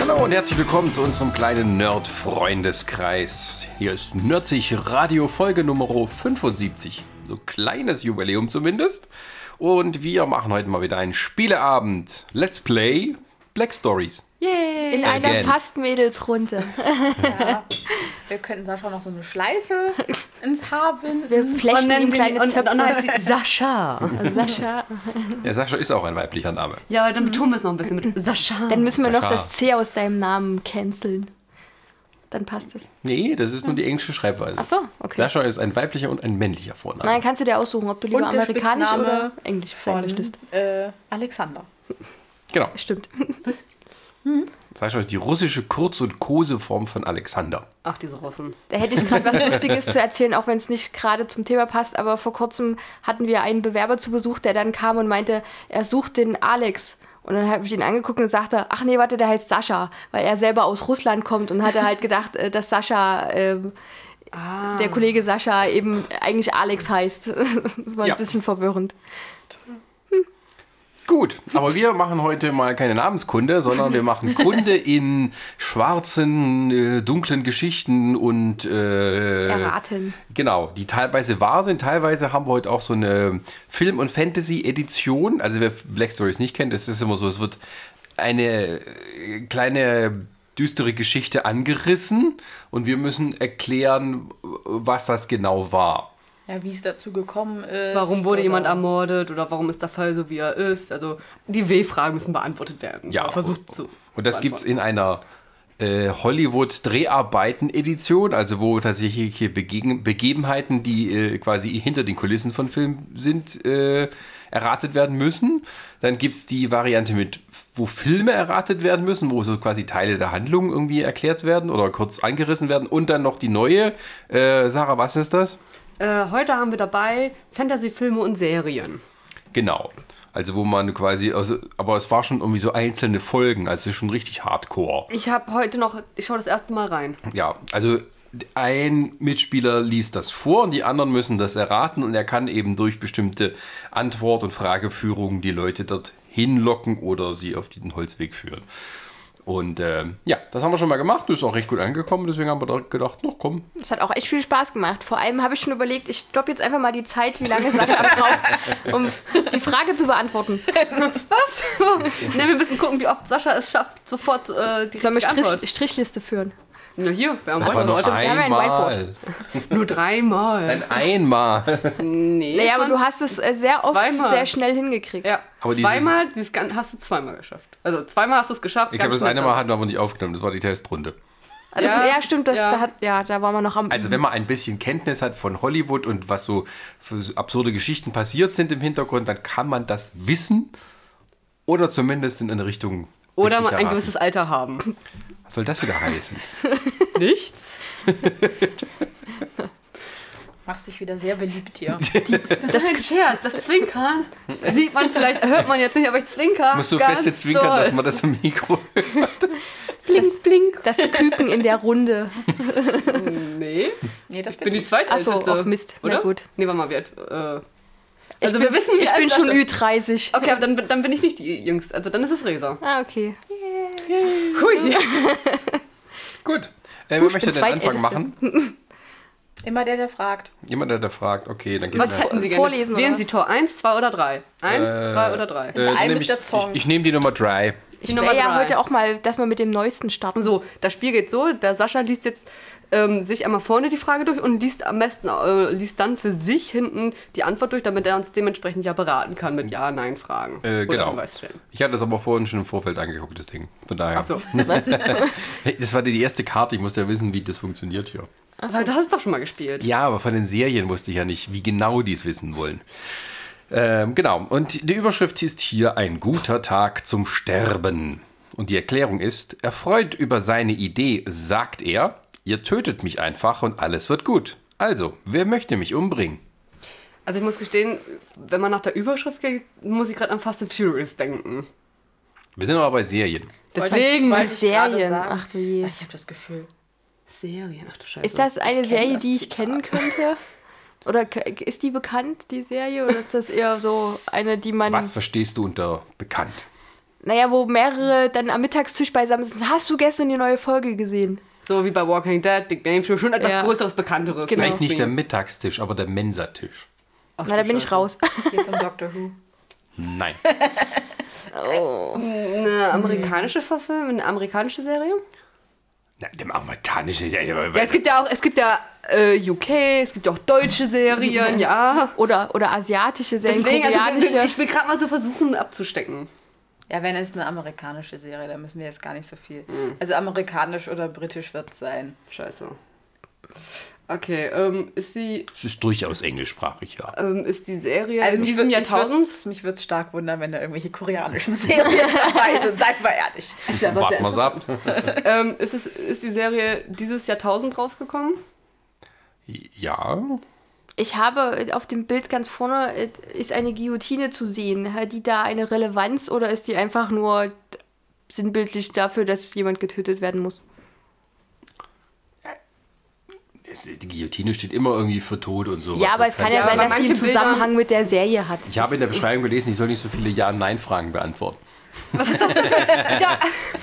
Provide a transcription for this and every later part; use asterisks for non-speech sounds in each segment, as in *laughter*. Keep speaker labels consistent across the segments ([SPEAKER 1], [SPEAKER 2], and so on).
[SPEAKER 1] Hallo und herzlich willkommen zu unserem kleinen Nerd-Freundeskreis. Hier ist Nerdzig Radio Folge Nummer 75. So ein kleines Jubiläum zumindest. Und wir machen heute mal wieder einen Spieleabend. Let's play Black Stories.
[SPEAKER 2] Yay!
[SPEAKER 3] In einer
[SPEAKER 1] Again.
[SPEAKER 3] fast Mädelsrunde.
[SPEAKER 2] Wir könnten Sascha noch so eine Schleife ins Haar binden.
[SPEAKER 3] Wir
[SPEAKER 2] *laughs* Und
[SPEAKER 3] flechten
[SPEAKER 2] dann
[SPEAKER 3] ihm
[SPEAKER 2] wir-
[SPEAKER 3] kleine
[SPEAKER 2] und-
[SPEAKER 3] Zöpfe.
[SPEAKER 2] Und, und heißt sie,
[SPEAKER 4] *laughs* Sascha.
[SPEAKER 3] Sascha.
[SPEAKER 1] Ja, Sascha ist auch ein weiblicher Name.
[SPEAKER 4] Ja, aber dann betonen wir es noch ein bisschen mit *laughs* Sascha.
[SPEAKER 3] Dann müssen wir noch
[SPEAKER 1] Sascha.
[SPEAKER 3] das C aus deinem Namen canceln. Dann passt es.
[SPEAKER 1] Nee, das ist nur die englische Schreibweise.
[SPEAKER 3] Ach so, okay.
[SPEAKER 1] Sascha ist ein weiblicher und ein männlicher Vorname.
[SPEAKER 3] Nein, kannst du dir aussuchen, ob du lieber
[SPEAKER 2] Und der
[SPEAKER 3] amerikanisch
[SPEAKER 2] Spitzname
[SPEAKER 3] oder englisch sein
[SPEAKER 2] von
[SPEAKER 3] möchtest.
[SPEAKER 2] äh, Alexander.
[SPEAKER 1] Genau.
[SPEAKER 3] Stimmt.
[SPEAKER 1] Sascha ist die russische Kurz- und Koseform von Alexander.
[SPEAKER 4] Ach, diese Russen.
[SPEAKER 3] Da hätte ich
[SPEAKER 4] *laughs*
[SPEAKER 3] gerade was Lustiges zu erzählen, auch wenn es nicht gerade zum Thema passt. Aber vor kurzem hatten wir einen Bewerber zu Besuch, der dann kam und meinte, er sucht den Alex. Und dann habe ich ihn angeguckt und sagte, ach nee, warte, der heißt Sascha, weil er selber aus Russland kommt und hatte halt gedacht, äh, dass Sascha, ähm,
[SPEAKER 4] Ah.
[SPEAKER 3] der Kollege Sascha eben eigentlich Alex heißt. *laughs* das war
[SPEAKER 1] Ja.
[SPEAKER 3] ein bisschen verwirrend.
[SPEAKER 1] Gut, aber wir machen heute mal keine Namenskunde, sondern wir machen Kunde in schwarzen, äh, dunklen Geschichten und äh,
[SPEAKER 3] Erraten.
[SPEAKER 1] Genau, die teilweise wahr sind. Teilweise haben wir heute auch so eine Film- und Fantasy-Edition. Also wer Black Stories nicht kennt, das ist immer so, es wird eine äh, kleine düstere Geschichte angerissen und wir müssen erklären, was das genau war.
[SPEAKER 2] Ja, wie es dazu gekommen ist.
[SPEAKER 4] Warum wurde
[SPEAKER 2] oder-
[SPEAKER 4] jemand ermordet oder warum ist der Fall so, wie er ist? Also, die W-Fragen müssen beantwortet werden.
[SPEAKER 1] Ja.
[SPEAKER 4] Man Versucht zu.
[SPEAKER 1] Und das gibt es
[SPEAKER 4] beantworten.
[SPEAKER 1] in einer äh, Hollywood-Dreharbeiten-Edition, also wo tatsächlich hier Begegen Begebenheiten, die äh, quasi hinter den Kulissen von Filmen sind, äh, erratet werden müssen. Dann gibt es die Variante mit, wo Filme erratet werden müssen, wo so quasi Teile der Handlung irgendwie erklärt werden oder kurz angerissen werden. Und dann noch die neue. Äh, Sarah, was ist das?
[SPEAKER 4] Äh, heute haben wir dabei Fantasy-Filme und Serien.
[SPEAKER 1] Genau. Also wo man quasi, also, aber es war schon irgendwie so einzelne Folgen, also schon richtig hardcore.
[SPEAKER 4] Ich habe heute noch, ich schaue das erste Mal rein.
[SPEAKER 1] Ja, also ein Mitspieler liest das vor und die anderen müssen das erraten und er kann eben durch bestimmte Antwort- und Frageführungen die Leute dort hinlocken oder sie auf den Holzweg führen. Und ähm, ja, das haben wir schon mal gemacht, das ist auch recht gut angekommen, deswegen haben wir da gedacht, noch komm.
[SPEAKER 3] Es hat auch echt viel Spaß gemacht. Vor allem habe ich schon überlegt, ich stoppe jetzt einfach mal die Zeit, wie lange
[SPEAKER 4] *laughs*
[SPEAKER 3] Sascha braucht, um die Frage zu beantworten.
[SPEAKER 4] *laughs* *laughs* Was? ne, wir müssen gucken, wie oft Sascha es schafft, sofort äh, die
[SPEAKER 3] Sollen wir
[SPEAKER 4] richtige
[SPEAKER 3] Strich,
[SPEAKER 4] Antwort.
[SPEAKER 3] Strichliste führen?
[SPEAKER 4] Na hier, wir haben
[SPEAKER 1] Das war
[SPEAKER 4] heute,
[SPEAKER 1] nur
[SPEAKER 4] heute
[SPEAKER 3] haben ein
[SPEAKER 1] einmal.
[SPEAKER 4] nur dreimal.
[SPEAKER 1] Einmal.
[SPEAKER 4] Nee,
[SPEAKER 3] Naja,
[SPEAKER 4] ich
[SPEAKER 3] aber
[SPEAKER 4] fand-
[SPEAKER 3] du hast es äh, sehr oft
[SPEAKER 4] zweimal.
[SPEAKER 3] sehr schnell hingekriegt.
[SPEAKER 4] Ja,
[SPEAKER 1] Aber dieses-
[SPEAKER 4] zweimal dieses, Gan- hast du zweimal geschafft. Also zweimal hast du es geschafft.
[SPEAKER 1] Ich
[SPEAKER 4] ganz
[SPEAKER 1] glaube, das eine
[SPEAKER 4] schnell
[SPEAKER 1] Mal hatten wir aber nicht aufgenommen, das war die Testrunde.
[SPEAKER 3] Das, Also, ja,
[SPEAKER 4] Ja,
[SPEAKER 3] stimmt, das,
[SPEAKER 4] ja.
[SPEAKER 3] Da, hat, ja, da waren wir noch am. *laughs*
[SPEAKER 1] Also wenn man ein bisschen Kenntnis hat von Hollywood und was so für so absurde Geschichten passiert sind im Hintergrund, dann kann man das wissen oder zumindest in eine Richtung.
[SPEAKER 4] Oder
[SPEAKER 1] richtig
[SPEAKER 4] mal ein
[SPEAKER 1] erraten.
[SPEAKER 4] gewisses Alter haben.
[SPEAKER 1] Was soll das wieder heißen?
[SPEAKER 4] Nichts?
[SPEAKER 2] Machst dich wieder sehr beliebt hier.
[SPEAKER 4] Das, *laughs* ist ein Scherz, das Zwinkern. *laughs* Sieht man vielleicht, hört man jetzt nicht, aber ich zwinker.
[SPEAKER 1] Musst du
[SPEAKER 4] ganz
[SPEAKER 1] fest jetzt zwinkern,
[SPEAKER 4] doll.
[SPEAKER 1] dass man das im Mikro. *laughs*
[SPEAKER 3] blink, blink. Das Küken in der Runde.
[SPEAKER 4] Nee,
[SPEAKER 2] Nee, das bin
[SPEAKER 4] bin die
[SPEAKER 2] ich.
[SPEAKER 4] zweite.
[SPEAKER 3] Ach so, auch Mist. Na
[SPEAKER 4] Oder?
[SPEAKER 3] gut.
[SPEAKER 4] Nee, warte mal, wir. Äh,
[SPEAKER 3] Ich
[SPEAKER 4] also,
[SPEAKER 3] bin,
[SPEAKER 4] wir wissen, wie
[SPEAKER 3] ich
[SPEAKER 4] alt
[SPEAKER 3] bin
[SPEAKER 4] Sascha-
[SPEAKER 3] schon Ü30.
[SPEAKER 4] Okay, aber dann, bin- dann bin ich nicht die Jüngste. Also, dann ist es Resa.
[SPEAKER 3] Ah, okay.
[SPEAKER 4] *laughs* Hui.
[SPEAKER 1] Gut. Äh, wer
[SPEAKER 3] ich
[SPEAKER 1] möchte
[SPEAKER 3] bin
[SPEAKER 1] den Anfang
[SPEAKER 3] Zweitälteste.
[SPEAKER 1] machen?
[SPEAKER 2] Immer der, der fragt.
[SPEAKER 1] Jemand, der da fragt. Okay, dann geht
[SPEAKER 4] Was hätten Sie gerne?
[SPEAKER 3] Vorlesen, oder
[SPEAKER 4] Wählen
[SPEAKER 3] was?
[SPEAKER 4] Sie Tor 1, 2 oder 3? 1, 2 oder 3?
[SPEAKER 1] Genau. Äh, so
[SPEAKER 2] einem
[SPEAKER 1] nehm
[SPEAKER 2] ist
[SPEAKER 1] ich
[SPEAKER 2] der Song.
[SPEAKER 1] ich, ich nehme die Nummer 3.
[SPEAKER 3] Ich
[SPEAKER 4] Nummer
[SPEAKER 3] wäre ja
[SPEAKER 4] drei.
[SPEAKER 3] heute auch mal, dass wir mit dem Neuesten starten.
[SPEAKER 4] So, das Spiel geht so, der Sascha liest jetzt ähm, sich einmal vorne die Frage durch und liest am besten, äh, liest dann für sich hinten die Antwort durch, damit er uns dementsprechend ja beraten kann mit Ja-Nein-Fragen.
[SPEAKER 1] Hm. Äh,
[SPEAKER 4] Oder
[SPEAKER 1] genau.
[SPEAKER 4] Hinweisstellen.
[SPEAKER 1] Ich hatte das aber vorhin schon im Vorfeld angeguckt, das Ding. Von daher. *laughs*
[SPEAKER 4] Achso.
[SPEAKER 1] Das war die erste Karte, ich musste ja wissen, wie das funktioniert hier.
[SPEAKER 4] Aber das ist doch schon mal gespielt.
[SPEAKER 1] Ja, aber von den Serien wusste ich ja nicht, wie genau die es wissen wollen. Ähm, genau, und die Überschrift ist hier ein guter Tag zum Sterben. Und die Erklärung ist, erfreut über seine Idee sagt er, ihr tötet mich einfach und alles wird gut. Also, wer möchte mich umbringen?
[SPEAKER 4] Also ich muss gestehen, wenn man nach der Überschrift geht, muss ich gerade an Fast and Furious denken.
[SPEAKER 1] Wir sind aber bei Serien.
[SPEAKER 4] Deswegen. *laughs*
[SPEAKER 2] Wollte ich gerade
[SPEAKER 3] Serien.
[SPEAKER 2] sagen.
[SPEAKER 3] Ach du je.
[SPEAKER 2] Ich habe das Gefühl.
[SPEAKER 4] Serien, ach du Scheiße.
[SPEAKER 3] Ist das eine
[SPEAKER 2] kenne
[SPEAKER 3] Serie,
[SPEAKER 2] das
[SPEAKER 3] die ich kennen könnte? Oder k- ist die
[SPEAKER 4] Mhm.
[SPEAKER 3] bekannt, die Serie? Oder ist das eher so eine, die man.
[SPEAKER 1] Was verstehst du unter bekannt?
[SPEAKER 3] Naja, wo mehrere dann am Mittagstisch beisammen sitzen. Hast du gestern die neue Folge gesehen?
[SPEAKER 4] So wie bei Walking Dead, Big Bang Theory, schon etwas
[SPEAKER 3] Ja.
[SPEAKER 4] größeres, bekannteres.
[SPEAKER 3] Genau.
[SPEAKER 1] Vielleicht nicht der Mittagstisch, aber der Mensatisch.
[SPEAKER 4] Ach,
[SPEAKER 3] Na,
[SPEAKER 4] du
[SPEAKER 3] da bin ich
[SPEAKER 4] Scheiße.
[SPEAKER 3] raus.
[SPEAKER 2] Geht zum Doctor Who.
[SPEAKER 4] *laughs*
[SPEAKER 1] Nein.
[SPEAKER 4] Eine amerikanische Verfilmung, eine amerikanische Serie?
[SPEAKER 1] Nein, dem amerikanischen.
[SPEAKER 4] Ja, es gibt ja auch, es gibt ja äh, UK, es gibt ja auch deutsche Serien, ja.
[SPEAKER 3] Oder, oder asiatische Serien,
[SPEAKER 4] Deswegen,
[SPEAKER 3] *laughs*
[SPEAKER 4] also,
[SPEAKER 3] koreanische.
[SPEAKER 4] ich will gerade mal so versuchen abzustecken.
[SPEAKER 2] Ja, wenn es eine amerikanische Serie, dann müssen wir jetzt gar nicht so viel. Also amerikanisch oder britisch wird es sein.
[SPEAKER 4] Scheiße. Okay, ähm, ist die,
[SPEAKER 1] es ist durchaus englischsprachig, ja.
[SPEAKER 4] ähm, ist die Serie
[SPEAKER 2] Also
[SPEAKER 4] in
[SPEAKER 2] mich
[SPEAKER 4] diesem
[SPEAKER 2] würde
[SPEAKER 4] Jahrtausend?
[SPEAKER 2] mich würd's stark wundern, wenn da irgendwelche koreanischen *laughs* Serien dabei sind. Seid mal ehrlich.
[SPEAKER 4] Es wäre aber sehr
[SPEAKER 1] Warten wir's ab.
[SPEAKER 4] interessant. ähm, ist, es, ist die Serie dieses Jahrtausend rausgekommen?
[SPEAKER 1] Ja.
[SPEAKER 3] Ich habe auf dem Bild ganz vorne äh, ist eine Guillotine zu sehen. Hat die da eine Relevanz oder ist die einfach nur sinnbildlich dafür, dass jemand getötet werden muss?
[SPEAKER 1] Es, die Guillotine steht immer irgendwie für tot und so.
[SPEAKER 3] Ja, aber es kann ja
[SPEAKER 4] Ja,
[SPEAKER 3] sein,
[SPEAKER 4] aber
[SPEAKER 3] dass die einen
[SPEAKER 4] manche Bilder-
[SPEAKER 3] Zusammenhang mit der Serie hat.
[SPEAKER 1] Ich habe in der Beschreibung gelesen, ich soll nicht so viele Ja-Nein-Fragen beantworten.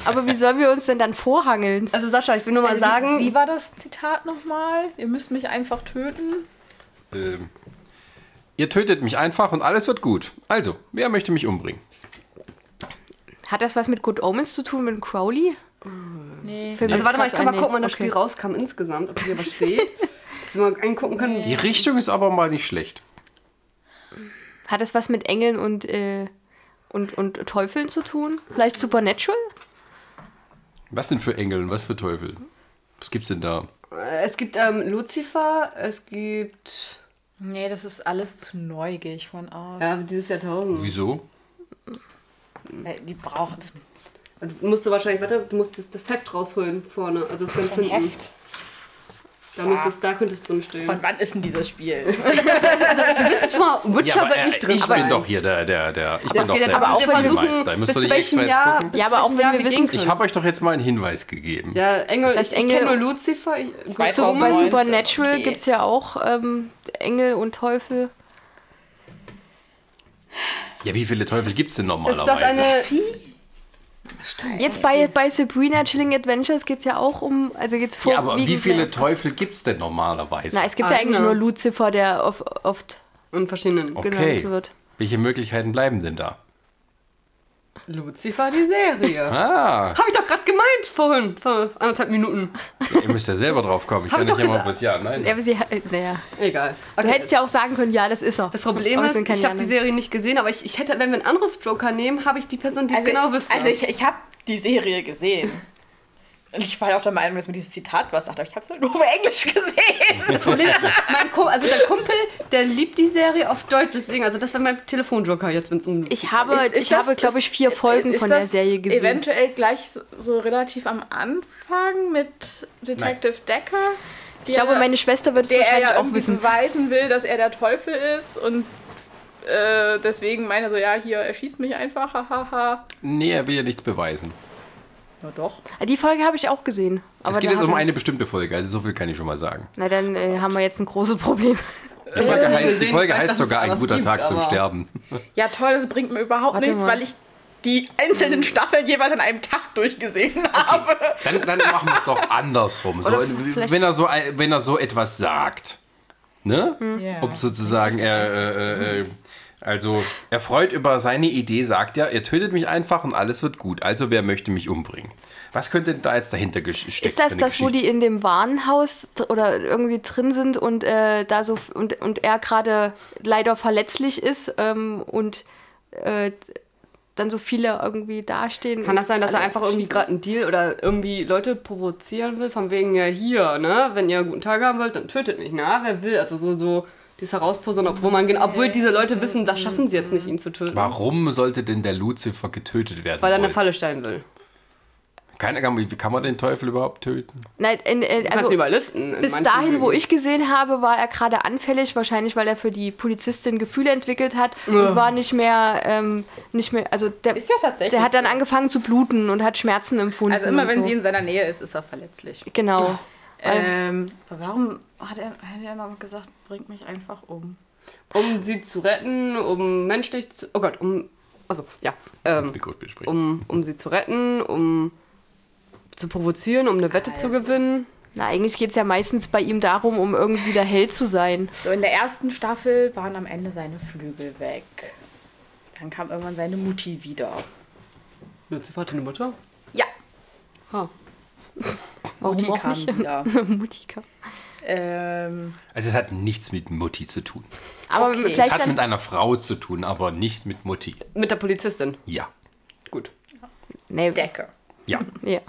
[SPEAKER 3] Aber wie sollen wir uns denn dann vorhangeln?
[SPEAKER 4] Also Sascha, ich will nur mal
[SPEAKER 2] Also
[SPEAKER 4] sagen,
[SPEAKER 2] wie, wie war das Zitat nochmal? Ihr müsst mich einfach töten.
[SPEAKER 1] Ähm, ihr tötet mich einfach und alles wird gut. Also, wer möchte mich umbringen?
[SPEAKER 3] Hat das was mit Good Omens zu tun, mit Crowley?
[SPEAKER 2] Nee.
[SPEAKER 3] Fällt mir
[SPEAKER 4] also warte mal, ich
[SPEAKER 3] jetzt
[SPEAKER 4] kann mal
[SPEAKER 3] grad so
[SPEAKER 4] gucken, wann
[SPEAKER 3] ein,
[SPEAKER 4] das Spiel rauskam insgesamt, ob hier was steht. Dass wir mal angucken können.
[SPEAKER 1] Die Richtung ist aber mal nicht schlecht.
[SPEAKER 3] nee. Hat das was mit Engeln und, äh, und, und Teufeln zu tun? Vielleicht Supernatural?
[SPEAKER 1] Was denn für Engel und was für Teufel? Was gibt's denn da?
[SPEAKER 4] Äh, Es gibt ähm, Lucifer, es gibt.
[SPEAKER 2] Nee, das ist alles zu neu, gehe ich von aus.
[SPEAKER 4] Ja, dieses Jahrtausend.
[SPEAKER 1] Wieso?
[SPEAKER 2] Nee, Äh, Die brauchen es.
[SPEAKER 4] Also musst du wahrscheinlich, warte, du musst das, das Heft rausholen vorne, also das ganz
[SPEAKER 2] Ein
[SPEAKER 4] hinten.
[SPEAKER 2] Heft?
[SPEAKER 4] Da, müsstest, da könnte es drin stehen.
[SPEAKER 2] Von wann ist denn dieses Spiel? *laughs*
[SPEAKER 4] Schon mal, Witcher
[SPEAKER 1] aber, äh, ich bin
[SPEAKER 4] sein.
[SPEAKER 1] doch hier der, der, der, ich bin doch
[SPEAKER 4] geht
[SPEAKER 1] der,
[SPEAKER 4] aber
[SPEAKER 1] der
[SPEAKER 4] auch, wenn wir
[SPEAKER 1] Spielmeister. Ihr müsst doch nicht extra jetzt gucken.
[SPEAKER 3] Ja, aber auch wenn wir wissen-
[SPEAKER 1] Ich habe euch doch jetzt mal einen Hinweis gegeben.
[SPEAKER 4] Ja, Engel,
[SPEAKER 3] Das
[SPEAKER 4] ich, ich
[SPEAKER 3] Engel-
[SPEAKER 4] kenne nur Lucifer. Ich, Gott,
[SPEAKER 3] So, bei
[SPEAKER 2] 2019,
[SPEAKER 3] Supernatural
[SPEAKER 2] okay.
[SPEAKER 3] gibt's gibt es ja auch ähm, Engel und Teufel.
[SPEAKER 1] Ja, wie viele Teufel gibt's denn
[SPEAKER 4] ist das
[SPEAKER 1] normalerweise?
[SPEAKER 4] eine.
[SPEAKER 3] Jetzt bei, bei Sabrina Chilling Adventures geht es ja auch um, also geht's vor.
[SPEAKER 1] ja, aber wie viele Teufel gibt's denn normalerweise?
[SPEAKER 3] Na, es gibt ja eigentlich
[SPEAKER 4] Eine.
[SPEAKER 3] nur Lucifer, der of, oft
[SPEAKER 4] Und verschiedenen.
[SPEAKER 1] okay.
[SPEAKER 3] genannt wird.
[SPEAKER 1] Welche Möglichkeiten bleiben denn da?
[SPEAKER 4] Lucifer, die *laughs* Serie.
[SPEAKER 1] Ah,
[SPEAKER 4] Habe ich doch gerade gemeint vorhin, vor anderthalb Minuten.
[SPEAKER 1] ihr müsst ja selber drauf kommen. Ich
[SPEAKER 4] Hab
[SPEAKER 1] kann
[SPEAKER 4] ich
[SPEAKER 1] nicht
[SPEAKER 4] doch
[SPEAKER 1] immer
[SPEAKER 4] gesagt.
[SPEAKER 1] was ja, nein.
[SPEAKER 3] Ja, aber sie, äh, naja.
[SPEAKER 4] Egal.
[SPEAKER 3] Du hättest ja auch sagen können, ja, das ist er.
[SPEAKER 4] das Problem
[SPEAKER 3] Aber
[SPEAKER 4] ist,
[SPEAKER 3] es sind keine
[SPEAKER 4] ich habe die
[SPEAKER 3] anderen.
[SPEAKER 4] Serie nicht gesehen, aber ich, ich hätte, wenn wir einen Anruf-Joker nehmen, habe ich die Person, die es genau wüsste.
[SPEAKER 2] Also ich, ich habe die Serie gesehen. Und ich war ja auch der Meinung, dass mir dieses Zitat was sagt, aber ich habe es halt nur auf Englisch *laughs* gesehen.
[SPEAKER 4] Das Problem ist, mein Kumpel, also der Kumpel, der liebt die Serie auf Deutsch, deswegen, also das wäre mein Telefonjoker jetzt, wenn es um.
[SPEAKER 3] Ich habe, ich habe glaube ich, vier
[SPEAKER 2] ist-
[SPEAKER 3] Folgen
[SPEAKER 2] ist
[SPEAKER 3] von der
[SPEAKER 2] das
[SPEAKER 3] Serie gesehen.
[SPEAKER 2] Eventuell gleich so, so relativ am Anfang mit Detective Decker.
[SPEAKER 3] ich glaube, meine Schwester wird es
[SPEAKER 2] der
[SPEAKER 3] wahrscheinlich
[SPEAKER 2] er ja
[SPEAKER 3] auch wissen.
[SPEAKER 2] beweisen will, dass er der Teufel ist und äh, deswegen meint er so, ja, hier, er schießt mich einfach, hahaha.
[SPEAKER 1] Nee, er will ja nichts beweisen.
[SPEAKER 2] Na doch.
[SPEAKER 3] Die Folge habe ich auch gesehen. Aber
[SPEAKER 1] es geht
[SPEAKER 3] da
[SPEAKER 1] jetzt
[SPEAKER 3] hat
[SPEAKER 1] um
[SPEAKER 3] er
[SPEAKER 1] eine
[SPEAKER 3] nicht-
[SPEAKER 1] bestimmte Folge, also so viel kann ich schon mal sagen.
[SPEAKER 3] Na, dann äh, haben wir jetzt ein großes Problem.
[SPEAKER 1] Die Folge heißt, die
[SPEAKER 4] sehen,
[SPEAKER 1] Folge
[SPEAKER 4] dass
[SPEAKER 1] heißt
[SPEAKER 4] es
[SPEAKER 1] sogar ein
[SPEAKER 4] was
[SPEAKER 1] guter
[SPEAKER 4] gibt,
[SPEAKER 1] Tag zum
[SPEAKER 4] aber-
[SPEAKER 1] Sterben.
[SPEAKER 2] Ja, toll, das bringt mir überhaupt
[SPEAKER 3] Warte
[SPEAKER 2] nichts,
[SPEAKER 3] mal.
[SPEAKER 2] weil ich die einzelnen Staffeln jeweils an einem Tag durchgesehen habe.
[SPEAKER 1] Dann, dann machen wir es doch andersrum. So,
[SPEAKER 3] Oder vielleicht-
[SPEAKER 1] wenn, er so, ein- wenn er so etwas sagt. Ne?
[SPEAKER 4] Mhm.
[SPEAKER 1] Um sozusagen, er, äh, äh, äh, also erfreut über seine Idee, sagt ja, ihr tötet mich einfach und alles wird gut. Also wer möchte mich umbringen? Was könnte da jetzt dahinter gesteckt
[SPEAKER 3] Ist das das, wo die in dem Warenhaus dr- oder irgendwie drin sind und äh, da so f- und, und er gerade leider verletzlich ist ähm, und äh, dann so viele irgendwie dastehen? Also,
[SPEAKER 4] Kann das sein, dass er
[SPEAKER 3] Alle
[SPEAKER 4] einfach irgendwie gerade Also, einen Deal oder irgendwie Leute provozieren will, von wegen, ja, hier, ne, wenn ihr einen guten Tag haben wollt, dann tötet mich, na, wer will, also so, so, dieses Herausposern, obwohl man, genau- obwohl diese Leute wissen, das schaffen sie jetzt nicht, ihn zu töten,
[SPEAKER 1] Warum sollte denn der Lucifer getötet werden?
[SPEAKER 4] weil er eine
[SPEAKER 1] wollen?
[SPEAKER 4] Falle stellen will.
[SPEAKER 1] Keine Ahnung, wie kann man den Teufel überhaupt töten?
[SPEAKER 3] Nein, in, in,
[SPEAKER 4] Also, Kannst
[SPEAKER 3] also
[SPEAKER 4] du überlisten. in
[SPEAKER 3] bis
[SPEAKER 4] manchen
[SPEAKER 3] dahin, wo
[SPEAKER 4] Filmen.
[SPEAKER 3] ich gesehen habe, war er gerade anfällig, wahrscheinlich weil er für die Polizistin Gefühle entwickelt hat und war nicht mehr, ähm, nicht mehr, also der,
[SPEAKER 2] Ist ja tatsächlich
[SPEAKER 3] der hat dann
[SPEAKER 2] so.
[SPEAKER 3] angefangen zu bluten und hat Schmerzen empfunden.
[SPEAKER 2] Also immer
[SPEAKER 3] und
[SPEAKER 2] wenn
[SPEAKER 3] so.
[SPEAKER 2] sie in seiner Nähe ist, ist er verletzlich.
[SPEAKER 3] Genau.
[SPEAKER 2] Ähm, warum hat er, hat er noch gesagt, bringt mich einfach um?
[SPEAKER 4] Um sie zu retten, um menschlich zu, oh Gott, um, also ja, ähm,
[SPEAKER 1] Das Mikro besprechen.
[SPEAKER 4] um, um sie zu retten, um zu provozieren, um eine Wette zu gewinnen.
[SPEAKER 3] Na, eigentlich geht es ja meistens bei ihm darum, um irgendwie der Held zu sein.
[SPEAKER 2] So, in der ersten Staffel waren am Ende seine Flügel weg. Dann kam irgendwann seine Mutti wieder.
[SPEAKER 4] Lucifer hatte eine Mutter?
[SPEAKER 2] Ja,
[SPEAKER 4] Ha.
[SPEAKER 3] Warum
[SPEAKER 2] Mutti
[SPEAKER 3] auch
[SPEAKER 2] kam
[SPEAKER 3] nicht?
[SPEAKER 2] wieder.
[SPEAKER 3] *laughs* Mutika.
[SPEAKER 2] ähm,
[SPEAKER 1] Also es hat nichts mit Mutti zu tun.
[SPEAKER 3] Aber
[SPEAKER 2] Okay.
[SPEAKER 1] Es
[SPEAKER 3] vielleicht
[SPEAKER 1] hat mit
[SPEAKER 3] dann,
[SPEAKER 1] einer Frau zu tun, aber nicht mit Mutti.
[SPEAKER 4] Mit der Polizistin.
[SPEAKER 1] Ja.
[SPEAKER 4] Gut.
[SPEAKER 3] nee,
[SPEAKER 2] Decke.
[SPEAKER 1] Ja.
[SPEAKER 3] Ja.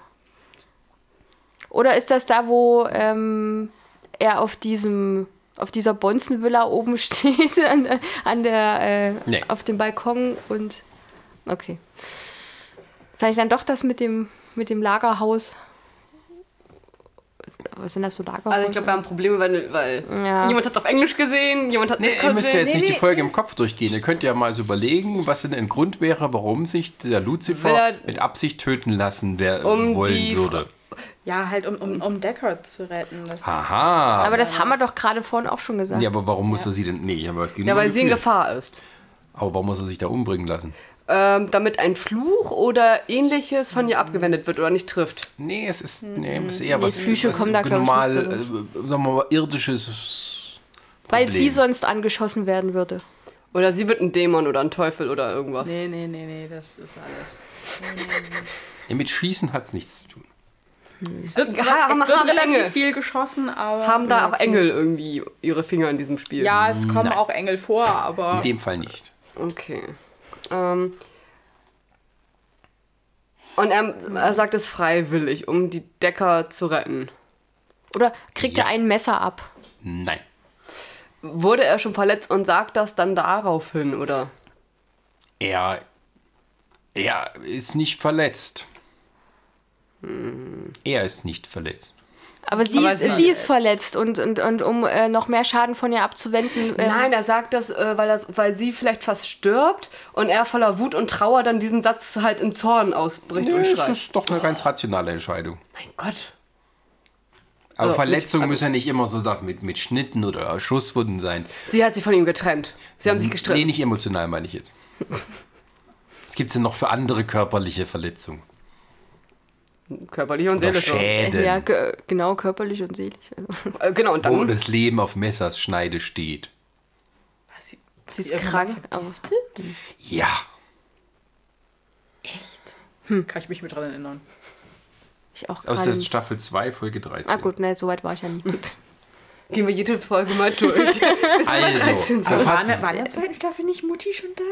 [SPEAKER 3] Oder ist das da, wo ähm, er auf diesem auf dieser Bonzenvilla oben *laughs* steht, an, der- an der, äh,
[SPEAKER 1] Nee.
[SPEAKER 3] auf dem Balkon und okay. Vielleicht dann doch das mit dem, mit dem Lagerhaus. Was sind das so Lagerhäuser?
[SPEAKER 4] Also ich glaube, wir haben Probleme, weil, weil
[SPEAKER 3] Ja.
[SPEAKER 4] jemand hat es auf Englisch gesehen, jemand hat es
[SPEAKER 1] Nee, ihr
[SPEAKER 4] gesehen.
[SPEAKER 1] müsst ja jetzt
[SPEAKER 2] nee,
[SPEAKER 1] nicht die
[SPEAKER 2] nee.
[SPEAKER 1] Folge im Kopf durchgehen. Ihr könnt ja mal so überlegen, was denn ein Grund wäre, warum sich der
[SPEAKER 4] Will
[SPEAKER 1] Lucifer
[SPEAKER 4] er-
[SPEAKER 1] mit Absicht töten lassen wer,
[SPEAKER 4] Um
[SPEAKER 1] wollen
[SPEAKER 4] die
[SPEAKER 1] würde.
[SPEAKER 2] Ja, halt um, um, um Decker zu retten. Das
[SPEAKER 1] Aha.
[SPEAKER 3] aber das haben wir doch gerade vorhin auch schon gesagt.
[SPEAKER 1] ja, aber warum muss er sie denn... Nee, aber es ging
[SPEAKER 4] Ja,
[SPEAKER 1] nur um
[SPEAKER 4] weil sie in
[SPEAKER 1] Gefühl.
[SPEAKER 4] Gefahr ist.
[SPEAKER 1] Aber warum muss er sich da umbringen lassen?
[SPEAKER 4] Ähm, damit ein Fluch oder ähnliches von ihr abgewendet wird oder nicht trifft.
[SPEAKER 1] Nee, es ist, nee, es ist eher was,
[SPEAKER 3] Mhm. Flüche
[SPEAKER 1] was
[SPEAKER 3] kommen da, glaub ich,
[SPEAKER 1] normal,
[SPEAKER 3] nicht so
[SPEAKER 1] äh, sagen wir mal, irdisches
[SPEAKER 3] Weil
[SPEAKER 1] Problem.
[SPEAKER 3] sie sonst angeschossen werden würde.
[SPEAKER 4] Oder sie wird ein Dämon oder ein Teufel oder irgendwas.
[SPEAKER 2] Nee, nee, nee, nee, das ist alles.
[SPEAKER 1] Ja, mit Schießen hat es nichts zu tun.
[SPEAKER 4] Es wird,
[SPEAKER 2] Ha,
[SPEAKER 4] haben,
[SPEAKER 2] es wird
[SPEAKER 4] haben
[SPEAKER 2] relativ
[SPEAKER 4] Engel.
[SPEAKER 2] viel geschossen, aber.
[SPEAKER 4] Haben da auch
[SPEAKER 2] Okay.
[SPEAKER 4] Engel irgendwie ihre Finger in diesem Spiel.
[SPEAKER 2] Ja, es kommen
[SPEAKER 1] Nein.
[SPEAKER 2] auch Engel vor,
[SPEAKER 1] In
[SPEAKER 2] aber.
[SPEAKER 1] dem Fall nicht.
[SPEAKER 4] Okay. Ähm, und er, er sagt es freiwillig, um die Decker zu retten.
[SPEAKER 3] Oder kriegt
[SPEAKER 1] Ja.
[SPEAKER 3] er ein Messer ab?
[SPEAKER 1] Nein.
[SPEAKER 4] Wurde er schon verletzt und sagt das dann daraufhin, oder?
[SPEAKER 1] Er, er ist nicht verletzt.
[SPEAKER 3] Hm.
[SPEAKER 1] Er ist nicht verletzt.
[SPEAKER 3] Aber sie,
[SPEAKER 4] Aber
[SPEAKER 3] ist,
[SPEAKER 4] sie-
[SPEAKER 3] sie ist verletzt und, und, und um äh, noch mehr Schaden von ihr abzuwenden. ähm,
[SPEAKER 4] Nein, er sagt das, äh, weil, das, weil sie vielleicht fast stirbt und er voller Wut und Trauer dann diesen Satz halt in Zorn ausbricht
[SPEAKER 1] Nee,
[SPEAKER 4] und
[SPEAKER 1] es
[SPEAKER 4] schreit.
[SPEAKER 1] ist doch eine ganz rationale Entscheidung.
[SPEAKER 4] Mein Gott.
[SPEAKER 1] Aber
[SPEAKER 4] Also,
[SPEAKER 1] Verletzungen
[SPEAKER 4] nicht-
[SPEAKER 1] müssen ja nicht immer so Sachen mit, mit Schnitten oder Schusswunden sein.
[SPEAKER 4] Sie hat sich von ihm getrennt. Sie haben sich gestritten.
[SPEAKER 1] Nee, nicht emotional meine ich
[SPEAKER 3] *laughs*
[SPEAKER 1] jetzt. Was gibt es denn noch für andere körperliche Verletzungen?
[SPEAKER 4] Körperlich und
[SPEAKER 1] Oder
[SPEAKER 4] seelisch. so.
[SPEAKER 1] Schäden,
[SPEAKER 3] Ja, ge genau, körperlich und seelisch. Also,
[SPEAKER 4] Äh, genau, und
[SPEAKER 1] wo
[SPEAKER 4] dann.
[SPEAKER 1] das Leben auf Messers Schneide steht.
[SPEAKER 2] Sie,
[SPEAKER 3] sie ist krank. aber-
[SPEAKER 1] Ja,
[SPEAKER 2] Echt? Hm, Kann ich mich mit dran erinnern.
[SPEAKER 3] Ich auch
[SPEAKER 1] aus
[SPEAKER 3] gerade
[SPEAKER 1] der
[SPEAKER 3] nicht.
[SPEAKER 1] Staffel 2, Folge 13.
[SPEAKER 3] Ah gut, ne, so weit war ich ja nicht. Gut.
[SPEAKER 4] Gehen wir jede Folge mal
[SPEAKER 1] *laughs*
[SPEAKER 4] durch.
[SPEAKER 1] Also,
[SPEAKER 4] 13
[SPEAKER 2] Aber waren,
[SPEAKER 1] verfassen.
[SPEAKER 2] wir- war in der zweiten Staffel nicht Mutti schon da?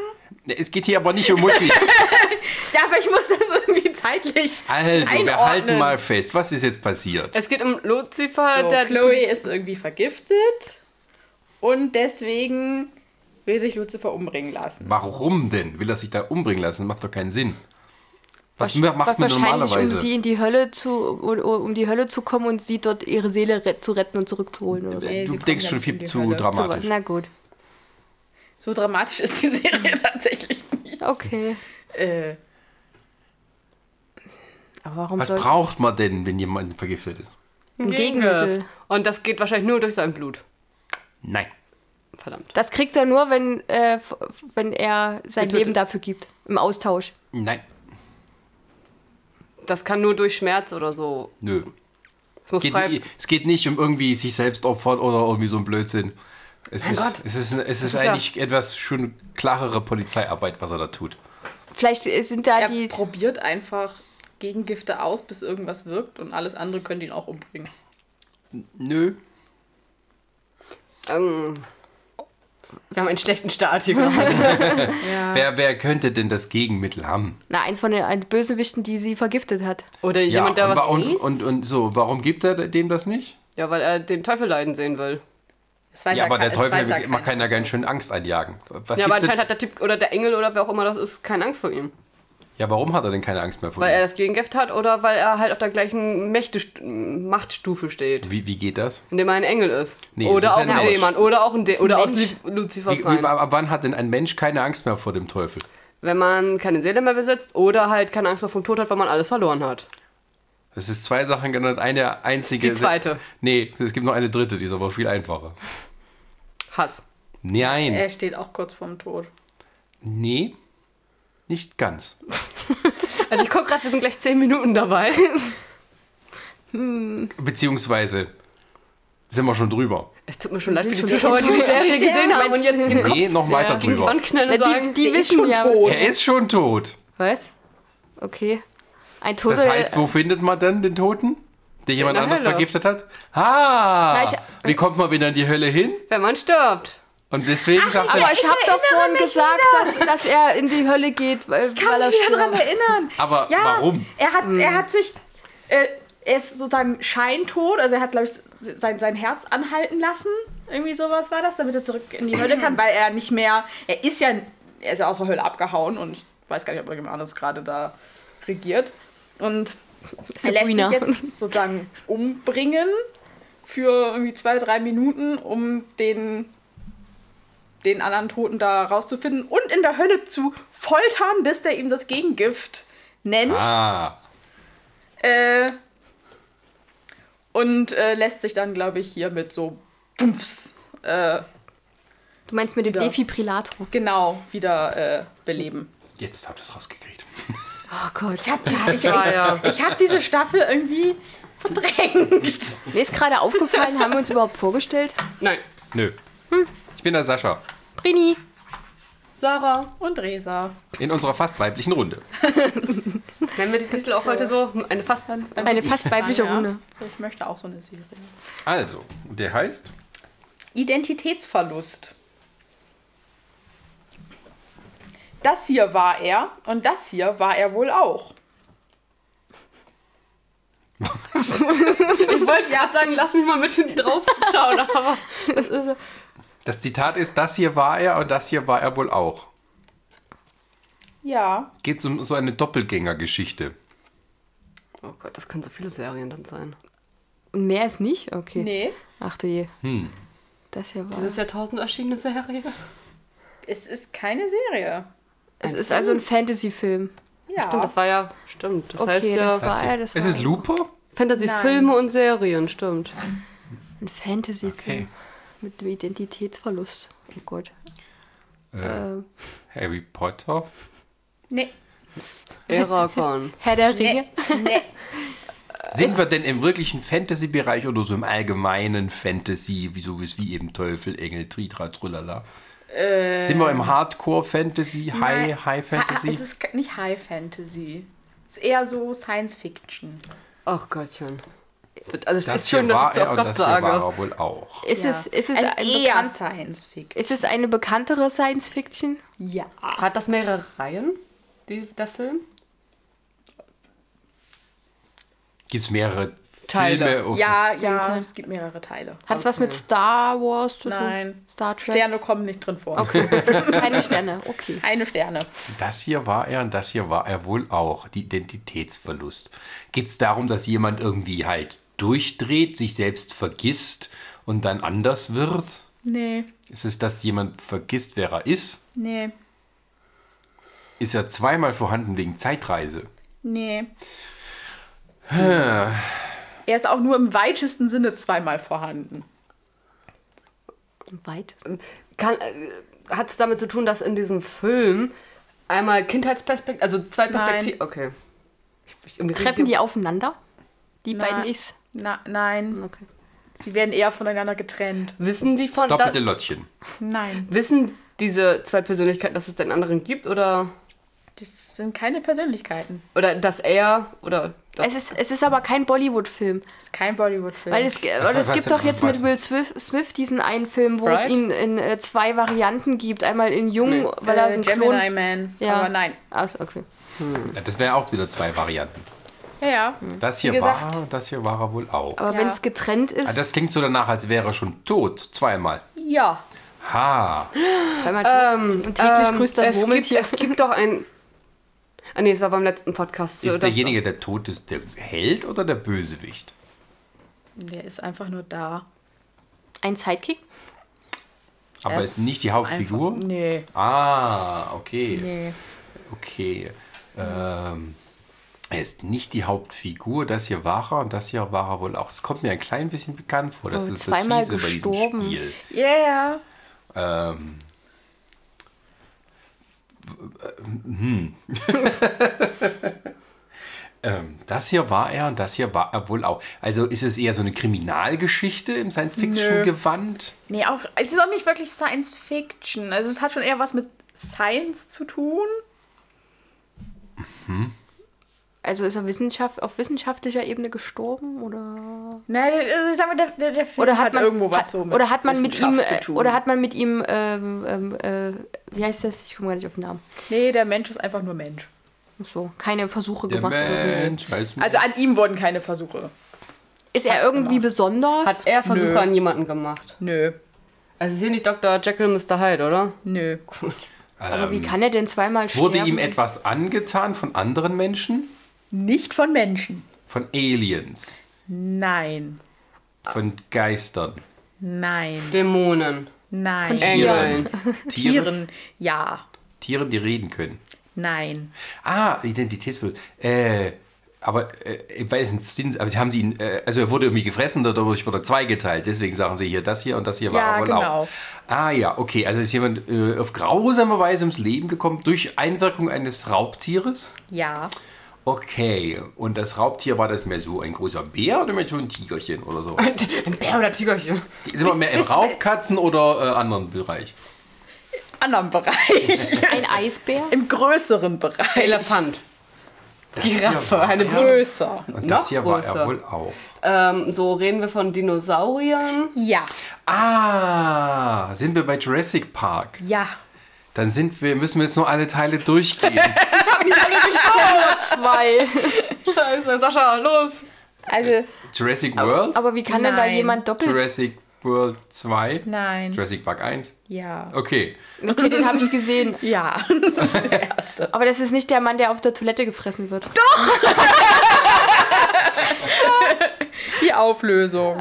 [SPEAKER 1] es geht hier aber nicht um Mutti.
[SPEAKER 2] Ja, aber ich muss das irgendwie *laughs* zeitlich.
[SPEAKER 1] Also, wir
[SPEAKER 2] Einordnen.
[SPEAKER 1] halten mal fest, was ist jetzt passiert?
[SPEAKER 4] es geht um Lucifer,
[SPEAKER 2] So,
[SPEAKER 4] der
[SPEAKER 2] Chloe ist irgendwie vergiftet und deswegen will sich Lucifer umbringen lassen.
[SPEAKER 1] Warum denn? Will er sich da umbringen lassen? Macht doch keinen Sinn. Was
[SPEAKER 3] Wahrsch-
[SPEAKER 1] ma- macht man
[SPEAKER 3] wahrscheinlich, um
[SPEAKER 1] normalerweise?
[SPEAKER 3] sie in die Hölle zu, um, um die Hölle zu kommen und sie dort ihre Seele re zu retten und zurückzuholen oder so.
[SPEAKER 2] Nee,
[SPEAKER 1] du
[SPEAKER 2] sie kommen
[SPEAKER 1] denkst
[SPEAKER 2] ja
[SPEAKER 1] schon
[SPEAKER 2] nicht in
[SPEAKER 1] viel
[SPEAKER 2] die
[SPEAKER 1] zu
[SPEAKER 2] Hölle.
[SPEAKER 3] So weit.
[SPEAKER 1] dramatisch.
[SPEAKER 3] Na gut.
[SPEAKER 2] So dramatisch ist die Serie *laughs* tatsächlich nicht.
[SPEAKER 3] Okay.
[SPEAKER 2] Äh,
[SPEAKER 3] Aber warum
[SPEAKER 1] was
[SPEAKER 3] soll
[SPEAKER 1] braucht man denn, wenn jemand vergiftet ist?
[SPEAKER 3] ein Gegenmittel?
[SPEAKER 4] Und das geht wahrscheinlich nur durch sein Blut.
[SPEAKER 1] Nein.
[SPEAKER 4] Verdammt.
[SPEAKER 3] Das kriegt er nur, wenn, äh, f- wenn er sein
[SPEAKER 4] Getötet.
[SPEAKER 3] Leben dafür gibt. Im Austausch.
[SPEAKER 1] Nein.
[SPEAKER 4] Das kann nur durch Schmerz oder so.
[SPEAKER 1] Nö.
[SPEAKER 4] Es muss
[SPEAKER 1] Geht,
[SPEAKER 4] frei.
[SPEAKER 1] ni- es geht nicht um irgendwie sich selbst opfern oder irgendwie so ein Blödsinn. Es ist,
[SPEAKER 4] Gott.
[SPEAKER 1] es ist, es ist
[SPEAKER 4] ist ja-
[SPEAKER 1] eigentlich etwas schon klarere Polizeiarbeit, was er da tut.
[SPEAKER 3] Vielleicht äh, sind da
[SPEAKER 2] er
[SPEAKER 3] die.
[SPEAKER 2] probiert einfach Gegengifte aus, bis irgendwas wirkt und alles andere könnte ihn auch umbringen.
[SPEAKER 1] Nö.
[SPEAKER 4] Ähm, wir haben einen schlechten Start
[SPEAKER 1] *laughs*
[SPEAKER 4] hier gerade.
[SPEAKER 2] Ja.
[SPEAKER 1] Wer, wer könnte denn das Gegenmittel haben?
[SPEAKER 3] Na, eins von den ein Bösewichten, die sie vergiftet
[SPEAKER 2] *laughs*
[SPEAKER 3] hat.
[SPEAKER 4] Oder jemand, der
[SPEAKER 1] und,
[SPEAKER 4] was
[SPEAKER 1] wa- und,
[SPEAKER 4] isst.
[SPEAKER 1] und, und so, warum gibt er dem das nicht?
[SPEAKER 4] Ja, weil er den Teufel leiden sehen will.
[SPEAKER 2] Das weiß
[SPEAKER 1] ja,
[SPEAKER 2] er
[SPEAKER 1] aber
[SPEAKER 2] kein-
[SPEAKER 1] der
[SPEAKER 2] das
[SPEAKER 1] Teufel
[SPEAKER 2] weiß er
[SPEAKER 1] man kann
[SPEAKER 2] keiner.
[SPEAKER 1] ja ganz schön Angst einjagen. Was
[SPEAKER 4] ja, aber
[SPEAKER 1] gibt's denn-
[SPEAKER 4] anscheinend hat der Typ oder der Engel oder wer auch immer das ist, keine Angst vor ihm.
[SPEAKER 1] ja, warum hat er denn keine Angst mehr vor
[SPEAKER 4] Weil er
[SPEAKER 1] ihm?
[SPEAKER 4] das Gegengift hat oder weil er halt auf der gleichen Mächte, Machtstufe steht.
[SPEAKER 1] Wie, wie geht das?
[SPEAKER 4] Indem er ein Engel ist.
[SPEAKER 1] Nee,
[SPEAKER 4] oder
[SPEAKER 1] es ist
[SPEAKER 4] auch
[SPEAKER 1] ja ein
[SPEAKER 4] ein
[SPEAKER 1] Mensch.
[SPEAKER 4] Dämon. Oder auch ein De
[SPEAKER 3] ein
[SPEAKER 4] Oder aus
[SPEAKER 3] Mensch.
[SPEAKER 4] Lu- Luzifers
[SPEAKER 1] Wie, wie,
[SPEAKER 4] Rein.
[SPEAKER 1] ab wann hat denn ein Mensch keine Angst mehr vor dem Teufel?
[SPEAKER 4] Wenn man keine Seele mehr besitzt oder halt keine Angst mehr vom Tod hat, weil man alles verloren hat.
[SPEAKER 1] Es ist zwei Sachen genannt, eine einzige.
[SPEAKER 4] Die zweite.
[SPEAKER 1] Nee, es gibt noch eine dritte, die ist aber viel einfacher.
[SPEAKER 4] Hass.
[SPEAKER 1] Nein.
[SPEAKER 4] Äh.
[SPEAKER 2] Er steht auch kurz vorm Tod.
[SPEAKER 1] Nee. Nicht ganz.
[SPEAKER 4] Also ich gucke gerade, wir sind gleich zehn Minuten dabei.
[SPEAKER 1] Beziehungsweise sind wir schon drüber.
[SPEAKER 4] Es tut mir schon leid für die
[SPEAKER 3] schon
[SPEAKER 4] Zuschauer, die die
[SPEAKER 3] wieder-
[SPEAKER 4] Serie
[SPEAKER 3] Ja,
[SPEAKER 4] gesehen haben und
[SPEAKER 3] meinst du-
[SPEAKER 4] jetzt gegen
[SPEAKER 1] Nee, noch weiter
[SPEAKER 4] die
[SPEAKER 1] drüber.
[SPEAKER 4] Wand knallen und
[SPEAKER 3] Na, die
[SPEAKER 4] sagen,
[SPEAKER 3] die
[SPEAKER 2] ist
[SPEAKER 3] wissen
[SPEAKER 2] schon
[SPEAKER 3] ja.
[SPEAKER 2] tot.
[SPEAKER 1] Er ist schon tot.
[SPEAKER 3] Was? Was? Okay. Ein Tote.
[SPEAKER 1] Das heißt, wo findet man dann den Toten? Der jemand
[SPEAKER 4] der
[SPEAKER 1] anders
[SPEAKER 4] Hölle.
[SPEAKER 1] vergiftet hat? Ah!
[SPEAKER 3] Na, ich-
[SPEAKER 1] wie kommt man wieder in die Hölle hin?
[SPEAKER 4] wenn man stirbt.
[SPEAKER 1] Und deswegen sagt
[SPEAKER 3] aber
[SPEAKER 1] er,
[SPEAKER 3] Oh, ich habe doch vorhin gesagt, dass, dass er in die Hölle geht, weil,
[SPEAKER 2] kann
[SPEAKER 3] weil er
[SPEAKER 2] mich wieder daran
[SPEAKER 3] stirbt.
[SPEAKER 2] erinnern.
[SPEAKER 1] Aber
[SPEAKER 2] ja,
[SPEAKER 1] warum?
[SPEAKER 2] Er hat, er hat sich. Äh, er ist sozusagen scheintot, also er hat, glaube ich, sein, sein Herz anhalten lassen. Irgendwie sowas war das, damit er zurück in die Hölle kann, weil er nicht mehr. Er ist ja, er ist ja aus der Hölle abgehauen und ich weiß gar nicht, ob irgendjemand anderes gerade da regiert. Und er lässt sich
[SPEAKER 3] Sabrina.
[SPEAKER 2] jetzt sozusagen umbringen für irgendwie zwei, drei Minuten, um den den anderen Toten da rauszufinden und in der Hölle zu foltern, bis der ihm das Gegengift nennt.
[SPEAKER 1] ah,
[SPEAKER 2] Äh, und äh, lässt sich dann, glaube ich, hier mit so Dumpfs äh,
[SPEAKER 3] Du meinst mit dem
[SPEAKER 2] Ja.
[SPEAKER 3] Defibrillator.
[SPEAKER 2] genau wieder äh, beleben.
[SPEAKER 1] jetzt habt ihr es rausgekriegt.
[SPEAKER 3] Oh Gott.
[SPEAKER 2] Ich habe ich,
[SPEAKER 4] Ah, ja.
[SPEAKER 2] ich hab diese Staffel irgendwie verdrängt.
[SPEAKER 3] Mir ist gerade aufgefallen, haben wir uns überhaupt vorgestellt?
[SPEAKER 4] Nein.
[SPEAKER 1] Nö.
[SPEAKER 3] Hm.
[SPEAKER 1] Ich bin der Sascha.
[SPEAKER 3] Brini.
[SPEAKER 4] Sarah.
[SPEAKER 2] Und Resa.
[SPEAKER 1] In unserer fast weiblichen Runde.
[SPEAKER 4] Nennen wir den Titel auch heute so? Eine fast
[SPEAKER 3] Eine fast weibliche
[SPEAKER 2] Ah, ja.
[SPEAKER 3] Runde.
[SPEAKER 2] Ich möchte auch so eine Serie.
[SPEAKER 1] Also, der heißt
[SPEAKER 2] Identitätsverlust. Das hier war er und das hier war er wohl auch. *laughs*
[SPEAKER 4] Ich wollte gerade sagen, lass mich mal mit hinten drauf schauen, aber das ist
[SPEAKER 1] Das Zitat ist, das hier war er und das hier war er wohl auch.
[SPEAKER 2] Ja.
[SPEAKER 1] Geht um so eine Doppelgängergeschichte.
[SPEAKER 4] Oh Gott, das können so viele Serien dann sein.
[SPEAKER 3] Und mehr ist nicht? Okay.
[SPEAKER 2] Nee.
[SPEAKER 3] Ach du je.
[SPEAKER 1] Hm.
[SPEAKER 3] Das hier war.
[SPEAKER 4] Dieses Jahrtausend erschienene Serie.
[SPEAKER 2] Es ist keine Serie.
[SPEAKER 3] Es ist also ein Fantasy-Film.
[SPEAKER 2] Ja.
[SPEAKER 4] Stimmt, das war ja. Stimmt. Das
[SPEAKER 3] Okay,
[SPEAKER 4] heißt ja
[SPEAKER 3] das war-
[SPEAKER 1] Das
[SPEAKER 3] er,
[SPEAKER 1] hier.
[SPEAKER 3] das
[SPEAKER 1] ist
[SPEAKER 3] war
[SPEAKER 1] es
[SPEAKER 3] er.
[SPEAKER 1] Looper?
[SPEAKER 4] Fantasy-Filme und Serien, stimmt.
[SPEAKER 3] Ein Fantasy-Film.
[SPEAKER 1] Okay.
[SPEAKER 3] Mit dem Identitätsverlust. Oh Gott.
[SPEAKER 1] Äh,
[SPEAKER 3] Äh,
[SPEAKER 1] Harry Potter?
[SPEAKER 2] nee.
[SPEAKER 4] Eragon.
[SPEAKER 3] Herr der Ringe.
[SPEAKER 2] Nee. nee.
[SPEAKER 1] Sind wir denn im wirklichen Fantasy-Bereich oder so im allgemeinen Fantasy, wie so wie, wie eben Teufel, Engel, Tritra, Trulala? Sind wir im Hardcore-Fantasy, High,
[SPEAKER 2] Äh, Nein.
[SPEAKER 1] High
[SPEAKER 2] Ha- Es
[SPEAKER 1] Fantasy?
[SPEAKER 2] ist ke- nicht High Fantasy. Es ist eher so Science Fiction.
[SPEAKER 4] Ach Gottchen. Also es
[SPEAKER 1] Das
[SPEAKER 4] ist schön,
[SPEAKER 1] hier war
[SPEAKER 4] dass ich es
[SPEAKER 1] er
[SPEAKER 4] auf
[SPEAKER 1] und
[SPEAKER 4] Gott
[SPEAKER 1] das hier war
[SPEAKER 4] sage.
[SPEAKER 1] er wohl auch.
[SPEAKER 3] Ist, es, ist, es
[SPEAKER 2] also
[SPEAKER 3] ein
[SPEAKER 2] eher
[SPEAKER 3] bekannt,
[SPEAKER 2] Science Fiction.
[SPEAKER 3] ist es eine bekanntere Science-Fiction?
[SPEAKER 2] Ja.
[SPEAKER 4] Hat das mehrere Reihen, die, der Film?
[SPEAKER 1] Gibt es mehrere
[SPEAKER 4] Teile.
[SPEAKER 1] Filme? und-
[SPEAKER 2] Ja, ja, es gibt mehrere Teile.
[SPEAKER 3] Hat es was mit Star Wars zu tun?
[SPEAKER 2] Nein.
[SPEAKER 3] Star Trek?
[SPEAKER 2] Sterne kommen nicht drin vor.
[SPEAKER 3] Keine Sterne, okay.
[SPEAKER 2] *laughs* Eine Sterne.
[SPEAKER 1] Das hier war er und das hier war er wohl auch. Die Identitätsverlust. Geht es darum, dass jemand irgendwie halt durchdreht, sich selbst vergisst und dann anders wird?
[SPEAKER 2] Nee,
[SPEAKER 1] Ist es, dass jemand vergisst, wer er ist?
[SPEAKER 2] nee,
[SPEAKER 1] Ist er zweimal vorhanden wegen Zeitreise?
[SPEAKER 2] nee. Er ist auch nur im weitesten Sinne zweimal vorhanden.
[SPEAKER 3] Weit.
[SPEAKER 4] äh, Hat es damit zu tun, dass in diesem Film einmal Kindheitsperspektive, also zwei Perspektiven. Okay. Ich- ich- irgendwie-
[SPEAKER 3] Treffen die aufeinander? Die
[SPEAKER 2] Nein.
[SPEAKER 3] beiden Ichs?
[SPEAKER 2] Na, nein,
[SPEAKER 3] Okay.
[SPEAKER 2] sie werden eher voneinander getrennt.
[SPEAKER 4] Wissen die von.
[SPEAKER 1] Das doppelte
[SPEAKER 4] da-
[SPEAKER 1] Lottchen.
[SPEAKER 2] Nein,
[SPEAKER 4] wissen diese zwei Persönlichkeiten, dass es den anderen gibt oder,
[SPEAKER 2] das sind keine Persönlichkeiten.
[SPEAKER 4] oder dass er oder. Dass
[SPEAKER 3] Es ist, es ist aber kein Bollywood-Film.
[SPEAKER 2] Das ist kein Bollywood-Film.
[SPEAKER 3] Weil es, weil es
[SPEAKER 1] was
[SPEAKER 3] gibt
[SPEAKER 1] denn-
[SPEAKER 3] doch jetzt
[SPEAKER 1] was-
[SPEAKER 3] mit Will Smith, Smith diesen einen Film, wo es
[SPEAKER 4] Pride?
[SPEAKER 3] ihn in äh, zwei Varianten gibt. Einmal in jung,
[SPEAKER 4] Nee.
[SPEAKER 3] weil er so ein
[SPEAKER 2] Äh, Gemini
[SPEAKER 3] Klon...
[SPEAKER 2] Man.
[SPEAKER 3] Ja.
[SPEAKER 2] Aber nein.
[SPEAKER 3] Achso, okay.
[SPEAKER 1] Ja, Das wäre auch wieder zwei Varianten.
[SPEAKER 2] Ja, ja.
[SPEAKER 1] Das hier
[SPEAKER 2] Wie gesagt.
[SPEAKER 1] war er und das hier war er wohl auch.
[SPEAKER 3] Aber
[SPEAKER 2] Ja.
[SPEAKER 3] wenn es getrennt ist,
[SPEAKER 1] Ah, Das klingt so danach, als wäre er schon tot. Zweimal.
[SPEAKER 2] Ja.
[SPEAKER 1] Ha.
[SPEAKER 3] zweimal
[SPEAKER 4] Ähm,
[SPEAKER 3] und täglich
[SPEAKER 4] ähm,
[SPEAKER 3] grüßt das
[SPEAKER 4] es
[SPEAKER 3] Murmeltier.
[SPEAKER 4] Gibt, es gibt doch ein. Ah, nee, es war beim letzten Podcast. so,
[SPEAKER 1] Ist
[SPEAKER 4] dass-
[SPEAKER 1] derjenige, der tot ist, der Held oder der Bösewicht?
[SPEAKER 2] Der ist einfach nur da.
[SPEAKER 3] ein Sidekick?
[SPEAKER 1] Aber
[SPEAKER 2] Er
[SPEAKER 1] ist nicht die Hauptfigur?
[SPEAKER 2] Einfach, nee.
[SPEAKER 1] Ah, okay.
[SPEAKER 2] Nee.
[SPEAKER 1] Okay. Ähm, er ist nicht die Hauptfigur. Das hier war er und das hier war er wohl auch. Es kommt mir ein klein bisschen bekannt vor. Das
[SPEAKER 3] Oh,
[SPEAKER 1] ist
[SPEAKER 3] zweimal
[SPEAKER 1] das Fiese bei
[SPEAKER 3] gestorben.
[SPEAKER 1] diesem Spiel.
[SPEAKER 2] Yeah.
[SPEAKER 1] Ähm, Ähm, das hier war er und das hier war er wohl auch. Also ist es eher so eine Kriminalgeschichte im
[SPEAKER 2] Nö.
[SPEAKER 1] Science-Fiction-Gewand?
[SPEAKER 2] Nee, auch, es ist auch nicht wirklich Science Fiction. Also es hat schon eher was mit Science zu tun.
[SPEAKER 3] Also ist er Wissenschaft, auf wissenschaftlicher Ebene gestorben oder?
[SPEAKER 2] Nein, also ich sag mal, der, der, der Film
[SPEAKER 3] Oder hat, man
[SPEAKER 2] irgendwo was
[SPEAKER 3] hat,
[SPEAKER 2] so mit
[SPEAKER 3] oder hat man mit ihm
[SPEAKER 2] Wissenschaft zu
[SPEAKER 3] äh,
[SPEAKER 2] tun.
[SPEAKER 3] oder hat man mit ihm ähm, ähm, äh, wie heißt das? Ich komme gar nicht auf den Namen.
[SPEAKER 2] nee, der Mensch ist einfach nur Mensch.
[SPEAKER 3] So keine Versuche
[SPEAKER 1] Der
[SPEAKER 3] gemacht. Oder so.
[SPEAKER 1] Mensch, weiß nicht.
[SPEAKER 2] Also an ihm wurden keine Versuche.
[SPEAKER 3] Ist er irgendwie
[SPEAKER 2] Genau.
[SPEAKER 3] besonders?
[SPEAKER 4] Hat er Versuche
[SPEAKER 2] Nö.
[SPEAKER 4] an jemanden gemacht?
[SPEAKER 2] Nö,
[SPEAKER 4] Also ist hier nicht Dr. Jekyll Mr. Hyde, oder?
[SPEAKER 3] *laughs*
[SPEAKER 2] nö.
[SPEAKER 3] aber wie kann er denn zweimal
[SPEAKER 1] Ähm, Wurde
[SPEAKER 3] sterben?
[SPEAKER 1] ihm etwas angetan von anderen Menschen?
[SPEAKER 2] Nicht von Menschen.
[SPEAKER 1] Von Aliens?
[SPEAKER 2] Nein,
[SPEAKER 1] Von Geistern?
[SPEAKER 2] nein,
[SPEAKER 4] Dämonen.
[SPEAKER 2] nein.
[SPEAKER 3] Von
[SPEAKER 1] Tieren? Tieren?
[SPEAKER 2] Tieren, ja,
[SPEAKER 1] Tieren, die reden können.
[SPEAKER 2] nein.
[SPEAKER 1] Ah, Identitätsverlust. Äh, aber äh, ich weiß nicht, sind- aber sie haben sie ihn, äh, also er wurde irgendwie gefressen, dadurch wurde er zweigeteilt. Deswegen sagen sie hier, das hier und das hier war
[SPEAKER 2] Ja,
[SPEAKER 1] aber
[SPEAKER 2] genau.
[SPEAKER 1] auch. Ah ja, okay. Also ist jemand äh, auf grausame Weise ums Leben gekommen durch Einwirkung eines Raubtieres?
[SPEAKER 2] Ja,
[SPEAKER 1] Okay. Und das Raubtier war das mehr so ein großer Bär oder mehr so ein Tigerchen oder so?
[SPEAKER 4] Ein Bär oder Tigerchen?
[SPEAKER 1] Sind wir mehr im
[SPEAKER 2] bist-
[SPEAKER 1] Raubkatzen- oder äh, anderen Bereich?
[SPEAKER 2] anderen Bereich.
[SPEAKER 3] *laughs* Ein
[SPEAKER 2] *laughs*
[SPEAKER 3] Eisbär?
[SPEAKER 2] Im größeren Bereich.
[SPEAKER 4] Elefant.
[SPEAKER 1] Das hier
[SPEAKER 4] Giraffe,
[SPEAKER 1] war
[SPEAKER 4] eine
[SPEAKER 1] er-
[SPEAKER 4] größer.
[SPEAKER 1] Und
[SPEAKER 4] Noch
[SPEAKER 1] das hier war
[SPEAKER 4] größer.
[SPEAKER 1] er wohl auch.
[SPEAKER 4] Ähm, so reden wir von Dinosauriern.
[SPEAKER 2] Ja,
[SPEAKER 1] Ah, sind wir bei Jurassic Park?
[SPEAKER 2] ja.
[SPEAKER 1] Dann sind wir, müssen wir jetzt nur alle Teile durchgehen.
[SPEAKER 3] *laughs* Zwei.
[SPEAKER 4] Scheiße, Sascha, los!
[SPEAKER 3] Äh.
[SPEAKER 2] Also,
[SPEAKER 1] Jurassic World,
[SPEAKER 3] Aber wie kann denn da
[SPEAKER 2] Nein.
[SPEAKER 3] jemand doppelt?
[SPEAKER 1] Jurassic World 2,
[SPEAKER 2] nein.
[SPEAKER 1] Jurassic Park 1.
[SPEAKER 2] Ja.
[SPEAKER 1] Okay.
[SPEAKER 3] Okay, den habe
[SPEAKER 1] *laughs*
[SPEAKER 3] ich gesehen.
[SPEAKER 2] Ja. Der erste.
[SPEAKER 3] Aber das ist nicht der Mann, der auf der Toilette gefressen wird.
[SPEAKER 2] Die Auflösung.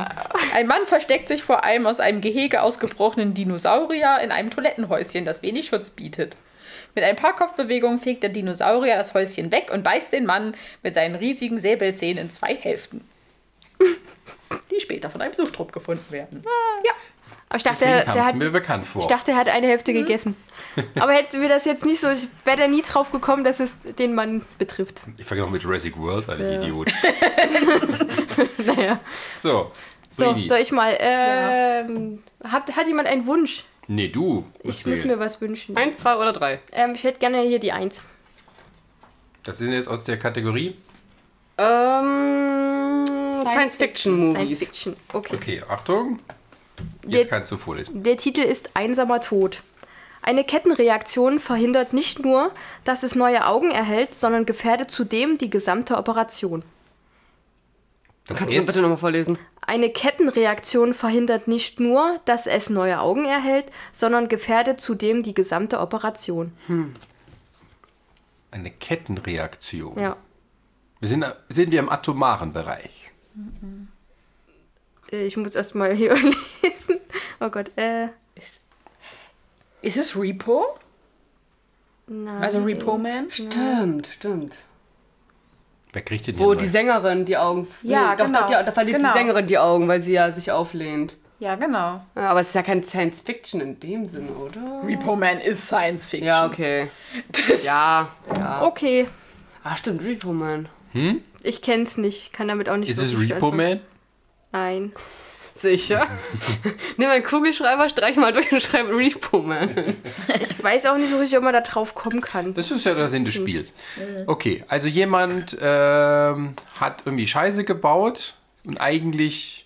[SPEAKER 2] Ein Mann versteckt sich vor einem aus einem Gehege ausgebrochenen Dinosaurier in einem Toilettenhäuschen, das wenig Schutz bietet. Mit ein paar Kopfbewegungen fegt der Dinosaurier das Häuschen weg und beißt den Mann mit seinen riesigen Säbelzähnen in zwei Hälften. Die später von einem Suchtrupp gefunden werden.
[SPEAKER 3] Aber ich dachte,
[SPEAKER 1] Deswegen
[SPEAKER 3] der,
[SPEAKER 1] kam
[SPEAKER 3] der
[SPEAKER 1] es
[SPEAKER 3] hat
[SPEAKER 1] mir bekannt vor.
[SPEAKER 3] Ich dachte, er hat eine Hälfte *laughs* gegessen. Aber hätten wir das jetzt nicht so, ich wäre da nie drauf gekommen, dass es den Mann betrifft.
[SPEAKER 1] Ich fange noch mit Jurassic World an, ich
[SPEAKER 3] Ja.
[SPEAKER 1] Idiot.
[SPEAKER 3] *laughs* Naja.
[SPEAKER 1] So.
[SPEAKER 3] So,
[SPEAKER 1] Rini.
[SPEAKER 3] soll ich mal. Ähm, hat, hat jemand einen Wunsch?
[SPEAKER 1] nee, du.
[SPEAKER 3] Ich
[SPEAKER 1] musst
[SPEAKER 3] muss
[SPEAKER 1] wählen.
[SPEAKER 3] mir was wünschen.
[SPEAKER 4] Eins, zwei oder drei.
[SPEAKER 3] Ähm, ich hätte gerne hier die Eins.
[SPEAKER 1] Das sind jetzt aus der Kategorie.
[SPEAKER 4] Ähm, Science-Fiction-Movies.
[SPEAKER 3] Science Fiction. Okay.
[SPEAKER 1] Okay, Achtung.
[SPEAKER 3] Der-
[SPEAKER 1] Jetzt kannst du vorlesen.
[SPEAKER 3] Der Titel ist Einsamer Tod. Eine Kettenreaktion verhindert nicht nur, dass es neue Augen erhält, sondern gefährdet zudem die gesamte Operation.
[SPEAKER 1] Das
[SPEAKER 4] Kannst du mir bitte nochmal vorlesen?
[SPEAKER 3] Eine Kettenreaktion verhindert nicht nur, dass es neue Augen erhält, sondern gefährdet zudem die gesamte Operation.
[SPEAKER 1] eine Kettenreaktion.
[SPEAKER 3] Ja.
[SPEAKER 1] Wir sind, sind wir im atomaren Bereich.
[SPEAKER 3] Äh, Ich muss erstmal hier *laughs* lesen. Oh Gott, äh.
[SPEAKER 2] Ist es Repo?
[SPEAKER 3] Nein.
[SPEAKER 2] Also Repo Man?
[SPEAKER 4] Stimmt, stimmt.
[SPEAKER 1] Wer kriegt denn
[SPEAKER 4] Wo
[SPEAKER 1] hier
[SPEAKER 4] die
[SPEAKER 1] neu?
[SPEAKER 4] Sängerin die Augen.
[SPEAKER 2] Ja,
[SPEAKER 4] doch,
[SPEAKER 2] genau.
[SPEAKER 4] doch, ja, da verliert
[SPEAKER 2] Genau.
[SPEAKER 4] die Sängerin die Augen, weil sie ja sich auflehnt.
[SPEAKER 2] Ja, genau.
[SPEAKER 4] Ja, Aber es ist ja kein Science-Fiction in dem Sinne, oder?
[SPEAKER 2] Repo Man ist Science Fiction.
[SPEAKER 4] Ja, okay.
[SPEAKER 2] Das-
[SPEAKER 4] Ja, ja.
[SPEAKER 3] Okay.
[SPEAKER 4] Ah, stimmt, Repo Man.
[SPEAKER 3] Ich kenn's nicht, kann damit auch nicht
[SPEAKER 1] Ist es
[SPEAKER 3] wirklich also-
[SPEAKER 1] Repo
[SPEAKER 3] anfangen.
[SPEAKER 1] Man?
[SPEAKER 3] Nein.
[SPEAKER 4] Sicher? Nimm einen Kugelschreiber, streich mal durch und schreib Repo Man.
[SPEAKER 3] Ich weiß auch nicht so richtig, ob man da drauf kommen kann.
[SPEAKER 1] Das ist ja der Sinn des Spiels. Okay, also jemand ähm, hat irgendwie Scheiße gebaut und eigentlich.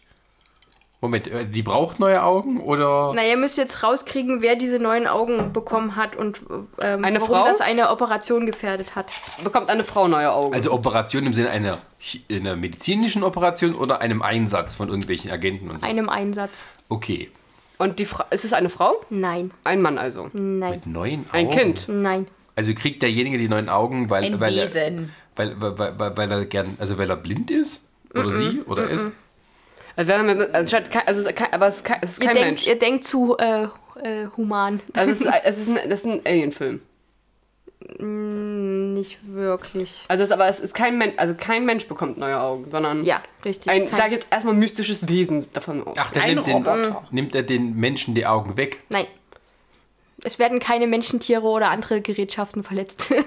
[SPEAKER 1] Moment, äh, die braucht neue Augen oder.
[SPEAKER 3] Na, ihr müsst jetzt rauskriegen, wer diese neuen Augen bekommen hat und ähm,
[SPEAKER 4] Eine
[SPEAKER 3] warum
[SPEAKER 4] Frau?
[SPEAKER 3] das eine Operation gefährdet hat.
[SPEAKER 4] Bekommt eine Frau neue Augen.
[SPEAKER 1] Also Operation im Sinne einer, chi- einer medizinischen Operation oder einem Einsatz von irgendwelchen Agenten und so.
[SPEAKER 3] Einem Einsatz.
[SPEAKER 1] Okay,
[SPEAKER 4] Und die Fra ist es eine Frau?
[SPEAKER 3] Nein.
[SPEAKER 4] Ein Mann also.
[SPEAKER 3] Nein.
[SPEAKER 1] mit neuen Augen.
[SPEAKER 4] Ein Kind.
[SPEAKER 3] Nein.
[SPEAKER 1] Also kriegt derjenige die neuen Augen, weil,
[SPEAKER 2] Ein
[SPEAKER 1] weil, er,
[SPEAKER 2] Wesen.
[SPEAKER 1] weil, weil, weil, weil, weil er gern, also weil er blind ist? Oder sie? Oder es?
[SPEAKER 4] Also, wenn man mit, anstatt kein, also es ist kein, aber es ist kein, es ist
[SPEAKER 3] Ihr
[SPEAKER 4] kein
[SPEAKER 3] denkt,
[SPEAKER 4] Mensch.
[SPEAKER 3] ihr denkt zu äh, äh, human.
[SPEAKER 4] Also
[SPEAKER 3] *laughs*
[SPEAKER 4] es ist, ein- es ist ein, das ist ein Alien-Film.
[SPEAKER 3] Nicht wirklich.
[SPEAKER 4] Also es, aber es ist kein Mensch, also kein Mensch bekommt neue Augen, sondern
[SPEAKER 3] Ja, richtig.
[SPEAKER 4] ein,
[SPEAKER 3] Kein-
[SPEAKER 4] sag jetzt erstmal mystisches Wesen davon aus.
[SPEAKER 1] Ach, dann
[SPEAKER 2] Ein
[SPEAKER 1] nimmt, den,
[SPEAKER 2] Roboter.
[SPEAKER 1] nimmt er den Menschen die Augen weg.
[SPEAKER 3] Nein. es werden keine Menschen, Tiere oder andere Gerätschaften verletzt.
[SPEAKER 2] Wie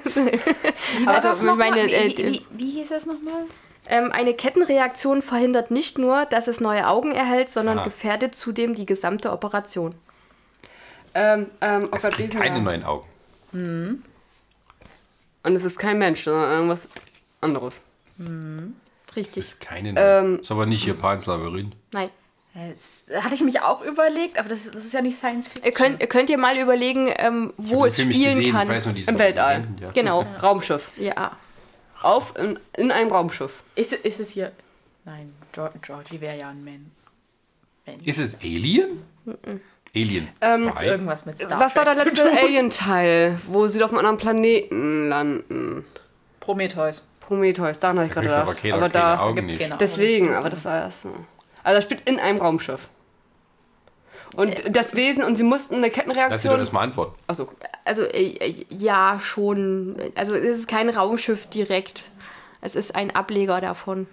[SPEAKER 2] war
[SPEAKER 3] Also,
[SPEAKER 2] das nochmal?
[SPEAKER 3] meine, äh,
[SPEAKER 2] wie, wie, wie, wie hieß das nochmal?
[SPEAKER 3] Ähm, eine Kettenreaktion verhindert nicht nur, dass es neue Augen erhält, sondern
[SPEAKER 1] Ah.
[SPEAKER 3] gefährdet zudem die gesamte Operation.
[SPEAKER 4] Ähm, ähm, oh
[SPEAKER 1] Es
[SPEAKER 4] Gott, wie
[SPEAKER 1] kriegt
[SPEAKER 4] ist denn
[SPEAKER 1] keine
[SPEAKER 4] der?
[SPEAKER 1] neuen Augen.
[SPEAKER 4] Und es ist kein Mensch, sondern irgendwas anderes.
[SPEAKER 3] Richtig.
[SPEAKER 1] Es keine neuen.
[SPEAKER 4] Ähm.
[SPEAKER 1] ist aber nicht hier Pans Labyrinth.
[SPEAKER 3] Nein.
[SPEAKER 2] Das hatte ich mich auch überlegt, aber das, ist- das ist ja nicht Science Fiction.
[SPEAKER 3] Ihr könnt, ihr könnt ihr mal überlegen, ähm, wo es
[SPEAKER 1] Film nicht
[SPEAKER 3] spielen
[SPEAKER 1] gesehen,
[SPEAKER 3] kann.
[SPEAKER 1] Ich weiß nur, die ist
[SPEAKER 4] Im
[SPEAKER 1] auf
[SPEAKER 4] Weltall.
[SPEAKER 1] Labyrinth, Ja.
[SPEAKER 3] Genau.
[SPEAKER 4] Raumschiff.
[SPEAKER 3] Ja.
[SPEAKER 4] Auf in, in einem Raumschiff.
[SPEAKER 2] Ist, ist es hier. Nein, Gio- Georgie wäre ja ein Man. Mensch.
[SPEAKER 1] Ist es Alien? Alien.
[SPEAKER 4] Ähm,
[SPEAKER 1] zwei.
[SPEAKER 2] Irgendwas mit Star
[SPEAKER 4] Was war
[SPEAKER 2] Trek
[SPEAKER 1] *laughs*
[SPEAKER 4] der
[SPEAKER 2] zu
[SPEAKER 4] letzte
[SPEAKER 2] tun.
[SPEAKER 4] Alien-Teil, wo sie auf einem anderen Planeten landen?
[SPEAKER 2] Prometheus.
[SPEAKER 4] Prometheus, daran habe ich
[SPEAKER 1] Da
[SPEAKER 4] gerade
[SPEAKER 1] kriegst du aber
[SPEAKER 4] gedacht.
[SPEAKER 1] keine,
[SPEAKER 4] aber
[SPEAKER 1] keine
[SPEAKER 4] da.
[SPEAKER 1] Augen
[SPEAKER 2] gibt's
[SPEAKER 1] nicht.
[SPEAKER 2] keine.
[SPEAKER 4] Deswegen, aber das war das. Also, das spielt in einem Raumschiff. Und das Wesen, und sie mussten eine
[SPEAKER 1] Lass sie doch
[SPEAKER 4] Kettenreaktion.
[SPEAKER 1] erstmal antworten.
[SPEAKER 4] Achso,
[SPEAKER 3] Also äh, äh, ja, schon. Also es ist kein Raumschiff direkt. Es ist ein Ableger davon.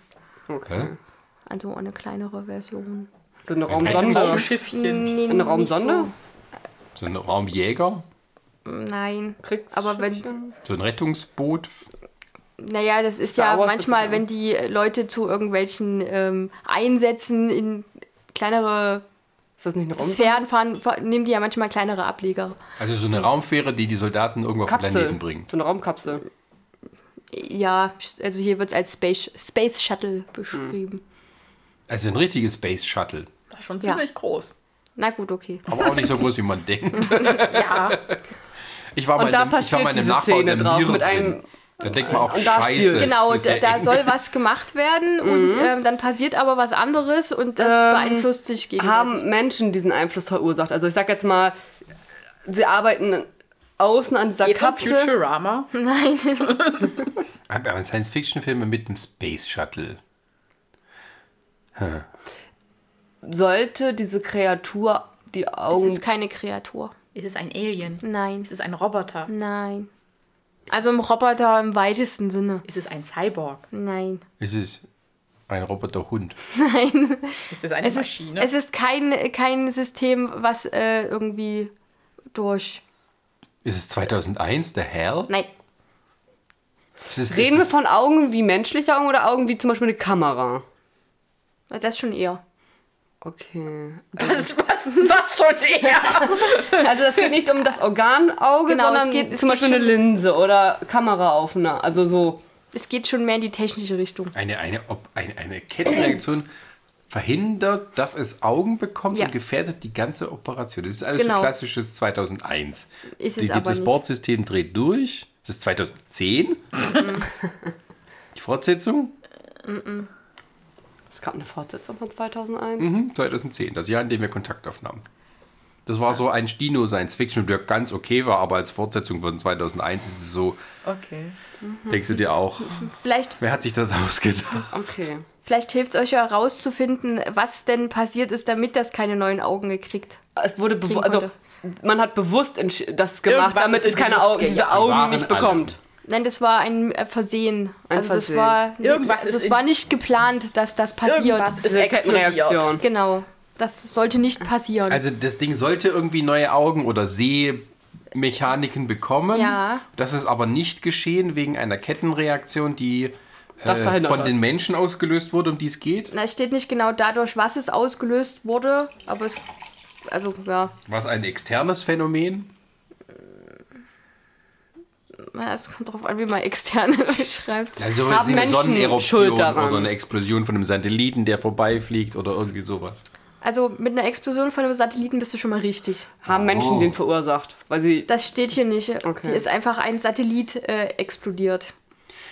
[SPEAKER 4] okay.
[SPEAKER 1] Hä?
[SPEAKER 3] Also eine kleinere Version.
[SPEAKER 4] So eine
[SPEAKER 1] Ein
[SPEAKER 4] Raumsonde.
[SPEAKER 2] Raumschiffchen.
[SPEAKER 3] Nee,
[SPEAKER 4] Eine
[SPEAKER 3] nicht
[SPEAKER 4] Raumsonde?
[SPEAKER 1] So ein Raumjäger?
[SPEAKER 3] So. Nein.
[SPEAKER 4] Kriegt's
[SPEAKER 3] Aber wenn-
[SPEAKER 4] Schiffchen?
[SPEAKER 1] So ein Rettungsboot?
[SPEAKER 3] Naja, das ist
[SPEAKER 4] Star
[SPEAKER 3] ja
[SPEAKER 4] Wars
[SPEAKER 3] manchmal,
[SPEAKER 4] sozusagen.
[SPEAKER 3] wenn die Leute zu irgendwelchen ähm, Einsätzen in kleinere
[SPEAKER 4] Ist das nicht eine Raumsonde?
[SPEAKER 3] Sphären fahren, fa- nehmen die ja manchmal kleinere Ableger.
[SPEAKER 1] Also so eine Raumfähre, die die Soldaten irgendwo auf den
[SPEAKER 4] Hm. Kapsel.
[SPEAKER 1] Planeten bringt.
[SPEAKER 4] So eine Raumkapsel.
[SPEAKER 3] Ja, also hier wird es als Space, Space Shuttle beschrieben.
[SPEAKER 1] Also ein richtiges Space Shuttle.
[SPEAKER 2] Das ist schon
[SPEAKER 3] Ja.
[SPEAKER 2] ziemlich groß.
[SPEAKER 3] Na gut, okay.
[SPEAKER 1] Aber auch nicht so groß, wie man
[SPEAKER 4] *laughs*
[SPEAKER 1] denkt.
[SPEAKER 2] Ja.
[SPEAKER 1] Ich war
[SPEAKER 4] Und
[SPEAKER 1] mal,
[SPEAKER 4] da
[SPEAKER 1] in einem- ich war mal
[SPEAKER 4] passiert
[SPEAKER 1] in einem
[SPEAKER 4] diese
[SPEAKER 1] Nachbau in
[SPEAKER 4] Szene
[SPEAKER 1] der
[SPEAKER 4] drauf
[SPEAKER 1] Mire
[SPEAKER 4] mit einem-
[SPEAKER 1] drin. Da denkt man auch,
[SPEAKER 4] und da
[SPEAKER 1] scheiße.
[SPEAKER 4] spielt-
[SPEAKER 1] es
[SPEAKER 3] Genau,
[SPEAKER 1] ist
[SPEAKER 3] da,
[SPEAKER 1] ja
[SPEAKER 3] da
[SPEAKER 1] eng.
[SPEAKER 3] soll was gemacht *laughs* werden und ähm, dann passiert aber was anderes und das
[SPEAKER 4] Ähm,
[SPEAKER 3] beeinflusst sich gegenseitig.
[SPEAKER 4] Haben Menschen diesen Einfluss verursacht? Also, ich sag jetzt mal, sie arbeiten außen an dieser
[SPEAKER 2] Jetzt ein
[SPEAKER 4] Kapsel.
[SPEAKER 2] Futurama.
[SPEAKER 3] Hm.
[SPEAKER 1] Aber Science-Fiction-Filme mit einem Space Shuttle.
[SPEAKER 4] Sollte diese Kreatur die
[SPEAKER 3] Es
[SPEAKER 4] Augen.
[SPEAKER 3] ist keine Kreatur.
[SPEAKER 2] Ist es ein Alien?
[SPEAKER 3] Nein. Hm.
[SPEAKER 2] Ist es ein Roboter?
[SPEAKER 3] Nein. Also im Roboter im weitesten Sinne.
[SPEAKER 2] Ist es ein Cyborg?
[SPEAKER 3] Nein.
[SPEAKER 1] Es ist ein Roboterhund.
[SPEAKER 2] Ist es eine
[SPEAKER 3] Es ist,
[SPEAKER 2] Maschine?
[SPEAKER 3] es ist kein, kein System, was äh, irgendwie durch.
[SPEAKER 1] Ist es 2001, der Hell?
[SPEAKER 3] Nein.
[SPEAKER 1] Es ist,
[SPEAKER 4] Reden wir
[SPEAKER 1] es ist,
[SPEAKER 4] von Augen wie menschliche Augen oder Augen wie zum Beispiel eine Kamera?
[SPEAKER 3] Das schon eher.
[SPEAKER 4] Okay.
[SPEAKER 2] was, *laughs* was, was schon eher?
[SPEAKER 4] Also es geht nicht um das Organauge,
[SPEAKER 3] Genau, es
[SPEAKER 4] sondern
[SPEAKER 3] geht- es
[SPEAKER 4] zum
[SPEAKER 3] geht
[SPEAKER 4] Beispiel eine
[SPEAKER 3] schon-
[SPEAKER 4] Linse oder Kamera auf einer. Also so.
[SPEAKER 3] Es geht schon mehr in die technische Richtung.
[SPEAKER 1] eine, eine, ob, eine, eine Kettenreaktion verhindert, dass es Augen bekommt
[SPEAKER 3] Ja.
[SPEAKER 1] und gefährdet die ganze Operation. Das ist alles
[SPEAKER 3] Genau.
[SPEAKER 1] so klassisches 2001.
[SPEAKER 3] Ist es
[SPEAKER 1] Die gibt
[SPEAKER 3] aber
[SPEAKER 1] das
[SPEAKER 3] nicht.
[SPEAKER 1] Bordsystem dreht durch. Das ist 2010.
[SPEAKER 3] Mhm.
[SPEAKER 1] die Fortsetzung?
[SPEAKER 4] Es gab eine Fortsetzung von 2001.
[SPEAKER 1] Mhm, 2010, das Jahr, in dem wir Kontakt aufnahmen. Das war so ein Stino-Science-Fiction, der ganz okay war, aber als Fortsetzung von 2001 ist es so,
[SPEAKER 2] Okay.
[SPEAKER 1] denkst du dir
[SPEAKER 3] *laughs*
[SPEAKER 1] auch,
[SPEAKER 3] Vielleicht,
[SPEAKER 1] wer hat sich das *laughs* ausgedacht?
[SPEAKER 4] Okay.
[SPEAKER 3] vielleicht hilft es euch ja herauszufinden, was denn passiert ist, damit das keine neuen Augen gekriegt.
[SPEAKER 4] Es wurde bewu-
[SPEAKER 3] Kriegen
[SPEAKER 4] also
[SPEAKER 3] konnte.
[SPEAKER 4] man hat bewusst entschi- das gemacht,
[SPEAKER 2] Irgendwas
[SPEAKER 4] damit
[SPEAKER 2] ist
[SPEAKER 4] es
[SPEAKER 2] in die
[SPEAKER 4] keine
[SPEAKER 2] Luft
[SPEAKER 4] Augen,
[SPEAKER 2] gegangen.
[SPEAKER 4] diese
[SPEAKER 1] Sie
[SPEAKER 4] Augen
[SPEAKER 1] waren
[SPEAKER 4] nicht
[SPEAKER 1] alle.
[SPEAKER 4] bekommt.
[SPEAKER 3] Nein, das war ein äh, Versehen.
[SPEAKER 4] Ein
[SPEAKER 3] also
[SPEAKER 4] Versehen.
[SPEAKER 3] das war
[SPEAKER 2] Irgendwas
[SPEAKER 3] also
[SPEAKER 2] ist
[SPEAKER 3] es
[SPEAKER 2] in-
[SPEAKER 3] war nicht geplant, dass das passiert.
[SPEAKER 2] Irgendwas ist
[SPEAKER 4] Diese
[SPEAKER 2] explodiert.
[SPEAKER 4] Kettenreaktion.
[SPEAKER 3] Genau. Das sollte nicht passieren.
[SPEAKER 1] Also das Ding sollte irgendwie neue Augen oder Sehmechaniken bekommen.
[SPEAKER 3] Ja.
[SPEAKER 1] Das ist aber nicht geschehen wegen einer Kettenreaktion, die
[SPEAKER 4] Das
[SPEAKER 1] äh,
[SPEAKER 4] verhindert
[SPEAKER 1] von
[SPEAKER 4] hat.
[SPEAKER 1] den Menschen ausgelöst wurde, um die es geht.
[SPEAKER 3] Na, es steht nicht genau dadurch, was es ausgelöst wurde, aber es also ja,
[SPEAKER 1] War es ein externes Phänomen?
[SPEAKER 3] na, es kommt drauf an, wie man externe *laughs* beschreibt.
[SPEAKER 1] Also
[SPEAKER 4] Haben
[SPEAKER 1] sowas wie eine
[SPEAKER 4] Menschen
[SPEAKER 1] Sonneneruption
[SPEAKER 4] Schuld daran?
[SPEAKER 1] oder eine Explosion von einem Satelliten, der vorbeifliegt oder irgendwie sowas.
[SPEAKER 3] Also mit einer Explosion von einem Satelliten bist du schon mal richtig.
[SPEAKER 4] Haben
[SPEAKER 1] Oh.
[SPEAKER 4] Menschen den verursacht, weil sie
[SPEAKER 3] Das steht hier nicht.
[SPEAKER 4] Okay.
[SPEAKER 3] Hier ist einfach ein Satellit äh, explodiert.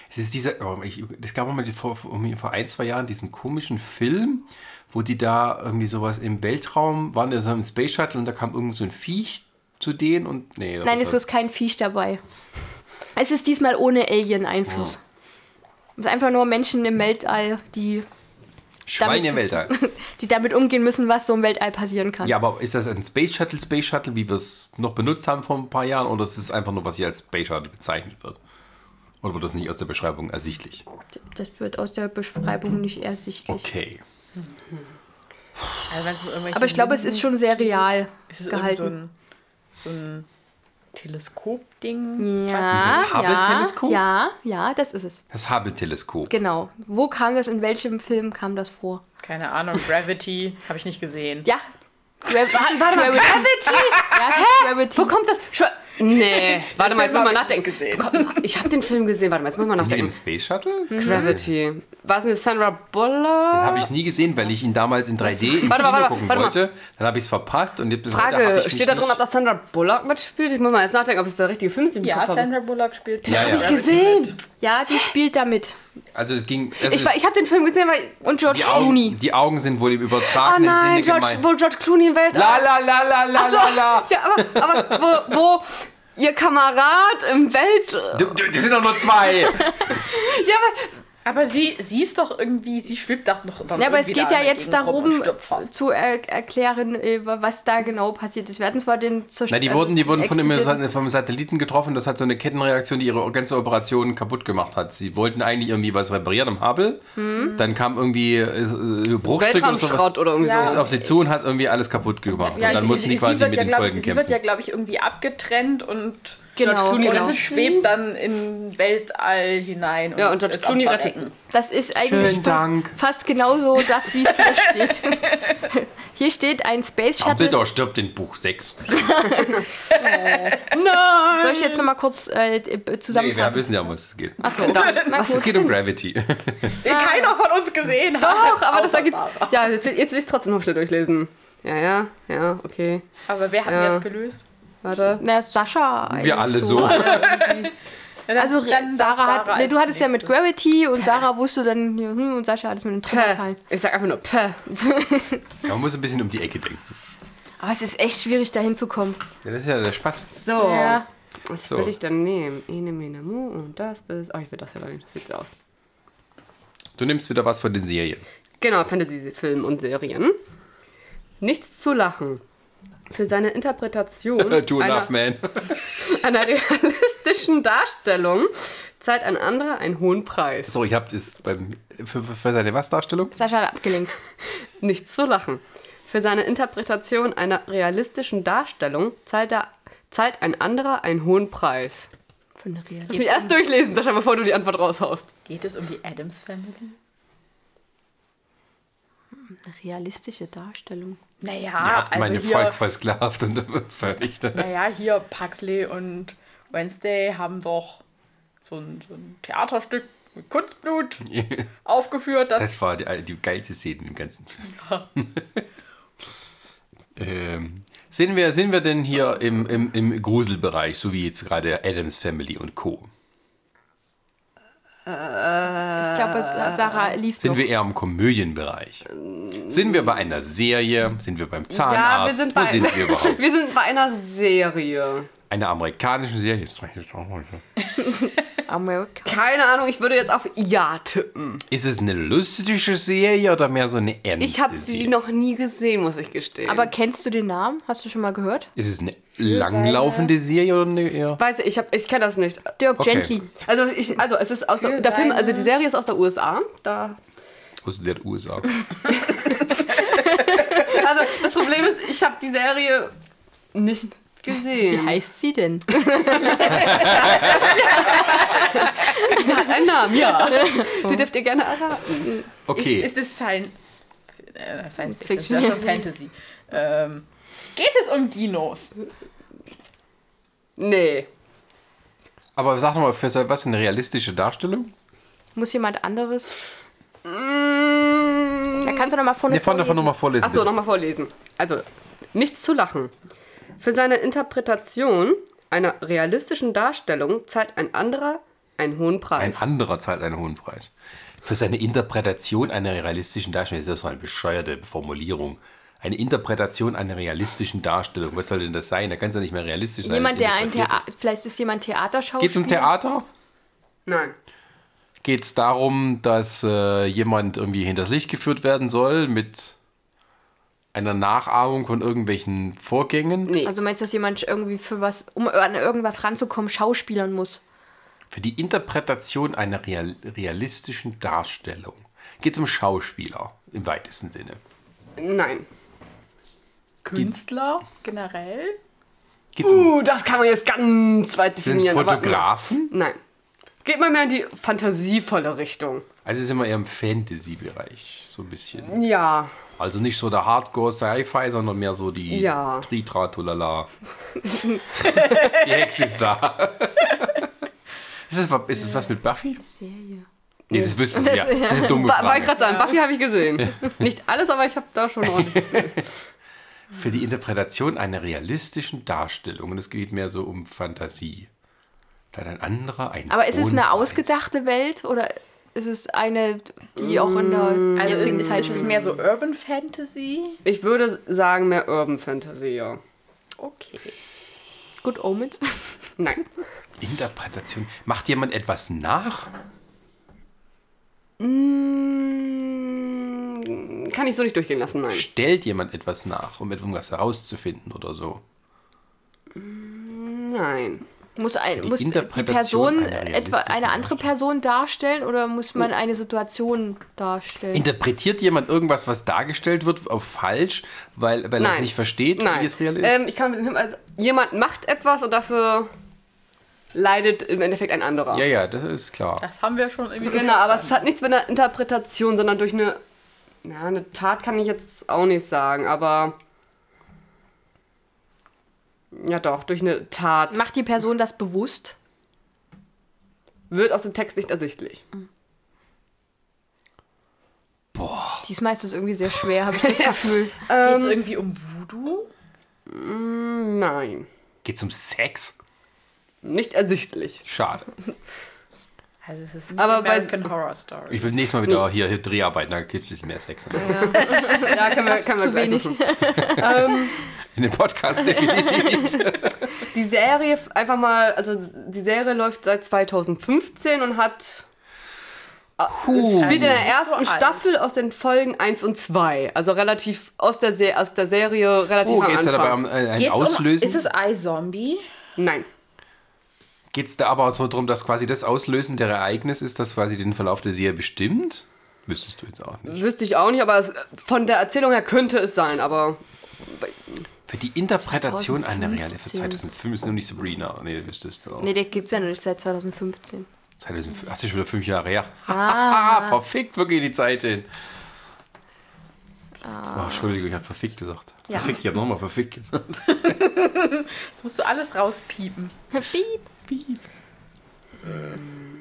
[SPEAKER 1] Es ist dieser, oh, ich, es gab auch mal die- vor, vor, irgendwie vor ein, zwei Jahren diesen komischen Film, wo die da irgendwie sowas im Weltraum waren, in so einem Space Shuttle und da kam irgend so ein Viech zu denen und, nee. das
[SPEAKER 3] Nein, es ist kein
[SPEAKER 1] *laughs*
[SPEAKER 3] Viech dabei. Es ist diesmal ohne Alien-Einfluss.
[SPEAKER 1] Ah.
[SPEAKER 3] Es ist einfach nur Menschen im Weltall, die,
[SPEAKER 1] Schwein
[SPEAKER 3] damit-
[SPEAKER 1] im Weltall.
[SPEAKER 3] *laughs* die damit umgehen müssen, was so im Weltall passieren kann.
[SPEAKER 1] Ja, aber ist das ein Space Shuttle, Space Shuttle, wie wir es noch benutzt haben vor ein paar Jahren oder ist es einfach nur, was hier als Space Shuttle bezeichnet wird? Oder wird das nicht aus der Beschreibung ersichtlich?
[SPEAKER 3] Das wird aus der Beschreibung nicht ersichtlich.
[SPEAKER 1] Mhm. Okay.
[SPEAKER 2] Also wenn's um irgendwelche
[SPEAKER 3] Aber ich glaube, es ist schon sehr real
[SPEAKER 2] Ist es irgend
[SPEAKER 3] gehalten.
[SPEAKER 2] so ein, so ein
[SPEAKER 3] Ja,
[SPEAKER 2] Teleskop-Ding.
[SPEAKER 1] Ist das das
[SPEAKER 3] Ah, ja,
[SPEAKER 1] Hubble-Teleskop?
[SPEAKER 3] ja, ja, das ist es.
[SPEAKER 1] Das Hubble-Teleskop.
[SPEAKER 3] Genau. Wo kam das, in welchem Film kam das vor?
[SPEAKER 2] Keine Ahnung, Gravity habe ich nicht gesehen.
[SPEAKER 3] Ja. Gra
[SPEAKER 1] *laughs*
[SPEAKER 3] das ist Gravity. Ja, das ist Gravity.
[SPEAKER 4] Wo kommt das? Schwa-
[SPEAKER 2] *laughs*
[SPEAKER 4] Nee, warte mal, jetzt muss
[SPEAKER 2] Film
[SPEAKER 4] man
[SPEAKER 2] hab ich nicht
[SPEAKER 4] nachdenken.
[SPEAKER 2] gesehen.
[SPEAKER 4] Ich habe den Film gesehen, warte mal, jetzt muss man
[SPEAKER 1] Sind die
[SPEAKER 4] nachdenken.
[SPEAKER 1] im Space Shuttle?
[SPEAKER 4] Gravity. War es eine Sandra Bullock?
[SPEAKER 1] Habe ich nie gesehen, weil ich ihn damals in 3D im
[SPEAKER 4] Warte mal,
[SPEAKER 1] Kino
[SPEAKER 4] warte mal,
[SPEAKER 1] gucken
[SPEAKER 4] warte mal.
[SPEAKER 1] wollte. Dann habe ich es verpasst und bis heute habe ich
[SPEAKER 4] Frage,
[SPEAKER 1] mich
[SPEAKER 4] steht da drin,
[SPEAKER 1] nicht-
[SPEAKER 4] ob das Sandra Bullock mitspielt? Ich muss mal jetzt nachdenken, ob es der richtige Film ist. den ich im
[SPEAKER 2] Ja,
[SPEAKER 4] Kopf habe.
[SPEAKER 2] Sandra Bullock spielt.
[SPEAKER 1] Ja, ja.
[SPEAKER 2] Gravity
[SPEAKER 4] Gesehen.
[SPEAKER 3] Ja, die spielt da mit.
[SPEAKER 1] Also es ging. Also
[SPEAKER 4] Ich, war- ich habe den Film gesehen, weil.
[SPEAKER 3] Und George
[SPEAKER 1] die, Augen,
[SPEAKER 3] Clooney.
[SPEAKER 1] die Augen sind wohl im
[SPEAKER 4] Oh
[SPEAKER 1] übertragenen
[SPEAKER 4] nein,
[SPEAKER 1] Sinne
[SPEAKER 4] George,
[SPEAKER 1] gemeint.
[SPEAKER 4] wo George Clooney im Weltall.
[SPEAKER 1] La la la la la la la.
[SPEAKER 4] Ja, aber, aber wo, wo ihr Kamerad im Welt. äh,
[SPEAKER 1] Du, du, das sind doch nur
[SPEAKER 4] *laughs*
[SPEAKER 1] zwei.
[SPEAKER 4] Ja, aber
[SPEAKER 2] Aber sie, sie ist doch irgendwie, sie schwebt doch noch.
[SPEAKER 3] Ja, aber es geht ja jetzt darum, zu-
[SPEAKER 2] Fast.
[SPEAKER 3] zu er erklären, äh, was da genau passiert ist. Wir hatten zwar den also
[SPEAKER 1] Na, die wurden, die wurden von dem, vom Satelliten getroffen. Das hat so eine Kettenreaktion, die ihre ganze Operation kaputt gemacht hat. Sie wollten eigentlich irgendwie was reparieren am Hubble. Dann kam irgendwie äh, äh, Bruchstück und sowas.
[SPEAKER 4] Hm. Weltraumschrott oder irgendwie
[SPEAKER 2] Ja.
[SPEAKER 1] Ist
[SPEAKER 4] so.
[SPEAKER 1] auf sie zu und hat irgendwie alles kaputt gemacht. und dann mussten die quasi mit
[SPEAKER 2] ja,
[SPEAKER 1] den
[SPEAKER 2] glaub,
[SPEAKER 1] Folgen
[SPEAKER 2] Sie
[SPEAKER 1] kämpfen.
[SPEAKER 2] wird ja, glaube ich, irgendwie abgetrennt und.
[SPEAKER 4] George
[SPEAKER 3] Genau,
[SPEAKER 4] Clooney
[SPEAKER 3] genau.
[SPEAKER 2] Und schwebt dann in Weltall hinein.
[SPEAKER 4] Ja, und George
[SPEAKER 2] ist am
[SPEAKER 4] Clooney rettet
[SPEAKER 2] Verrecken.
[SPEAKER 3] Das ist eigentlich
[SPEAKER 1] Schönen
[SPEAKER 3] fast,
[SPEAKER 1] Dank.
[SPEAKER 3] fast genauso das, wie es hier
[SPEAKER 4] *laughs*
[SPEAKER 3] steht. Hier steht ein Space Shuttle.
[SPEAKER 1] Dumbledore stirbt in Buch 6.
[SPEAKER 4] Nein!
[SPEAKER 3] Soll ich jetzt nochmal kurz äh, äh,
[SPEAKER 1] Nee, wir
[SPEAKER 3] zusammenfassen?
[SPEAKER 1] wissen ja, um was es geht.
[SPEAKER 2] Also
[SPEAKER 3] Achso, na
[SPEAKER 1] Es
[SPEAKER 3] gut.
[SPEAKER 1] geht um Gravity. *laughs*
[SPEAKER 2] Den
[SPEAKER 3] Ah.
[SPEAKER 2] keiner von uns gesehen hat.
[SPEAKER 4] Doch, aber das ergibt.
[SPEAKER 2] Sarah.
[SPEAKER 4] Ja, jetzt, jetzt will ich es trotzdem noch schnell durchlesen. Ja, ja, ja, okay.
[SPEAKER 2] Aber wer hat
[SPEAKER 4] Ja.
[SPEAKER 2] ihn jetzt gelöst?
[SPEAKER 4] Warte.
[SPEAKER 3] Na, Sascha. eigentlich
[SPEAKER 1] alle so.
[SPEAKER 3] alle
[SPEAKER 2] Ja, dann-
[SPEAKER 3] also, Sarah,
[SPEAKER 2] dann darf
[SPEAKER 3] hat. Nee,
[SPEAKER 2] als
[SPEAKER 3] du hattest ja mit
[SPEAKER 2] nächstes.
[SPEAKER 3] Gravity und Sarah wusste dann. ja, Hm, und Sascha hat es mit den Trümmerteilen.
[SPEAKER 4] Ich sag einfach nur Päh.
[SPEAKER 1] Man muss ein bisschen um die Ecke denken.
[SPEAKER 3] Aber es ist echt schwierig, da hinzukommen.
[SPEAKER 1] Ja, das ist ja der Spaß.
[SPEAKER 4] So.
[SPEAKER 3] Ja.
[SPEAKER 4] Was
[SPEAKER 1] So.
[SPEAKER 4] will ich dann nehmen? Ene, mene, mu und das bis. Oh, ich will das ja gar nicht. Das sieht so aus.
[SPEAKER 1] Du nimmst wieder was von den Serien.
[SPEAKER 4] Genau, Fantasy-Filme und Serien. Nichts zu lachen. Für seine
[SPEAKER 2] Hm?
[SPEAKER 4] Interpretation
[SPEAKER 1] Two and a
[SPEAKER 4] einer,
[SPEAKER 1] Half Äh, Man.
[SPEAKER 4] einer realistischen Darstellung zahlt ein anderer einen hohen Preis.
[SPEAKER 1] So, ich hab das beim, für, für- für seine Was-Darstellung.
[SPEAKER 3] Sascha hat abgelenkt.
[SPEAKER 4] Nichts zu lachen. Für seine Interpretation einer realistischen Darstellung zahlt, er, zahlt ein anderer einen hohen Preis.
[SPEAKER 3] Von der
[SPEAKER 4] Ich
[SPEAKER 3] Realität.
[SPEAKER 4] will erst durchlesen, Sascha, bevor du die Antwort raushaust.
[SPEAKER 2] Geht es um die Adams Family?
[SPEAKER 3] Eine realistische Darstellung.
[SPEAKER 2] Naja,
[SPEAKER 1] Ihr habt
[SPEAKER 2] also
[SPEAKER 1] meine
[SPEAKER 2] hier,
[SPEAKER 1] Volk versklavt und *laughs* vernichtet.
[SPEAKER 2] Naja, hier Huxley und Wednesday haben doch so ein, so ein Theaterstück mit Kunstblut aufgeführt. Das,
[SPEAKER 1] Hm. Das war die, die geilste Szene im
[SPEAKER 2] *laughs*
[SPEAKER 1] Ganzen. ähm, sind, wir, sind wir denn hier im, im, im Gruselbereich, so wie jetzt gerade Adams Family und Co.?
[SPEAKER 3] Ich glaube,
[SPEAKER 4] Äh.
[SPEAKER 3] Sarah liest
[SPEAKER 1] Sind
[SPEAKER 3] noch.
[SPEAKER 1] wir eher im Komödienbereich? Sind wir bei einer Serie? Sind wir beim Zahnarzt?
[SPEAKER 4] wir sind
[SPEAKER 1] Ah, Wo
[SPEAKER 4] bei-
[SPEAKER 1] sind wir überhaupt?
[SPEAKER 4] *laughs* Wir sind bei einer Serie.
[SPEAKER 1] Einer amerikanischen Serie? Jetzt spreche ich jetzt auch mal so.
[SPEAKER 3] America.
[SPEAKER 4] Keine Ahnung, ich würde jetzt auf Ja tippen.
[SPEAKER 1] Ist es eine lustige Serie oder mehr so eine ernste
[SPEAKER 4] Ich habe sie
[SPEAKER 1] Serie?
[SPEAKER 4] noch nie gesehen, muss ich gestehen.
[SPEAKER 3] Aber kennst du den Namen? Hast du schon mal gehört?
[SPEAKER 1] Ist es eine langlaufende Serie oder eine eher?
[SPEAKER 4] Weiß ich, ich, hab- ich kenne das nicht.
[SPEAKER 3] Dirk
[SPEAKER 1] Okay.
[SPEAKER 3] Gently.
[SPEAKER 4] Also ich, also es ist aus der,
[SPEAKER 2] Für
[SPEAKER 4] der Film,
[SPEAKER 2] seine-
[SPEAKER 4] also die Serie ist aus der USA. Da,
[SPEAKER 1] Aus der
[SPEAKER 4] *laughs*
[SPEAKER 1] USA.
[SPEAKER 4] also das Problem ist, ich habe die Serie nicht
[SPEAKER 3] Wie
[SPEAKER 4] gesehen.
[SPEAKER 3] heißt sie denn?
[SPEAKER 4] Sie hat einen Namen, ja. Die dürft ihr gerne erraten.
[SPEAKER 1] Okay.
[SPEAKER 2] ist, ist es Science, äh, Science Fiction? Das ist
[SPEAKER 3] Fiction.
[SPEAKER 2] ja schon Fantasy. Ähm, geht es um Dinos?
[SPEAKER 4] Nee.
[SPEAKER 1] Aber sag nochmal, Professor, was eine realistische Darstellung?
[SPEAKER 3] Muss jemand anderes?
[SPEAKER 4] Mm.
[SPEAKER 3] Da kannst du noch mal vorne
[SPEAKER 1] Ne, von davon
[SPEAKER 3] vorlesen.
[SPEAKER 1] nochmal vorlesen.
[SPEAKER 4] Achso,
[SPEAKER 1] bitte.
[SPEAKER 4] nochmal vorlesen. Also, nichts zu lachen. Für seine Interpretation einer realistischen Darstellung zahlt ein anderer einen hohen
[SPEAKER 1] Ein
[SPEAKER 4] Preis.
[SPEAKER 1] anderer zahlt einen hohen Preis. Für seine Interpretation einer realistischen Darstellung. Das ist doch eine bescheuerte Formulierung. Eine Interpretation einer realistischen Darstellung. Was soll denn das sein? Da kann es ja nicht mehr realistisch sein.
[SPEAKER 3] Jemand, der ein
[SPEAKER 1] Theater.
[SPEAKER 3] Theater, vielleicht ist jemand Theaterschauspieler.
[SPEAKER 1] Geht es um Theater?
[SPEAKER 4] Nein.
[SPEAKER 1] Geht es darum, dass äh, jemand irgendwie hinters Licht geführt werden soll mit einer Nachahmung von irgendwelchen Vorgängen?
[SPEAKER 4] Nee.
[SPEAKER 3] Also meinst du, dass jemand irgendwie für was, um an irgendwas ranzukommen, schauspielern muss?
[SPEAKER 1] Für die Interpretation einer real realistischen Darstellung geht es um Schauspieler im weitesten Sinne.
[SPEAKER 4] Nein.
[SPEAKER 2] Künstler generell?
[SPEAKER 1] Geht's um
[SPEAKER 4] Uh, das kann man jetzt ganz weit
[SPEAKER 1] Sind's
[SPEAKER 4] definieren. aber-
[SPEAKER 1] Fotografen?
[SPEAKER 4] Nein. Geht mal mehr in die fantasievolle Richtung.
[SPEAKER 1] Also sind wir eher im Fantasy-Bereich, so ein bisschen.
[SPEAKER 4] Ja.
[SPEAKER 1] Also nicht so der Hardcore-Sci-Fi, sondern mehr so die
[SPEAKER 3] *laughs*
[SPEAKER 4] Ja.
[SPEAKER 1] Tritratulala. die Hexe ist da. ist, das, wa- ist das was mit Buffy?
[SPEAKER 3] Serie.
[SPEAKER 1] Nee, das wüsstest du
[SPEAKER 3] Das-
[SPEAKER 1] ja. Das ist eine dumme
[SPEAKER 4] Ba- Wollte ich
[SPEAKER 1] Frage.
[SPEAKER 4] gerade sagen, Buffy habe ich gesehen. Nicht alles, aber ich habe da schon ordentlich.
[SPEAKER 1] Für die Interpretation einer realistischen Darstellung. Und es geht mehr so um Fantasie. Dann ein anderer, ein
[SPEAKER 3] Aber ist es eine
[SPEAKER 1] Ohnpreis.
[SPEAKER 3] ausgedachte Welt oder ist es eine, die auch in der
[SPEAKER 2] Also
[SPEAKER 3] jetzigen
[SPEAKER 2] ist,
[SPEAKER 3] Zeit
[SPEAKER 2] ist es mehr so Urban Fantasy?
[SPEAKER 4] Ich würde sagen, mehr Urban Fantasy, ja.
[SPEAKER 2] Okay.
[SPEAKER 3] Good Omens?
[SPEAKER 4] Nein.
[SPEAKER 1] Interpretation. Macht jemand etwas nach?
[SPEAKER 4] Mm, Kann ich so nicht durchgehen lassen, nein.
[SPEAKER 1] Stellt jemand etwas nach, um irgendwas herauszufinden oder so?
[SPEAKER 4] Nein.
[SPEAKER 3] Muss, ein,
[SPEAKER 1] Die
[SPEAKER 3] muss die
[SPEAKER 1] Interpretation
[SPEAKER 3] Person
[SPEAKER 1] einer
[SPEAKER 3] etwa
[SPEAKER 1] realistischen
[SPEAKER 3] eine andere Person darstellen oder muss man eine Situation darstellen?
[SPEAKER 1] Interpretiert jemand irgendwas, was dargestellt wird, auf falsch, weil, weil er es
[SPEAKER 4] Nein.
[SPEAKER 1] nicht versteht,
[SPEAKER 4] Nein.
[SPEAKER 1] wie es real ist?
[SPEAKER 4] Ähm, ich kann mit dem, also, jemand macht etwas und dafür leidet im Endeffekt ein anderer.
[SPEAKER 1] ja, ja, das ist klar.
[SPEAKER 2] Das haben wir schon irgendwie.
[SPEAKER 4] Genau, aber es hat nichts mit einer Interpretation, sondern durch eine. Na, eine Tat kann ich jetzt auch nicht sagen, aber. Ja, doch, durch eine Tat.
[SPEAKER 3] Macht die Person das bewusst?
[SPEAKER 4] Wird aus dem Text nicht ersichtlich.
[SPEAKER 3] Diesmal ist das irgendwie sehr schwer, habe ich das Gefühl.
[SPEAKER 2] Geht
[SPEAKER 4] ähm,
[SPEAKER 2] es irgendwie um Voodoo?
[SPEAKER 4] Nein.
[SPEAKER 1] Geht's um Sex?
[SPEAKER 4] Nicht
[SPEAKER 3] *laughs*
[SPEAKER 4] ersichtlich.
[SPEAKER 1] Schade.
[SPEAKER 2] Also es ist nicht
[SPEAKER 4] Aber bei-
[SPEAKER 2] American Horror Story.
[SPEAKER 1] Ich will nächstes Mal wieder hier, hier Dreharbeiten, da gibt es ein bisschen mehr Sex.
[SPEAKER 4] Da können wir, können wir
[SPEAKER 3] Zu
[SPEAKER 4] gleich
[SPEAKER 3] wenig.
[SPEAKER 4] machen.
[SPEAKER 1] In dem Podcast definitiv.
[SPEAKER 4] Die Serie, einfach mal, also die Serie läuft seit 2015 und hat. Es spielt in der
[SPEAKER 2] Also
[SPEAKER 4] ersten
[SPEAKER 2] nicht so alt.
[SPEAKER 4] Staffel aus den Folgen 1 und 2. Also relativ aus der, Se aus der Serie relativ
[SPEAKER 1] Oh,
[SPEAKER 4] am
[SPEAKER 1] geht's da
[SPEAKER 4] Anfang.
[SPEAKER 1] dabei um äh, ein
[SPEAKER 2] Geht's
[SPEAKER 1] Auslösen?
[SPEAKER 2] Um, ist es iZombie?
[SPEAKER 4] Nein.
[SPEAKER 1] Geht's da aber so drum, dass quasi das Auslösen der Ereignis ist, das quasi den Verlauf der Serie bestimmt? Wüsstest du jetzt auch nicht.
[SPEAKER 4] Wüsste ich auch nicht, aber es, von der Erzählung her könnte es sein, aber
[SPEAKER 1] Für die Interpretation einer Realität. Für
[SPEAKER 3] 2015.
[SPEAKER 1] 2005 ist noch nicht Sabrina. Nee, du wüsstest du auch.
[SPEAKER 3] Nee, der gibt es ja noch nicht seit 2015.
[SPEAKER 1] 2005, hast du schon wieder fünf Jahre her.
[SPEAKER 3] Ah.
[SPEAKER 1] Haha, *laughs* verfickt wirklich die Zeit hin. Oh, Entschuldigung, ich habe verfickt gesagt.
[SPEAKER 3] Ah. Ja.
[SPEAKER 1] Verfickt, ich habe nochmal verfickt gesagt.
[SPEAKER 3] *laughs*
[SPEAKER 2] Das musst du alles rauspiepen.
[SPEAKER 3] Piep.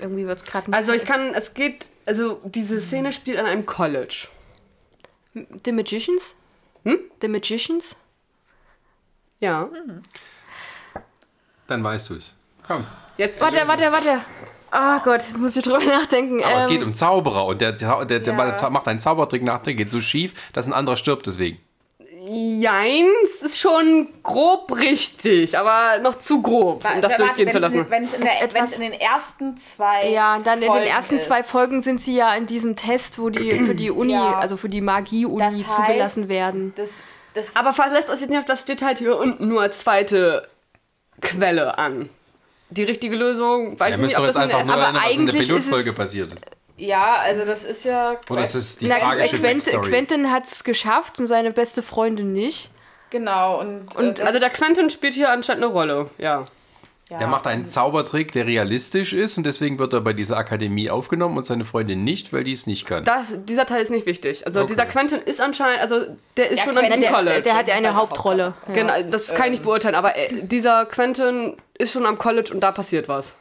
[SPEAKER 3] Irgendwie wird es gerade
[SPEAKER 4] also ich kann, es geht, also diese Szene spielt an einem College.
[SPEAKER 3] The Magicians? Hm? The Magicians?
[SPEAKER 4] Ja.
[SPEAKER 1] Dann weißt du es. Komm.
[SPEAKER 4] Jetzt
[SPEAKER 3] Warte, warte, warte. Oh Gott, jetzt muss ich drüber *laughs* nachdenken.
[SPEAKER 1] Aber es
[SPEAKER 3] Ähm,
[SPEAKER 1] geht um Zauberer und der, Zau- der, der
[SPEAKER 2] Ja.
[SPEAKER 1] macht einen Zaubertrick nach, der geht so schief, dass ein anderer stirbt deswegen.
[SPEAKER 4] Jein, es ist schon grob richtig, aber noch zu grob, um das durchgehen zu lassen.
[SPEAKER 2] Wenn es Äh, in,
[SPEAKER 3] Ist
[SPEAKER 2] der,
[SPEAKER 3] etwas-
[SPEAKER 2] wenn's in den ersten zwei.
[SPEAKER 3] Ja, und dann in den
[SPEAKER 2] Folgen
[SPEAKER 3] ersten
[SPEAKER 2] ist.
[SPEAKER 3] zwei Folgen sind sie ja in diesem Test, wo die für die Uni,
[SPEAKER 2] Ja.
[SPEAKER 3] also für die Magie-Uni
[SPEAKER 2] Das heißt-
[SPEAKER 3] zugelassen werden.
[SPEAKER 2] Das, das,
[SPEAKER 4] Aber verlasst euch jetzt nicht auf, das steht halt hier unten nur als zweite Quelle an. Die richtige Lösung, weiß
[SPEAKER 1] Er
[SPEAKER 4] ich nicht,
[SPEAKER 1] müsste doch
[SPEAKER 4] ob das
[SPEAKER 1] jetzt
[SPEAKER 4] in der
[SPEAKER 1] einfach nur
[SPEAKER 3] aber
[SPEAKER 1] erinnern, was in der
[SPEAKER 3] eigentlich ist es-
[SPEAKER 1] Pilotfolge passiert ist.
[SPEAKER 2] ja, also das ist ja.
[SPEAKER 1] Oder Oh, ist es die
[SPEAKER 3] Na, äh,
[SPEAKER 1] tragische
[SPEAKER 3] Quent,
[SPEAKER 1] Backstory?
[SPEAKER 3] Quentin hat es geschafft und seine beste Freundin nicht.
[SPEAKER 2] Genau. Und,
[SPEAKER 3] Und
[SPEAKER 2] äh,
[SPEAKER 4] Also der
[SPEAKER 2] das-
[SPEAKER 4] Quentin spielt hier anscheinend eine Rolle, ja.
[SPEAKER 2] ja.
[SPEAKER 1] Der macht einen Zaubertrick, der realistisch ist und deswegen wird er bei dieser Akademie aufgenommen und seine Freundin nicht, weil die es nicht kann.
[SPEAKER 4] Das, dieser Teil ist nicht wichtig. Also
[SPEAKER 1] Okay.
[SPEAKER 4] dieser Quentin ist anscheinend, also der ist
[SPEAKER 2] Ja,
[SPEAKER 4] schon
[SPEAKER 2] Quentin,
[SPEAKER 4] an diesem
[SPEAKER 3] Der,
[SPEAKER 4] College.
[SPEAKER 3] der, Ähm. der hat ja eine Hauptrolle. Ja.
[SPEAKER 4] Genau, das kann ich nicht beurteilen, aber äh, dieser Quentin ist schon am College und da passiert was.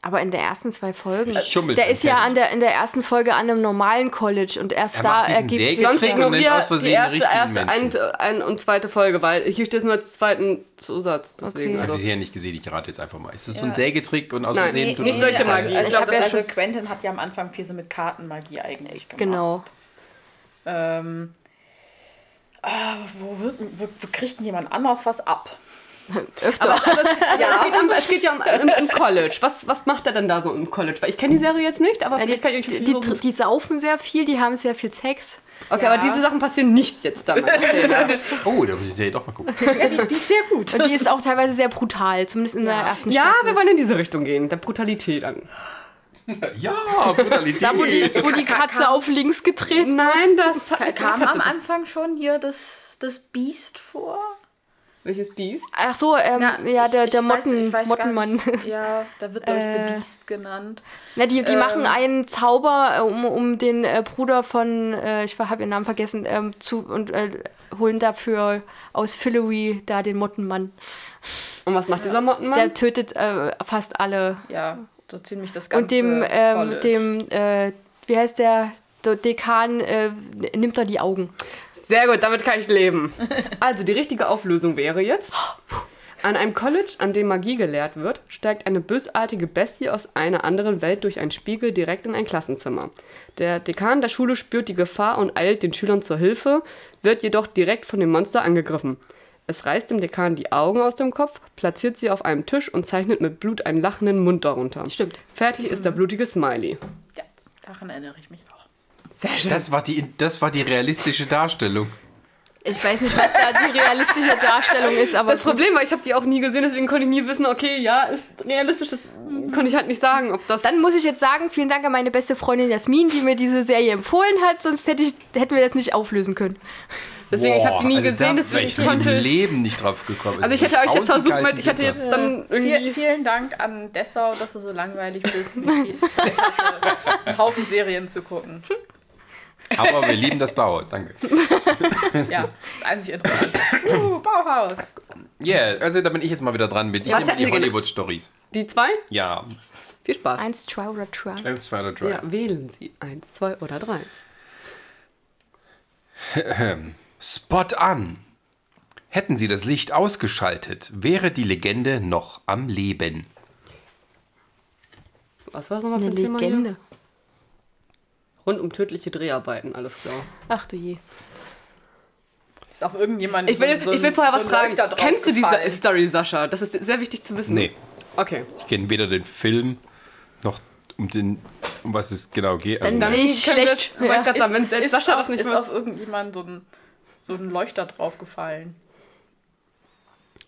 [SPEAKER 3] Aber in der ersten zwei Folgen.
[SPEAKER 1] Ich schummel
[SPEAKER 3] Der
[SPEAKER 1] beim
[SPEAKER 3] ist ja
[SPEAKER 1] Test.
[SPEAKER 3] an der, in der ersten Folge an einem normalen College und erst
[SPEAKER 1] Er
[SPEAKER 3] da
[SPEAKER 1] macht diesen
[SPEAKER 3] ergibt sich.
[SPEAKER 1] Sägetrick
[SPEAKER 4] Sonst
[SPEAKER 1] Deswegen
[SPEAKER 4] ignoriere
[SPEAKER 1] nennt aus
[SPEAKER 4] die
[SPEAKER 1] Versehen
[SPEAKER 4] erste,
[SPEAKER 1] den richtigen
[SPEAKER 4] erste ein, ein und zweite Folge, weil hier steht es nur als zweiten Zusatz. Deswegen.
[SPEAKER 1] Ich
[SPEAKER 3] Okay.
[SPEAKER 1] habe
[SPEAKER 4] Also,
[SPEAKER 1] sie ja nicht gesehen, ich rate jetzt einfach mal. Ist das so ein
[SPEAKER 2] Ja.
[SPEAKER 1] Sägetrick und aus
[SPEAKER 4] Nein,
[SPEAKER 1] Versehen
[SPEAKER 4] nee,
[SPEAKER 1] tut
[SPEAKER 4] nicht
[SPEAKER 1] man-
[SPEAKER 4] solche
[SPEAKER 1] Ja,
[SPEAKER 4] Magie.
[SPEAKER 1] also-
[SPEAKER 2] Also, ich
[SPEAKER 3] Ich hab ja
[SPEAKER 2] also
[SPEAKER 3] schon-
[SPEAKER 2] Quentin hat ja am Anfang viel so mit Kartenmagie eigentlich gemacht.
[SPEAKER 3] Genau.
[SPEAKER 2] Ähm, ah, wo, wird, wo, wo kriegt denn jemand anders was ab?
[SPEAKER 3] Öfter.
[SPEAKER 4] ja, es, geht um, es geht ja um, um, um College. Was, was macht er denn da so im College? Weil ich kenne die Serie jetzt nicht, aber
[SPEAKER 3] Ja, die,
[SPEAKER 4] vielleicht kann ich euch
[SPEAKER 3] die,
[SPEAKER 4] viel
[SPEAKER 3] die,
[SPEAKER 4] so-
[SPEAKER 3] die saufen sehr viel, die haben sehr viel Sex.
[SPEAKER 4] Okay,
[SPEAKER 2] Ja.
[SPEAKER 4] aber diese Sachen passieren nicht jetzt dann.
[SPEAKER 3] *laughs*
[SPEAKER 1] Oh, da muss ich sie ja doch mal gucken. *laughs*
[SPEAKER 2] Ja, *laughs* die, die ist sehr gut.
[SPEAKER 3] Und die ist auch teilweise sehr brutal, zumindest in der ersten
[SPEAKER 4] ja,
[SPEAKER 3] Staffel.
[SPEAKER 4] wir wollen in diese Richtung gehen, der Brutalität an.
[SPEAKER 1] Ja, Brutalität.
[SPEAKER 3] Da, wo die, wo die Katze auf links getreten
[SPEAKER 4] Nein, das hat
[SPEAKER 2] Kam am Anfang schon hier das, das Biest vor?
[SPEAKER 4] *laughs* Welches Biest?
[SPEAKER 3] Ach so, ähm, ja, der, der Motten, Mottenmann.
[SPEAKER 2] Nicht. Ja, da wird, glaube ich,
[SPEAKER 3] Äh.
[SPEAKER 2] The Beast genannt.
[SPEAKER 3] *laughs* Na, die, die
[SPEAKER 2] Ähm.
[SPEAKER 3] machen einen Zauber, äh, um, um den äh, Bruder von, äh, ich habe ihren Namen vergessen, ähm, zu und äh, holen dafür aus Fillory da den Mottenmann.
[SPEAKER 4] Und was macht dieser Mottenmann?
[SPEAKER 3] Der tötet äh, fast alle.
[SPEAKER 2] Ja, so ziemlich das ganze
[SPEAKER 3] Und dem,
[SPEAKER 2] College.
[SPEAKER 3] ähm, dem äh, wie heißt der, der Dekan, äh, nimmt er die Augen.
[SPEAKER 4] Sehr gut, damit kann ich leben. Also die richtige Auflösung wäre jetzt. An einem College, an dem Magie gelehrt wird, steigt eine bösartige Bestie aus einer anderen Welt durch einen Spiegel direkt in ein Klassenzimmer. Der Dekan der Schule spürt die Gefahr und eilt den Schülern zur Hilfe, wird jedoch direkt von dem Monster angegriffen. Es reißt dem Dekan die Augen aus dem Kopf, platziert sie auf einem Tisch und zeichnet mit Blut einen lachenden Mund darunter.
[SPEAKER 3] Stimmt.
[SPEAKER 4] Fertig ist der blutige Smiley.
[SPEAKER 2] Ja, daran erinnere ich mich noch.
[SPEAKER 4] Sehr schön.
[SPEAKER 1] Das war die, das war die realistische Darstellung.
[SPEAKER 3] Ich weiß nicht, was da
[SPEAKER 2] *laughs*
[SPEAKER 3] die realistische Darstellung ist, aber
[SPEAKER 4] Das Problem war, ich habe die auch nie gesehen, deswegen konnte ich nie wissen, okay, ja, ist realistisch, das konnte ich halt nicht sagen, ob das...
[SPEAKER 3] Dann muss ich jetzt sagen, vielen Dank an meine beste Freundin Jasmin, die mir diese Serie empfohlen hat, sonst hätte ich, hätten wir das nicht auflösen können.
[SPEAKER 4] deswegen, ich habe die nie
[SPEAKER 1] also da
[SPEAKER 4] gesehen,
[SPEAKER 1] wär
[SPEAKER 4] deswegen
[SPEAKER 1] ich
[SPEAKER 4] konnte
[SPEAKER 1] im
[SPEAKER 4] ich...
[SPEAKER 1] Leben nicht drauf gekommen.
[SPEAKER 4] Also ich hätte euch jetzt versucht, mit, ich hätte
[SPEAKER 1] hatte
[SPEAKER 4] jetzt dann irgendwie...
[SPEAKER 2] Viel, vielen Dank an Dessau, dass du so langweilig bist, wie ich Zeit hatte, einen Haufen Serien zu gucken.
[SPEAKER 1] Aber wir lieben das Bauhaus, danke.
[SPEAKER 2] Ja, das einzig interessant. Uh, Bauhaus.
[SPEAKER 1] Yeah, also da bin ich jetzt mal wieder dran mit. Ich
[SPEAKER 4] Was
[SPEAKER 1] nehme
[SPEAKER 4] hätten
[SPEAKER 1] die
[SPEAKER 4] Sie gerne-
[SPEAKER 1] Hollywood-Stories.
[SPEAKER 4] Die zwei?
[SPEAKER 1] Ja,
[SPEAKER 4] Viel Spaß.
[SPEAKER 3] Eins, try oder try.
[SPEAKER 1] eins, zwei oder drei.
[SPEAKER 4] Ja, wählen Sie. Eins, zwei oder drei.
[SPEAKER 1] Spot an! Hätten sie das Licht ausgeschaltet, wäre die Legende noch am Leben.
[SPEAKER 4] Was war es nochmal für
[SPEAKER 3] Eine
[SPEAKER 4] ein Thema hier?
[SPEAKER 3] Legende.
[SPEAKER 4] Rund um tödliche Dreharbeiten, alles klar.
[SPEAKER 3] Ach du je.
[SPEAKER 2] Ist auch irgendjemand.
[SPEAKER 4] Ich will, jetzt, ich will vorher was fragen.
[SPEAKER 2] Leuchter drauf
[SPEAKER 4] Kennst du diese
[SPEAKER 2] gefallen?
[SPEAKER 4] Story, Sascha? Das ist sehr wichtig zu wissen.
[SPEAKER 1] Nee,
[SPEAKER 4] Okay.
[SPEAKER 1] ich kenne weder den Film noch um, den, um was es genau geht.
[SPEAKER 3] Dann
[SPEAKER 1] Also,
[SPEAKER 3] sehe ich
[SPEAKER 4] können wir-
[SPEAKER 3] schlecht.
[SPEAKER 4] wollte
[SPEAKER 3] Ja.
[SPEAKER 4] grad sagen, wenn selbst
[SPEAKER 2] ist
[SPEAKER 4] Sascha
[SPEAKER 2] auf,
[SPEAKER 4] das nicht
[SPEAKER 2] ist
[SPEAKER 4] mehr-
[SPEAKER 2] auf irgendjemand so ein, so ein Leuchter drauf gefallen.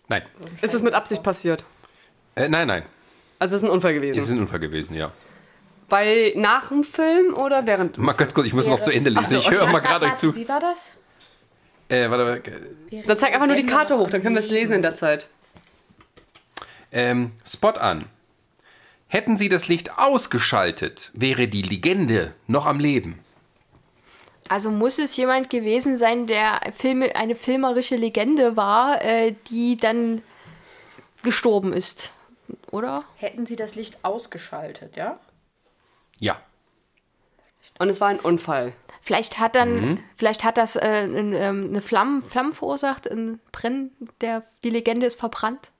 [SPEAKER 1] nein.
[SPEAKER 4] Ist es mit Absicht passiert?
[SPEAKER 1] Äh, nein, nein.
[SPEAKER 4] Also es ist ein Unfall
[SPEAKER 1] Es ist
[SPEAKER 4] gewesen.
[SPEAKER 1] ein Unfall gewesen, ja.
[SPEAKER 4] Bei nach dem Film oder während?
[SPEAKER 1] Mal ganz kurz, ich muss noch zu Ende lesen.
[SPEAKER 4] Ach so,
[SPEAKER 1] ich höre mal gerade euch zu.
[SPEAKER 2] Wie war das?
[SPEAKER 1] Äh, warte, warte.
[SPEAKER 4] Dann zeig einfach nur die Karte hoch, dann können wir es lesen in der Zeit.
[SPEAKER 1] Ähm, Spot an. Hätten sie das Licht ausgeschaltet, wäre die Legende noch am Leben.
[SPEAKER 3] Also muss es jemand gewesen sein, der Filme, eine filmerische Legende war, äh, die dann gestorben ist. Oder?
[SPEAKER 2] Hätten sie das Licht ausgeschaltet, ja?
[SPEAKER 1] Ja.
[SPEAKER 4] Und es war ein Unfall.
[SPEAKER 3] Vielleicht hat dann,
[SPEAKER 1] Mhm.
[SPEAKER 3] vielleicht hat das äh, ein, ähm, eine Flamme, Flamme verursacht, ein Brennen, der, die Legende ist verbrannt.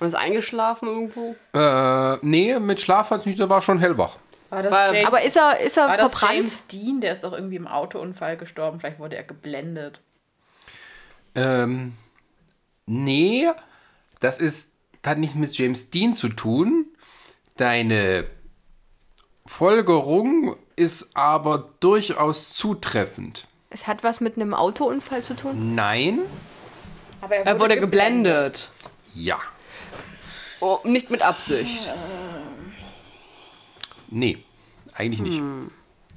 [SPEAKER 4] Und ist eingeschlafen irgendwo.
[SPEAKER 1] Äh, nee, mit Schlaf hat es nicht, da war schon hellwach.
[SPEAKER 2] War das
[SPEAKER 4] War-
[SPEAKER 2] James,
[SPEAKER 3] Aber ist er, ist er
[SPEAKER 2] war das
[SPEAKER 3] verbrannt?
[SPEAKER 2] James Dean? Der ist doch irgendwie im Autounfall gestorben. Vielleicht wurde er geblendet.
[SPEAKER 1] Ähm, nee, das ist, hat nichts mit James Dean zu tun. Deine Folgerung ist aber durchaus zutreffend.
[SPEAKER 3] Es hat was mit einem Autounfall zu
[SPEAKER 1] Mhm.
[SPEAKER 3] tun?
[SPEAKER 1] Nein?
[SPEAKER 2] Aber
[SPEAKER 4] Er wurde geblendet.
[SPEAKER 1] Ja.
[SPEAKER 4] Oh, nicht mit Absicht.
[SPEAKER 1] Nee, eigentlich nicht.
[SPEAKER 2] Hm.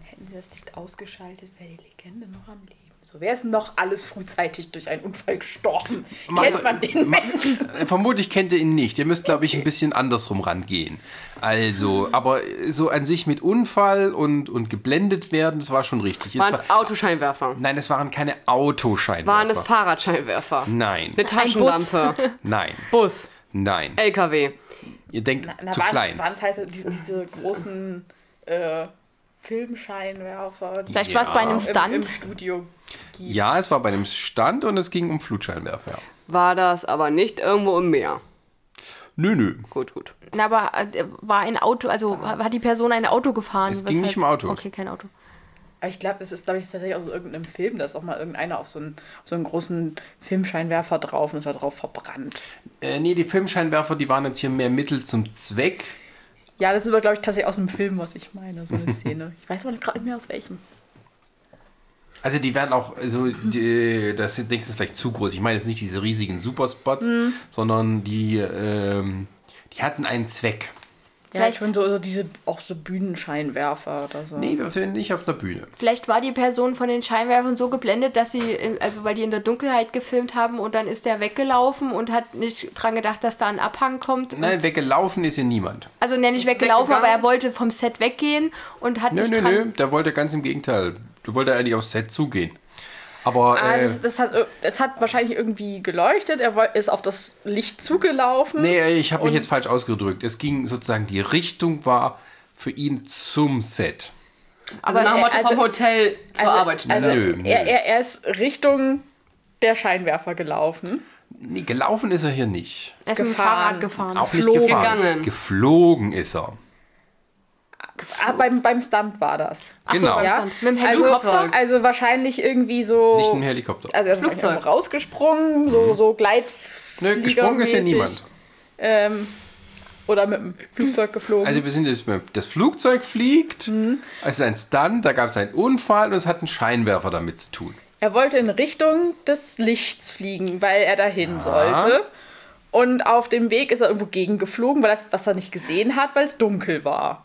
[SPEAKER 2] Hätten sie das Licht ausgeschaltet, wäre die Legende noch am Leben. So, wer ist noch alles frühzeitig durch einen Unfall gestorben?
[SPEAKER 1] Mach-
[SPEAKER 2] Kennt man den Menschen?
[SPEAKER 1] Äh, Vermutlich kennt ihr ihn nicht. Ihr müsst, glaube ich, ein bisschen andersrum rangehen. Also, aber so an sich mit Unfall und, und geblendet werden, das war schon richtig. Es
[SPEAKER 4] Waren
[SPEAKER 1] war,
[SPEAKER 4] es Autoscheinwerfer?
[SPEAKER 1] nein, es waren keine Autoscheinwerfer.
[SPEAKER 4] Waren es Fahrradscheinwerfer?
[SPEAKER 1] Nein,
[SPEAKER 4] Eine Taschenlampe?
[SPEAKER 1] nein,
[SPEAKER 4] *laughs* Bus?
[SPEAKER 2] Äh,
[SPEAKER 1] nein.
[SPEAKER 4] LKW?
[SPEAKER 1] Ihr denkt zu
[SPEAKER 2] waren's-
[SPEAKER 1] klein.
[SPEAKER 2] waren's halt so diese, diese großen äh, Filmscheinwerfer, die
[SPEAKER 3] Vielleicht war es
[SPEAKER 1] Ja.
[SPEAKER 3] bei einem
[SPEAKER 2] im, im
[SPEAKER 3] Stunt.
[SPEAKER 2] Studio gibt.
[SPEAKER 1] Ja, es war bei einem Stand und es ging um Flutscheinwerfer.
[SPEAKER 4] War das aber nicht irgendwo im Meer?
[SPEAKER 1] Nö, nö.
[SPEAKER 4] Gut, gut.
[SPEAKER 3] Na, aber äh, war ein Auto, also hat die Person ein Auto gefahren?
[SPEAKER 1] Es
[SPEAKER 3] halt
[SPEAKER 1] ging nicht um Autos.
[SPEAKER 3] Okay, kein Auto.
[SPEAKER 2] Aber ich glaube, das ist, glaube ich, tatsächlich aus irgendeinem Film, da ist auch mal irgendeiner auf so einen, auf so einen großen Filmscheinwerfer drauf und ist da drauf verbrannt.
[SPEAKER 1] Äh, nee, die Filmscheinwerfer, die waren jetzt hier mehr Mittel zum Zweck.
[SPEAKER 2] Ja, das ist aber, glaube ich, tatsächlich aus dem Film, was ich meine,
[SPEAKER 1] *laughs*
[SPEAKER 2] so eine Szene. Ich weiß aber gerade nicht mehr aus welchem.
[SPEAKER 1] Also die werden auch, also die, das denkst du ist vielleicht zu groß. Ich meine jetzt nicht diese
[SPEAKER 2] Hm.
[SPEAKER 1] riesigen Superspots, sondern die, ähm, die hatten einen Zweck.
[SPEAKER 3] Vielleicht-
[SPEAKER 2] Vielleicht schon so, so diese, auch so Bühnenscheinwerfer oder so.
[SPEAKER 1] Nee, wir sind nicht auf einer
[SPEAKER 2] Hm.
[SPEAKER 1] Bühne.
[SPEAKER 3] Vielleicht war die Person von den Scheinwerfern so geblendet, dass sie, in, also weil die in der Dunkelheit gefilmt haben und dann ist der weggelaufen und hat nicht dran gedacht, dass da ein Abhang kommt.
[SPEAKER 1] Nein, weggelaufen ist hier niemand.
[SPEAKER 3] Also ne, nicht weggelaufen,
[SPEAKER 4] Weggegangen?
[SPEAKER 3] aber er wollte vom Set weggehen und hat
[SPEAKER 1] Nö,
[SPEAKER 3] nicht
[SPEAKER 1] nö,
[SPEAKER 3] dran.
[SPEAKER 1] nö, da wollte er ganz im Gegenteil. Du wollte eigentlich aufs Set zugehen. Aber
[SPEAKER 2] Ah,
[SPEAKER 1] äh,
[SPEAKER 2] das, das, hat, das hat wahrscheinlich irgendwie geleuchtet. Er woll- ist auf das Licht zugelaufen.
[SPEAKER 1] nee, ich habe mich
[SPEAKER 2] Hm? Und-
[SPEAKER 1] jetzt falsch ausgedrückt. Es ging sozusagen, die Richtung war für ihn zum Set.
[SPEAKER 4] Aber äh, nach dem Motto
[SPEAKER 2] also-
[SPEAKER 4] vom Hotel zur
[SPEAKER 2] also,
[SPEAKER 4] Arbeitsstelle.
[SPEAKER 2] also
[SPEAKER 1] Nö, nö.
[SPEAKER 2] Er, er, er ist Richtung der Scheinwerfer gelaufen.
[SPEAKER 1] Nee, gelaufen ist er hier nicht.
[SPEAKER 3] Er ist mit dem
[SPEAKER 2] gefahren.
[SPEAKER 3] Fahrrad gefahren.
[SPEAKER 1] Auch nicht
[SPEAKER 2] Geflogen.
[SPEAKER 1] gefahren.
[SPEAKER 4] Gegangen.
[SPEAKER 1] Geflogen ist er.
[SPEAKER 2] Ah, beim, beim Stunt war das.
[SPEAKER 3] Ach so,
[SPEAKER 1] genau.
[SPEAKER 3] beim
[SPEAKER 2] Ja?
[SPEAKER 3] Sand. Mit dem
[SPEAKER 2] also,
[SPEAKER 3] Helikopter.
[SPEAKER 2] also wahrscheinlich irgendwie so.
[SPEAKER 1] Nicht ein Helikopter.
[SPEAKER 2] also er ist
[SPEAKER 4] Flugzeug.
[SPEAKER 2] wahrscheinlich rausgesprungen, so, so Gleit.
[SPEAKER 1] Nö, gesprungen ist hier
[SPEAKER 2] Fliegermäßig.
[SPEAKER 1] niemand.
[SPEAKER 2] Ähm, oder mit dem Flugzeug geflogen.
[SPEAKER 1] Also wir sind jetzt, mit- das Flugzeug fliegt, es ist ein Stunt, da gab es einen Unfall und es hat einen Scheinwerfer damit zu tun.
[SPEAKER 2] Er wollte in Richtung des Lichts fliegen, weil er dahin sollte. Und auf dem Weg ist er irgendwo gegengeflogen, weil das, was er nicht gesehen hat, weil es dunkel war.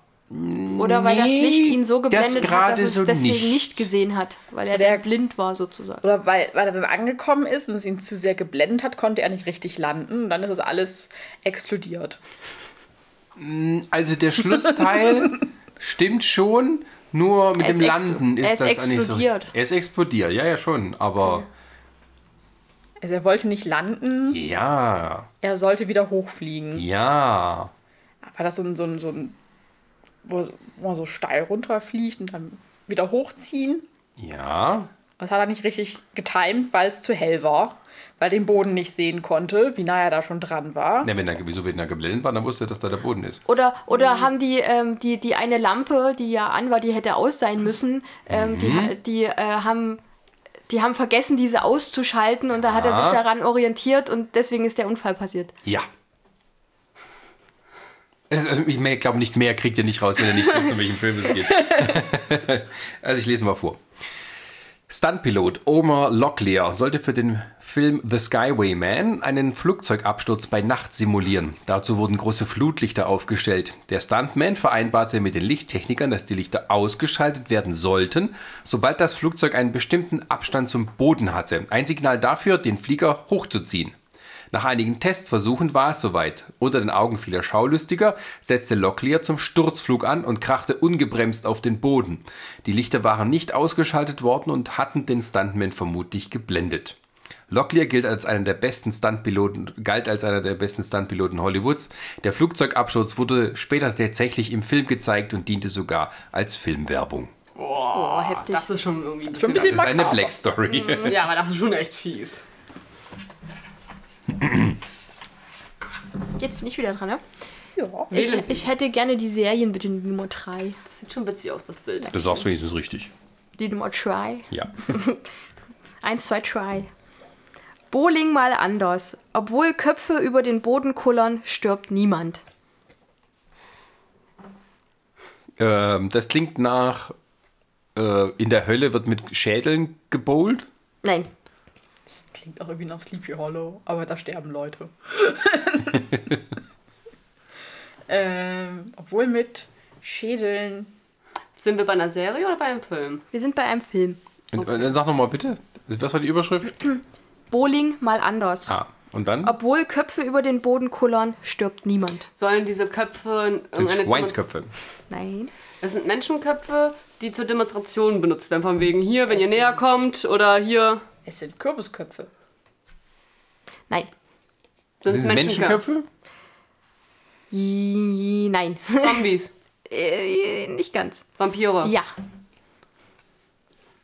[SPEAKER 3] Oder weil das
[SPEAKER 1] Nee,
[SPEAKER 3] Licht ihn so
[SPEAKER 1] das
[SPEAKER 3] geblendet hat, dass
[SPEAKER 1] gerade
[SPEAKER 3] es
[SPEAKER 1] so
[SPEAKER 3] deswegen
[SPEAKER 1] nicht.
[SPEAKER 3] nicht. gesehen hat, weil er
[SPEAKER 2] Der-
[SPEAKER 3] dann blind war sozusagen.
[SPEAKER 2] Oder weil, weil er dann angekommen ist und es ihn zu sehr geblendet hat, konnte er nicht richtig landen. Und dann ist das alles explodiert.
[SPEAKER 1] Also der Schlussteil stimmt schon, nur mit
[SPEAKER 3] Er ist
[SPEAKER 1] dem
[SPEAKER 3] expl-
[SPEAKER 1] Landen ist,
[SPEAKER 3] er ist
[SPEAKER 1] das
[SPEAKER 3] explodiert.
[SPEAKER 1] nicht so. Er ist explodiert, ja, ja schon, aber
[SPEAKER 2] Also er wollte nicht landen,
[SPEAKER 1] ja,
[SPEAKER 2] er sollte wieder hochfliegen.
[SPEAKER 1] ja.
[SPEAKER 2] War das so ein, so ein, so ein wo, wo man so steil runterfliegt und dann wieder hochziehen?
[SPEAKER 1] Ja,
[SPEAKER 2] Das hat er nicht richtig getimt, weil es zu hell war. Weil er den Boden nicht sehen konnte, wie nah er da schon dran war.
[SPEAKER 1] Na, wenn er, wieso wenn er geblendet war, dann wusste er, dass da der Boden ist.
[SPEAKER 3] Oder, oder
[SPEAKER 4] Mhm.
[SPEAKER 3] haben die, ähm, die die eine Lampe, die ja an war, die hätte aus sein müssen, ähm, die,
[SPEAKER 4] Mhm.
[SPEAKER 3] ha- die äh, haben die haben vergessen, diese auszuschalten und da hat er
[SPEAKER 1] Ja.
[SPEAKER 3] sich daran orientiert und deswegen ist der Unfall passiert.
[SPEAKER 1] Ja. Es, also ich mehr- glaube, nicht mehr kriegt ihr nicht raus, wenn ihr nicht wisst, um welchen Film es geht. also ich lese mal vor. Stuntpilot Omar Locklear sollte für den Film The Skyway Man einen Flugzeugabsturz bei Nacht simulieren. Dazu wurden große Flutlichter aufgestellt. Der Stuntman vereinbarte mit den Lichttechnikern, dass die Lichter ausgeschaltet werden sollten, sobald das Flugzeug einen bestimmten Abstand zum Boden hatte. Ein Signal dafür, den Flieger hochzuziehen. Nach einigen Testversuchen war es soweit. Unter den Augen vieler Schaulustiger setzte Locklear zum Sturzflug an und krachte ungebremst auf den Boden. Die Lichter waren nicht ausgeschaltet worden und hatten den Stuntman vermutlich geblendet. Locklear gilt als einer der besten Stuntpiloten, galt als einer der besten Stuntpiloten Hollywoods. Der Flugzeugabsturz wurde später tatsächlich im Film gezeigt und diente sogar als Filmwerbung.
[SPEAKER 3] Oh, heftig.
[SPEAKER 4] das ist schon irgendwie ein bisschen,
[SPEAKER 2] Schon ein
[SPEAKER 1] Das
[SPEAKER 2] bisschen
[SPEAKER 1] ist eine
[SPEAKER 2] makaber. Mhm.
[SPEAKER 1] Black Story.
[SPEAKER 4] Ja, aber das ist schon echt fies.
[SPEAKER 3] Jetzt bin ich wieder dran, ne?
[SPEAKER 2] Ja.
[SPEAKER 3] Ich,
[SPEAKER 4] Wählen Sie.
[SPEAKER 3] ich hätte gerne die Serien bitte Nummer 3.
[SPEAKER 4] Das sieht schon witzig aus, das Bild.
[SPEAKER 1] Du sagst wenigstens richtig.
[SPEAKER 3] Die Nummer try.
[SPEAKER 1] Ja.
[SPEAKER 3] Eins, zwei, try. Bowling mal anders. Obwohl Köpfe über den Boden kullern, stirbt niemand.
[SPEAKER 1] Ähm, das klingt nach äh, in der Hölle wird mit Schädeln gebowlt.
[SPEAKER 3] Nein.
[SPEAKER 2] Das klingt auch irgendwie nach Sleepy Hollow, aber da sterben
[SPEAKER 1] *laughs*
[SPEAKER 2] Leute. ähm, obwohl mit Schädeln.
[SPEAKER 4] Sind wir bei einer Serie oder bei einem Film?
[SPEAKER 3] Wir sind bei einem Film.
[SPEAKER 1] Und, äh, Dann sag nochmal bitte. Was war die Überschrift?
[SPEAKER 3] Bowling mal anders.
[SPEAKER 1] Ah, und dann?
[SPEAKER 3] Obwohl Köpfe über den Boden kullern, stirbt niemand.
[SPEAKER 4] Sollen diese Köpfe
[SPEAKER 1] Sind's
[SPEAKER 4] irgendeine Demo-
[SPEAKER 1] Schweinsköpfe.
[SPEAKER 3] Nein.
[SPEAKER 4] Es sind Menschenköpfe, die zur Demonstration benutzt werden. Von wegen hier, wenn ihr näher kommt oder hier.
[SPEAKER 2] Es sind Kürbisköpfe.
[SPEAKER 3] Nein.
[SPEAKER 4] Das
[SPEAKER 1] Sind es Menschenköpfe?
[SPEAKER 3] I- Nein.
[SPEAKER 4] Zombies.
[SPEAKER 3] Äh, Nicht ganz.
[SPEAKER 4] Vampire.
[SPEAKER 3] Ja.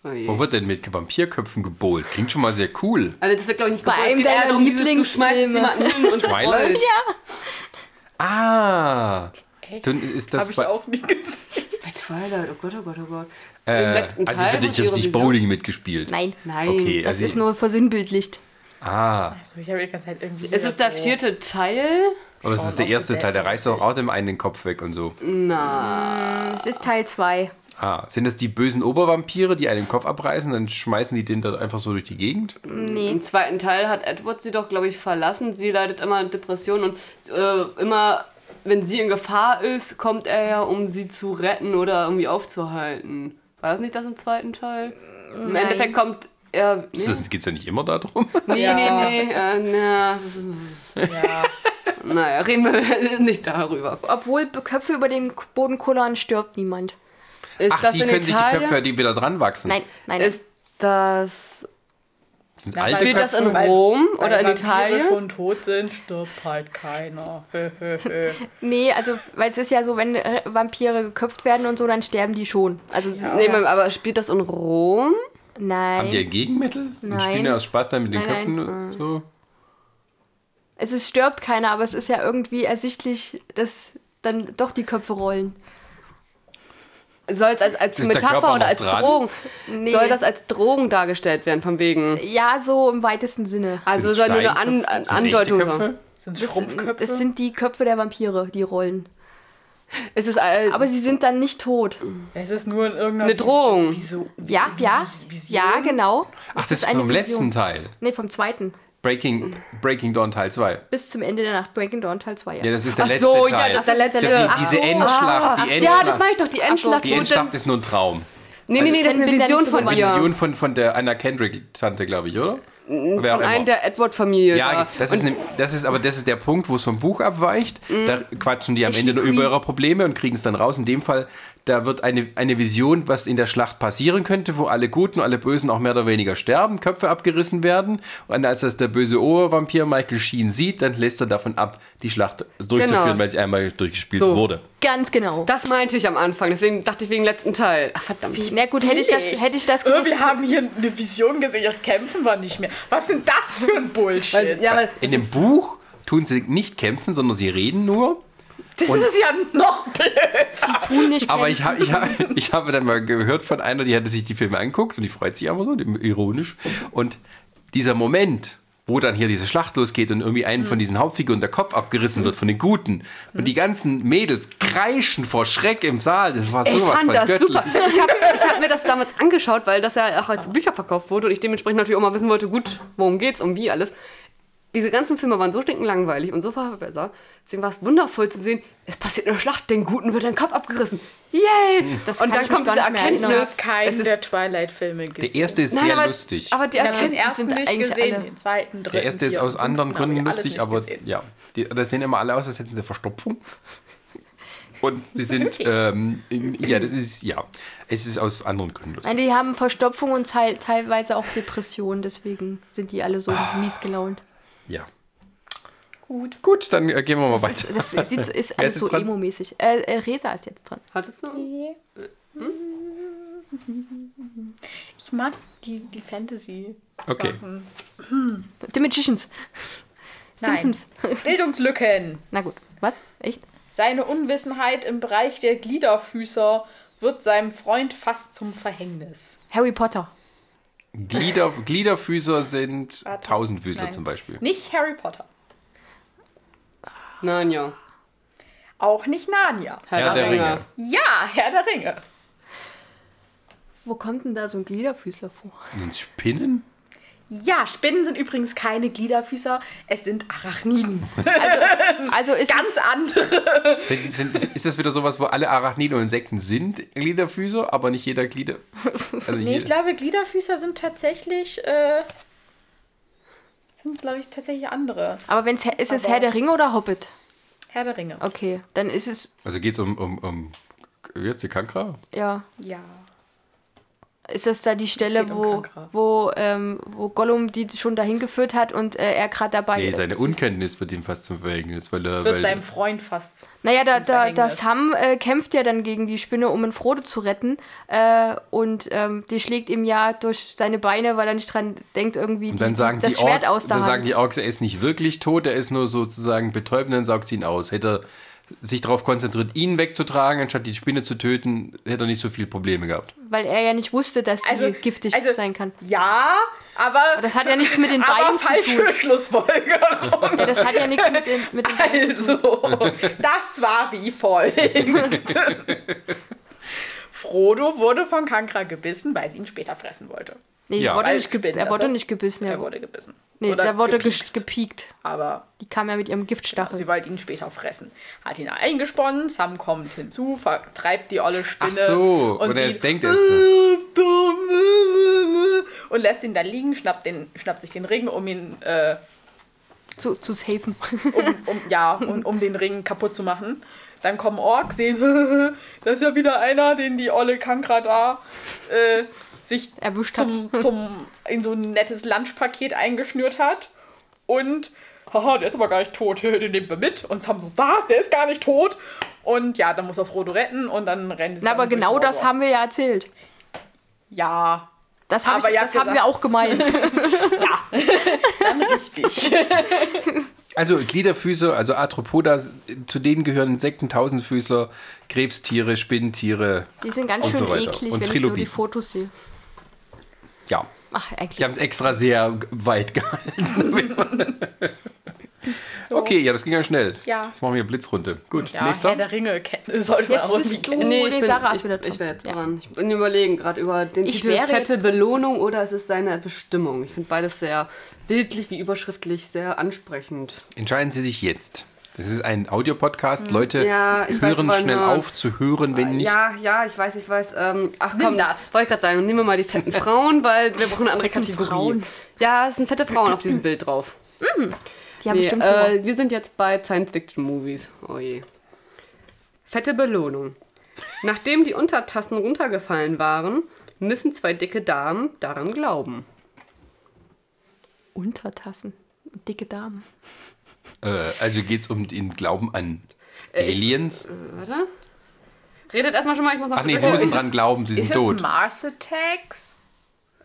[SPEAKER 4] Oh je.
[SPEAKER 1] Wo wird denn mit Vampirköpfen gebowlt? Klingt schon mal sehr cool.
[SPEAKER 4] also das wird glaube ich nicht
[SPEAKER 3] Bei
[SPEAKER 4] gewollt. Es
[SPEAKER 3] einem
[SPEAKER 4] geht eher
[SPEAKER 3] deiner
[SPEAKER 4] darum, dieses,
[SPEAKER 3] Lieblingsfilme.
[SPEAKER 4] Du schmeißt jemanden hin und
[SPEAKER 1] Twilight?
[SPEAKER 4] Twilight?
[SPEAKER 1] Ah! Dann ist das
[SPEAKER 2] Habe ich
[SPEAKER 1] bei-
[SPEAKER 2] auch nicht gesehen.
[SPEAKER 4] Bei Twilight, oh Gott, oh Gott, oh Gott. Im
[SPEAKER 1] äh,
[SPEAKER 4] letzten
[SPEAKER 1] also
[SPEAKER 4] Teil
[SPEAKER 1] wird nicht
[SPEAKER 4] wurde ihre
[SPEAKER 1] richtig
[SPEAKER 4] Vision-
[SPEAKER 1] Bowling mitgespielt.
[SPEAKER 3] Nein.
[SPEAKER 4] Nein.
[SPEAKER 1] Okay,
[SPEAKER 3] Das
[SPEAKER 1] also
[SPEAKER 3] ist nur versinnbildlicht.
[SPEAKER 1] ah,
[SPEAKER 2] Also ich habe die ganze Zeit irgendwie.
[SPEAKER 4] Es ist der
[SPEAKER 3] Also.
[SPEAKER 2] so-
[SPEAKER 4] vierte Teil.
[SPEAKER 1] aber das ist der erste Teil, der reißt auch Autem einen den Kopf weg und so.
[SPEAKER 3] Es ist Teil 2.
[SPEAKER 1] Ah, sind das die bösen Obervampire, die einen den Kopf abreißen, dann schmeißen die den dann einfach so durch die Gegend?
[SPEAKER 4] Im zweiten Teil hat Edward sie doch, glaube ich, verlassen. Sie leidet immer an Depressionen und äh, immer wenn sie in Gefahr ist, kommt er ja, um sie zu retten oder irgendwie aufzuhalten. War das nicht das im zweiten Teil? Im
[SPEAKER 3] Nein.
[SPEAKER 4] Endeffekt kommt er. Nee,
[SPEAKER 1] Geht es ja nicht immer darum?
[SPEAKER 4] nee,
[SPEAKER 2] Ja.
[SPEAKER 4] nee. nee äh, na, das ist-
[SPEAKER 2] Ja.
[SPEAKER 4] naja, reden wir *laughs* nicht darüber.
[SPEAKER 3] Obwohl Köpfe über den Boden kullern, stirbt niemand.
[SPEAKER 4] Ist
[SPEAKER 1] Ach,
[SPEAKER 4] das
[SPEAKER 1] die
[SPEAKER 4] in
[SPEAKER 1] können sich die
[SPEAKER 4] Italien?
[SPEAKER 1] Köpfe, die wieder dran wachsen.
[SPEAKER 3] Nein, nein.
[SPEAKER 4] Ist das.
[SPEAKER 1] Das sind
[SPEAKER 2] Ja,
[SPEAKER 1] alte
[SPEAKER 2] weil-
[SPEAKER 4] Spielt das in
[SPEAKER 2] Weil-
[SPEAKER 4] Rom
[SPEAKER 2] Weil
[SPEAKER 4] oder in
[SPEAKER 2] Vampire
[SPEAKER 4] Italien?
[SPEAKER 2] schon tot sind, stirbt halt keiner. Hö, hö, hö.
[SPEAKER 3] nee, also, weil es ist ja so, wenn äh, Vampire geköpft werden und so, dann sterben die schon. Also, es ist
[SPEAKER 4] Nee,
[SPEAKER 3] eben,
[SPEAKER 4] aber spielt das in Rom?
[SPEAKER 3] nein.
[SPEAKER 1] Haben die ein Gegenmittel?
[SPEAKER 3] Nein.
[SPEAKER 1] Und spielen ja aus Spaß dann mit den
[SPEAKER 3] Nein,
[SPEAKER 1] Köpfen
[SPEAKER 4] Mhm.
[SPEAKER 1] so?
[SPEAKER 3] Es ist, stirbt keiner, aber es ist ja irgendwie ersichtlich, dass dann doch die Köpfe rollen.
[SPEAKER 4] Soll es als, als
[SPEAKER 1] Ist der Körper
[SPEAKER 4] Metapher oder
[SPEAKER 1] noch
[SPEAKER 4] als
[SPEAKER 1] dran?
[SPEAKER 4] Drohung?
[SPEAKER 3] Nee.
[SPEAKER 4] Soll das als Drohung dargestellt werden, von wegen?
[SPEAKER 3] Ja, so im weitesten Sinne.
[SPEAKER 4] Also
[SPEAKER 1] Sind's
[SPEAKER 4] soll nur eine An
[SPEAKER 1] Steinköpfe?
[SPEAKER 4] An
[SPEAKER 1] Sind's echte
[SPEAKER 4] Andeutung
[SPEAKER 1] Köpfe?
[SPEAKER 4] sein.
[SPEAKER 2] Sind Schrumpfköpfe?
[SPEAKER 3] Es sind die Köpfe der Vampire, die rollen.
[SPEAKER 4] Es ist äh,
[SPEAKER 3] Aber sie sind dann nicht tot.
[SPEAKER 2] es ist nur in irgendeiner
[SPEAKER 4] Eine Drohung.
[SPEAKER 2] Visu Visu-
[SPEAKER 3] Ja, ja.
[SPEAKER 2] Vision?
[SPEAKER 3] Ja, genau.
[SPEAKER 1] Ach,
[SPEAKER 3] Es
[SPEAKER 1] das ist
[SPEAKER 3] eine
[SPEAKER 1] vom
[SPEAKER 3] Vision.
[SPEAKER 1] letzten Teil.
[SPEAKER 3] Nee, vom zweiten.
[SPEAKER 1] Breaking, Breaking Dawn Teil 2.
[SPEAKER 3] Bis zum Ende der Nacht. Breaking Dawn Teil 2.
[SPEAKER 1] Ja, das ist der
[SPEAKER 4] Ach
[SPEAKER 1] letzte
[SPEAKER 4] so, ja,
[SPEAKER 1] Teil.
[SPEAKER 4] das ist der letzte.
[SPEAKER 1] Die,
[SPEAKER 4] Ach
[SPEAKER 1] diese
[SPEAKER 4] so.
[SPEAKER 1] Endschlacht, die Endschlacht.
[SPEAKER 4] ja, das meine ich doch, die Endschlacht.
[SPEAKER 1] die
[SPEAKER 4] wo
[SPEAKER 1] Endschlacht
[SPEAKER 4] dann-
[SPEAKER 1] ist nur ein Traum.
[SPEAKER 4] nee, nee, nee, das ist eine
[SPEAKER 3] Ich bin da
[SPEAKER 4] Vision
[SPEAKER 3] nicht so
[SPEAKER 4] von
[SPEAKER 3] bewandert.
[SPEAKER 4] ihr.
[SPEAKER 1] Vision von, von der Anna Kendrick-Tante, glaube ich, oder? Wer auch
[SPEAKER 4] Von einem
[SPEAKER 1] immer.
[SPEAKER 4] der Edward-Familie.
[SPEAKER 1] Ja,
[SPEAKER 4] da.
[SPEAKER 1] das ist, ne, das ist aber das ist der Punkt, wo es vom Buch abweicht.
[SPEAKER 4] Mhm.
[SPEAKER 1] Da quatschen die am
[SPEAKER 3] Ich
[SPEAKER 1] Ende nur
[SPEAKER 3] lieb
[SPEAKER 1] über
[SPEAKER 3] Queen.
[SPEAKER 1] ihre Probleme und kriegen es dann raus. In dem Fall, da wird eine, eine Vision, was in der Schlacht passieren könnte, wo alle Guten, alle Bösen auch mehr oder weniger sterben, Köpfe abgerissen werden. Und als das der böse Obervampir Michael Sheen sieht, dann lässt er davon ab, die Schlacht durchzuführen,
[SPEAKER 4] Genau.
[SPEAKER 1] weil sie einmal durchgespielt
[SPEAKER 4] So.
[SPEAKER 1] wurde.
[SPEAKER 3] Ganz genau.
[SPEAKER 4] das meinte ich am Anfang, deswegen dachte ich wegen letzten Teil. Ach, verdammt.
[SPEAKER 3] Na gut, hätte ich das, hätte ich das
[SPEAKER 2] Äh,
[SPEAKER 3] gewusst.
[SPEAKER 2] wir haben hier eine Vision gesehen, jetzt kämpfen wir nicht mehr. Was sind das für ein Bullshit?
[SPEAKER 4] Weil, Also, ja, weil
[SPEAKER 1] In dem Buch tun sie nicht kämpfen, sondern sie reden nur.
[SPEAKER 2] das ist ja noch blöd.
[SPEAKER 3] Tun nicht
[SPEAKER 1] Aber
[SPEAKER 3] kennen.
[SPEAKER 1] ich, hab, ich, hab, *laughs* ich habe dann mal gehört von einer, die hatte sich die Filme angeguckt und die freut sich aber so, ironisch. Und dieser Moment, wo dann hier diese Schlacht losgeht und irgendwie einen
[SPEAKER 4] Mhm.
[SPEAKER 1] von diesen Hauptfiguren der Kopf abgerissen wird von den Guten und die ganzen Mädels kreischen vor Schreck im Saal, das war
[SPEAKER 4] ich
[SPEAKER 1] sowas
[SPEAKER 4] fand
[SPEAKER 1] von
[SPEAKER 4] das
[SPEAKER 1] göttlich.
[SPEAKER 4] super. Ich habe ich hab mir das damals angeschaut, weil das ja auch als Bücher verkauft wurde und ich dementsprechend natürlich auch mal wissen wollte, gut, worum geht's, um wie alles. Diese ganzen Filme waren so stinkend langweilig und so war besser. Deswegen war es wundervoll zu sehen, es passiert eine Schlacht, den Guten wird dein Kopf abgerissen. Yay!
[SPEAKER 3] Das
[SPEAKER 4] und
[SPEAKER 3] kann
[SPEAKER 4] dann
[SPEAKER 3] ich mich
[SPEAKER 4] kommt
[SPEAKER 3] gar
[SPEAKER 4] diese
[SPEAKER 3] nicht mehr erinnern.
[SPEAKER 4] Erkenntnis.
[SPEAKER 2] keinen
[SPEAKER 4] es ist-
[SPEAKER 2] der Twilight-Filme gesehen.
[SPEAKER 1] Der erste ist sehr
[SPEAKER 4] aber,
[SPEAKER 1] lustig.
[SPEAKER 4] aber die
[SPEAKER 2] Ich habe den
[SPEAKER 4] Erkenntnis.
[SPEAKER 2] ersten
[SPEAKER 3] sind
[SPEAKER 2] nicht
[SPEAKER 3] eigentlich
[SPEAKER 2] gesehen,
[SPEAKER 3] alle-
[SPEAKER 2] den zweiten, dritten.
[SPEAKER 1] der erste ist
[SPEAKER 2] vierten,
[SPEAKER 1] aus anderen
[SPEAKER 2] fünften
[SPEAKER 1] Gründen
[SPEAKER 2] habe ich alles
[SPEAKER 1] lustig,
[SPEAKER 2] nicht
[SPEAKER 1] aber
[SPEAKER 2] gesehen.
[SPEAKER 1] ja, die, das sehen immer alle aus, als hätten sie Verstopfung. Und
[SPEAKER 4] *laughs*
[SPEAKER 1] sie sind, ähm, im- ja, das ist, ja, es ist aus anderen Gründen lustig.
[SPEAKER 3] Nein, die haben Verstopfung und teil- teilweise auch Depressionen, deswegen sind die alle so
[SPEAKER 4] Ah.
[SPEAKER 3] mies gelaunt.
[SPEAKER 1] Ja. Gut. Gut, dann äh, gehen wir mal
[SPEAKER 3] Das,
[SPEAKER 1] weiter.
[SPEAKER 4] *laughs*
[SPEAKER 3] ist- das sieht, so- ist
[SPEAKER 1] Wer
[SPEAKER 3] alles
[SPEAKER 1] ist
[SPEAKER 3] so
[SPEAKER 1] jetzt dran?
[SPEAKER 3] emo-mäßig. Äh, äh, Resa ist jetzt dran.
[SPEAKER 4] Hattest du?
[SPEAKER 2] Ich mag die, die Fantasy.
[SPEAKER 1] Okay.
[SPEAKER 3] The Magicians. Simpsons.
[SPEAKER 2] Bildungslücken.
[SPEAKER 3] Na gut. Was? Echt?
[SPEAKER 2] Seine Unwissenheit im Bereich der Gliederfüßer wird seinem Freund fast zum Verhängnis.
[SPEAKER 3] Harry Potter.
[SPEAKER 1] Glieder, Gliederfüßer sind
[SPEAKER 2] Warte.
[SPEAKER 1] Tausendfüßer
[SPEAKER 2] Nein.
[SPEAKER 1] zum Beispiel.
[SPEAKER 2] Nicht Harry Potter.
[SPEAKER 4] Nein, ja.
[SPEAKER 2] Auch nicht Narnia.
[SPEAKER 4] Herr,
[SPEAKER 1] Herr der Ringe.
[SPEAKER 2] Ja, Herr der Ringe.
[SPEAKER 3] Wo kommt denn da so ein Gliederfüßler vor?
[SPEAKER 1] Sind es Spinnen?
[SPEAKER 2] Ja, Spinnen sind übrigens keine Gliederfüßer, es sind Arachniden.
[SPEAKER 3] *laughs* Also ist
[SPEAKER 2] Ganz andere.
[SPEAKER 1] Sind, sind, ist das wieder sowas, wo alle Arachniden und Insekten sind Gliederfüßer, aber nicht jeder Glieder. Also
[SPEAKER 2] Nee, ich glaube, Gliederfüßer sind tatsächlich. Äh, sind, glaube ich, tatsächlich andere.
[SPEAKER 3] es, aber wenn's, Herr- ist es
[SPEAKER 2] Aber-
[SPEAKER 3] Herr der Ringe oder Hobbit?
[SPEAKER 2] Herr der Ringe.
[SPEAKER 3] Okay, dann ist es,
[SPEAKER 1] also geht es um, um, um wie heißt die Kankra?
[SPEAKER 3] ja,
[SPEAKER 2] Ja.
[SPEAKER 3] ist das da die Stelle,
[SPEAKER 2] geht um
[SPEAKER 3] wo,
[SPEAKER 2] Kankra.
[SPEAKER 3] wo, ähm, wo Gollum die schon dahin geführt hat und äh, er gerade dabei
[SPEAKER 1] Nee,
[SPEAKER 3] ist?
[SPEAKER 1] seine Unkenntnis wird ihm fast zum Verhängnis, weil er.
[SPEAKER 2] Wird
[SPEAKER 1] Weil,
[SPEAKER 2] seinem Freund fast.
[SPEAKER 3] Naja, da, da, da
[SPEAKER 2] Verhängnis.
[SPEAKER 3] Sam äh, kämpft ja dann gegen die Spinne, um ihn Frodo zu retten. Äh, und ähm, die schlägt ihm ja durch seine Beine, weil er nicht dran denkt, irgendwie
[SPEAKER 1] und
[SPEAKER 3] die,
[SPEAKER 1] dann sagen
[SPEAKER 3] Mhm. das
[SPEAKER 1] die
[SPEAKER 3] Schwert
[SPEAKER 1] Orks,
[SPEAKER 3] aus der
[SPEAKER 1] dann sagen
[SPEAKER 3] Hand.
[SPEAKER 1] die Orks, er ist nicht wirklich tot, er ist nur sozusagen betäubt und dann saugt sie ihn aus. Hätte er sich darauf konzentriert, ihn wegzutragen, anstatt die Spinne zu töten, hätte er nicht so viele Probleme gehabt.
[SPEAKER 3] Weil er ja nicht wusste, dass sie giftig
[SPEAKER 2] also,
[SPEAKER 3] sein kann.
[SPEAKER 2] Ja, aber.
[SPEAKER 3] Das hat ja nichts mit den
[SPEAKER 2] aber
[SPEAKER 3] Beinen zu tun.
[SPEAKER 2] falsche Schlussfolgerung.
[SPEAKER 3] Ja, das hat ja nichts mit den, mit den Beinen zu tun.
[SPEAKER 1] *laughs*
[SPEAKER 2] Also, das war wie folgt. Frodo wurde von Kankra gebissen, weil sie ihn später fressen wollte.
[SPEAKER 3] Nee,
[SPEAKER 1] Ja.
[SPEAKER 3] er wurde,
[SPEAKER 2] Weil
[SPEAKER 3] nicht, ge
[SPEAKER 2] Spinnen,
[SPEAKER 3] er wurde
[SPEAKER 2] also.
[SPEAKER 3] nicht gebissen. Er
[SPEAKER 2] Er
[SPEAKER 3] wurde,
[SPEAKER 2] wurde gebissen.
[SPEAKER 3] nee,
[SPEAKER 2] Oder
[SPEAKER 3] der wurde
[SPEAKER 2] gepiekst.
[SPEAKER 3] gepiekt. gepiekt.
[SPEAKER 2] Aber
[SPEAKER 3] Die kam ja mit ihrem Giftstachel.
[SPEAKER 2] sie wollte ihn später fressen. Hat ihn eingesponnen, Sam kommt hinzu, vertreibt die olle Spinne.
[SPEAKER 1] Ach so,
[SPEAKER 2] und
[SPEAKER 1] und er
[SPEAKER 2] sie-
[SPEAKER 1] denkt erst.
[SPEAKER 2] Und lässt ihn da liegen, schnappt, den, schnappt sich den Ring, um ihn, äh,
[SPEAKER 3] zu, zu safen.
[SPEAKER 4] *laughs*
[SPEAKER 2] um, um, ja, um, um den Ring kaputt zu machen. Dann kommen Orks, sehen, *laughs* da ist ja wieder einer, den die olle Kankra da äh, sich
[SPEAKER 3] Erwischt hat.
[SPEAKER 2] zum, zum, in so ein nettes Lunchpaket eingeschnürt hat. Und, haha, der ist aber gar nicht tot, *laughs* den nehmen wir mit. Und Sam so, was, der ist gar nicht tot. Und ja, dann muss er Frodo retten und dann rennt
[SPEAKER 3] *laughs* Na, aber genau das
[SPEAKER 2] haben
[SPEAKER 3] haben wir ja erzählt.
[SPEAKER 2] Ja,
[SPEAKER 3] Das, hab
[SPEAKER 2] Aber
[SPEAKER 3] ich,
[SPEAKER 2] ja,
[SPEAKER 3] das haben wir
[SPEAKER 4] genau.
[SPEAKER 2] gesagt.
[SPEAKER 3] auch
[SPEAKER 4] *laughs*
[SPEAKER 3] gemeint.
[SPEAKER 2] dann
[SPEAKER 3] *laughs*
[SPEAKER 2] richtig.
[SPEAKER 1] Also Gliederfüßer, also Arthropoda, zu denen gehören Insekten, Tausendfüßer, Krebstiere, Spinnentiere.
[SPEAKER 3] Die sind ganz
[SPEAKER 1] Und
[SPEAKER 3] schön
[SPEAKER 1] so weiter.
[SPEAKER 3] eklig,
[SPEAKER 1] Und
[SPEAKER 3] wenn ich so die
[SPEAKER 1] Trilobiten.
[SPEAKER 3] Fotos sehe.
[SPEAKER 1] Ja,
[SPEAKER 3] Ach, eigentlich.
[SPEAKER 1] ich habe es extra sehr g- weit *laughs* gehalten.
[SPEAKER 3] *laughs*
[SPEAKER 1] Okay, ja, das ging ja schnell.
[SPEAKER 2] Ja.
[SPEAKER 1] Jetzt machen wir Blitzrunde. Gut,
[SPEAKER 2] Ja,
[SPEAKER 1] nächster.
[SPEAKER 2] Herr der Ringe kennt, sollte man
[SPEAKER 3] Jetzt
[SPEAKER 2] auch irgendwie
[SPEAKER 3] bist du.
[SPEAKER 2] kennen.
[SPEAKER 4] Nee,
[SPEAKER 3] Oh,
[SPEAKER 4] ich
[SPEAKER 3] nee,
[SPEAKER 4] bin,
[SPEAKER 3] Sarah ist
[SPEAKER 4] ich,
[SPEAKER 3] wieder dran.
[SPEAKER 4] Ich wäre jetzt
[SPEAKER 3] Ja.
[SPEAKER 4] dran. Ich bin überlegen gerade über den
[SPEAKER 3] Ich
[SPEAKER 4] Titel
[SPEAKER 3] wäre
[SPEAKER 4] Fette
[SPEAKER 3] jetzt-
[SPEAKER 4] Belohnung oder es ist seine Bestimmung. Ich finde beides sehr bildlich wie überschriftlich sehr ansprechend.
[SPEAKER 1] Entscheiden Sie sich jetzt. Das ist ein Audiopodcast. Leute
[SPEAKER 4] Ja, ich
[SPEAKER 1] hören
[SPEAKER 4] weiß,
[SPEAKER 1] schnell
[SPEAKER 4] aber- Äh,
[SPEAKER 1] auf zu hören, wenn nicht.
[SPEAKER 4] Ja, ja, ich weiß, ich weiß. Ähm, ach komm,
[SPEAKER 2] Nimm das.
[SPEAKER 4] Wollte ich gerade sagen, nehmen wir mal
[SPEAKER 3] *laughs*
[SPEAKER 4] die fetten Frauen, weil wir brauchen eine andere
[SPEAKER 3] Fetten
[SPEAKER 4] Kategorie.
[SPEAKER 3] Frauen.
[SPEAKER 4] Ja, es sind fette Frauen auf diesem Bild
[SPEAKER 3] *laughs*
[SPEAKER 4] drauf.
[SPEAKER 3] Die haben
[SPEAKER 4] Nee,
[SPEAKER 3] bestimmt Hunger.
[SPEAKER 4] äh, wir sind jetzt bei Science-Fiction-Movies. Oh je. Fette Belohnung. Nachdem die Untertassen runtergefallen waren, müssen zwei dicke Damen daran glauben.
[SPEAKER 3] Untertassen. Und Dicke Damen.
[SPEAKER 1] Äh, also geht es um den Glauben an
[SPEAKER 4] ich-
[SPEAKER 1] Aliens.
[SPEAKER 4] Warte. Redet erstmal schon mal, ich muss noch
[SPEAKER 1] Ach nee, Sie müssen
[SPEAKER 4] Äh,
[SPEAKER 1] dran glauben, Sie sind
[SPEAKER 2] Ist
[SPEAKER 1] tot.
[SPEAKER 2] es Mars Attacks?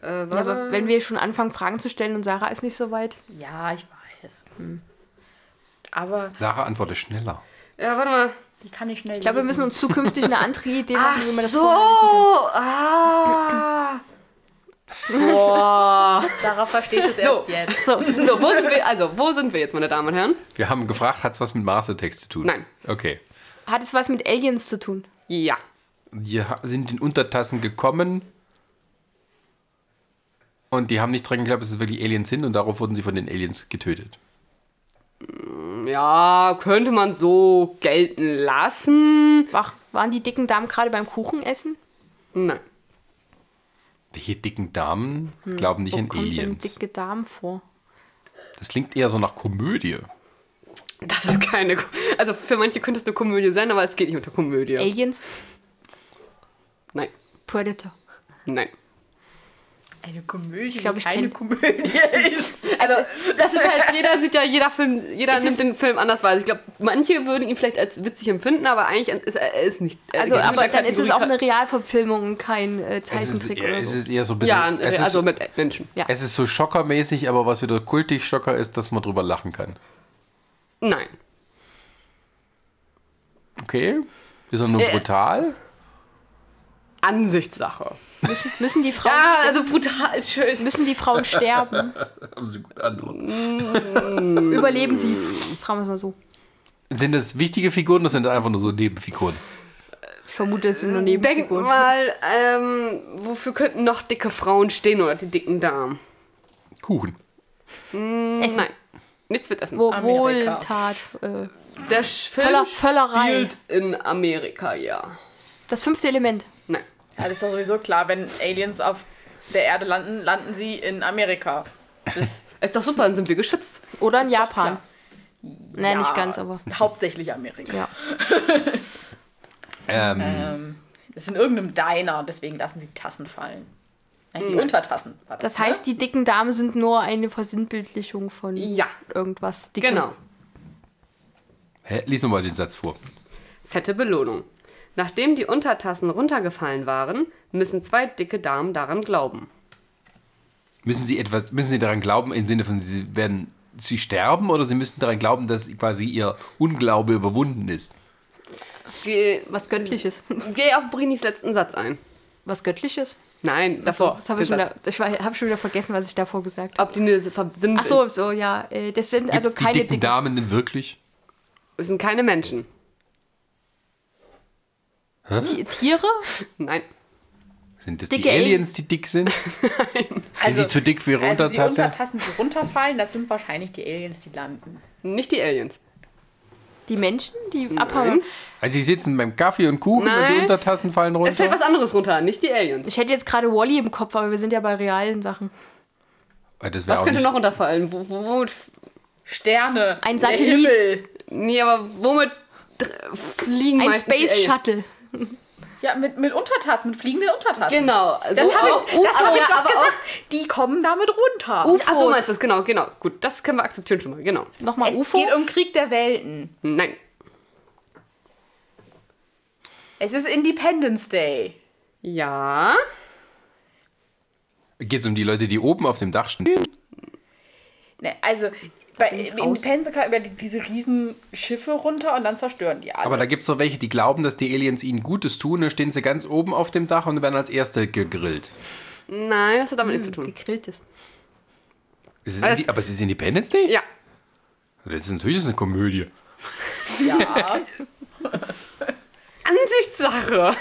[SPEAKER 4] warte.
[SPEAKER 3] Ja, aber wenn wir schon anfangen, Fragen zu stellen und Sarah ist nicht so weit.
[SPEAKER 2] Ja, ich weiß. Hm. Aber
[SPEAKER 1] Sarah antwortet schneller.
[SPEAKER 4] ja, warte mal.
[SPEAKER 2] die kann ich schnell
[SPEAKER 3] Ich glaube, wir müssen uns zukünftig eine andere
[SPEAKER 4] *laughs*
[SPEAKER 3] Idee machen, wie man das vorlesen kann.
[SPEAKER 4] Ah. Boah.
[SPEAKER 2] Sarah *laughs* versteht es
[SPEAKER 4] So.
[SPEAKER 2] erst jetzt.
[SPEAKER 4] So, so, wo sind wir? Also, wo sind wir jetzt, meine Damen und Herren?
[SPEAKER 1] Wir haben gefragt, hat es was mit Mars Attacks zu tun?
[SPEAKER 4] Nein.
[SPEAKER 1] Okay.
[SPEAKER 3] Hat es was mit Aliens zu tun?
[SPEAKER 4] Ja.
[SPEAKER 1] Die ha- sind in Untertassen gekommen und die haben nicht dran geglaubt, dass es wirklich Aliens sind und darauf wurden sie von den Aliens getötet.
[SPEAKER 4] Ja, könnte man so gelten lassen.
[SPEAKER 3] Wach, waren die dicken Damen gerade beim Kuchenessen?
[SPEAKER 4] Nein.
[SPEAKER 1] Welche dicken Damen glauben nicht
[SPEAKER 3] Wo
[SPEAKER 1] an
[SPEAKER 3] kommt denn
[SPEAKER 1] Aliens?
[SPEAKER 3] dicke Damen vor?
[SPEAKER 1] Das klingt eher so nach Komödie.
[SPEAKER 4] Das ist keine. Ko- Also für manche könnte es eine Komödie sein, aber es geht nicht unter Komödie.
[SPEAKER 3] Aliens?
[SPEAKER 4] Nein.
[SPEAKER 3] Predator.
[SPEAKER 4] Nein.
[SPEAKER 2] Eine Komödie, ich
[SPEAKER 3] glaub,
[SPEAKER 2] glaube,
[SPEAKER 3] ich
[SPEAKER 2] ich keine
[SPEAKER 3] kenn-
[SPEAKER 2] Komödie ist.
[SPEAKER 4] Also, das ist halt, jeder sieht ja, jeder Film, jeder
[SPEAKER 3] Es
[SPEAKER 4] nimmt
[SPEAKER 3] ist-
[SPEAKER 4] den Film anders wahr. Also, Ich glaube, manche würden ihn vielleicht als witzig empfinden, aber eigentlich ist er er ist nicht. er
[SPEAKER 3] Also,
[SPEAKER 4] ist
[SPEAKER 3] aber
[SPEAKER 4] nicht
[SPEAKER 3] dann ist es auch
[SPEAKER 4] Kategorie-
[SPEAKER 3] eine Realverfilmung und kein äh,
[SPEAKER 1] Es ist,
[SPEAKER 3] Zeichentrick
[SPEAKER 1] eher,
[SPEAKER 3] oder
[SPEAKER 1] es
[SPEAKER 3] so.
[SPEAKER 1] ist eher so ein bisschen.
[SPEAKER 4] Ja,
[SPEAKER 1] es ist,
[SPEAKER 4] also mit Menschen.
[SPEAKER 3] Ja.
[SPEAKER 1] es ist so schockermäßig, aber was wieder kultig schocker ist, dass man drüber lachen kann.
[SPEAKER 4] Nein.
[SPEAKER 1] Okay? Ist er nur
[SPEAKER 4] Äh.
[SPEAKER 1] brutal?
[SPEAKER 4] Ansichtssache.
[SPEAKER 3] Müssen die Frauen,
[SPEAKER 4] Ja, also brutal ist schön.
[SPEAKER 3] müssen die Frauen sterben?
[SPEAKER 1] Haben sie gut antworten.
[SPEAKER 3] Überleben sie es? Fragen wir es mal so.
[SPEAKER 1] Sind das wichtige Figuren oder sind das einfach nur so Nebenfiguren?
[SPEAKER 3] Ich vermute, es sind nur
[SPEAKER 4] Denk
[SPEAKER 3] Nebenfiguren.
[SPEAKER 4] mal, ähm, wofür könnten noch dicke Frauen stehen oder die dicken Damen?
[SPEAKER 1] Kuchen.
[SPEAKER 3] Essen.
[SPEAKER 4] Nein. Nichts mit Essen.
[SPEAKER 3] Wo
[SPEAKER 2] Amerika.
[SPEAKER 3] Wohltat. Äh,
[SPEAKER 4] Der Sch- Film
[SPEAKER 3] Völler, Völlerei.
[SPEAKER 4] spielt in Amerika, ja.
[SPEAKER 3] Das fünfte Element.
[SPEAKER 4] Nein.
[SPEAKER 2] Ja, das ist doch sowieso klar, wenn Aliens auf der Erde landen, landen sie in Amerika. Das
[SPEAKER 4] Ist doch super, dann sind wir geschützt.
[SPEAKER 3] Oder in
[SPEAKER 2] Ist doch
[SPEAKER 3] Japan.
[SPEAKER 2] klar.
[SPEAKER 3] Nein,
[SPEAKER 2] Ja.
[SPEAKER 3] nicht ganz, aber.
[SPEAKER 2] hauptsächlich Amerika.
[SPEAKER 3] Ja.
[SPEAKER 1] Ähm,
[SPEAKER 2] Ähm, das ist in irgendeinem Diner, deswegen lassen sie Tassen fallen. Nein, die Untertassen. Ne? War
[SPEAKER 3] Das heißt, die dicken Damen sind nur eine Versinnbildlichung von
[SPEAKER 4] Ja,
[SPEAKER 3] irgendwas. Dickem.
[SPEAKER 4] genau.
[SPEAKER 1] hä? Lies nochmal den Satz vor.
[SPEAKER 4] Fette Belohnung. Nachdem die Untertassen runtergefallen waren, müssen zwei dicke Damen daran glauben.
[SPEAKER 1] Müssen sie etwas, müssen sie daran glauben, im Sinne von, sie werden, sie sterben oder sie müssen daran glauben, dass quasi ihr Unglaube überwunden ist?
[SPEAKER 4] Geh,
[SPEAKER 3] Was Göttliches.
[SPEAKER 4] geh auf Brinis letzten Satz ein.
[SPEAKER 3] Was Göttliches?
[SPEAKER 4] Nein, davor.
[SPEAKER 3] Das habe ich
[SPEAKER 4] den
[SPEAKER 3] schon
[SPEAKER 4] Satz.
[SPEAKER 3] wieder, ich habe schon wieder vergessen, was ich davor gesagt habe.
[SPEAKER 4] Ob die eine sind.
[SPEAKER 3] Ach so, so, ja. äh, Das sind
[SPEAKER 1] Gibt's
[SPEAKER 3] also keine
[SPEAKER 1] die dicken Damen denn wirklich?
[SPEAKER 4] Es sind keine Menschen.
[SPEAKER 3] Ti- Tiere?
[SPEAKER 4] Nein.
[SPEAKER 1] Sind das die
[SPEAKER 3] Dicke
[SPEAKER 1] Aliens, die dick sind? Sind die zu dick für ihre
[SPEAKER 2] also die
[SPEAKER 1] Untertasse?
[SPEAKER 2] Untertassen, die runterfallen, das sind wahrscheinlich die Aliens, die landen.
[SPEAKER 4] Nicht die Aliens.
[SPEAKER 3] Die Menschen, die abhauen.
[SPEAKER 1] Also die sitzen beim Kaffee und Kuchen und die
[SPEAKER 4] Nein.
[SPEAKER 1] Untertassen fallen runter.
[SPEAKER 4] Es fällt was anderes runter, nicht die Aliens.
[SPEAKER 3] Ich hätte jetzt gerade Wally im Kopf, aber wir sind ja bei realen Sachen.
[SPEAKER 1] Ah, das wäre
[SPEAKER 4] Was
[SPEAKER 1] auch
[SPEAKER 4] könnte
[SPEAKER 1] nicht.
[SPEAKER 4] noch runterfallen? Wo, wo, womit. f-
[SPEAKER 2] Sterne.
[SPEAKER 3] Ein
[SPEAKER 2] Der
[SPEAKER 3] Satellit.
[SPEAKER 2] Himmel.
[SPEAKER 4] Nee, aber womit dr- fliegen
[SPEAKER 3] Ein
[SPEAKER 4] meistens die
[SPEAKER 3] Space
[SPEAKER 4] Aliens?
[SPEAKER 3] Shuttle.
[SPEAKER 2] Ja, mit, mit Untertassen, mit fliegenden Untertassen.
[SPEAKER 4] Genau.
[SPEAKER 2] Das
[SPEAKER 4] so
[SPEAKER 2] habe
[SPEAKER 4] auch
[SPEAKER 2] ich, das hab ich doch
[SPEAKER 4] aber
[SPEAKER 2] gesagt. Die kommen damit runter.
[SPEAKER 3] Uf-
[SPEAKER 4] Ach so,
[SPEAKER 3] Groß.
[SPEAKER 4] meinst du das? Genau, genau. Gut, das können wir akzeptieren schon mal. Genau.
[SPEAKER 3] Nochmal
[SPEAKER 2] es
[SPEAKER 3] UFO.
[SPEAKER 2] geht um Krieg der Welten.
[SPEAKER 4] Nein.
[SPEAKER 2] Es ist Independence Day.
[SPEAKER 4] Ja.
[SPEAKER 1] Geht es um die Leute, die oben auf dem Dach stehen?
[SPEAKER 2] Ne, also bei,
[SPEAKER 3] bin ich
[SPEAKER 2] in
[SPEAKER 3] raus.
[SPEAKER 2] Independence kann über die, diese riesen Schiffe runter und dann zerstören die alles.
[SPEAKER 1] Aber da gibt es so welche, die glauben, dass die Aliens ihnen Gutes tun. Dann stehen sie ganz oben auf dem Dach und werden als Erste gegrillt.
[SPEAKER 4] Nein, das hat damit nichts zu
[SPEAKER 3] Hm.
[SPEAKER 4] tun.
[SPEAKER 3] Gegrilltes.
[SPEAKER 1] Ist es
[SPEAKER 4] Was?
[SPEAKER 1] Indi- aber es ist Independence Day?
[SPEAKER 4] Ja.
[SPEAKER 1] Das ist natürlich das ist eine Komödie.
[SPEAKER 2] ja.
[SPEAKER 4] Ansichtssache.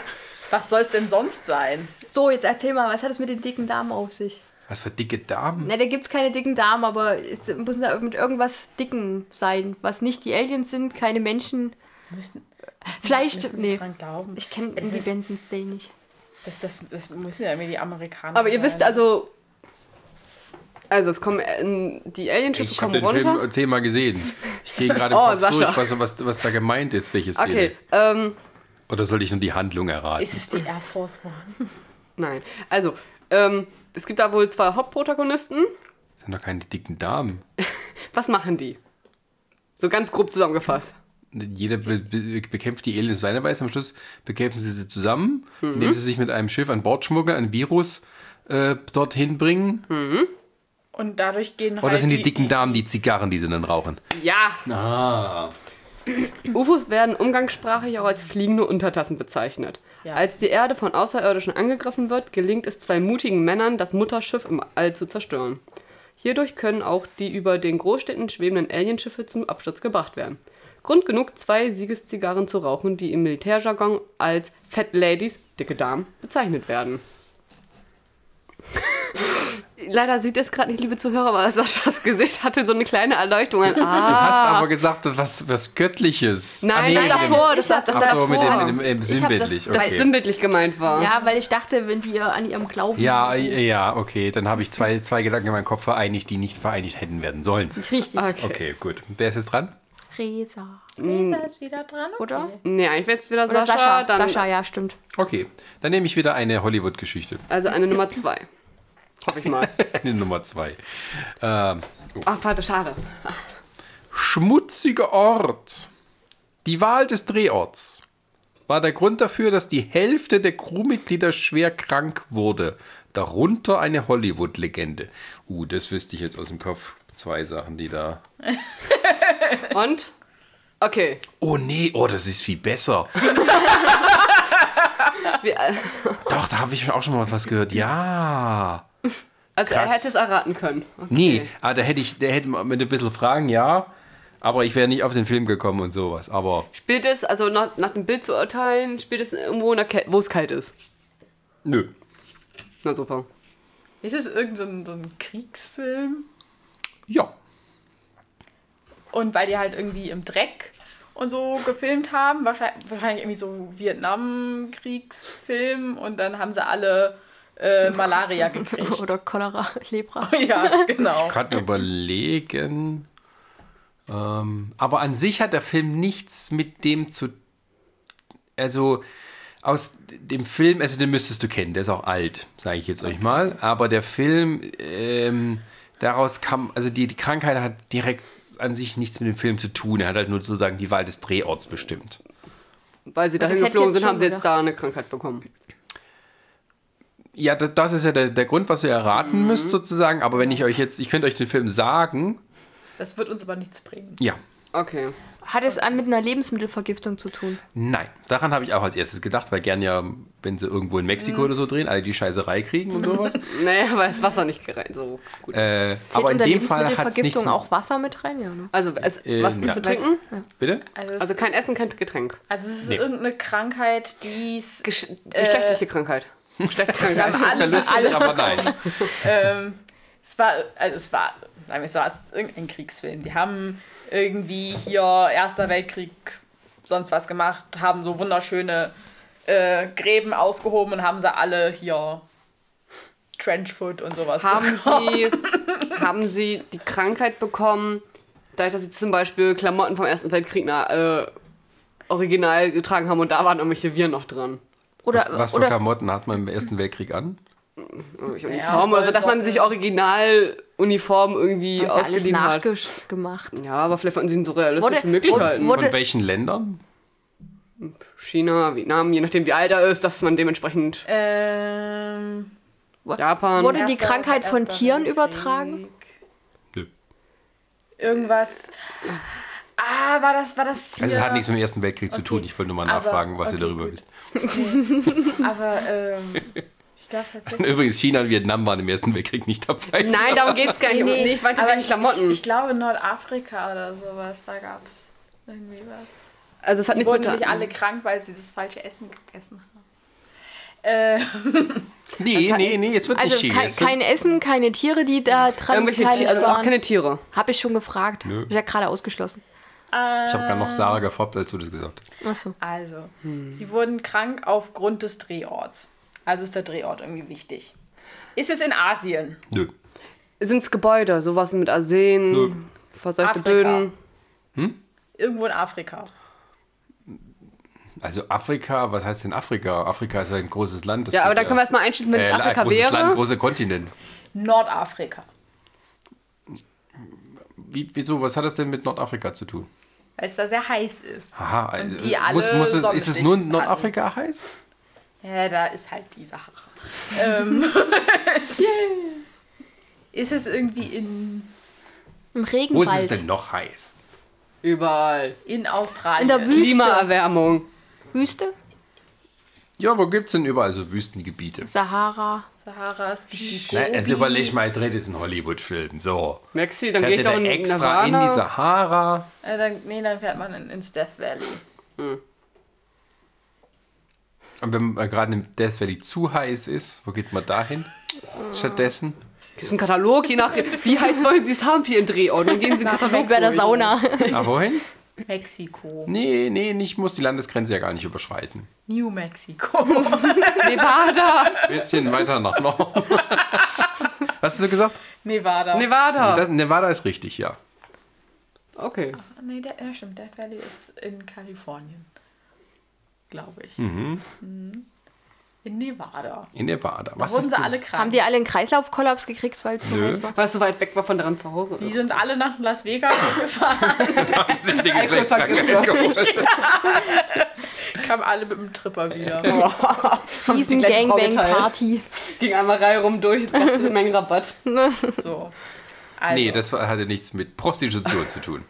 [SPEAKER 2] Was soll es denn sonst sein?
[SPEAKER 3] So, jetzt erzähl mal, was hat es mit den dicken Damen auf sich?
[SPEAKER 1] Was für dicke Damen.
[SPEAKER 3] Na, da gibt's keine dicken Damen, aber es muss da mit irgendwas dicken sein, was nicht die Aliens sind, keine Menschen.
[SPEAKER 2] Müssen,
[SPEAKER 3] Vielleicht,
[SPEAKER 2] müssen
[SPEAKER 3] nee.
[SPEAKER 2] wir dran glauben.
[SPEAKER 3] Ich kenne
[SPEAKER 2] Es ist-
[SPEAKER 3] Independence Day nicht.
[SPEAKER 2] Das, das, das müssen ja irgendwie die Amerikaner.
[SPEAKER 4] Aber ihr
[SPEAKER 2] sein.
[SPEAKER 4] wisst also. Also, es kommen. äh, Die Alienschiffe
[SPEAKER 1] Ich habe
[SPEAKER 4] kommen
[SPEAKER 1] den
[SPEAKER 4] runter.
[SPEAKER 1] Film zehnmal gesehen. Ich gehe gerade im
[SPEAKER 4] Oh,
[SPEAKER 1] Kopf
[SPEAKER 4] Sascha.
[SPEAKER 1] durch, was, was, was da gemeint ist, welche Szene.
[SPEAKER 4] Okay, ähm,
[SPEAKER 1] Oder soll ich nur die Handlung erraten?
[SPEAKER 2] Ist es die Air Force One?
[SPEAKER 4] nein. Also, ähm, es gibt da wohl zwei Hauptprotagonisten.
[SPEAKER 1] Das sind doch keine dicken Damen.
[SPEAKER 4] Was machen die? So ganz grob zusammengefasst.
[SPEAKER 1] Jeder be be bekämpft die Aliens seiner Weise. Am Schluss bekämpfen sie sie zusammen,
[SPEAKER 4] Mhm.
[SPEAKER 1] indem sie sich mit einem Schiff an Bord schmuggeln, ein Virus äh, dorthin bringen.
[SPEAKER 4] Mhm.
[SPEAKER 2] Und dadurch gehen
[SPEAKER 1] Oder
[SPEAKER 2] halt
[SPEAKER 4] Äh,
[SPEAKER 1] sind die dicken Damen die Zigarren, die sie dann rauchen?
[SPEAKER 4] Ja,
[SPEAKER 1] Ah.
[SPEAKER 4] UFOs werden umgangssprachlich auch als fliegende Untertassen bezeichnet.
[SPEAKER 2] Ja.
[SPEAKER 4] Als die Erde von Außerirdischen angegriffen wird, gelingt es zwei mutigen Männern, das Mutterschiff im All zu zerstören. Hierdurch können auch die über den Großstädten schwebenden Alienschiffe zum Absturz gebracht werden. Grund genug, zwei Siegeszigarren zu rauchen, die im Militärjargon als Fat Ladies, dicke Damen, bezeichnet werden. *laughs* Leider sieht ihr es gerade nicht, liebe Zuhörer, aber Saschas Gesicht hatte so eine kleine Erleuchtung. Ein,
[SPEAKER 1] Du
[SPEAKER 4] Ah,
[SPEAKER 1] hast aber gesagt, was, was Göttliches.
[SPEAKER 4] nein,
[SPEAKER 1] Ah, nee,
[SPEAKER 4] nein,
[SPEAKER 1] nee, nee.
[SPEAKER 4] davor, das
[SPEAKER 3] Ich hab
[SPEAKER 4] war, das
[SPEAKER 1] Ach
[SPEAKER 4] war
[SPEAKER 1] so,
[SPEAKER 4] davor.
[SPEAKER 1] mit dem, mit dem ähm,
[SPEAKER 3] Ich hab das-
[SPEAKER 1] sinnbildlich.
[SPEAKER 3] das
[SPEAKER 4] weil es
[SPEAKER 1] okay.
[SPEAKER 4] sinnbildlich gemeint war.
[SPEAKER 3] Ja, weil ich dachte, wenn die ihr- an ihrem Glauben.
[SPEAKER 1] Ja, äh, ja, okay. Dann habe ich zwei, zwei Gedanken in meinem Kopf vereinigt, die nicht vereinigt hätten werden sollen.
[SPEAKER 3] Richtig.
[SPEAKER 4] Okay.
[SPEAKER 1] Okay, gut. Wer ist jetzt dran?
[SPEAKER 3] Resa.
[SPEAKER 2] Lisa ist wieder dran. Okay.
[SPEAKER 3] Oder?
[SPEAKER 4] Nee, ich werde jetzt wieder
[SPEAKER 3] Oder
[SPEAKER 4] Sascha,
[SPEAKER 3] Hm. Sascha.
[SPEAKER 4] dann
[SPEAKER 3] Sascha, ja, stimmt.
[SPEAKER 1] Okay, dann nehme ich wieder eine Hollywood-Geschichte.
[SPEAKER 4] also eine Nummer zwei. Hoffe ich
[SPEAKER 1] *laughs*
[SPEAKER 4] mal.
[SPEAKER 1] Eine Nummer zwei. Ähm,
[SPEAKER 4] Ach, warte, schade.
[SPEAKER 1] schmutziger Ort. Die Wahl des Drehorts war der Grund dafür, dass die Hälfte der Crewmitglieder schwer krank wurde. Darunter eine Hollywood-Legende. Uh, das wüsste ich jetzt aus dem Kopf. Zwei Sachen, die da.
[SPEAKER 4] Und? Okay.
[SPEAKER 1] Oh nee, oh, das ist viel besser.
[SPEAKER 4] Wir, äh,
[SPEAKER 1] Doch, da habe ich auch schon mal was gehört. Ja.
[SPEAKER 4] also
[SPEAKER 1] Krass.
[SPEAKER 4] er hätte es erraten können. Okay.
[SPEAKER 1] Nee, ah, da hätte ich, da hätte man mit ein bisschen Fragen, ja. Aber ich wäre nicht auf den Film gekommen und sowas. Aber
[SPEAKER 4] Spielt es, also nach, nach dem Bild zu urteilen, spielt es irgendwo, in der Kel- wo es kalt ist.
[SPEAKER 1] nö.
[SPEAKER 4] Na super.
[SPEAKER 2] Ist es irgendein so ein, so ein Kriegsfilm?
[SPEAKER 1] Ja.
[SPEAKER 2] Und weil die halt irgendwie im Dreck und so gefilmt haben, wahrscheinlich, wahrscheinlich irgendwie so Vietnamkriegsfilm und dann haben sie alle äh, Malaria gekriegt.
[SPEAKER 3] *laughs* Oder Cholera, Lepra.
[SPEAKER 2] *laughs* ja, genau.
[SPEAKER 1] Gerade überlegen. Ähm, aber an sich hat der Film nichts mit dem zu. Also aus dem Film, also den müsstest du kennen, der ist auch alt, sage ich jetzt euch mal. Aber der Film, ähm, daraus kam, also die, die Krankheit hat direkt an sich nichts mit dem Film zu tun. Er hat halt nur sozusagen die Wahl des Drehorts bestimmt.
[SPEAKER 4] Weil sie
[SPEAKER 3] das
[SPEAKER 4] dahin
[SPEAKER 3] hätte ich
[SPEAKER 4] geflogen
[SPEAKER 3] jetzt
[SPEAKER 4] sind,
[SPEAKER 3] schon
[SPEAKER 4] haben sie jetzt
[SPEAKER 3] gedacht.
[SPEAKER 4] da eine Krankheit bekommen.
[SPEAKER 1] Ja, das, das ist ja der, der Grund, was ihr erraten müsst sozusagen. Aber wenn ich euch jetzt, ich könnte euch den Film sagen.
[SPEAKER 2] Das wird uns aber nichts bringen.
[SPEAKER 1] Ja,
[SPEAKER 4] Okay.
[SPEAKER 3] Hat es an- mit einer Lebensmittelvergiftung zu tun?
[SPEAKER 1] Nein, daran habe ich auch als erstes gedacht, weil gern ja, wenn sie irgendwo in Mexiko oder so drehen, alle die Scheißerei kriegen und
[SPEAKER 4] *laughs*
[SPEAKER 1] sowas.
[SPEAKER 4] Nee, aber das Wasser nicht gerein. So gut.
[SPEAKER 1] äh,
[SPEAKER 3] Zählt
[SPEAKER 1] aber in
[SPEAKER 3] unter
[SPEAKER 1] dem Fall hat es nichts.
[SPEAKER 3] Lebensmittelvergiftung auch Wasser mit rein? Ja, ne?
[SPEAKER 4] Also, es,
[SPEAKER 1] Äh,
[SPEAKER 4] was willst
[SPEAKER 1] ja.
[SPEAKER 4] du trinken?
[SPEAKER 1] Bitte?
[SPEAKER 2] Also, es,
[SPEAKER 4] Also kein Essen, kein Getränk.
[SPEAKER 2] also es ist
[SPEAKER 1] Nee.
[SPEAKER 2] irgendeine Krankheit, die es.
[SPEAKER 3] äh, *laughs*
[SPEAKER 4] Gesch geschlechtliche Krankheit.
[SPEAKER 2] Wir haben alles, alles
[SPEAKER 1] aber nein.
[SPEAKER 2] ähm, es war, also es war, nein, es war irgendein Kriegsfilm. Die haben irgendwie hier Erster Weltkrieg sonst was gemacht, haben so wunderschöne äh, Gräben ausgehoben und haben sie alle hier Trenchfoot und sowas. *laughs*
[SPEAKER 4] Haben
[SPEAKER 2] bekommen.
[SPEAKER 4] sie, haben sie die Krankheit bekommen, dadurch, dass sie zum Beispiel Klamotten vom Ersten Weltkrieg na, äh, original getragen haben und da waren irgendwelche Viren noch dran?
[SPEAKER 3] Oder,
[SPEAKER 1] Was für
[SPEAKER 3] oder
[SPEAKER 1] Klamotten hat man im Ersten Weltkrieg an?
[SPEAKER 4] Irgendwelche Uniformen oder so, dass man sich Originaluniformen irgendwie
[SPEAKER 3] ist ja alles
[SPEAKER 4] ausgeliehen hat.
[SPEAKER 3] nachgemacht.
[SPEAKER 4] Ja, aber vielleicht fanden sie so realistische
[SPEAKER 3] Wurde-
[SPEAKER 4] Möglichkeiten.
[SPEAKER 3] wurde-
[SPEAKER 1] Von welchen Ländern?
[SPEAKER 4] China, Vietnam, je nachdem wie alt er ist, dass man dementsprechend
[SPEAKER 2] Äh, Ähm,
[SPEAKER 4] Japan.
[SPEAKER 3] Wurde die
[SPEAKER 2] Erster-
[SPEAKER 3] Krankheit von
[SPEAKER 2] Erster
[SPEAKER 3] Tieren
[SPEAKER 2] Weltkrieg.
[SPEAKER 3] übertragen?
[SPEAKER 1] Nö.
[SPEAKER 2] irgendwas. Ah, war das, war das Tier?
[SPEAKER 1] Also es hat nichts mit dem Ersten Weltkrieg zu tun. Ich wollte nur mal
[SPEAKER 2] Aber-
[SPEAKER 1] nachfragen, was ihr
[SPEAKER 2] okay,
[SPEAKER 1] darüber
[SPEAKER 2] gut.
[SPEAKER 1] wisst.
[SPEAKER 2] Aber, ähm, ich glaube *laughs* tatsächlich.
[SPEAKER 1] Übrigens, China und Vietnam waren im Ersten Weltkrieg nicht dabei.
[SPEAKER 4] Nein, darum geht's
[SPEAKER 2] *laughs*
[SPEAKER 4] gar nicht. Nee, ich meinte
[SPEAKER 2] aber
[SPEAKER 4] wegen Klamotten.
[SPEAKER 2] Ich, ich glaube Nordafrika oder sowas, da gab es irgendwie was.
[SPEAKER 4] also es hat
[SPEAKER 2] Die
[SPEAKER 4] nichts
[SPEAKER 2] wurden
[SPEAKER 4] mit
[SPEAKER 2] nämlich alle
[SPEAKER 3] Mhm.
[SPEAKER 2] krank, weil sie das falsche Essen gegessen haben. Äh,
[SPEAKER 1] *laughs* Nee, nee, nee, es wird
[SPEAKER 3] Also
[SPEAKER 1] nicht
[SPEAKER 3] kein,
[SPEAKER 1] gegessen.
[SPEAKER 3] kein Essen, keine Tiere, die da dran
[SPEAKER 4] irgendwelche Tiere,
[SPEAKER 3] beteiligt
[SPEAKER 4] also auch
[SPEAKER 3] waren.
[SPEAKER 4] keine Tiere.
[SPEAKER 3] Habe ich schon gefragt.
[SPEAKER 1] Nö.
[SPEAKER 3] Hab ich ja gerade ausgeschlossen.
[SPEAKER 1] Ich habe gerade noch Sarah gefoppt, als du das gesagt hast.
[SPEAKER 3] Achso.
[SPEAKER 2] Äh, *laughs* also,
[SPEAKER 3] Hm.
[SPEAKER 2] sie wurden krank aufgrund des Drehorts. Also ist der Drehort irgendwie wichtig. Ist es in Asien?
[SPEAKER 1] Nö.
[SPEAKER 4] Sind's Gebäude, sowas mit Arsen,
[SPEAKER 1] Nö.
[SPEAKER 4] verseuchte
[SPEAKER 2] Afrika.
[SPEAKER 4] Böden.
[SPEAKER 2] Irgendwo in Afrika.
[SPEAKER 1] Also Afrika, was heißt denn Afrika? Afrika ist ein großes Land. das
[SPEAKER 4] Ja, aber
[SPEAKER 1] geht
[SPEAKER 4] da können wir erstmal einschätzen, wenn es
[SPEAKER 1] äh,
[SPEAKER 4] Afrika
[SPEAKER 1] großes
[SPEAKER 4] wäre.
[SPEAKER 1] Land, großer Kontinent.
[SPEAKER 2] Nordafrika.
[SPEAKER 1] Wie, wieso, was hat das denn mit Nordafrika zu tun?
[SPEAKER 2] Weil es da sehr heiß ist.
[SPEAKER 1] Aha,
[SPEAKER 2] Und
[SPEAKER 1] äh,
[SPEAKER 2] die alle
[SPEAKER 1] muss, muss es, ist es
[SPEAKER 2] Sonnenlicht
[SPEAKER 1] nur
[SPEAKER 2] hatten.
[SPEAKER 1] Nordafrika heiß?
[SPEAKER 2] Ja, da ist halt
[SPEAKER 3] *laughs*
[SPEAKER 2] die Sahara. ähm, Ist es irgendwie in,
[SPEAKER 3] Im
[SPEAKER 1] Wo
[SPEAKER 3] Regenwald.
[SPEAKER 1] ist es denn noch heiß?
[SPEAKER 4] Überall.
[SPEAKER 2] in Australien?
[SPEAKER 3] In der Wüste.
[SPEAKER 4] Klimaerwärmung.
[SPEAKER 3] Wüste?
[SPEAKER 1] Ja, wo gibt's denn überall so Wüstengebiete?
[SPEAKER 3] Sahara.
[SPEAKER 2] Sahara, es gibt die
[SPEAKER 1] Na,
[SPEAKER 2] Gobi.
[SPEAKER 1] also überleg mal, dreht ist ein Hollywood-Film. So.
[SPEAKER 4] Merkst du, dann gehe
[SPEAKER 1] Fährt
[SPEAKER 4] ich
[SPEAKER 1] er da
[SPEAKER 4] doch in
[SPEAKER 1] extra in die
[SPEAKER 4] Nirvana.
[SPEAKER 1] Sahara?
[SPEAKER 2] Äh, dann, nee, dann fährt man in, ins Death Valley.
[SPEAKER 1] Und wenn man gerade im Death Valley zu heiß ist, wo geht man da hin? Stattdessen?
[SPEAKER 4] Gibt's einen Katalog, je nach wie heiß wollen sie es haben für ihren Drehort. Dann gehen sie in den Katalog
[SPEAKER 3] Bei der
[SPEAKER 4] durch.
[SPEAKER 3] Sauna.
[SPEAKER 1] Ah, wohin?
[SPEAKER 2] Mexiko.
[SPEAKER 1] Nee, nee, ich muss die Landesgrenze ja gar nicht überschreiten.
[SPEAKER 2] New Mexico. *laughs*
[SPEAKER 4] Nevada.
[SPEAKER 1] *laughs* Bisschen weiter nach Norden. Was hast du gesagt?
[SPEAKER 2] Nevada.
[SPEAKER 4] Nevada.
[SPEAKER 1] Das, Nevada ist richtig, ja.
[SPEAKER 4] okay.
[SPEAKER 2] nee, der, ja, stimmt. Death Valley ist in Kalifornien. Glaube ich. Mhm. In Nevada.
[SPEAKER 1] In Nevada. Was
[SPEAKER 2] Wurden
[SPEAKER 1] ist
[SPEAKER 2] sie
[SPEAKER 1] denn-
[SPEAKER 2] alle krank.
[SPEAKER 3] Haben die alle einen Kreislaufkollaps gekriegt, weil es zu
[SPEAKER 1] Nö.
[SPEAKER 3] heiß war?
[SPEAKER 4] Weil es so weit weg war von dran zu Hause.
[SPEAKER 2] die
[SPEAKER 4] Ist.
[SPEAKER 2] sind alle nach Las
[SPEAKER 1] *laughs*
[SPEAKER 2] Vegas gefahren,
[SPEAKER 1] haben
[SPEAKER 3] *laughs*
[SPEAKER 1] sich die Geschlechtskrankheit geholt?
[SPEAKER 2] kamen alle mit dem
[SPEAKER 1] Äh,
[SPEAKER 2] Tripper wieder. *laughs*
[SPEAKER 3] Riesen
[SPEAKER 4] gleich im Raum
[SPEAKER 3] Gangbang-Party.
[SPEAKER 4] Ging einmal Reihe rum durch, es gab so eine Menge
[SPEAKER 3] *laughs*
[SPEAKER 4] Rabatt.
[SPEAKER 2] So. Also,
[SPEAKER 1] Nee, das hatte nichts mit Prostitution zu tun.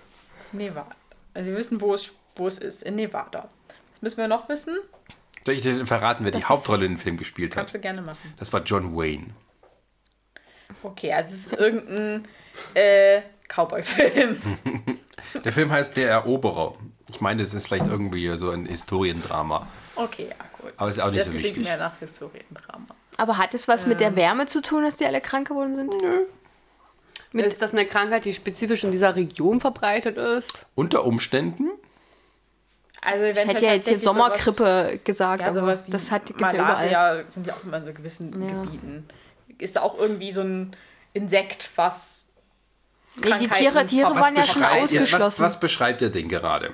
[SPEAKER 2] Nevada. Also wir wissen, wo es, wo es ist. In Nevada. Was müssen wir noch wissen?
[SPEAKER 1] Soll ich dir denn verraten, wer die
[SPEAKER 3] ist-
[SPEAKER 1] Hauptrolle in dem Film gespielt
[SPEAKER 2] Kannst
[SPEAKER 1] hat?
[SPEAKER 2] du gerne machen.
[SPEAKER 1] Das war John Wayne.
[SPEAKER 2] Okay, also es ist irgendein äh,
[SPEAKER 1] Hm.
[SPEAKER 2] Cowboy-Film.
[SPEAKER 1] Der Film heißt Der Eroberer. Ich meine, es ist vielleicht irgendwie so ein Historiendrama.
[SPEAKER 2] Okay, ja, gut.
[SPEAKER 1] Aber ist auch nicht
[SPEAKER 2] das
[SPEAKER 1] so
[SPEAKER 2] klingt
[SPEAKER 1] wichtig.
[SPEAKER 2] mehr nach Historiendrama.
[SPEAKER 3] Aber hat es was
[SPEAKER 2] Ähm.
[SPEAKER 3] mit der Wärme zu tun, dass die alle krank geworden sind? Nö.
[SPEAKER 4] Ist das eine Krankheit, die spezifisch in dieser Region verbreitet ist?
[SPEAKER 1] Unter Umständen
[SPEAKER 2] Also
[SPEAKER 3] Ich hätte ja jetzt hier Sommerkrippe gesagt,
[SPEAKER 2] Ja, sowas wie
[SPEAKER 3] aber das hat, gibt ja überall.
[SPEAKER 2] Malaria sind ja auch immer in so gewissen
[SPEAKER 3] Ja.
[SPEAKER 2] Gebieten. Ist da auch irgendwie so ein Insekt, was.
[SPEAKER 3] Nee, die Tiere,
[SPEAKER 2] Krankheiten
[SPEAKER 3] Tiere
[SPEAKER 2] ver-
[SPEAKER 3] waren ja schon
[SPEAKER 1] beschreibt ihr-
[SPEAKER 3] ausgeschlossen.
[SPEAKER 1] was, was beschreibt ihr denn gerade?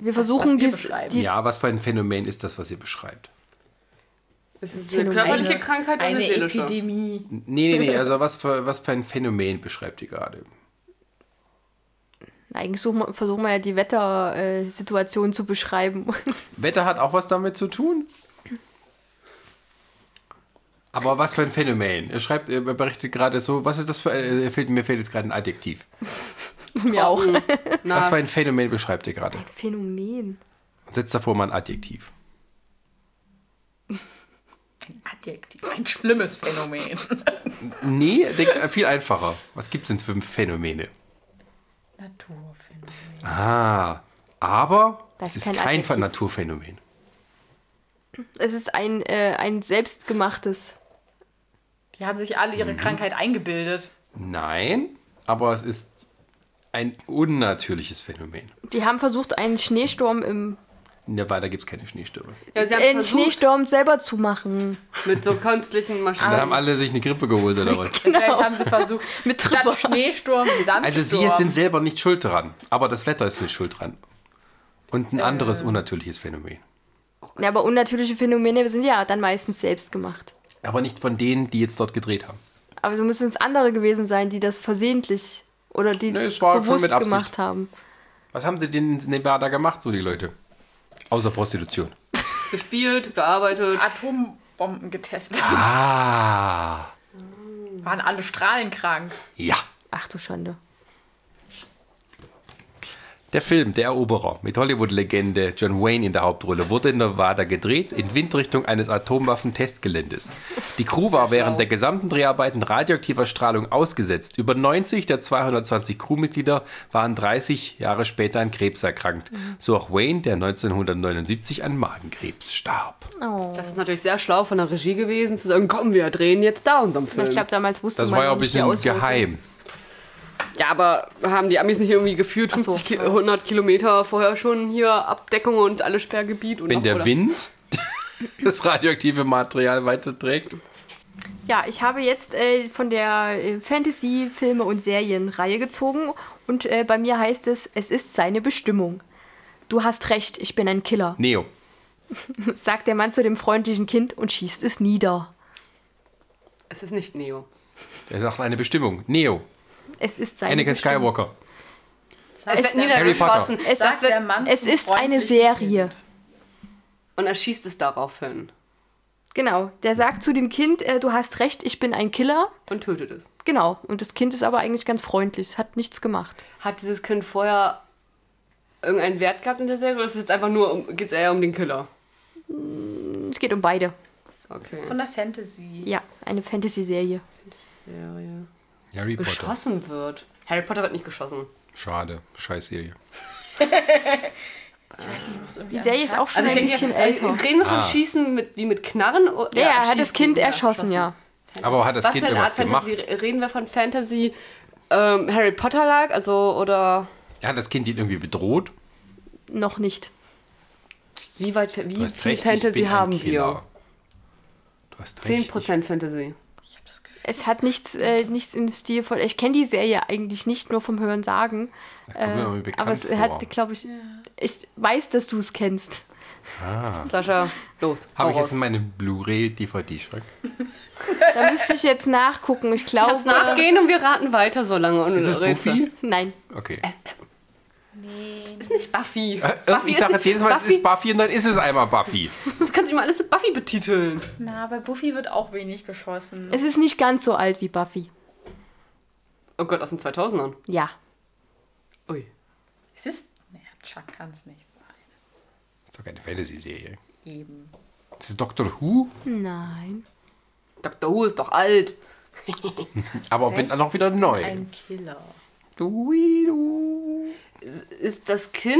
[SPEAKER 3] wir versuchen
[SPEAKER 2] was wir
[SPEAKER 3] dies,
[SPEAKER 2] beschreiben.
[SPEAKER 3] die,
[SPEAKER 1] Ja, was für ein Phänomen ist das, was ihr beschreibt?
[SPEAKER 4] Ist es eine
[SPEAKER 3] Phänomen.
[SPEAKER 4] körperliche Krankheit oder eine, seelische?
[SPEAKER 2] Epidemie.
[SPEAKER 1] Nee,
[SPEAKER 3] *laughs*
[SPEAKER 1] nee, nee, also was für, was für ein Phänomen beschreibt ihr gerade?
[SPEAKER 3] Eigentlich suchen wir, versuchen wir ja die Wettersituation zu beschreiben. *laughs*
[SPEAKER 1] Wetter hat auch was damit zu tun? Aber was für ein Phänomen? Ihr schreibt, ihr berichtet gerade so, was ist das für ein, äh, fehlt, mir fehlt jetzt gerade ein Adjektiv.
[SPEAKER 3] Mir auch.
[SPEAKER 4] Hm.
[SPEAKER 3] *laughs* Ah.
[SPEAKER 1] Was für ein Phänomen beschreibt ihr gerade?
[SPEAKER 3] Phänomen.
[SPEAKER 1] Und setzt davor mal ein Adjektiv.
[SPEAKER 2] Adjektiv. Ein
[SPEAKER 3] *laughs*
[SPEAKER 2] schlimmes Phänomen.
[SPEAKER 1] Nee, denkt äh, viel einfacher. Was gibt's denn für Phänomene?
[SPEAKER 2] Naturphänomen.
[SPEAKER 1] Ah, aber
[SPEAKER 3] Das
[SPEAKER 1] das es
[SPEAKER 3] ist
[SPEAKER 1] ist
[SPEAKER 3] kein
[SPEAKER 1] kein,
[SPEAKER 3] Adjektiv.
[SPEAKER 1] Naturphänomen.
[SPEAKER 3] Es ist ein, äh, ein selbstgemachtes.
[SPEAKER 2] Die haben sich alle ihre Krankheit
[SPEAKER 3] *laughs*
[SPEAKER 2] eingebildet.
[SPEAKER 1] Nein, aber es ist ein unnatürliches Phänomen.
[SPEAKER 3] Die haben versucht, einen Schneesturm im
[SPEAKER 1] Ja, weiter gibt es keine Schneestürme.
[SPEAKER 4] Ja, sie haben
[SPEAKER 3] einen
[SPEAKER 4] versucht,
[SPEAKER 3] Schneesturm selber zu machen.
[SPEAKER 4] mit so künstlichen
[SPEAKER 1] Dann
[SPEAKER 4] Maschinen.
[SPEAKER 1] haben alle sich eine Grippe geholt
[SPEAKER 3] *laughs*
[SPEAKER 1] oder was?
[SPEAKER 2] Vielleicht haben sie versucht,
[SPEAKER 3] Mit
[SPEAKER 2] statt
[SPEAKER 3] Treffer.
[SPEAKER 2] Schneesturm, Sandsturm.
[SPEAKER 1] Also sie jetzt sind selber nicht schuld dran, aber das Wetter ist mit schuld dran. Und ein anderes unnatürliches Phänomen.
[SPEAKER 3] Ja, aber unnatürliche Phänomene sind ja dann meistens selbst gemacht.
[SPEAKER 1] Aber nicht von denen, die jetzt dort gedreht haben.
[SPEAKER 3] Aber so müssen es andere gewesen sein, die das versehentlich oder die
[SPEAKER 1] Nee,
[SPEAKER 3] es
[SPEAKER 1] es war schon
[SPEAKER 3] bewusst
[SPEAKER 1] mit Absicht.
[SPEAKER 3] gemacht haben.
[SPEAKER 1] Was haben sie denn in Nevada gemacht, so die Leute? Außer Prostitution.
[SPEAKER 4] gespielt, gearbeitet.
[SPEAKER 2] Atombomben getestet. *laughs*
[SPEAKER 1] Ah,
[SPEAKER 2] Waren alle strahlenkrank.
[SPEAKER 1] ja.
[SPEAKER 3] Ach du Schande.
[SPEAKER 1] Der Film Der Eroberer mit Hollywood-Legende John Wayne in der Hauptrolle wurde in Nevada gedreht, in Windrichtung eines Atomwaffentestgeländes. Die Crew war während der gesamten Dreharbeiten radioaktiver Strahlung ausgesetzt. Über 90 der 220 Crewmitglieder waren 30 Jahre später an Krebs erkrankt.
[SPEAKER 3] Mhm.
[SPEAKER 1] So auch Wayne, der 1979 an Magenkrebs starb.
[SPEAKER 4] Das ist natürlich sehr schlau von der Regie gewesen, zu sagen, komm, wir drehen jetzt da unseren Film.
[SPEAKER 3] Ich glaube, damals wusste
[SPEAKER 1] Das
[SPEAKER 3] man
[SPEAKER 1] war ja
[SPEAKER 3] noch
[SPEAKER 1] ein
[SPEAKER 3] Also nicht die
[SPEAKER 1] bisschen
[SPEAKER 3] Auswirkungen.
[SPEAKER 1] geheim.
[SPEAKER 4] Ja, aber haben die Amis nicht irgendwie geführt,
[SPEAKER 3] Ach so.
[SPEAKER 4] 50, Ki- 100 Kilometer vorher schon hier Abdeckung und alles Sperrgebiet? Und
[SPEAKER 1] Wenn
[SPEAKER 4] noch-
[SPEAKER 1] der
[SPEAKER 4] oder-
[SPEAKER 1] Wind *laughs* das radioaktive Material weiterträgt.
[SPEAKER 3] Ja, ich habe jetzt äh, von der äh, Fantasy-Filme- und Serienreihe gezogen und äh, bei mir heißt es, es ist seine Bestimmung. Du hast recht, ich bin ein Killer, *laughs*
[SPEAKER 1] Neo.
[SPEAKER 3] sagt der Mann zu dem freundlichen Kind und schießt es nieder.
[SPEAKER 4] Es ist nicht Neo.
[SPEAKER 1] Er sagt eine Bestimmung. Neo.
[SPEAKER 3] Es ist seine
[SPEAKER 1] Anakin
[SPEAKER 3] Bestimmung.
[SPEAKER 1] Skywalker.
[SPEAKER 4] Es
[SPEAKER 2] Sagt
[SPEAKER 4] wird
[SPEAKER 2] der-
[SPEAKER 4] niedergeschossen.
[SPEAKER 1] Harry
[SPEAKER 3] Es,
[SPEAKER 2] sagt der Mann
[SPEAKER 3] es
[SPEAKER 2] zum
[SPEAKER 3] ist eine
[SPEAKER 2] freundlichen
[SPEAKER 3] Serie.
[SPEAKER 2] Kind.
[SPEAKER 4] Und er schießt es darauf hin
[SPEAKER 3] Genau, der sagt zu dem Kind, äh, du hast recht, ich bin ein Killer.
[SPEAKER 4] und tötet es.
[SPEAKER 3] Genau, und das Kind ist aber eigentlich ganz freundlich, es hat nichts gemacht.
[SPEAKER 4] Hat dieses Kind vorher irgendeinen Wert gehabt in der Serie oder ist es jetzt einfach nur, um, geht's eher um den Killer?
[SPEAKER 3] Es geht um beide.
[SPEAKER 4] Okay.
[SPEAKER 2] Von der Fantasy.
[SPEAKER 3] Ja, eine Fantasy-Serie.
[SPEAKER 4] Serie.
[SPEAKER 1] Harry Potter.
[SPEAKER 4] Geschossen wird. Harry Potter wird nicht geschossen.
[SPEAKER 1] Schade. Scheiß Serie.
[SPEAKER 3] Die Serie ist auch schon
[SPEAKER 4] Also ich
[SPEAKER 3] ein
[SPEAKER 4] denke,
[SPEAKER 3] bisschen
[SPEAKER 4] äh,
[SPEAKER 3] älter.
[SPEAKER 4] reden wir von
[SPEAKER 1] Ah.
[SPEAKER 4] Schießen mit, wie mit Knarren? o-
[SPEAKER 3] Ja, er hat
[SPEAKER 4] schießen,
[SPEAKER 3] das Kind
[SPEAKER 4] ja,
[SPEAKER 3] erschossen, ja.
[SPEAKER 1] Aber hat das
[SPEAKER 4] Was
[SPEAKER 1] Kind
[SPEAKER 4] für eine Art
[SPEAKER 1] irgendwas gemacht?
[SPEAKER 4] Fantasy reden wir von Fantasy? Ähm, Harry Potter lag, also oder
[SPEAKER 1] Hat das Kind ihn irgendwie bedroht?
[SPEAKER 3] Noch nicht.
[SPEAKER 4] wie weit
[SPEAKER 1] Du
[SPEAKER 4] wie
[SPEAKER 1] hast
[SPEAKER 4] viel
[SPEAKER 1] recht, ich
[SPEAKER 4] Fantasy
[SPEAKER 1] bin ein
[SPEAKER 4] haben wir?
[SPEAKER 1] Killer. Du hast recht.
[SPEAKER 4] 10% Fantasy.
[SPEAKER 3] Es hat nichts, äh, nichts im Stil von. Ich kenne die Serie eigentlich nicht nur vom Hören sagen.
[SPEAKER 1] Das
[SPEAKER 3] äh,
[SPEAKER 1] kommt
[SPEAKER 4] äh,
[SPEAKER 1] mir irgendwie bekannt
[SPEAKER 3] aber es
[SPEAKER 1] vor.
[SPEAKER 3] hat, glaube ich, ich weiß, dass du es kennst.
[SPEAKER 4] Sascha, los. hau
[SPEAKER 1] Habe Ah. ich
[SPEAKER 4] raus.
[SPEAKER 1] jetzt in meinem Blu-ray-DVD-Schrank?
[SPEAKER 3] Da müsste ich jetzt nachgucken. Ich glaube.
[SPEAKER 4] Kannst nachgehen und wir raten weiter so lange. Und
[SPEAKER 1] Ist es Buffy?
[SPEAKER 3] Nein.
[SPEAKER 1] Okay.
[SPEAKER 4] Ist nicht Äh, Buffy.
[SPEAKER 1] Äh, irgendwie
[SPEAKER 4] ist
[SPEAKER 1] sagt
[SPEAKER 4] nicht-
[SPEAKER 1] jetzt jedes Mal,
[SPEAKER 4] Buffy,
[SPEAKER 1] es ist Buffy und dann ist es einmal Buffy.
[SPEAKER 4] Du kannst immer alles mit Buffy betiteln.
[SPEAKER 2] Na, bei Buffy wird auch wenig geschossen.
[SPEAKER 3] Es ist nicht ganz so alt wie Buffy.
[SPEAKER 4] Oh Gott, aus den 2000ern.
[SPEAKER 3] Ja.
[SPEAKER 4] Ui.
[SPEAKER 2] Es ist. Naja, Chuck kann es nicht sein.
[SPEAKER 1] Das ist doch keine Fantasy-Serie.
[SPEAKER 2] Eben.
[SPEAKER 1] Das ist Doctor Who,
[SPEAKER 3] Nein.
[SPEAKER 4] Dr. Who ist doch alt.
[SPEAKER 1] aber bin dann auch wieder neu.
[SPEAKER 2] Ein Killer.
[SPEAKER 1] Dui, du.
[SPEAKER 4] Ist das Kind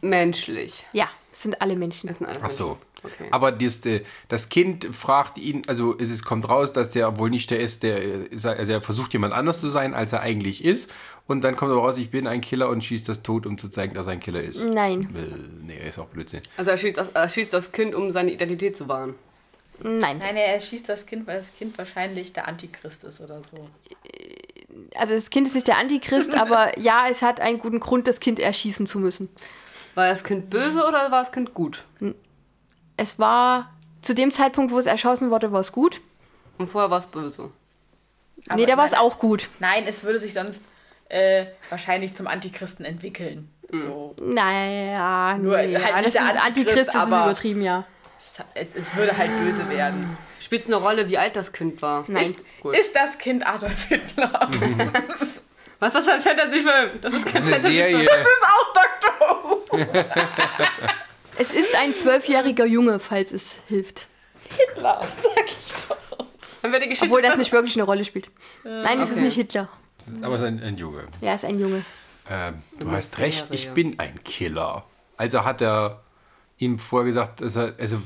[SPEAKER 4] menschlich?
[SPEAKER 3] Ja, es sind alle Menschen.
[SPEAKER 4] Das sind alles
[SPEAKER 1] Ach so.
[SPEAKER 4] Menschen. Okay.
[SPEAKER 1] Aber dies, äh, das Kind fragt ihn, also es ist, kommt raus, dass der wohl nicht der ist, der äh, ist, also er versucht jemand anders zu sein, als er eigentlich ist. Und dann kommt aber raus, ich bin ein Killer und schießt das tot, um zu zeigen, dass er ein Killer ist.
[SPEAKER 3] Nein.
[SPEAKER 1] Äh, nee, ist auch Blödsinn.
[SPEAKER 4] Also er schießt, das, er schießt das Kind, um seine Identität zu wahren.
[SPEAKER 3] Nein.
[SPEAKER 2] Nein, er schießt das Kind, weil das Kind wahrscheinlich der Antichrist ist oder so.
[SPEAKER 3] Also das Kind ist nicht der Antichrist, aber ja, es hat einen guten Grund, das Kind erschießen zu müssen.
[SPEAKER 4] War das Kind böse oder war das Kind gut?
[SPEAKER 3] Es war zu dem Zeitpunkt, wo es erschossen wurde, war es gut.
[SPEAKER 4] Und vorher war es böse.
[SPEAKER 2] Aber
[SPEAKER 3] nee, da war es
[SPEAKER 2] nein,
[SPEAKER 3] auch gut.
[SPEAKER 2] Nein, es würde sich sonst äh, wahrscheinlich zum Antichristen entwickeln. So.
[SPEAKER 3] Naja,
[SPEAKER 2] Nur
[SPEAKER 3] nee,
[SPEAKER 2] halt
[SPEAKER 3] ja,
[SPEAKER 2] nicht
[SPEAKER 3] das sind
[SPEAKER 2] der
[SPEAKER 3] Antichrist ist
[SPEAKER 2] Antichrist,
[SPEAKER 3] ein bisschen
[SPEAKER 2] aber-
[SPEAKER 3] übertrieben, ja.
[SPEAKER 2] Es, es würde halt böse werden.
[SPEAKER 4] Spielt es eine Rolle, wie alt das Kind war?
[SPEAKER 3] Nein.
[SPEAKER 4] Ist, gut.
[SPEAKER 2] Ist das Kind Adolf Hitler?
[SPEAKER 4] Was ist das für ein Fantasy-Film? Das ist kein
[SPEAKER 1] Eine Serie.
[SPEAKER 2] *laughs* Das ist auch Dr. Who.
[SPEAKER 3] Es ist ein zwölfjähriger Junge, falls es hilft.
[SPEAKER 2] Hitler, *laughs* sag ich doch.
[SPEAKER 4] Dann wird die Geschichte.
[SPEAKER 3] Obwohl das nicht wirklich eine Rolle spielt. Nein, es ist
[SPEAKER 4] okay.
[SPEAKER 3] nicht Hitler.
[SPEAKER 1] Das ist aber es ist ein, ein Junge.
[SPEAKER 3] Ja, es ist ein Junge.
[SPEAKER 1] Ähm, du
[SPEAKER 4] machst
[SPEAKER 1] hast recht,
[SPEAKER 4] Serie.
[SPEAKER 1] ich bin ein Killer. Also hat er ihm vorher gesagt, dass er, also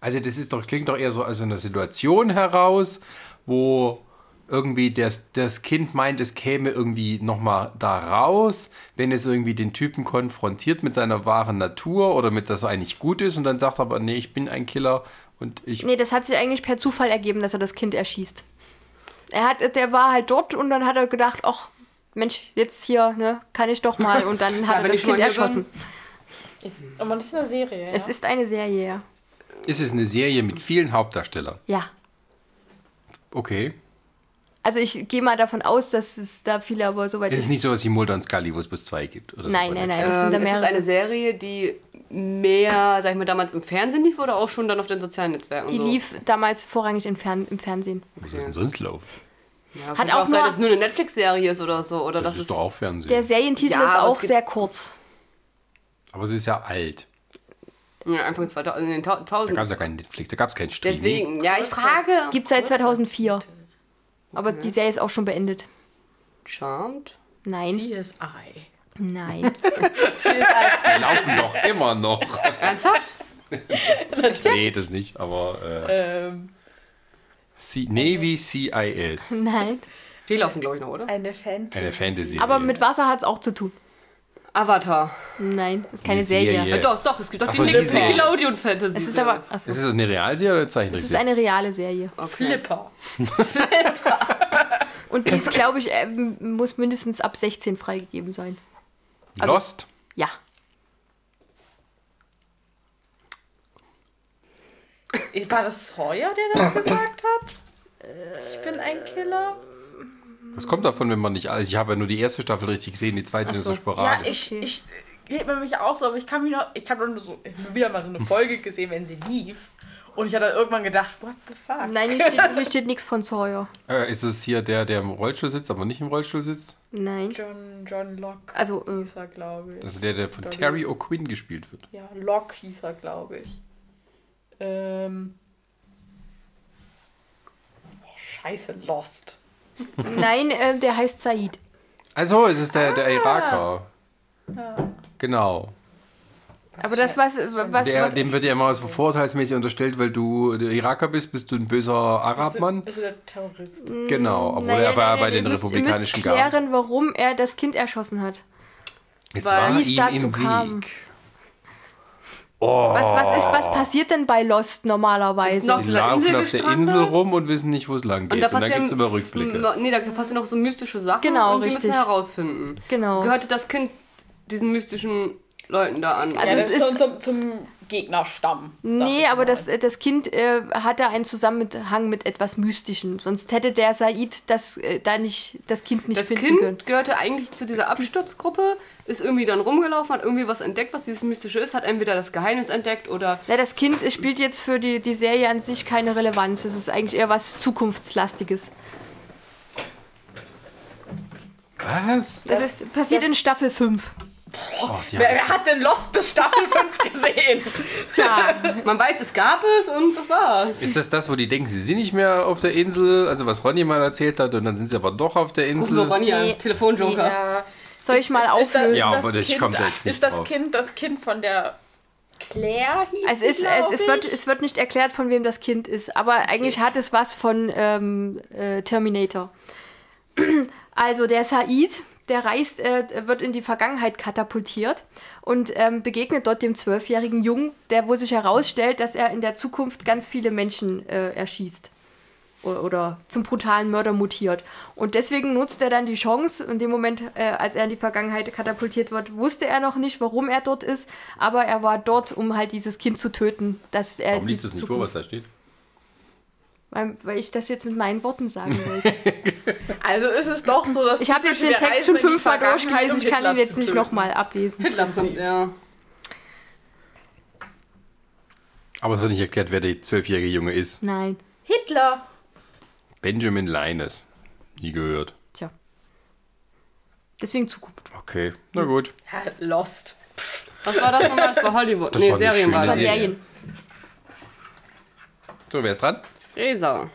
[SPEAKER 1] Also das ist doch, klingt doch eher so aus einer Situation heraus, wo irgendwie das, das Kind meint, es käme irgendwie nochmal da raus, wenn es irgendwie den Typen konfrontiert mit seiner wahren Natur oder mit, dass er eigentlich gut ist und dann sagt er aber, nee, ich bin ein Killer und ich...
[SPEAKER 3] Nee, das hat sich eigentlich per Zufall ergeben, dass er das Kind erschießt. Er hat, der war halt dort und dann hat er gedacht, ach, Mensch, jetzt hier, ne, kann ich doch mal. Und
[SPEAKER 4] *laughs*
[SPEAKER 3] dann hat
[SPEAKER 4] wenn
[SPEAKER 3] er das
[SPEAKER 4] ich schon
[SPEAKER 3] Kind
[SPEAKER 4] mal hier bin.
[SPEAKER 3] erschossen.
[SPEAKER 2] Ist, und das ist eine Serie. Ja?
[SPEAKER 3] Es ist eine Serie, ja.
[SPEAKER 1] Ist es eine Serie mit vielen Hauptdarstellern?
[SPEAKER 3] ja.
[SPEAKER 1] Okay.
[SPEAKER 3] Also ich gehe mal davon aus, dass es da viele aber soweit
[SPEAKER 1] Es ist
[SPEAKER 3] ist.
[SPEAKER 1] nicht so, dass die Mulder und Scully, wo es bis zwei gibt. Oder so
[SPEAKER 3] Nein,
[SPEAKER 1] bei
[SPEAKER 3] nein,
[SPEAKER 1] Netflix.
[SPEAKER 3] nein. Das sind da
[SPEAKER 4] Ähm, es ist
[SPEAKER 3] mehrere.
[SPEAKER 4] eine Serie, die mehr, sag ich mal, damals im Fernsehen lief oder auch schon dann auf den sozialen Netzwerken?
[SPEAKER 3] Die
[SPEAKER 4] so?
[SPEAKER 3] lief damals vorrangig im, Fern im Fernsehen.
[SPEAKER 1] Wo soll es denn sonst laufen?
[SPEAKER 4] Ja,
[SPEAKER 3] Hat
[SPEAKER 4] Hat
[SPEAKER 3] auch
[SPEAKER 4] auch
[SPEAKER 3] nur-
[SPEAKER 4] sein, dass es nur eine Netflix-Serie ist oder so. Oder
[SPEAKER 1] Das,
[SPEAKER 4] das
[SPEAKER 1] ist doch auch Fernsehen.
[SPEAKER 3] Der Serientitel
[SPEAKER 4] Ja,
[SPEAKER 3] ist
[SPEAKER 4] aber es
[SPEAKER 3] auch
[SPEAKER 4] gibt-
[SPEAKER 3] sehr kurz.
[SPEAKER 1] Aber es ist ja alt.
[SPEAKER 4] ja, Anfang 2000, in den Tau-
[SPEAKER 1] Da gab es ja
[SPEAKER 4] 1000.
[SPEAKER 1] keinen Netflix, da gab es keinen Streaming.
[SPEAKER 4] Deswegen, ja, ich frage.
[SPEAKER 3] Gibt seit 2004. Aber die Serie ist auch schon beendet.
[SPEAKER 4] Charmed?
[SPEAKER 3] Nein,
[SPEAKER 2] CSI.
[SPEAKER 3] nein.
[SPEAKER 4] *laughs*
[SPEAKER 1] Die laufen doch immer
[SPEAKER 3] *laughs*
[SPEAKER 1] noch.
[SPEAKER 4] Ernsthaft?
[SPEAKER 1] nee, das nicht, aber. Äh,
[SPEAKER 3] Ähm.
[SPEAKER 1] C Navy CIS.
[SPEAKER 3] nein.
[SPEAKER 4] Die laufen, glaube ich, noch, oder?
[SPEAKER 2] Eine Fan.
[SPEAKER 1] Eine Fantasy.
[SPEAKER 3] Aber mit Wasser hat es auch zu tun.
[SPEAKER 4] Avatar.
[SPEAKER 3] Nein, ist keine
[SPEAKER 1] Die
[SPEAKER 3] Serie.
[SPEAKER 1] Serie.
[SPEAKER 4] Äh, doch, doch, es gibt doch
[SPEAKER 1] so,
[SPEAKER 4] die
[SPEAKER 1] die
[SPEAKER 4] nächste
[SPEAKER 1] Serie.
[SPEAKER 4] Nickelodeon-Fantasy.
[SPEAKER 3] Es ist aber. Achso,
[SPEAKER 1] Ist
[SPEAKER 3] es
[SPEAKER 1] das eine Realserie oder eine
[SPEAKER 3] ist
[SPEAKER 1] Zeichentrickserie?
[SPEAKER 3] eine reale Serie.
[SPEAKER 2] Flipper.
[SPEAKER 3] Und die ist, glaube ich, ähm, muss mindestens ab 16 freigegeben sein. also
[SPEAKER 1] Lost?
[SPEAKER 3] Ja.
[SPEAKER 2] War das Sawyer, der
[SPEAKER 3] *coughs*
[SPEAKER 2] das gesagt hat? Ich bin ein Killer.
[SPEAKER 1] Was kommt davon, wenn man nicht alles? Ich habe ja nur die erste Staffel richtig gesehen, die zweite
[SPEAKER 3] Ach
[SPEAKER 1] ist so
[SPEAKER 3] so.
[SPEAKER 1] sporadisch.
[SPEAKER 2] Ja, ich,
[SPEAKER 3] Okay.
[SPEAKER 2] ich geht bei mich auch so, aber ich kann mich noch, ich habe nur so nur wieder mal so eine Folge gesehen, wenn sie lief. Und ich hatte irgendwann gedacht, what the fuck?
[SPEAKER 3] Nein, hier steht, hier steht nichts von Sawyer.
[SPEAKER 1] äh, ist es hier der, der im Rollstuhl sitzt, aber nicht im Rollstuhl sitzt?
[SPEAKER 3] Nein.
[SPEAKER 2] John, John Locke
[SPEAKER 3] Also, äh,
[SPEAKER 4] *laughs*
[SPEAKER 2] hieß er, glaube ich.
[SPEAKER 1] Das ist der, der von Terry O'Quinn gespielt wird.
[SPEAKER 2] Ja, Locke hieß er, glaube ich. Ähm. Oh, scheiße, Lost.
[SPEAKER 3] nein, äh, der heißt Said.
[SPEAKER 1] Also, es ist der,
[SPEAKER 3] Ah.
[SPEAKER 1] der Iraker. Genau.
[SPEAKER 3] Aber das, was. was
[SPEAKER 1] Der,
[SPEAKER 3] was-
[SPEAKER 1] dem wird ja immer so vorurteilsmäßig unterstellt, weil du der Iraker bist, bist du ein böser
[SPEAKER 2] Bist du,
[SPEAKER 1] Arabmann.
[SPEAKER 2] bist du der Terrorist?
[SPEAKER 1] Genau, obwohl
[SPEAKER 3] Mm, Naja,
[SPEAKER 1] er war ja
[SPEAKER 3] nein,
[SPEAKER 1] bei
[SPEAKER 3] nein,
[SPEAKER 1] den
[SPEAKER 3] ihr müsst-
[SPEAKER 1] republikanischen
[SPEAKER 3] Ihr müsst
[SPEAKER 1] Garden.
[SPEAKER 3] klären, warum er das Kind erschossen hat.
[SPEAKER 1] Es
[SPEAKER 4] war
[SPEAKER 1] war
[SPEAKER 3] wie es
[SPEAKER 1] ihm
[SPEAKER 3] dazu
[SPEAKER 1] im
[SPEAKER 3] kam.
[SPEAKER 1] Weg. Oh,
[SPEAKER 3] Was, was, ist, was passiert denn bei Lost normalerweise?
[SPEAKER 4] Noch-
[SPEAKER 1] die
[SPEAKER 4] auf dieser
[SPEAKER 1] laufen
[SPEAKER 4] Insel
[SPEAKER 1] auf der
[SPEAKER 4] gestrandet?
[SPEAKER 1] Insel rum und wissen nicht, wo es lang geht. Und, dann gibt es immer Rückblicke.
[SPEAKER 4] m- Nee, da passen noch so mystische Sachen.
[SPEAKER 3] Genau,
[SPEAKER 4] und Die
[SPEAKER 3] richtig.
[SPEAKER 4] müssen wir herausfinden.
[SPEAKER 3] Genau.
[SPEAKER 4] Gehörte das Kind diesen mystischen Leuten da an?
[SPEAKER 3] Also
[SPEAKER 2] ja,
[SPEAKER 3] es
[SPEAKER 2] das
[SPEAKER 3] ist-
[SPEAKER 2] ist zum, zum, zum Gegnerstamm. sag
[SPEAKER 3] Nee,
[SPEAKER 2] ich
[SPEAKER 3] aber
[SPEAKER 2] mal.
[SPEAKER 4] genau.
[SPEAKER 3] das, das Kind äh, hatte einen Zusammenhang mit etwas Mystischem. Sonst hätte der Said das, äh, da nicht, das Kind nicht
[SPEAKER 4] das
[SPEAKER 3] finden
[SPEAKER 4] Kind
[SPEAKER 3] können.
[SPEAKER 4] gehörte eigentlich zu dieser Absturzgruppe, ist irgendwie dann rumgelaufen, hat irgendwie was entdeckt, was dieses Mystische ist, hat entweder das Geheimnis
[SPEAKER 3] *laughs*
[SPEAKER 4] entdeckt oder
[SPEAKER 3] Na, das Kind spielt jetzt für die, die Serie an sich keine Relevanz. Es ist eigentlich eher was Zukunftslastiges.
[SPEAKER 1] Was?
[SPEAKER 3] Das,
[SPEAKER 2] Das-
[SPEAKER 3] ist, passiert
[SPEAKER 2] das-
[SPEAKER 3] in Staffel 5.
[SPEAKER 1] Oh, die
[SPEAKER 2] Wer,
[SPEAKER 1] hat,
[SPEAKER 2] wer hat denn Lost bis Staffel
[SPEAKER 3] *laughs*
[SPEAKER 2] 5 gesehen?
[SPEAKER 3] Tja,
[SPEAKER 4] man weiß, es gab es und das war's.
[SPEAKER 1] ist das das, wo die denken, sie sind nicht mehr auf der Insel? Also was Ronny mal erzählt hat und dann sind sie aber doch auf der
[SPEAKER 4] Rufen wir
[SPEAKER 1] Insel.
[SPEAKER 4] Ronny
[SPEAKER 3] Nee.
[SPEAKER 4] an, Telefonjoker.
[SPEAKER 2] Ja.
[SPEAKER 3] soll ich mal auflösen?
[SPEAKER 1] Ja, aber das kommt da jetzt nicht
[SPEAKER 2] Ist das
[SPEAKER 1] drauf.
[SPEAKER 2] Kind das Kind von der Claire? Hieß
[SPEAKER 3] Es,
[SPEAKER 2] sie,
[SPEAKER 3] ist,
[SPEAKER 2] glaub
[SPEAKER 3] es, es,
[SPEAKER 2] ich?
[SPEAKER 3] wird, es wird nicht erklärt, von wem das Kind ist, aber eigentlich hat es was von ähm, äh, Terminator. *clears throat* Also der Said, der reist, äh, wird in die Vergangenheit katapultiert und ähm, begegnet dort dem zwölfjährigen Jungen, der wo sich herausstellt, dass er in der Zukunft ganz viele Menschen äh, erschießt o- oder zum brutalen Mörder mutiert. Und deswegen nutzt er dann die Chance. In dem Moment, äh, als er in die Vergangenheit katapultiert wird, wusste er noch nicht, warum er dort ist, aber er war dort, um halt dieses Kind zu töten. Dass er
[SPEAKER 1] Warum
[SPEAKER 3] die
[SPEAKER 1] liest es nicht vor, was
[SPEAKER 3] Zukunft-
[SPEAKER 1] da steht?
[SPEAKER 3] Weil, weil ich das jetzt mit meinen Worten sagen
[SPEAKER 1] *laughs*
[SPEAKER 3] wollte.
[SPEAKER 2] Also ist es doch so, dass
[SPEAKER 3] Ich habe jetzt den
[SPEAKER 2] wir
[SPEAKER 3] Text
[SPEAKER 2] reisen
[SPEAKER 3] schon
[SPEAKER 2] in die
[SPEAKER 3] fünfmal
[SPEAKER 2] Vergangenheit,
[SPEAKER 3] durchgelesen,
[SPEAKER 2] um
[SPEAKER 3] ich kann
[SPEAKER 2] Hitler
[SPEAKER 3] ihn jetzt
[SPEAKER 2] zu
[SPEAKER 3] nicht
[SPEAKER 2] töten.
[SPEAKER 3] nochmal
[SPEAKER 2] *laughs*
[SPEAKER 3] ablesen.
[SPEAKER 4] Hitler kommt, ja.
[SPEAKER 1] Aber es wird nicht erklärt, wer der zwölfjährige Junge ist.
[SPEAKER 3] Nein.
[SPEAKER 2] Hitler.
[SPEAKER 1] Benjamin Linus. Nie gehört.
[SPEAKER 3] Tja. Deswegen Zukunft.
[SPEAKER 1] Okay, na gut.
[SPEAKER 2] Ja, Lost.
[SPEAKER 4] Was war das nochmal? Das war Hollywood.
[SPEAKER 1] Das
[SPEAKER 4] nee,
[SPEAKER 1] war eine
[SPEAKER 4] Serien
[SPEAKER 1] schöne
[SPEAKER 4] war
[SPEAKER 3] Das
[SPEAKER 4] das.
[SPEAKER 3] waren
[SPEAKER 1] Serie.
[SPEAKER 3] Serien.
[SPEAKER 1] So, wer ist dran?
[SPEAKER 4] Resa.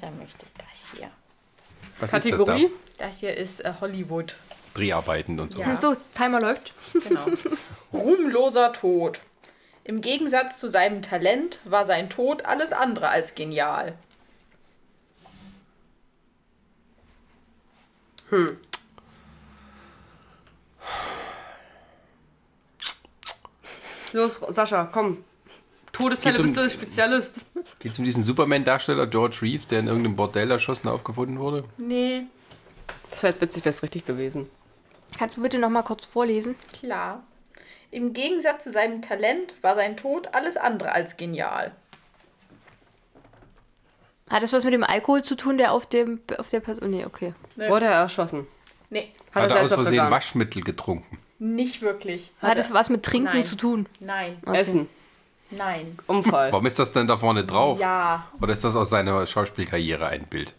[SPEAKER 2] Dann möchte ich das hier.
[SPEAKER 1] Was
[SPEAKER 4] Kategorie?
[SPEAKER 1] ist das
[SPEAKER 2] Das hier ist äh, Hollywood.
[SPEAKER 1] da? Dreharbeiten und so.
[SPEAKER 2] Ja. *laughs*
[SPEAKER 3] So, Timer läuft.
[SPEAKER 2] Genau. Ruhmloser Tod. Im Gegensatz zu seinem Talent war sein Tod alles andere als genial.
[SPEAKER 4] Los, Sascha, komm. Todesfälle
[SPEAKER 1] Geht um-
[SPEAKER 4] bist du Spezialist.
[SPEAKER 1] Geht es um diesen Superman-Darsteller George Reeves, der in irgendeinem Bordell erschossen aufgefunden wurde?
[SPEAKER 2] Nee,
[SPEAKER 4] Das wäre jetzt witzig, wäre es richtig gewesen.
[SPEAKER 3] Kannst du bitte noch mal kurz vorlesen?
[SPEAKER 2] klar. Im Gegensatz zu seinem Talent war sein Tod alles andere als genial.
[SPEAKER 3] Hat das was mit dem Alkohol zu tun, der auf dem auf der Person. Nee, okay.
[SPEAKER 4] Wurde er erschossen?
[SPEAKER 2] Nee,
[SPEAKER 1] Hat, er aus
[SPEAKER 4] selbst
[SPEAKER 1] Versehen
[SPEAKER 4] abgegangen.
[SPEAKER 1] Waschmittel getrunken?
[SPEAKER 2] nicht wirklich.
[SPEAKER 3] Hat das was mit Trinken
[SPEAKER 2] Nein.
[SPEAKER 3] zu tun?
[SPEAKER 2] Nein,
[SPEAKER 3] Okay.
[SPEAKER 4] Essen.
[SPEAKER 2] nein.
[SPEAKER 4] Unfall.
[SPEAKER 1] Warum ist das denn da vorne drauf?
[SPEAKER 2] Ja,
[SPEAKER 1] Oder ist das aus seiner Schauspielkarriere ein Bild?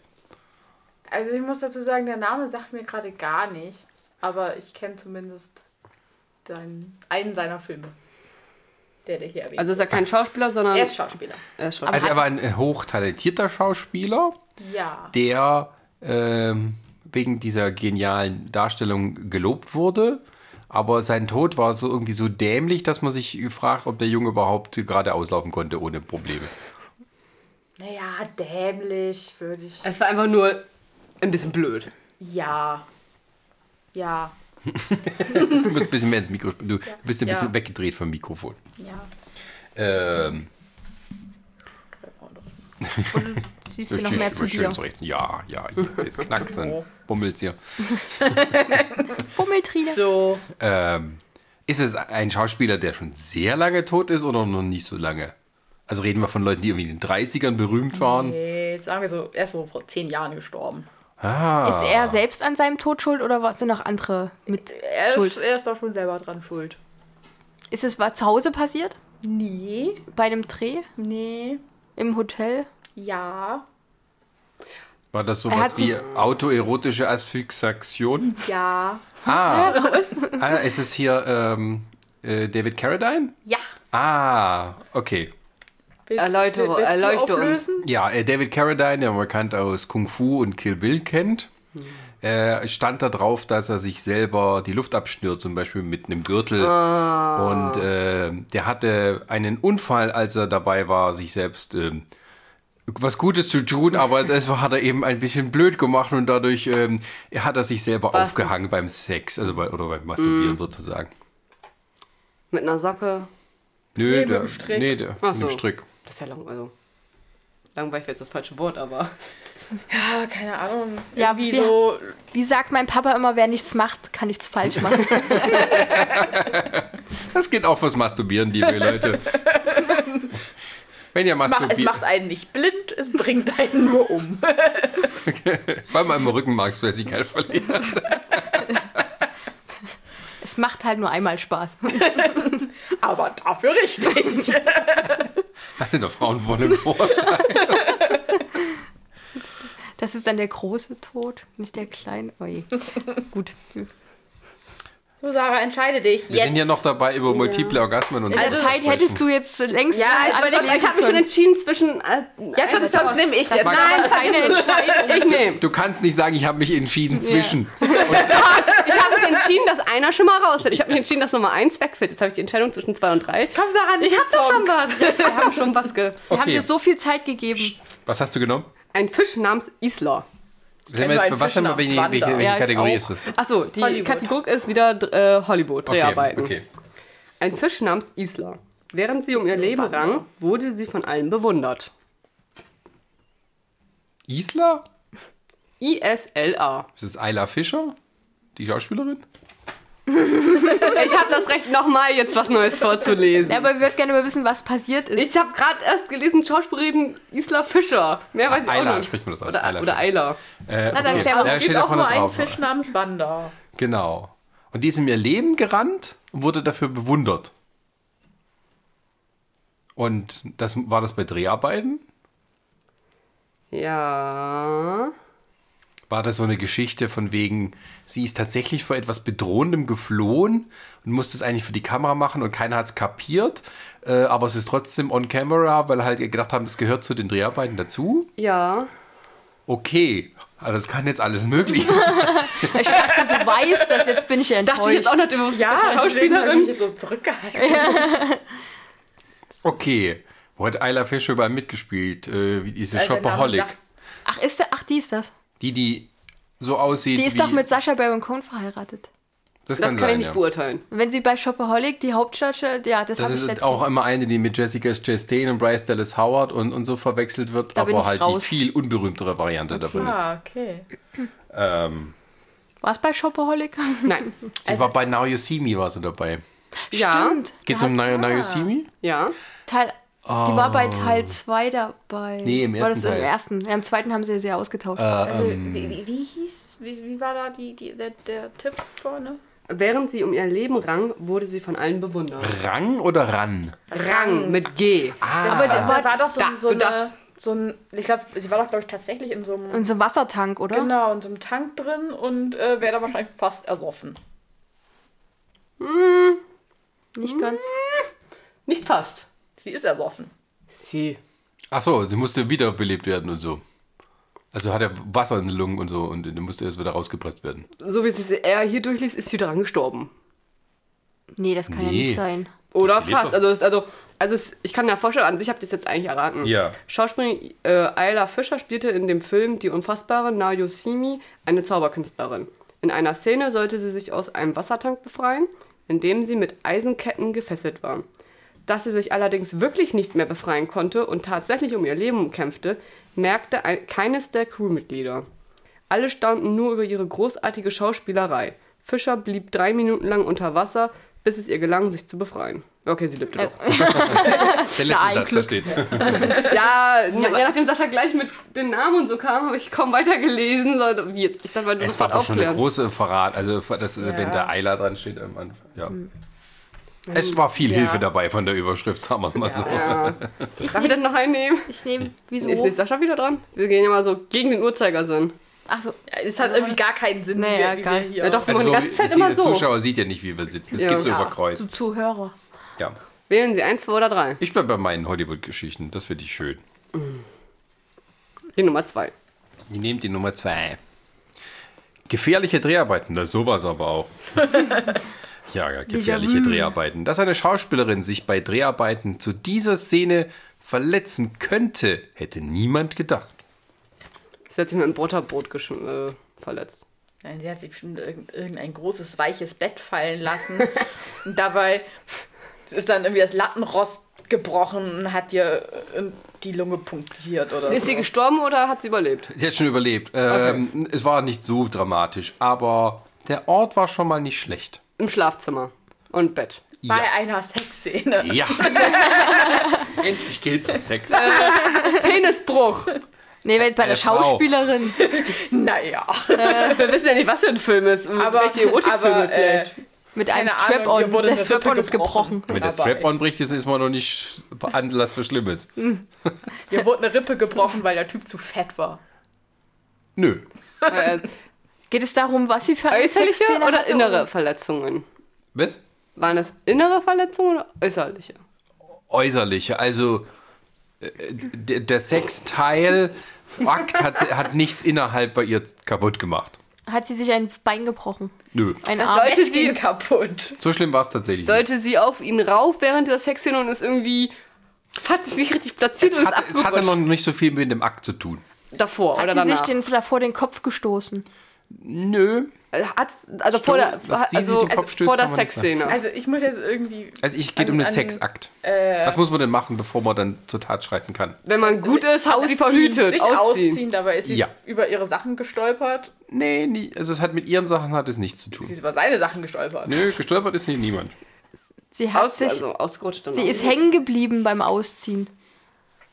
[SPEAKER 2] also ich muss dazu sagen, der Name sagt mir gerade gar nichts, aber ich kenne zumindest seinen, einen seiner Filme, der der hier erwähnt.
[SPEAKER 4] Also ist er kein Schauspieler, sondern
[SPEAKER 2] er ist Schauspieler.
[SPEAKER 4] er ist Schauspieler.
[SPEAKER 1] Also er war ein äh, hochtalentierter Schauspieler,
[SPEAKER 2] Ja.
[SPEAKER 1] der ähm, wegen dieser genialen Darstellung gelobt wurde. Aber sein Tod war so irgendwie so dämlich, dass man sich fragt, ob der Junge überhaupt gerade auslaufen konnte ohne Probleme.
[SPEAKER 2] Naja, dämlich würde ich.
[SPEAKER 4] Es war einfach nur ein bisschen blöd.
[SPEAKER 2] Ja. Ja.
[SPEAKER 1] Du musst ein bisschen mehr ins Mikro. Du bist ein
[SPEAKER 2] Ja.
[SPEAKER 1] bisschen weggedreht vom Mikrofon.
[SPEAKER 2] Ja.
[SPEAKER 1] Ähm,
[SPEAKER 3] Siehst du noch mehr zu dir? Genau.
[SPEAKER 1] zurecht. Ja, ja, jetzt, jetzt knackt dann bummelt's hier.
[SPEAKER 3] Fummeltrine.
[SPEAKER 2] So.
[SPEAKER 1] Ähm, ist es ein Schauspieler, der schon sehr lange tot ist oder noch nicht so lange? Also reden wir von Leuten, die irgendwie in den 30ern berühmt waren.
[SPEAKER 2] Nee, sagen wir so, er ist so vor zehn Jahren gestorben.
[SPEAKER 1] Ah,
[SPEAKER 3] Ist er selbst an seinem Tod schuld oder was sind noch andere mit
[SPEAKER 2] Er ist,
[SPEAKER 3] schuld?
[SPEAKER 2] er ist doch schon selber dran schuld.
[SPEAKER 3] Ist es was zu Hause passiert?
[SPEAKER 2] Nee.
[SPEAKER 3] Bei einem Dreh?
[SPEAKER 2] Nee.
[SPEAKER 3] Im Hotel?
[SPEAKER 2] Ja.
[SPEAKER 1] war das
[SPEAKER 3] er hat
[SPEAKER 1] sowas wie
[SPEAKER 3] sich-
[SPEAKER 1] autoerotische
[SPEAKER 3] *laughs*
[SPEAKER 1] Asphyxiation?
[SPEAKER 2] Ja.
[SPEAKER 1] Ah,
[SPEAKER 2] *laughs*
[SPEAKER 1] ah, ist es hier ähm, äh, David Carradine?
[SPEAKER 2] Ja.
[SPEAKER 1] Ah, okay.
[SPEAKER 2] Willst,
[SPEAKER 4] Erläutere-
[SPEAKER 2] willst du
[SPEAKER 4] erleuchte uns.
[SPEAKER 2] auflösen?
[SPEAKER 1] Ja, äh, David Carradine, der man bekannt aus Kung Fu und Kill Bill kennt,
[SPEAKER 2] Hm.
[SPEAKER 1] äh, stand da drauf, dass er sich selber die Luft abschnürt, zum Beispiel mit einem Gürtel.
[SPEAKER 2] Ah.
[SPEAKER 1] Und äh, der hatte einen Unfall, als er dabei war, sich selbst ähm, was Gutes zu
[SPEAKER 2] *laughs*
[SPEAKER 1] tun, aber das war- hat er eben ein bisschen blöd gemacht und dadurch ähm, hat er sich selber
[SPEAKER 4] Was
[SPEAKER 1] aufgehangen beim Sex, also bei, oder beim
[SPEAKER 2] Hm.
[SPEAKER 1] Masturbieren sozusagen.
[SPEAKER 4] Mit einer Socke.
[SPEAKER 1] Nö,
[SPEAKER 2] Nee, mit
[SPEAKER 1] der,
[SPEAKER 2] dem Strick.
[SPEAKER 1] nee, der,
[SPEAKER 4] Ach
[SPEAKER 1] mit dem
[SPEAKER 4] so.
[SPEAKER 1] Strick.
[SPEAKER 4] Das ist ja lang, also. Langweilig wäre jetzt das falsche Wort, aber.
[SPEAKER 2] Ja, Ah, keine Ahnung.
[SPEAKER 3] Ja,
[SPEAKER 2] Ja, wie
[SPEAKER 3] wir-
[SPEAKER 2] so.
[SPEAKER 3] Wie sagt mein Papa immer, wer nichts macht, kann nichts falsch machen.
[SPEAKER 1] Das geht auch fürs Masturbieren, liebe Leute. Wenn ihr
[SPEAKER 2] Es macht, es
[SPEAKER 1] masturbiert,
[SPEAKER 2] macht einen nicht blind, es bringt einen nur um.
[SPEAKER 1] Bei meinem Rückenmarksflüssigkeit verlieren.
[SPEAKER 3] es macht halt nur einmal Spaß.
[SPEAKER 2] Aber dafür richtig.
[SPEAKER 1] Hatte doch Frauen wohl im Vorteil.
[SPEAKER 3] Das ist dann der große Tod, nicht der kleine. Oje. Gut.
[SPEAKER 2] So, Sarah, entscheide dich.
[SPEAKER 1] Wir sind ja noch dabei über multiple Orgasmen und
[SPEAKER 3] In der
[SPEAKER 1] alles
[SPEAKER 3] Zeit
[SPEAKER 1] zu
[SPEAKER 3] hättest
[SPEAKER 1] sprechen.
[SPEAKER 3] du jetzt längst
[SPEAKER 2] Ja,
[SPEAKER 3] mal
[SPEAKER 2] ich
[SPEAKER 3] alles
[SPEAKER 2] überleg-
[SPEAKER 3] lesen
[SPEAKER 4] Ich habe mich schon
[SPEAKER 3] können.
[SPEAKER 4] entschieden zwischen. Äh,
[SPEAKER 2] Ja,
[SPEAKER 4] Eis-
[SPEAKER 2] sonst, sonst nehme ich jetzt.
[SPEAKER 1] mag-
[SPEAKER 3] Nein, keine Entscheidung.
[SPEAKER 4] Ich *laughs* nehme.
[SPEAKER 1] Du kannst nicht sagen, ich habe mich entschieden zwischen.
[SPEAKER 4] Ich habe mich entschieden, dass einer schon mal rausfällt. Ich habe mich entschieden, dass Nummer eins wegfällt. Jetzt habe ich die Entscheidung zwischen zwei und drei.
[SPEAKER 2] Komm, Sarah, nicht
[SPEAKER 4] Ich habe doch schon was. *laughs* Wir haben schon was ge.
[SPEAKER 3] Wir haben
[SPEAKER 1] Okay.
[SPEAKER 3] dir so viel Zeit gegeben.
[SPEAKER 1] Was hast du genommen?
[SPEAKER 4] Ein Fisch namens Isla.
[SPEAKER 1] Sind
[SPEAKER 2] nur
[SPEAKER 1] wir jetzt
[SPEAKER 2] einen
[SPEAKER 1] bei was
[SPEAKER 2] Fisch
[SPEAKER 1] haben wir, welche,
[SPEAKER 2] namens
[SPEAKER 1] welche,
[SPEAKER 2] Wanda.
[SPEAKER 1] welche
[SPEAKER 3] Ja, ich
[SPEAKER 1] Kategorie
[SPEAKER 3] auch.
[SPEAKER 1] ist das?
[SPEAKER 4] Achso, die
[SPEAKER 2] Hollywood.
[SPEAKER 4] Kategorie ist wieder äh, Hollywood, Dreharbeiten.
[SPEAKER 1] okay.
[SPEAKER 4] Ein Fisch namens Isla. Während sie um ihr Leben rang, wurde sie von allen bewundert.
[SPEAKER 1] Isla?
[SPEAKER 4] ISLA. *laughs*
[SPEAKER 1] Ist das Ayla Fischer? Die Schauspielerin?
[SPEAKER 4] Ich habe das Recht, nochmal jetzt was Neues vorzulesen.
[SPEAKER 3] Ja, aber wir würden gerne mal wissen, was passiert ist.
[SPEAKER 4] Ich habe gerade erst gelesen, Schauspielerin Isla Fischer. Mehr weiß ich
[SPEAKER 1] Ayla
[SPEAKER 4] auch nicht.
[SPEAKER 1] spricht man das aus.
[SPEAKER 4] Oder,
[SPEAKER 1] Ayla
[SPEAKER 4] oder
[SPEAKER 1] Fischer.
[SPEAKER 4] Ayla.
[SPEAKER 1] Äh,
[SPEAKER 3] Na, dann klär mal auf.
[SPEAKER 1] Ja,
[SPEAKER 2] Es
[SPEAKER 1] steht
[SPEAKER 2] gibt
[SPEAKER 1] da
[SPEAKER 2] auch
[SPEAKER 1] vorne
[SPEAKER 2] nur einen
[SPEAKER 1] drauf.
[SPEAKER 2] Fisch namens Wanda.
[SPEAKER 1] Genau. Und die ist in ihr Leben gerannt und wurde dafür bewundert. Und das war das bei Dreharbeiten?
[SPEAKER 4] Ja.
[SPEAKER 1] war das so eine Geschichte von wegen, sie ist tatsächlich vor etwas Bedrohendem geflohen und musste es eigentlich für die Kamera machen und keiner hat es kapiert, äh, aber es ist trotzdem on camera, weil halt gedacht haben, das gehört zu den Dreharbeiten dazu.
[SPEAKER 4] Ja.
[SPEAKER 1] Okay, also das kann jetzt alles möglich.
[SPEAKER 2] *laughs*
[SPEAKER 3] Ich dachte, du weißt das, jetzt bin ich
[SPEAKER 4] Dachte ich
[SPEAKER 3] enttäuscht.
[SPEAKER 4] jetzt auch noch, du bist
[SPEAKER 2] Ja,
[SPEAKER 4] Schauspielerin.
[SPEAKER 2] Schauspielerin. Ich jetzt so zurückgehalten.
[SPEAKER 1] Okay. Wo hat Ayla Fischer bei mitgespielt? Äh, wie diese
[SPEAKER 2] Also der Name
[SPEAKER 1] Shopaholic.
[SPEAKER 2] sagt-
[SPEAKER 3] Ach, ist der, ach, die ist das.
[SPEAKER 1] Die, die so aussieht
[SPEAKER 3] Die ist
[SPEAKER 1] wie,
[SPEAKER 3] doch mit Sascha Baron Cohen verheiratet.
[SPEAKER 1] Das
[SPEAKER 4] Das
[SPEAKER 1] kann,
[SPEAKER 4] kann
[SPEAKER 1] sein,
[SPEAKER 4] ich nicht
[SPEAKER 1] ja.
[SPEAKER 4] beurteilen.
[SPEAKER 3] Und Wenn sie bei Shopaholic die Hauptstadt, ja, das,
[SPEAKER 1] Das
[SPEAKER 3] habe ich
[SPEAKER 1] ist
[SPEAKER 3] letztens.
[SPEAKER 1] auch immer eine, die mit Jessica Chastain und Bryce Dallas Howard und, und so verwechselt wird,
[SPEAKER 3] Da bin
[SPEAKER 1] aber
[SPEAKER 3] ich
[SPEAKER 1] halt
[SPEAKER 3] raus.
[SPEAKER 1] die viel unberühmtere Variante davon ist.
[SPEAKER 2] Ah, okay.
[SPEAKER 1] Ähm,
[SPEAKER 3] War es bei
[SPEAKER 1] *laughs*
[SPEAKER 3] Shopaholic?
[SPEAKER 4] Nein.
[SPEAKER 1] sie
[SPEAKER 3] Also
[SPEAKER 1] war bei Now You See Me war sie dabei.
[SPEAKER 4] Ja.
[SPEAKER 3] Stimmt.
[SPEAKER 1] Geht's
[SPEAKER 3] Da
[SPEAKER 1] um
[SPEAKER 3] hat-
[SPEAKER 1] Now, Now You See Me?
[SPEAKER 4] Ja.
[SPEAKER 3] Teil, Die war bei Teil 2 dabei.
[SPEAKER 1] Oh. Nee, im
[SPEAKER 3] War
[SPEAKER 1] ersten
[SPEAKER 3] das im
[SPEAKER 1] Teil. Äh.
[SPEAKER 3] ersten? Ja, Im zweiten haben sie sie ja ausgetauscht.
[SPEAKER 2] Also, wie, wie, wie hieß, wie, wie war da die, die, der, der Tipp vorne?
[SPEAKER 4] Während sie um ihr Leben rang, wurde sie von allen bewundert.
[SPEAKER 1] Rang oder Ran?
[SPEAKER 4] Rang mit G.
[SPEAKER 2] Aber da war, doch so,
[SPEAKER 4] da-
[SPEAKER 2] so,
[SPEAKER 4] du
[SPEAKER 2] eine, so ein, ich glaube, sie war doch, glaube ich, tatsächlich in so einem,
[SPEAKER 3] Und so ein Wassertank, oder?
[SPEAKER 2] genau, in so einem Tank drin und äh, wäre da wahrscheinlich fast ersoffen.
[SPEAKER 3] Nicht ganz.
[SPEAKER 4] Nicht fast.
[SPEAKER 2] Sie ist ersoffen.
[SPEAKER 4] Sie.
[SPEAKER 1] Achso, sie musste wiederbelebt werden und so. Also hat er Wasser in den Lungen und so und dann musste erst wieder rausgepresst werden.
[SPEAKER 4] So wie sie es eher hier durchliest, ist sie dran gestorben.
[SPEAKER 3] Nee, das kann ja
[SPEAKER 1] Nee.
[SPEAKER 3] nicht sein.
[SPEAKER 4] Oder
[SPEAKER 1] Die lebt
[SPEAKER 4] fast.
[SPEAKER 1] doch.
[SPEAKER 4] Also, es- also, also es, ich kann mir vorstellen, an sich habt ihr es jetzt eigentlich erraten.
[SPEAKER 1] Ja.
[SPEAKER 4] Schauspielerin äh, Ayla Fischer spielte in dem Film Die unfassbare Naoyosimi eine Zauberkünstlerin. In einer Szene sollte sie sich aus einem Wassertank befreien, in dem sie mit Eisenketten gefesselt war. Dass sie sich allerdings wirklich nicht mehr befreien konnte und tatsächlich um ihr Leben kämpfte, merkte ein, keines der Crewmitglieder. Alle staunten nur über ihre großartige Schauspielerei. Fischer blieb drei Minuten lang unter Wasser, bis es ihr gelang, sich zu befreien. Okay, sie lebte doch.
[SPEAKER 1] Der letzte Satz,
[SPEAKER 3] ein
[SPEAKER 1] da
[SPEAKER 3] Glück.
[SPEAKER 1] steht's.
[SPEAKER 2] *laughs*
[SPEAKER 4] Ja, ja, nachdem Sascha gleich mit den Namen und so kam, habe ich kaum weitergelesen. So, wie jetzt? Ich dachte, weil du
[SPEAKER 1] Es war
[SPEAKER 4] sofort
[SPEAKER 1] doch schon eine
[SPEAKER 4] aufklärst.
[SPEAKER 1] große Verrat, also das, äh, wenn da Eila dran steht am Anfang. Ja.
[SPEAKER 4] Mhm.
[SPEAKER 1] Es war viel
[SPEAKER 2] Ja.
[SPEAKER 1] Hilfe dabei von der Überschrift, sagen wir es mal so.
[SPEAKER 4] ja.
[SPEAKER 3] Ich
[SPEAKER 4] Darf
[SPEAKER 3] nehme.
[SPEAKER 4] ich das noch einnehmen?
[SPEAKER 3] Ich nehm, wieso?
[SPEAKER 4] Ist nicht Sascha wieder dran? Wir gehen ja mal so gegen den Uhrzeigersinn.
[SPEAKER 3] Achso,
[SPEAKER 2] Ja, Äh, Es hat irgendwie gar keinen Sinn,
[SPEAKER 3] Nee,
[SPEAKER 2] wie,
[SPEAKER 3] ja,
[SPEAKER 2] wir- wie wir
[SPEAKER 3] geil.
[SPEAKER 2] hier.
[SPEAKER 4] Ja, doch, wir machen die
[SPEAKER 1] wo
[SPEAKER 4] ganze
[SPEAKER 1] wir-
[SPEAKER 4] Zeit
[SPEAKER 1] Also die-
[SPEAKER 4] immer
[SPEAKER 1] der
[SPEAKER 4] so.
[SPEAKER 1] Zuschauer sieht ja nicht, wie wir sitzen. Es
[SPEAKER 4] Ja.
[SPEAKER 1] geht so
[SPEAKER 4] Ja.
[SPEAKER 1] über Kreuz.
[SPEAKER 3] zu Zuhörer.
[SPEAKER 1] Ja.
[SPEAKER 4] Wählen Sie eins, zwei oder drei?
[SPEAKER 1] Ich bleibe bei meinen Hollywood-Geschichten. Das finde ich schön.
[SPEAKER 4] Die Nummer zwei.
[SPEAKER 1] Ihr nehmt die Nummer zwei. Gefährliche Dreharbeiten, das ist sowas aber
[SPEAKER 4] *laughs*
[SPEAKER 1] auch. ja, ja, gefährliche
[SPEAKER 4] Hm.
[SPEAKER 1] Dreharbeiten. Dass eine Schauspielerin sich bei Dreharbeiten zu dieser Szene verletzen könnte, hätte niemand gedacht.
[SPEAKER 4] Sie hat sich mit dem Butterbrot geschm- äh, verletzt.
[SPEAKER 2] Nein, sie hat sich bestimmt irgend- irgendein großes, weiches Bett fallen lassen. und dabei ist dann irgendwie das Lattenrost gebrochen und hat ihr äh, die Lunge punktiert oder
[SPEAKER 4] Ist
[SPEAKER 2] so.
[SPEAKER 4] sie gestorben oder hat sie überlebt?
[SPEAKER 1] Sie hat schon überlebt. Ähm, Es war nicht so dramatisch, aber der Ort war schon mal nicht schlecht.
[SPEAKER 4] Im Schlafzimmer
[SPEAKER 2] *laughs*
[SPEAKER 4] und Bett.
[SPEAKER 2] Bei einer Sexszene.
[SPEAKER 1] Ja. *laughs* Endlich geht's um Sex.
[SPEAKER 4] Penisbruch.
[SPEAKER 3] Nee, bei
[SPEAKER 1] Äh,
[SPEAKER 3] bei der
[SPEAKER 1] Eine Frau.
[SPEAKER 3] Schauspielerin.
[SPEAKER 2] Naja.
[SPEAKER 4] Wir wissen ja nicht, was für ein Film ist.
[SPEAKER 2] Aber-
[SPEAKER 4] welche Erotikfilme
[SPEAKER 2] aber, äh,
[SPEAKER 4] vielleicht.
[SPEAKER 3] Mit einem
[SPEAKER 2] Keine Ahnung, ihr
[SPEAKER 3] Strap-on.
[SPEAKER 2] wurde
[SPEAKER 3] Der
[SPEAKER 2] eine Rippe
[SPEAKER 3] Strap-on ist gebrochen.
[SPEAKER 2] gebrochen.
[SPEAKER 1] Wenn der
[SPEAKER 2] Dabei.
[SPEAKER 1] Strap-on bricht, ist ist man noch nicht Anlass für Schlimmes.
[SPEAKER 2] Ihr wurde eine Rippe gebrochen, weil der Typ zu fett war.
[SPEAKER 1] Nö.
[SPEAKER 4] Äh,
[SPEAKER 3] Geht es darum, was sie für eine
[SPEAKER 4] äußerliche
[SPEAKER 3] Sexszene
[SPEAKER 4] oder
[SPEAKER 3] hatte
[SPEAKER 4] innere Verletzungen?
[SPEAKER 1] Was?
[SPEAKER 4] Waren das innere Verletzungen oder äußerliche?
[SPEAKER 1] äußerliche. Also äh, der, der Sexteil Akt hat, hat nichts innerhalb bei ihr kaputt gemacht.
[SPEAKER 3] Und Hat sie sich ein Bein gebrochen?
[SPEAKER 1] Nö.
[SPEAKER 3] Ein
[SPEAKER 4] Das
[SPEAKER 3] Arm?
[SPEAKER 4] sollte-
[SPEAKER 2] Bett
[SPEAKER 4] sie-
[SPEAKER 2] ging kaputt.
[SPEAKER 1] So schlimm war es tatsächlich. nicht.
[SPEAKER 4] Sollte sie auf ihn rauf während dieser Sexszene und ist irgendwie. hat sich nicht richtig platziert und ist
[SPEAKER 1] Hat, es hatte
[SPEAKER 4] abgerutscht.
[SPEAKER 1] noch nicht so viel mit dem Akt zu tun.
[SPEAKER 4] davor
[SPEAKER 3] Hat
[SPEAKER 4] oder
[SPEAKER 3] sie
[SPEAKER 4] danach.
[SPEAKER 3] sich den, davor den Kopf gestoßen?
[SPEAKER 1] Nö.
[SPEAKER 4] Äh, hat, also vor der,
[SPEAKER 1] dass sie
[SPEAKER 4] also
[SPEAKER 1] sich den Kopf stößt,
[SPEAKER 4] vor der
[SPEAKER 1] kann man nicht sagen.
[SPEAKER 4] Sexszene.
[SPEAKER 2] Also ich muss jetzt irgendwie.
[SPEAKER 1] Also ich geht
[SPEAKER 2] An-
[SPEAKER 1] um den
[SPEAKER 2] an-
[SPEAKER 1] Sexakt. Was muss man denn machen, bevor man dann zur Tat schreiten kann?
[SPEAKER 4] Wenn man gut
[SPEAKER 3] Also
[SPEAKER 4] ist, hat sie
[SPEAKER 3] Ausziehen,
[SPEAKER 4] verhütet.
[SPEAKER 2] Sich
[SPEAKER 4] Ausziehen.
[SPEAKER 2] ausziehen. dabei ist sie
[SPEAKER 1] Ja.
[SPEAKER 2] über ihre Sachen gestolpert.
[SPEAKER 1] Nee, nie, also es hat mit ihren Sachen hat es nichts zu
[SPEAKER 2] Sie
[SPEAKER 1] tun.
[SPEAKER 2] ist über seine Sachen gestolpert.
[SPEAKER 1] Nö, gestolpert ist nie niemand.
[SPEAKER 3] Sie hat
[SPEAKER 4] Aus,
[SPEAKER 3] sich.
[SPEAKER 4] also ausgerutscht. und
[SPEAKER 3] sie
[SPEAKER 4] auch.
[SPEAKER 3] ist hängen geblieben beim Ausziehen.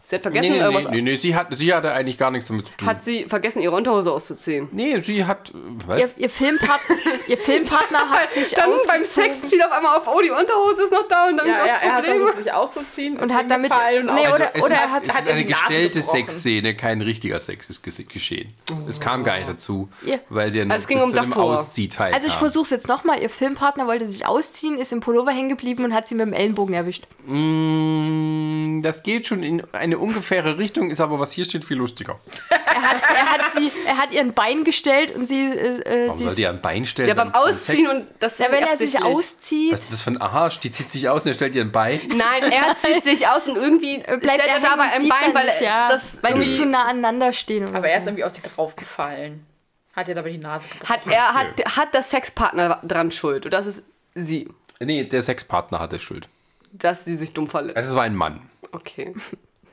[SPEAKER 4] sie hat
[SPEAKER 1] Nee,
[SPEAKER 4] vergessen,
[SPEAKER 1] nee, nee,
[SPEAKER 4] irgendwas-
[SPEAKER 1] nee, nee sie, hat, sie hatte eigentlich gar nichts damit zu tun.
[SPEAKER 4] hat sie vergessen, ihre Unterhose auszuziehen.
[SPEAKER 1] nee, sie hat. äh, Was?
[SPEAKER 3] Ihr, ihr, Filmpart
[SPEAKER 4] *laughs*
[SPEAKER 3] ihr Filmpartner hat sich
[SPEAKER 4] Dann beim
[SPEAKER 3] ausgezogen.
[SPEAKER 4] Sex fiel auf einmal auf, oh, die Unterhose ist noch da und dann
[SPEAKER 2] Ja, ja,
[SPEAKER 4] gab's
[SPEAKER 2] er hat
[SPEAKER 4] Probleme.
[SPEAKER 3] also
[SPEAKER 2] versucht, sich auszuziehen
[SPEAKER 3] Und hat damit-
[SPEAKER 2] Nee,
[SPEAKER 3] Nee,
[SPEAKER 2] auch,
[SPEAKER 3] oder-
[SPEAKER 1] Also es
[SPEAKER 3] oder
[SPEAKER 1] ist,
[SPEAKER 3] er hat-
[SPEAKER 1] es
[SPEAKER 2] hat
[SPEAKER 1] ist
[SPEAKER 2] ihr
[SPEAKER 1] eine
[SPEAKER 2] die Nase
[SPEAKER 1] gestellte
[SPEAKER 2] gebrochen.
[SPEAKER 1] Sexszene, kein richtiger Sex ist ges- geschehen. Es kam gar nicht dazu,
[SPEAKER 3] Ja.
[SPEAKER 1] weil sie ja nur
[SPEAKER 4] Also es ging
[SPEAKER 1] bis
[SPEAKER 4] um
[SPEAKER 1] zu halt dem
[SPEAKER 4] davor.
[SPEAKER 1] Ausziehteil
[SPEAKER 3] Also ich
[SPEAKER 1] kam.
[SPEAKER 3] versuch's jetzt nochmal. Ihr Filmpartner wollte sich ausziehen, ist im Pullover hängen geblieben und hat sie mit dem Ellenbogen erwischt.
[SPEAKER 1] Mm, Das geht schon in eine ungefähre Richtung, ist aber was hier steht viel lustiger.
[SPEAKER 3] Er er, hat, er, hat sie, er hat ihren Bein gestellt und sie. Äh, äh,
[SPEAKER 1] Warum
[SPEAKER 3] sie
[SPEAKER 1] soll die ein Bein stellen?
[SPEAKER 4] Ja, beim
[SPEAKER 1] beim
[SPEAKER 4] Ausziehen und das
[SPEAKER 3] ja, wenn er sich
[SPEAKER 4] absichtlich.
[SPEAKER 3] auszieht.
[SPEAKER 1] Was ist das für ein Aha? Die zieht sich aus und er stellt ihr ein Bein.
[SPEAKER 4] Nein, er zieht sich aus und irgendwie
[SPEAKER 3] bleibt
[SPEAKER 4] stellt er
[SPEAKER 3] hängen,
[SPEAKER 4] dabei ein
[SPEAKER 3] sieht
[SPEAKER 4] Bein,
[SPEAKER 3] er
[SPEAKER 4] weil
[SPEAKER 3] nicht,
[SPEAKER 4] er
[SPEAKER 3] ja,
[SPEAKER 4] das
[SPEAKER 3] weil die
[SPEAKER 4] irgendwie-
[SPEAKER 3] zu nah aneinander stehen. Oder
[SPEAKER 2] Aber er ist
[SPEAKER 3] so.
[SPEAKER 2] irgendwie auf sie draufgefallen. Hat ihr dabei die Nase gebrochen.
[SPEAKER 4] hat er hat, hat das Sexpartner dran Schuld und das ist sie,
[SPEAKER 1] Nee, der Sexpartner hatte Schuld.
[SPEAKER 4] dass sie sich dumm verletzt.
[SPEAKER 1] Also es war ein Mann.
[SPEAKER 2] Äh.
[SPEAKER 4] Okay. *laughs*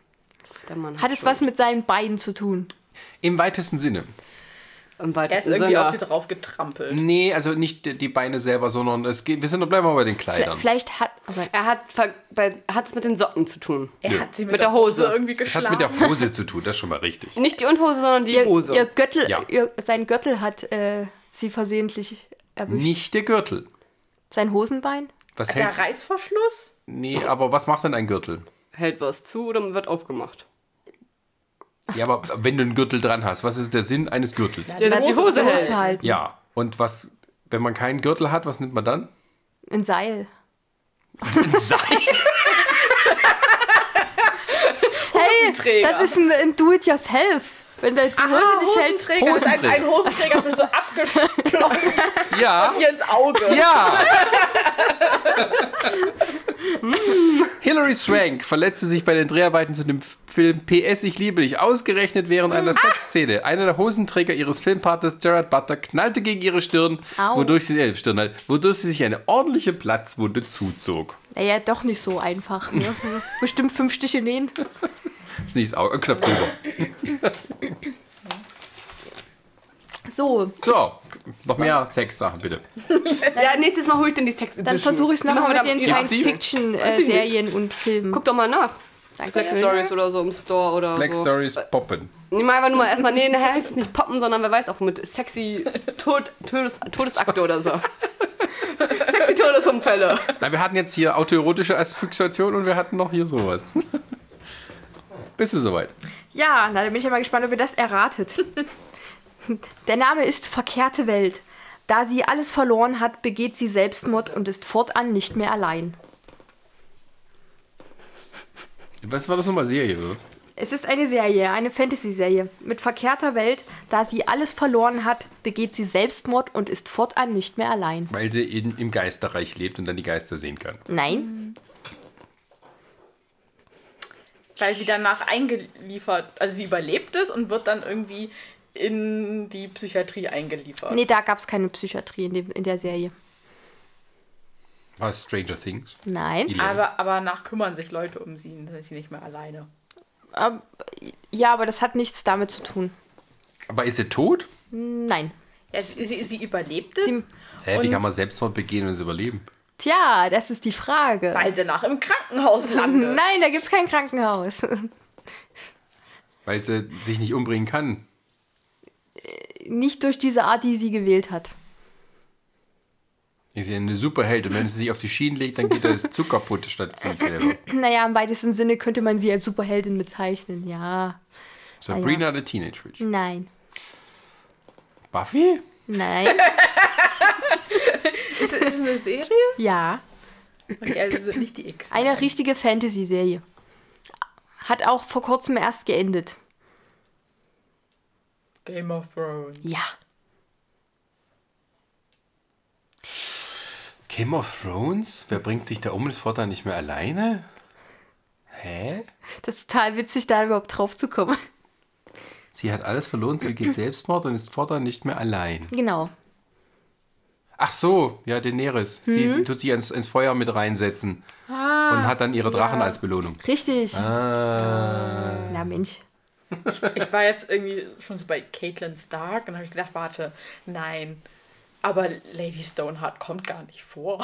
[SPEAKER 4] Der Mann
[SPEAKER 3] Hat es was mit seinen Beinen zu tun?
[SPEAKER 1] Im weitesten Sinne.
[SPEAKER 4] im
[SPEAKER 2] Er ist
[SPEAKER 4] weitesten
[SPEAKER 2] irgendwie auf sie
[SPEAKER 4] Sinne.
[SPEAKER 2] drauf getrampelt.
[SPEAKER 1] Nee, also nicht die- die Beine selber, sondern es geht. Wir sind noch bleiben wir bei den Kleidern.
[SPEAKER 3] Vielleicht hat. oh mein-
[SPEAKER 4] Er hat es mit den Socken zu tun.
[SPEAKER 1] Nö.
[SPEAKER 2] Er hat sie mit,
[SPEAKER 4] Mit
[SPEAKER 2] der
[SPEAKER 4] der Hose.
[SPEAKER 2] Hose irgendwie
[SPEAKER 1] Das hat
[SPEAKER 2] geschlagen.
[SPEAKER 1] mit der Hose zu tun, das ist schon mal richtig.
[SPEAKER 4] Nicht die Unterhose, sondern die
[SPEAKER 3] Ihr,
[SPEAKER 4] Hose.
[SPEAKER 3] ihr Göttel,
[SPEAKER 1] Ja.
[SPEAKER 3] ihr, sein Göttel hat äh, sie versehentlich erwischt.
[SPEAKER 1] Nicht der Gürtel.
[SPEAKER 4] Hm.
[SPEAKER 3] Sein Hosenbein?
[SPEAKER 1] Was
[SPEAKER 2] der
[SPEAKER 1] hält.
[SPEAKER 2] Reißverschluss?
[SPEAKER 1] Nee, aber was macht denn ein Gürtel?
[SPEAKER 4] Hält was zu oder wird aufgemacht.
[SPEAKER 1] Ja, aber wenn du einen Gürtel dran hast, was ist der Sinn eines Gürtels?
[SPEAKER 4] Ja,
[SPEAKER 3] Hat
[SPEAKER 4] die
[SPEAKER 3] sie
[SPEAKER 4] Hose
[SPEAKER 3] die
[SPEAKER 4] hält.
[SPEAKER 3] halten.
[SPEAKER 1] Ja, und was, wenn man keinen Gürtel hat, was nimmt man dann?
[SPEAKER 3] Ein Seil.
[SPEAKER 1] Ein Seil.
[SPEAKER 3] *laughs* Hey,
[SPEAKER 2] Hosenträger.
[SPEAKER 3] das ist ein, ein Do-it-yourself. Wenn der die
[SPEAKER 4] Ah,
[SPEAKER 3] Hose nicht hält.
[SPEAKER 2] Ah, Hosenträger. Das ist ein,
[SPEAKER 1] Hosenträger.
[SPEAKER 2] ein Hosenträger wird so *laughs* abgeschlagen
[SPEAKER 1] Ja.
[SPEAKER 2] ihr ins Auge.
[SPEAKER 1] Ja. *laughs* Hilary Swank verletzte sich bei den Dreharbeiten zu dem Film PS Ich liebe dich ausgerechnet während einer Sexszene. Einer der Hosenträger ihres Filmpartners, Gerard Butler, knallte gegen ihre Stirn,
[SPEAKER 3] Au.
[SPEAKER 1] wodurch sie, äh, Stirn halt, wodurch sie sich eine ordentliche Platzwunde zuzog.
[SPEAKER 3] Naja, doch nicht so einfach.
[SPEAKER 4] *laughs*
[SPEAKER 3] Ne? Bestimmt fünf Stiche nähen.
[SPEAKER 1] Ist nicht das Auge, äh, knapp drüber.
[SPEAKER 3] So,
[SPEAKER 1] So, noch mehr Sexsachen bitte.
[SPEAKER 4] Ja, nächstes Mal hol ich dann die Sex Edition.
[SPEAKER 3] dann versuche ich es nochmal mit den
[SPEAKER 4] Ja. Weiß ich nicht.
[SPEAKER 3] Science-Fiction-Serien und Filmen.
[SPEAKER 4] Guck doch mal nach. Black
[SPEAKER 3] Dankeschön.
[SPEAKER 4] Stories oder so im Store oder
[SPEAKER 1] Black
[SPEAKER 4] so.
[SPEAKER 1] Stories poppen.
[SPEAKER 4] Nimm einfach nur mal erstmal, nee, nachher heißt es nicht poppen, sondern wer weiß auch mit sexy Tod, Todes, Todesakte oder
[SPEAKER 2] *laughs*
[SPEAKER 4] so. sexy Todesunfälle.
[SPEAKER 1] Na, wir hatten jetzt hier autoerotische Asphyxiation und wir hatten noch hier sowas. *laughs* Bist du soweit?
[SPEAKER 3] Ja, na, da bin ich ja mal gespannt, ob ihr das erratet. *laughs* Der Name ist Verkehrte Welt. Da sie alles verloren hat, begeht sie Selbstmord und ist fortan nicht mehr allein.
[SPEAKER 1] Was war das nochmal Serie? Oder? was?
[SPEAKER 3] Es ist eine Serie, eine Fantasy-Serie. Mit verkehrter Welt, da sie alles verloren hat, begeht sie Selbstmord und ist fortan nicht mehr allein.
[SPEAKER 1] Weil sie in, im Geisterreich lebt und dann die Geister sehen kann.
[SPEAKER 3] Nein?
[SPEAKER 2] Weil sie danach eingeliefert, also sie überlebt es und wird dann irgendwie in die Psychiatrie eingeliefert.
[SPEAKER 3] Nee, da gab es keine Psychiatrie in, dem, in der Serie.
[SPEAKER 1] War es Stranger Things?
[SPEAKER 3] Nein.
[SPEAKER 1] Elaine.
[SPEAKER 2] Aber, aber nach kümmern sich Leute um sie, dann ist sie nicht mehr alleine.
[SPEAKER 3] Ähm, Ja, aber das hat nichts damit zu tun.
[SPEAKER 1] Aber ist sie tot?
[SPEAKER 3] Nein.
[SPEAKER 2] Ja, sie, sie, sie überlebt es,
[SPEAKER 3] Sie-
[SPEAKER 1] Hä, wie
[SPEAKER 2] Und-
[SPEAKER 1] kann man Selbstmord begehen und es überleben?
[SPEAKER 3] Tja, das ist die Frage.
[SPEAKER 2] weil sie nach
[SPEAKER 3] *laughs*
[SPEAKER 2] im Krankenhaus landet.
[SPEAKER 3] Nein, da gibt's kein Krankenhaus.
[SPEAKER 1] Weil sie sich nicht umbringen kann.
[SPEAKER 3] nicht durch diese Art, die sie gewählt hat. *clears throat*
[SPEAKER 1] Ist ja eine Superheld und wenn sie sich auf die Schienen legt, dann geht der
[SPEAKER 2] *laughs*
[SPEAKER 1] Zug kaputt statt sich selber.
[SPEAKER 3] Naja, im weitesten Sinne könnte man sie als Superheldin bezeichnen. Ja.
[SPEAKER 2] Ah,
[SPEAKER 1] Sabrina the Teenage Witch.
[SPEAKER 3] Nein.
[SPEAKER 1] Buffy?
[SPEAKER 3] Nein.
[SPEAKER 2] Ist, ist es eine Serie?
[SPEAKER 3] *laughs* ja.
[SPEAKER 2] Okay, also sind nicht die X.
[SPEAKER 3] Eine richtige Fantasy-Serie. Hat auch vor kurzem erst geendet.
[SPEAKER 2] Game of Thrones.
[SPEAKER 3] Ja.
[SPEAKER 1] Game of Thrones? Wer bringt sich da um und ist fortan nicht mehr alleine? Hä?
[SPEAKER 3] Das ist total witzig, da überhaupt drauf zu kommen. *laughs*
[SPEAKER 1] Sie hat alles verloren, sie
[SPEAKER 2] *laughs*
[SPEAKER 1] geht Selbstmord und ist fortan nicht mehr allein.
[SPEAKER 3] Genau.
[SPEAKER 1] Ach so, ja, Daenerys. Sie
[SPEAKER 2] Hm?
[SPEAKER 1] tut sich ins, ins Feuer mit reinsetzen
[SPEAKER 2] Ah,
[SPEAKER 1] und hat dann ihre Drachen als Belohnung.
[SPEAKER 3] Richtig.
[SPEAKER 1] Ah.
[SPEAKER 3] Na Mensch.
[SPEAKER 2] Ich war jetzt irgendwie schon so bei Caitlin Stark und habe ich gedacht, warte, nein. Aber Lady Stoneheart kommt gar nicht vor.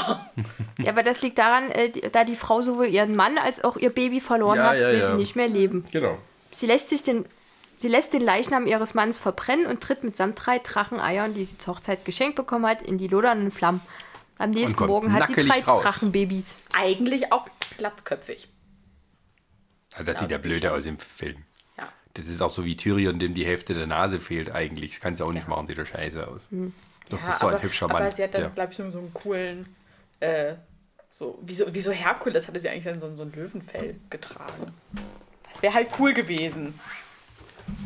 [SPEAKER 3] Ja, aber das liegt daran, äh, die- da die Frau sowohl ihren Mann als auch ihr Baby verloren
[SPEAKER 1] Ja,
[SPEAKER 3] hat,
[SPEAKER 1] ja,
[SPEAKER 3] will
[SPEAKER 1] ja.
[SPEAKER 3] sie nicht mehr leben.
[SPEAKER 1] Genau.
[SPEAKER 3] Sie lässt sich den, sie lässt den Leichnam ihres Mannes verbrennen und tritt mitsamt drei Dracheneiern, die sie zur Hochzeit geschenkt bekommen hat, in die lodernden Flammen. Am nächsten
[SPEAKER 1] kommt
[SPEAKER 3] Morgen hat sie drei
[SPEAKER 1] nackelig raus.
[SPEAKER 3] Drachenbabys.
[SPEAKER 2] Eigentlich auch glatzköpfig.
[SPEAKER 1] Also das sieht ja blöde aus im Film.
[SPEAKER 2] Ja.
[SPEAKER 1] Das ist auch so wie Tyrion, dem die Hälfte der Nase fehlt eigentlich. Das kannst du auch nicht machen, sieht doch scheiße aus. Doch, das ist so
[SPEAKER 2] Hm. aber,
[SPEAKER 1] ein hübscher Mann.
[SPEAKER 2] aber sie hat dann,
[SPEAKER 1] Ja.
[SPEAKER 2] glaube ich, so, so einen coolen, äh, so, wie so, wie so Herkules
[SPEAKER 1] Hm.
[SPEAKER 2] hatte sie eigentlich dann so, ein- so ein Löwenfell getragen. Das wäre halt cool gewesen.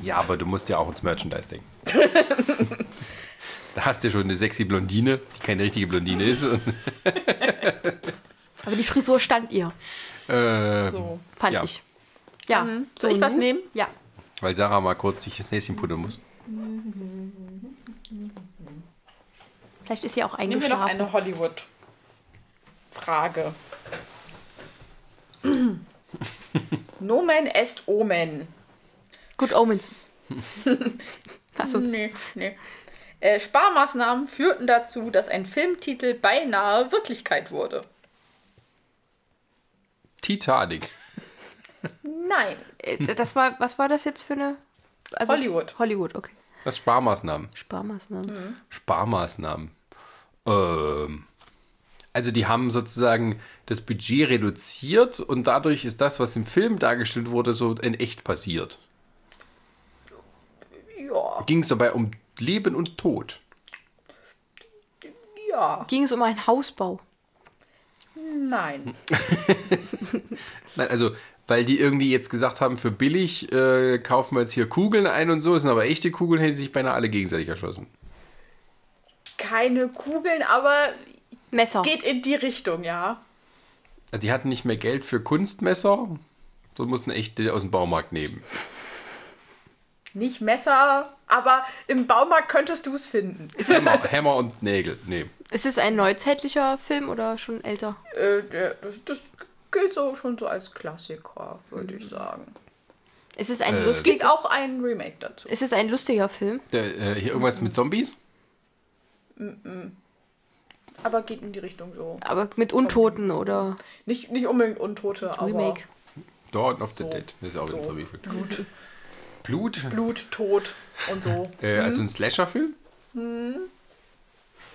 [SPEAKER 1] Ja, aber du musst ja auch ins Merchandise denken.
[SPEAKER 2] *laughs*
[SPEAKER 1] da hast du schon eine sexy Blondine, die keine richtige Blondine ist. Und,
[SPEAKER 3] Aber die Frisur stand ihr,
[SPEAKER 1] äh,
[SPEAKER 2] So.
[SPEAKER 3] fand
[SPEAKER 1] Ja.
[SPEAKER 3] ich. Ja.
[SPEAKER 2] Mhm. Soll ich was
[SPEAKER 3] nun?
[SPEAKER 2] nehmen?
[SPEAKER 3] Ja.
[SPEAKER 1] Weil Sarah mal kurz sich das Näschen pudeln muss.
[SPEAKER 3] Vielleicht ist sie auch
[SPEAKER 2] Nehmen wir noch
[SPEAKER 3] eingeschlafen.
[SPEAKER 2] eine Hollywood-Frage.
[SPEAKER 1] *laughs*
[SPEAKER 2] Nomen est Omen.
[SPEAKER 3] Good
[SPEAKER 2] *laughs*
[SPEAKER 3] Omens. Achso,
[SPEAKER 2] Nee, nee. Äh, Sparmaßnahmen führten dazu, dass ein Filmtitel beinahe Wirklichkeit wurde.
[SPEAKER 1] Titanic.
[SPEAKER 2] Nein.
[SPEAKER 3] äh, das war, was war das jetzt für eine? Also,
[SPEAKER 2] Hollywood. Mhm.
[SPEAKER 3] Hollywood, okay. ne?
[SPEAKER 1] Das Sparmaßnahmen.
[SPEAKER 3] Sparmaßnahmen.
[SPEAKER 1] Sparmaßnahmen. Ähm, also die haben sozusagen das Budget reduziert und dadurch ist das, was im Film dargestellt wurde, so in echt passiert.
[SPEAKER 2] Ja,
[SPEAKER 1] Ging es dabei um Leben und Tod.
[SPEAKER 2] ja,
[SPEAKER 3] Ging es um einen Hausbau?
[SPEAKER 2] nein.
[SPEAKER 1] Nein, also weil die irgendwie jetzt gesagt haben, für billig äh, kaufen wir jetzt hier Kugeln ein und so, es sind aber echte Kugeln, hätten sie sich beinahe alle gegenseitig erschossen.
[SPEAKER 2] Keine Kugeln, aber
[SPEAKER 3] Messer.
[SPEAKER 2] geht in die Richtung, ja.
[SPEAKER 1] Also die hatten nicht mehr Geld für Kunstmesser, so mussten echte aus dem Baumarkt nehmen.
[SPEAKER 2] Nicht Messer, aber im Baumarkt könntest du es finden.
[SPEAKER 1] Hammer, *laughs* Hammer und Nägel, nee.
[SPEAKER 3] Ist es ein neuzeitlicher Film oder schon älter?
[SPEAKER 2] Äh, der, das, das gilt so schon so als Klassiker, würde
[SPEAKER 3] Mhm.
[SPEAKER 2] ich sagen.
[SPEAKER 3] Ist es ein,
[SPEAKER 1] Äh,
[SPEAKER 3] lustig,
[SPEAKER 2] Gibt auch ein Remake dazu.
[SPEAKER 3] ist es ein lustiger Film?
[SPEAKER 1] Der, äh, hier irgendwas mit Zombies?
[SPEAKER 2] Aber geht in die Richtung so.
[SPEAKER 3] Aber mit Untoten oder
[SPEAKER 2] Nicht, nicht unbedingt Untote, aber
[SPEAKER 3] Remake?
[SPEAKER 1] Dawn of the Dead. Das ist auch wieder ein
[SPEAKER 2] So.
[SPEAKER 1] Zombie-Film.
[SPEAKER 2] Blut,
[SPEAKER 1] Blut,
[SPEAKER 2] Blut, Tod und so.
[SPEAKER 1] äh, also
[SPEAKER 3] Mhm.
[SPEAKER 1] ein Slasher-Film?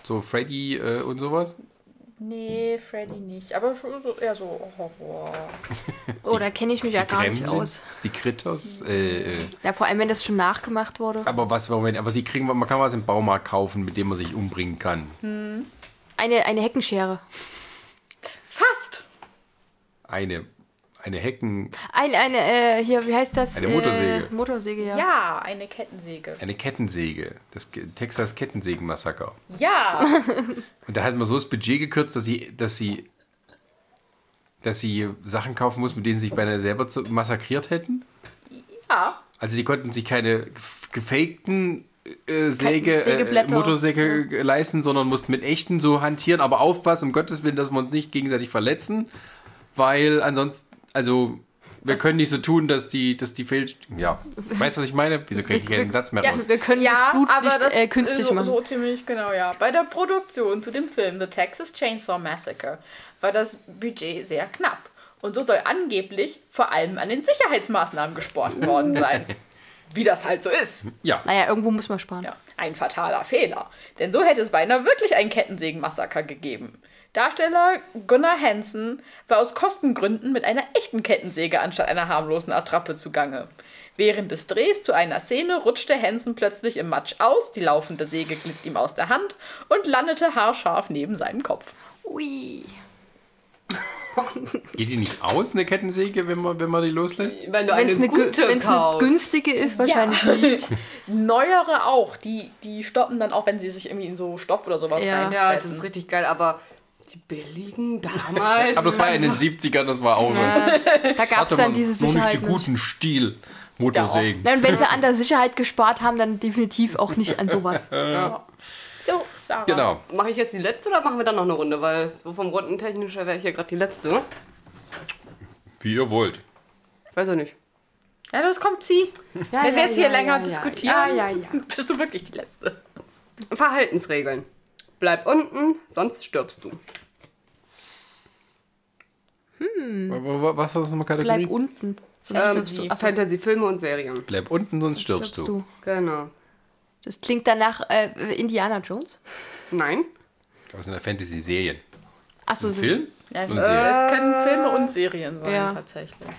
[SPEAKER 1] So Freddy äh, und sowas?
[SPEAKER 2] Nee, Freddy nicht. Aber schon so, eher so Horror.
[SPEAKER 3] Oh, da kenne ich mich ja gar nicht aus.
[SPEAKER 1] die Critters. Äh, äh.
[SPEAKER 3] Ja, vor allem, wenn das schon nachgemacht wurde.
[SPEAKER 1] Aber was, Moment, aber die kriegen, wir- man kann was im Baumarkt kaufen, mit dem man sich umbringen kann.
[SPEAKER 3] Hm. Eine, eine Heckenschere.
[SPEAKER 2] Fast!
[SPEAKER 1] Eine, eine Hecken,
[SPEAKER 3] Ein, eine, äh, hier, wie heißt das?
[SPEAKER 1] Eine Motorsäge.
[SPEAKER 3] Äh, Motorsäge, ja.
[SPEAKER 2] Ja, eine Kettensäge.
[SPEAKER 1] eine Kettensäge. Das Ke- Texas Kettensägen-Massaker.
[SPEAKER 3] *laughs*
[SPEAKER 2] Ja!
[SPEAKER 1] Und da hat man so das Budget gekürzt, dass sie, dass sie, dass sie Sachen kaufen muss, mit denen sie sich beinahe selber zu, massakriert hätten.
[SPEAKER 2] ja.
[SPEAKER 1] Also die konnten sich keine gef- gefakten äh, Säge, äh,
[SPEAKER 3] Sägeblätter.
[SPEAKER 1] Motorsäge äh, leisten, sondern mussten mit echten so hantieren. Aber aufpassen, um Gottes Willen, dass wir uns nicht gegenseitig verletzen, weil ansonsten, also wir können nicht so tun, dass die, dass die Fehl... Ja, weißt du, was ich meine? Wieso kriege ich
[SPEAKER 3] Wir-
[SPEAKER 1] keinen Satz mehr
[SPEAKER 2] Ja.
[SPEAKER 1] raus?
[SPEAKER 3] Wir können das
[SPEAKER 2] Ja,
[SPEAKER 3] Blut
[SPEAKER 2] aber
[SPEAKER 3] nicht
[SPEAKER 2] das
[SPEAKER 3] äh, künstlich
[SPEAKER 2] so,
[SPEAKER 3] machen.
[SPEAKER 2] so ziemlich genau, ja. Bei der Produktion zu dem Film The Texas Chainsaw Massacre war das Budget sehr knapp. Und so soll angeblich vor allem an den Sicherheitsmaßnahmen gespart
[SPEAKER 3] *laughs*
[SPEAKER 2] worden sein. Wie das halt so ist.
[SPEAKER 1] Ja,
[SPEAKER 3] Naja, irgendwo muss man sparen.
[SPEAKER 2] Ja, ein fataler Fehler. Denn so hätte es beinahe wirklich ein Kettensägenmassaker gegeben. Darsteller Gunnar Hansen war aus Kostengründen mit einer echten Kettensäge anstatt einer harmlosen Attrappe zugange. Während des Drehs zu einer Szene rutschte Hansen plötzlich im Matsch aus, die laufende Säge glitt ihm aus der Hand und landete haarscharf neben seinem Kopf.
[SPEAKER 3] Ui.
[SPEAKER 1] geht die nicht aus, eine Kettensäge, wenn man, wenn man die loslässt?
[SPEAKER 4] Wenn
[SPEAKER 3] Wenn
[SPEAKER 4] du eine,
[SPEAKER 3] es eine, gü-
[SPEAKER 4] gute
[SPEAKER 3] wenn's eine
[SPEAKER 4] kaufst.
[SPEAKER 3] günstige ist, wahrscheinlich
[SPEAKER 2] Ja.
[SPEAKER 3] nicht.
[SPEAKER 2] Neuere auch, die, die stoppen dann auch, wenn sie sich irgendwie in so Stoff oder sowas
[SPEAKER 3] Ja.
[SPEAKER 2] reinfressen.
[SPEAKER 4] Ja, das ist richtig geil, aber die
[SPEAKER 3] *laughs*
[SPEAKER 4] billigen damals.
[SPEAKER 1] Aber das war ja in den 70ern, das war auch so.
[SPEAKER 3] Da gab es dann diese
[SPEAKER 1] noch nicht
[SPEAKER 3] Sicherheit.
[SPEAKER 1] die guten Stil Motorsägen.
[SPEAKER 3] Nein, und wenn sie an der Sicherheit gespart haben, dann definitiv auch nicht an
[SPEAKER 1] *laughs*
[SPEAKER 3] sowas.
[SPEAKER 2] So, Sarah.
[SPEAKER 1] Genau.
[SPEAKER 4] *laughs* Mache ich jetzt die letzte oder machen wir dann noch eine Runde? Weil so vom Runden technisch her wäre ich ja gerade die letzte.
[SPEAKER 1] Wie ihr wollt.
[SPEAKER 4] Ich weiß ja nicht.
[SPEAKER 2] Ja, los kommt sie.
[SPEAKER 3] Ja,
[SPEAKER 2] Wenn wir
[SPEAKER 3] ja,
[SPEAKER 2] jetzt hier
[SPEAKER 3] ja,
[SPEAKER 2] länger
[SPEAKER 3] ja, ja.
[SPEAKER 2] diskutieren,
[SPEAKER 3] Ja, ja, ja.
[SPEAKER 2] *laughs* bist du wirklich die Letzte.
[SPEAKER 4] Verhaltensregeln. Bleib unten, sonst stirbst du.
[SPEAKER 1] Wa- wa- Was war das nochmal Kategorie?
[SPEAKER 3] Mhm. Bleib unten.
[SPEAKER 4] Ähm,
[SPEAKER 3] Ach so.
[SPEAKER 4] Fantasy-Filme und Serien.
[SPEAKER 1] Bleib unten, sonst stirbst, du.
[SPEAKER 4] Genau.
[SPEAKER 3] Das klingt danach äh, Indiana Jones.
[SPEAKER 4] Nein?
[SPEAKER 1] Aus einer Fantasy-Serien.
[SPEAKER 3] Achso,
[SPEAKER 1] Ein Film?
[SPEAKER 2] Ja, es,
[SPEAKER 1] Und Serien.
[SPEAKER 2] es können Filme und Serien sein,
[SPEAKER 3] Ja.
[SPEAKER 2] tatsächlich.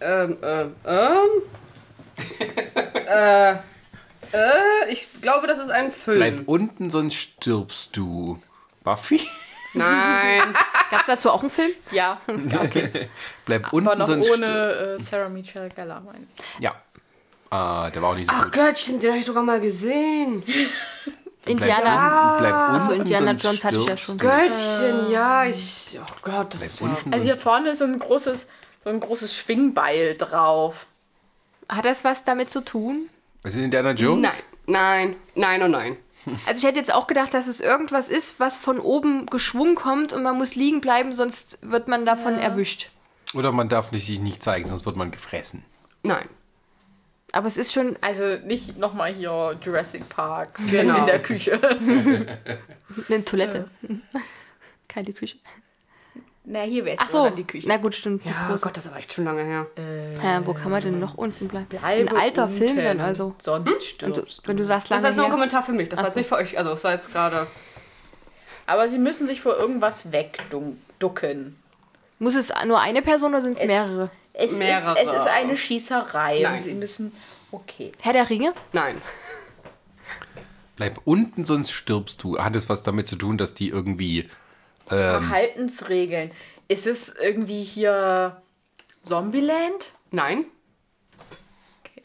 [SPEAKER 4] Ähm, ähm,
[SPEAKER 1] *laughs*
[SPEAKER 4] ähm. äh, äh, ich glaube, das ist ein Film.
[SPEAKER 1] Bleib unten, sonst stirbst du. Buffy? *laughs*
[SPEAKER 4] Nein.
[SPEAKER 3] Gab es dazu auch einen Film? *laughs*
[SPEAKER 2] Ja,
[SPEAKER 1] Bleib
[SPEAKER 2] aber
[SPEAKER 1] unten,
[SPEAKER 2] noch
[SPEAKER 1] sonst
[SPEAKER 2] ohne äh, Sarah Michelle Gellar, meine ich.
[SPEAKER 1] stirbst Ja. Ah, der war auch nicht so
[SPEAKER 4] Ach
[SPEAKER 1] gut.
[SPEAKER 4] Göttchen, den habe ich sogar mal gesehen.
[SPEAKER 1] Bleib unten,
[SPEAKER 3] Indiana.
[SPEAKER 1] bleib unten
[SPEAKER 3] so, Indiana
[SPEAKER 1] sonst
[SPEAKER 3] Jones hatte ich ja
[SPEAKER 1] stirbst
[SPEAKER 3] schon.
[SPEAKER 1] du.
[SPEAKER 4] Göttchen, ja, ich. Oh Gott, das
[SPEAKER 1] Bleib
[SPEAKER 4] war.
[SPEAKER 1] unten.
[SPEAKER 2] Also hier vorne ist so ein großes, so ein großes Schwingbeil drauf.
[SPEAKER 3] Hat das was damit zu tun?
[SPEAKER 1] Was ist Indiana Jones?
[SPEAKER 4] Nein, nein, nein und nein.
[SPEAKER 3] Also ich hätte jetzt auch gedacht, dass es irgendwas ist, was von oben geschwungen kommt und man muss liegen bleiben, sonst wird man davon erwischt.
[SPEAKER 1] Oder man darf nicht, sich nicht zeigen, sonst wird man gefressen.
[SPEAKER 4] Nein.
[SPEAKER 3] Aber es ist schon,
[SPEAKER 2] Also nicht nochmal hier Jurassic Park
[SPEAKER 4] Genau.
[SPEAKER 2] in der Küche.
[SPEAKER 3] Eine Toilette. Keine Küche.
[SPEAKER 2] *laughs* Na, hier wäre
[SPEAKER 3] Ach
[SPEAKER 2] jetzt
[SPEAKER 3] so.
[SPEAKER 2] dann die Küche.
[SPEAKER 3] Na gut, stimmt.
[SPEAKER 4] Ja,
[SPEAKER 3] Groß.
[SPEAKER 4] oh Gott, das ist aber echt schon lange her.
[SPEAKER 3] Ja, wo kann man denn noch unten bleiben?
[SPEAKER 2] Bleibe
[SPEAKER 3] Ein alter
[SPEAKER 2] unten,
[SPEAKER 3] Film dann also.
[SPEAKER 2] Sonst
[SPEAKER 3] Wenn du,
[SPEAKER 2] stirbst du.
[SPEAKER 3] wenn du sagst
[SPEAKER 4] Das
[SPEAKER 3] lange
[SPEAKER 4] war jetzt nur ein
[SPEAKER 3] her.
[SPEAKER 4] Kommentar für mich, das war jetzt nicht für euch. Also, es war jetzt gerade.
[SPEAKER 2] Aber sie müssen sich vor irgendwas wegducken.
[SPEAKER 3] Muss es nur eine Person oder sind es mehrere?
[SPEAKER 2] Es,
[SPEAKER 4] Mehrere.
[SPEAKER 2] Ist, es ist eine Schießerei.
[SPEAKER 4] Nein.
[SPEAKER 2] Und sie müssen. Okay.
[SPEAKER 3] Herr der Ringe?
[SPEAKER 4] Nein.
[SPEAKER 1] Bleib unten, sonst stirbst du. Hat es was damit zu tun, dass die irgendwie. Ähm.
[SPEAKER 2] Verhaltensregeln. Ist es irgendwie hier Zombieland?
[SPEAKER 4] Nein.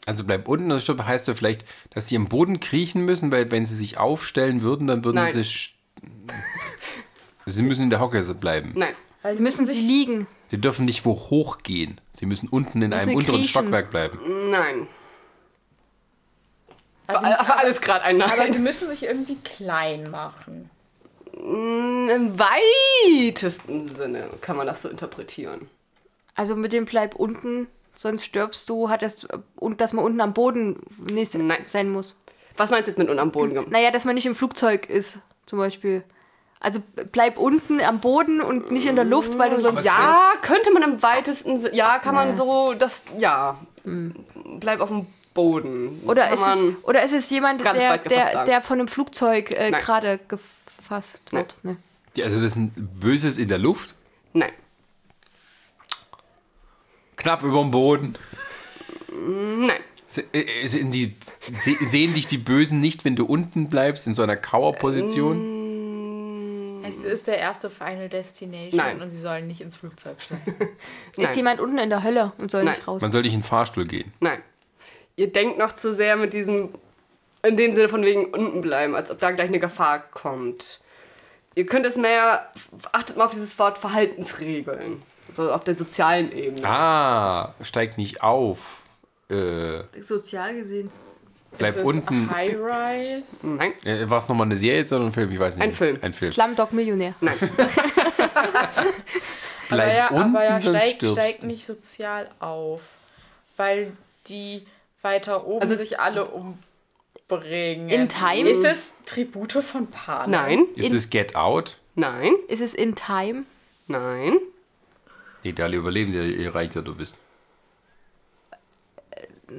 [SPEAKER 1] Also bleib unten, sonst stirbst du, heißt ja vielleicht, dass die im Boden kriechen müssen, weil wenn sie sich aufstellen würden, dann würden
[SPEAKER 4] Nein.
[SPEAKER 1] sie. sch- Sie müssen in der Hocke bleiben.
[SPEAKER 4] Nein.
[SPEAKER 2] Weil
[SPEAKER 3] Müssen sie liegen?
[SPEAKER 1] Sie dürfen nicht wo hoch gehen. Sie müssen unten in einem
[SPEAKER 3] sie
[SPEAKER 1] unteren
[SPEAKER 3] kriechen.
[SPEAKER 1] Stockwerk bleiben.
[SPEAKER 4] Nein.
[SPEAKER 2] Also-
[SPEAKER 4] War- aber alles gerade ein
[SPEAKER 2] Aber sie
[SPEAKER 4] Nein.
[SPEAKER 2] müssen sich irgendwie klein machen.
[SPEAKER 4] Im weitesten Sinne kann man das so interpretieren.
[SPEAKER 3] Also mit dem Bleib unten, sonst stirbst du, hat das, und dass man unten am Boden nicht
[SPEAKER 4] Nein.
[SPEAKER 3] sein muss.
[SPEAKER 4] Was meinst du jetzt mit unten am Boden gemacht?
[SPEAKER 3] Naja, dass man nicht im Flugzeug ist, zum Beispiel. Also bleib unten am Boden und nicht in der Luft,
[SPEAKER 4] Mm,
[SPEAKER 3] weil du sonst
[SPEAKER 4] Ja, könnte man im weitesten Sinne. Ja, kann man so. Das. Ja. Mhm. Bleib auf dem Boden.
[SPEAKER 3] Oder
[SPEAKER 4] kann
[SPEAKER 3] ist, es,
[SPEAKER 4] man,
[SPEAKER 3] oder ist es jemand,
[SPEAKER 4] ganz
[SPEAKER 3] der,
[SPEAKER 4] weit gefasst
[SPEAKER 3] der,
[SPEAKER 4] sagen.
[SPEAKER 3] der von einem Flugzeug äh,
[SPEAKER 4] Nein.
[SPEAKER 3] gerade gefasst wird? Nee.
[SPEAKER 1] Die- Also das ist ein Böses in der Luft,
[SPEAKER 4] Nein.
[SPEAKER 1] knapp über dem Boden.
[SPEAKER 4] Nein.
[SPEAKER 1] Se- äh, äh, Sind die, se- sehen dich die Bösen nicht, wenn du unten bleibst, in so einer Kauerposition?
[SPEAKER 2] Es ist der erste Final Destination
[SPEAKER 4] Mhm. Nein.
[SPEAKER 2] und sie sollen nicht ins Flugzeug steigen.
[SPEAKER 4] Nein.
[SPEAKER 3] Ist jemand unten in der Hölle und soll
[SPEAKER 4] Nein.
[SPEAKER 3] nicht raus?
[SPEAKER 1] Man soll nicht in den Fahrstuhl gehen.
[SPEAKER 4] Nein. Ihr denkt noch zu sehr mit diesem, in dem Sinne von wegen unten bleiben, als ob da gleich eine Gefahr kommt. Ihr könnt es mehr, achtet mal auf dieses Wort Verhaltensregeln. So auf der sozialen Ebene.
[SPEAKER 1] Ah, steig nicht auf. Äh,
[SPEAKER 3] Sozial gesehen.
[SPEAKER 1] bleib unten.
[SPEAKER 2] High Rise.
[SPEAKER 4] Nein.
[SPEAKER 1] Äh, War es nochmal eine Serie, sondern ein Film? Ich weiß nicht.
[SPEAKER 4] Ein Film.
[SPEAKER 1] Ein Film.
[SPEAKER 3] Slumdog Millionär.
[SPEAKER 1] *laughs* Bleib
[SPEAKER 2] aber ja,
[SPEAKER 1] unten,
[SPEAKER 2] aber ja
[SPEAKER 1] sonst
[SPEAKER 2] steigt,
[SPEAKER 1] stirbst
[SPEAKER 2] steigt
[SPEAKER 1] du.
[SPEAKER 2] nicht sozial auf. Weil die weiter oben
[SPEAKER 4] Also es-
[SPEAKER 2] sich alle umbringen.
[SPEAKER 3] In Time?
[SPEAKER 2] Ist es Tribute von Panem?
[SPEAKER 4] Nein.
[SPEAKER 1] Ist es Get Out?
[SPEAKER 4] Nein.
[SPEAKER 3] Ist es in Time?
[SPEAKER 4] Nein.
[SPEAKER 1] Nee, die alle überleben, je- je reicher du bist.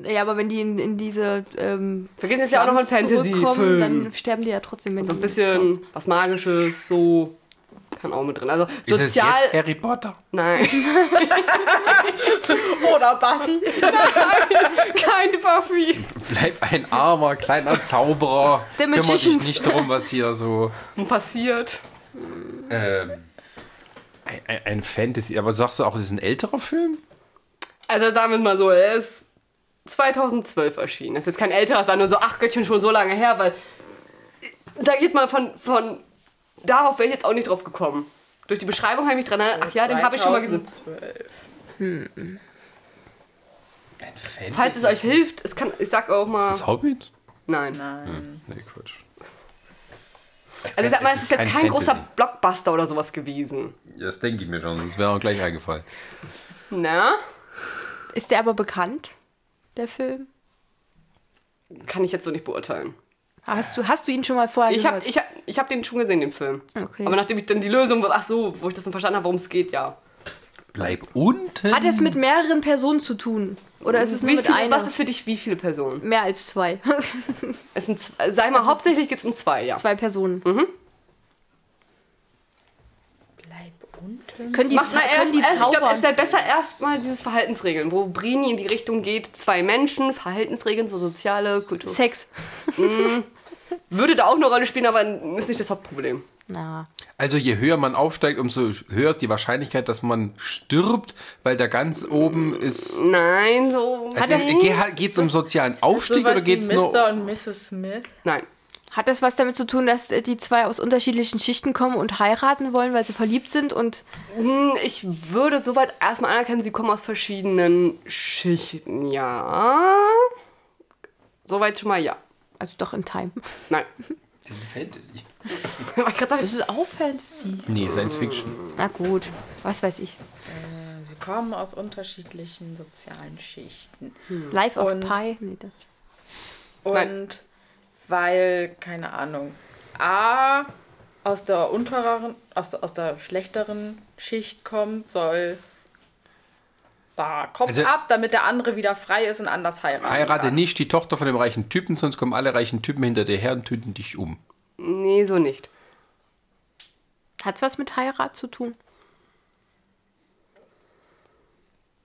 [SPEAKER 3] Ja, aber wenn die in, in diese ähm,
[SPEAKER 4] Vergiss es ja auch noch
[SPEAKER 3] Slums
[SPEAKER 4] ein Fantasy-Film.
[SPEAKER 3] zurückkommen, dann sterben die ja trotzdem, wenn
[SPEAKER 4] So ein
[SPEAKER 3] die-
[SPEAKER 4] bisschen was Magisches, so. Kann auch mit drin. Also
[SPEAKER 1] Ist
[SPEAKER 4] sozial.
[SPEAKER 1] es jetzt Harry Potter?
[SPEAKER 4] Nein. *laughs*
[SPEAKER 2] Oder Buffy?
[SPEAKER 4] Keine Buffy.
[SPEAKER 1] Bleib ein armer, kleiner
[SPEAKER 4] *laughs*
[SPEAKER 1] Zauberer.
[SPEAKER 3] The
[SPEAKER 1] Kümmere dich
[SPEAKER 3] Magicians.
[SPEAKER 1] nicht drum, was hier so...
[SPEAKER 4] Passiert.
[SPEAKER 1] Ähm, ein, ein, ein Fantasy. Aber sagst du auch, es ist ein älterer Film?
[SPEAKER 4] Also sagen wir es mal so, er ist 2012 erschienen. Das ist jetzt kein älterer, sondern nur so, ach Göttchen, schon so lange her, weil, sag ich jetzt mal, von, von darauf wäre ich jetzt auch nicht drauf gekommen. Durch die Beschreibung habe ich mich dran erinnert, ach ja, den habe ich schon mal gesehen.
[SPEAKER 2] 2012.
[SPEAKER 1] Ein Fantasy?
[SPEAKER 4] Falls es euch hilft, es kann, ich sag auch mal,
[SPEAKER 1] Ist das Hobbit?
[SPEAKER 4] nein.
[SPEAKER 2] Nein.
[SPEAKER 1] Nee, Quatsch.
[SPEAKER 4] Also ich sag mal, es
[SPEAKER 1] Es
[SPEAKER 4] ist jetzt kein,
[SPEAKER 1] Fantasy.
[SPEAKER 4] großer Blockbuster oder sowas gewesen.
[SPEAKER 1] Das denke ich mir schon, sonst wäre auch gleich eingefallen.
[SPEAKER 4] Na,
[SPEAKER 3] Ist der aber bekannt, der Film?
[SPEAKER 4] kann ich jetzt so nicht beurteilen.
[SPEAKER 3] Hast du, hast du ihn schon mal vorher
[SPEAKER 4] Ich habe
[SPEAKER 3] gehört?
[SPEAKER 4] ich hab, ich hab den schon gesehen, den Film.
[SPEAKER 3] Okay.
[SPEAKER 4] Aber nachdem ich dann die Lösung, ach so, wo ich das dann verstanden habe, worum es geht, ja.
[SPEAKER 1] Bleib unten.
[SPEAKER 3] Hat es mit mehreren Personen zu tun? Oder ist es nur
[SPEAKER 4] Wie
[SPEAKER 3] mit
[SPEAKER 4] viele,
[SPEAKER 3] einer?
[SPEAKER 4] was ist für dich wie viele Personen?
[SPEAKER 3] Mehr als zwei. *laughs*
[SPEAKER 4] Es sind, z- äh, sag ich mal, hauptsächlich geht es um zwei, ja.
[SPEAKER 3] zwei Personen.
[SPEAKER 2] Bleib unten.
[SPEAKER 3] Können die,
[SPEAKER 4] Macht
[SPEAKER 3] zau
[SPEAKER 4] mal erst,
[SPEAKER 3] können die
[SPEAKER 4] erst, ich glaube,
[SPEAKER 3] zaubern?
[SPEAKER 4] ist dann besser erstmal dieses Verhaltensregeln, wo Brini in die Richtung geht, zwei Menschen, Verhaltensregeln, so soziale Kultur.
[SPEAKER 3] Sex.
[SPEAKER 4] Würde da auch eine Rolle spielen, aber ist nicht das Hauptproblem.
[SPEAKER 3] Na.
[SPEAKER 1] Also je höher man aufsteigt, umso höher ist die Wahrscheinlichkeit, dass man stirbt, weil da ganz oben ist.
[SPEAKER 4] Nein, so.
[SPEAKER 1] Also es, ge- geht's um sozialen Aufstieg oder geht's
[SPEAKER 2] wie Mr.
[SPEAKER 1] nur?
[SPEAKER 2] und Mrs. Smith?
[SPEAKER 4] Nein.
[SPEAKER 3] Hat das was damit zu tun, dass äh, die zwei aus unterschiedlichen Schichten kommen und heiraten wollen, weil sie verliebt sind und
[SPEAKER 4] Hm, Ich würde soweit erstmal anerkennen, sie kommen aus verschiedenen Schichten, ja. Soweit schon mal ja.
[SPEAKER 3] also doch in Time.
[SPEAKER 4] Nein. *laughs*
[SPEAKER 1] Das ist Fantasy.
[SPEAKER 4] War ich grad sagen,
[SPEAKER 3] Das ist auch Fantasy.
[SPEAKER 1] Nee, Science Fiction.
[SPEAKER 3] Na gut, was weiß ich.
[SPEAKER 2] Sie kommen aus unterschiedlichen sozialen Schichten.
[SPEAKER 3] Life of
[SPEAKER 2] Und-
[SPEAKER 3] Pi. Nee, das-
[SPEAKER 2] Und
[SPEAKER 4] Nein.
[SPEAKER 2] weil, keine Ahnung, A aus der unteren, aus der, aus der schlechteren Schicht kommt, soll da kommt
[SPEAKER 1] Also-
[SPEAKER 2] ab, damit der andere wieder frei ist und anders heiraten
[SPEAKER 1] Heirate
[SPEAKER 2] kann.
[SPEAKER 1] nicht die Tochter von dem reichen Typen, sonst kommen alle reichen Typen hinter dir her und töten dich um.
[SPEAKER 4] nee, so nicht.
[SPEAKER 3] Hat's was mit Heirat zu tun?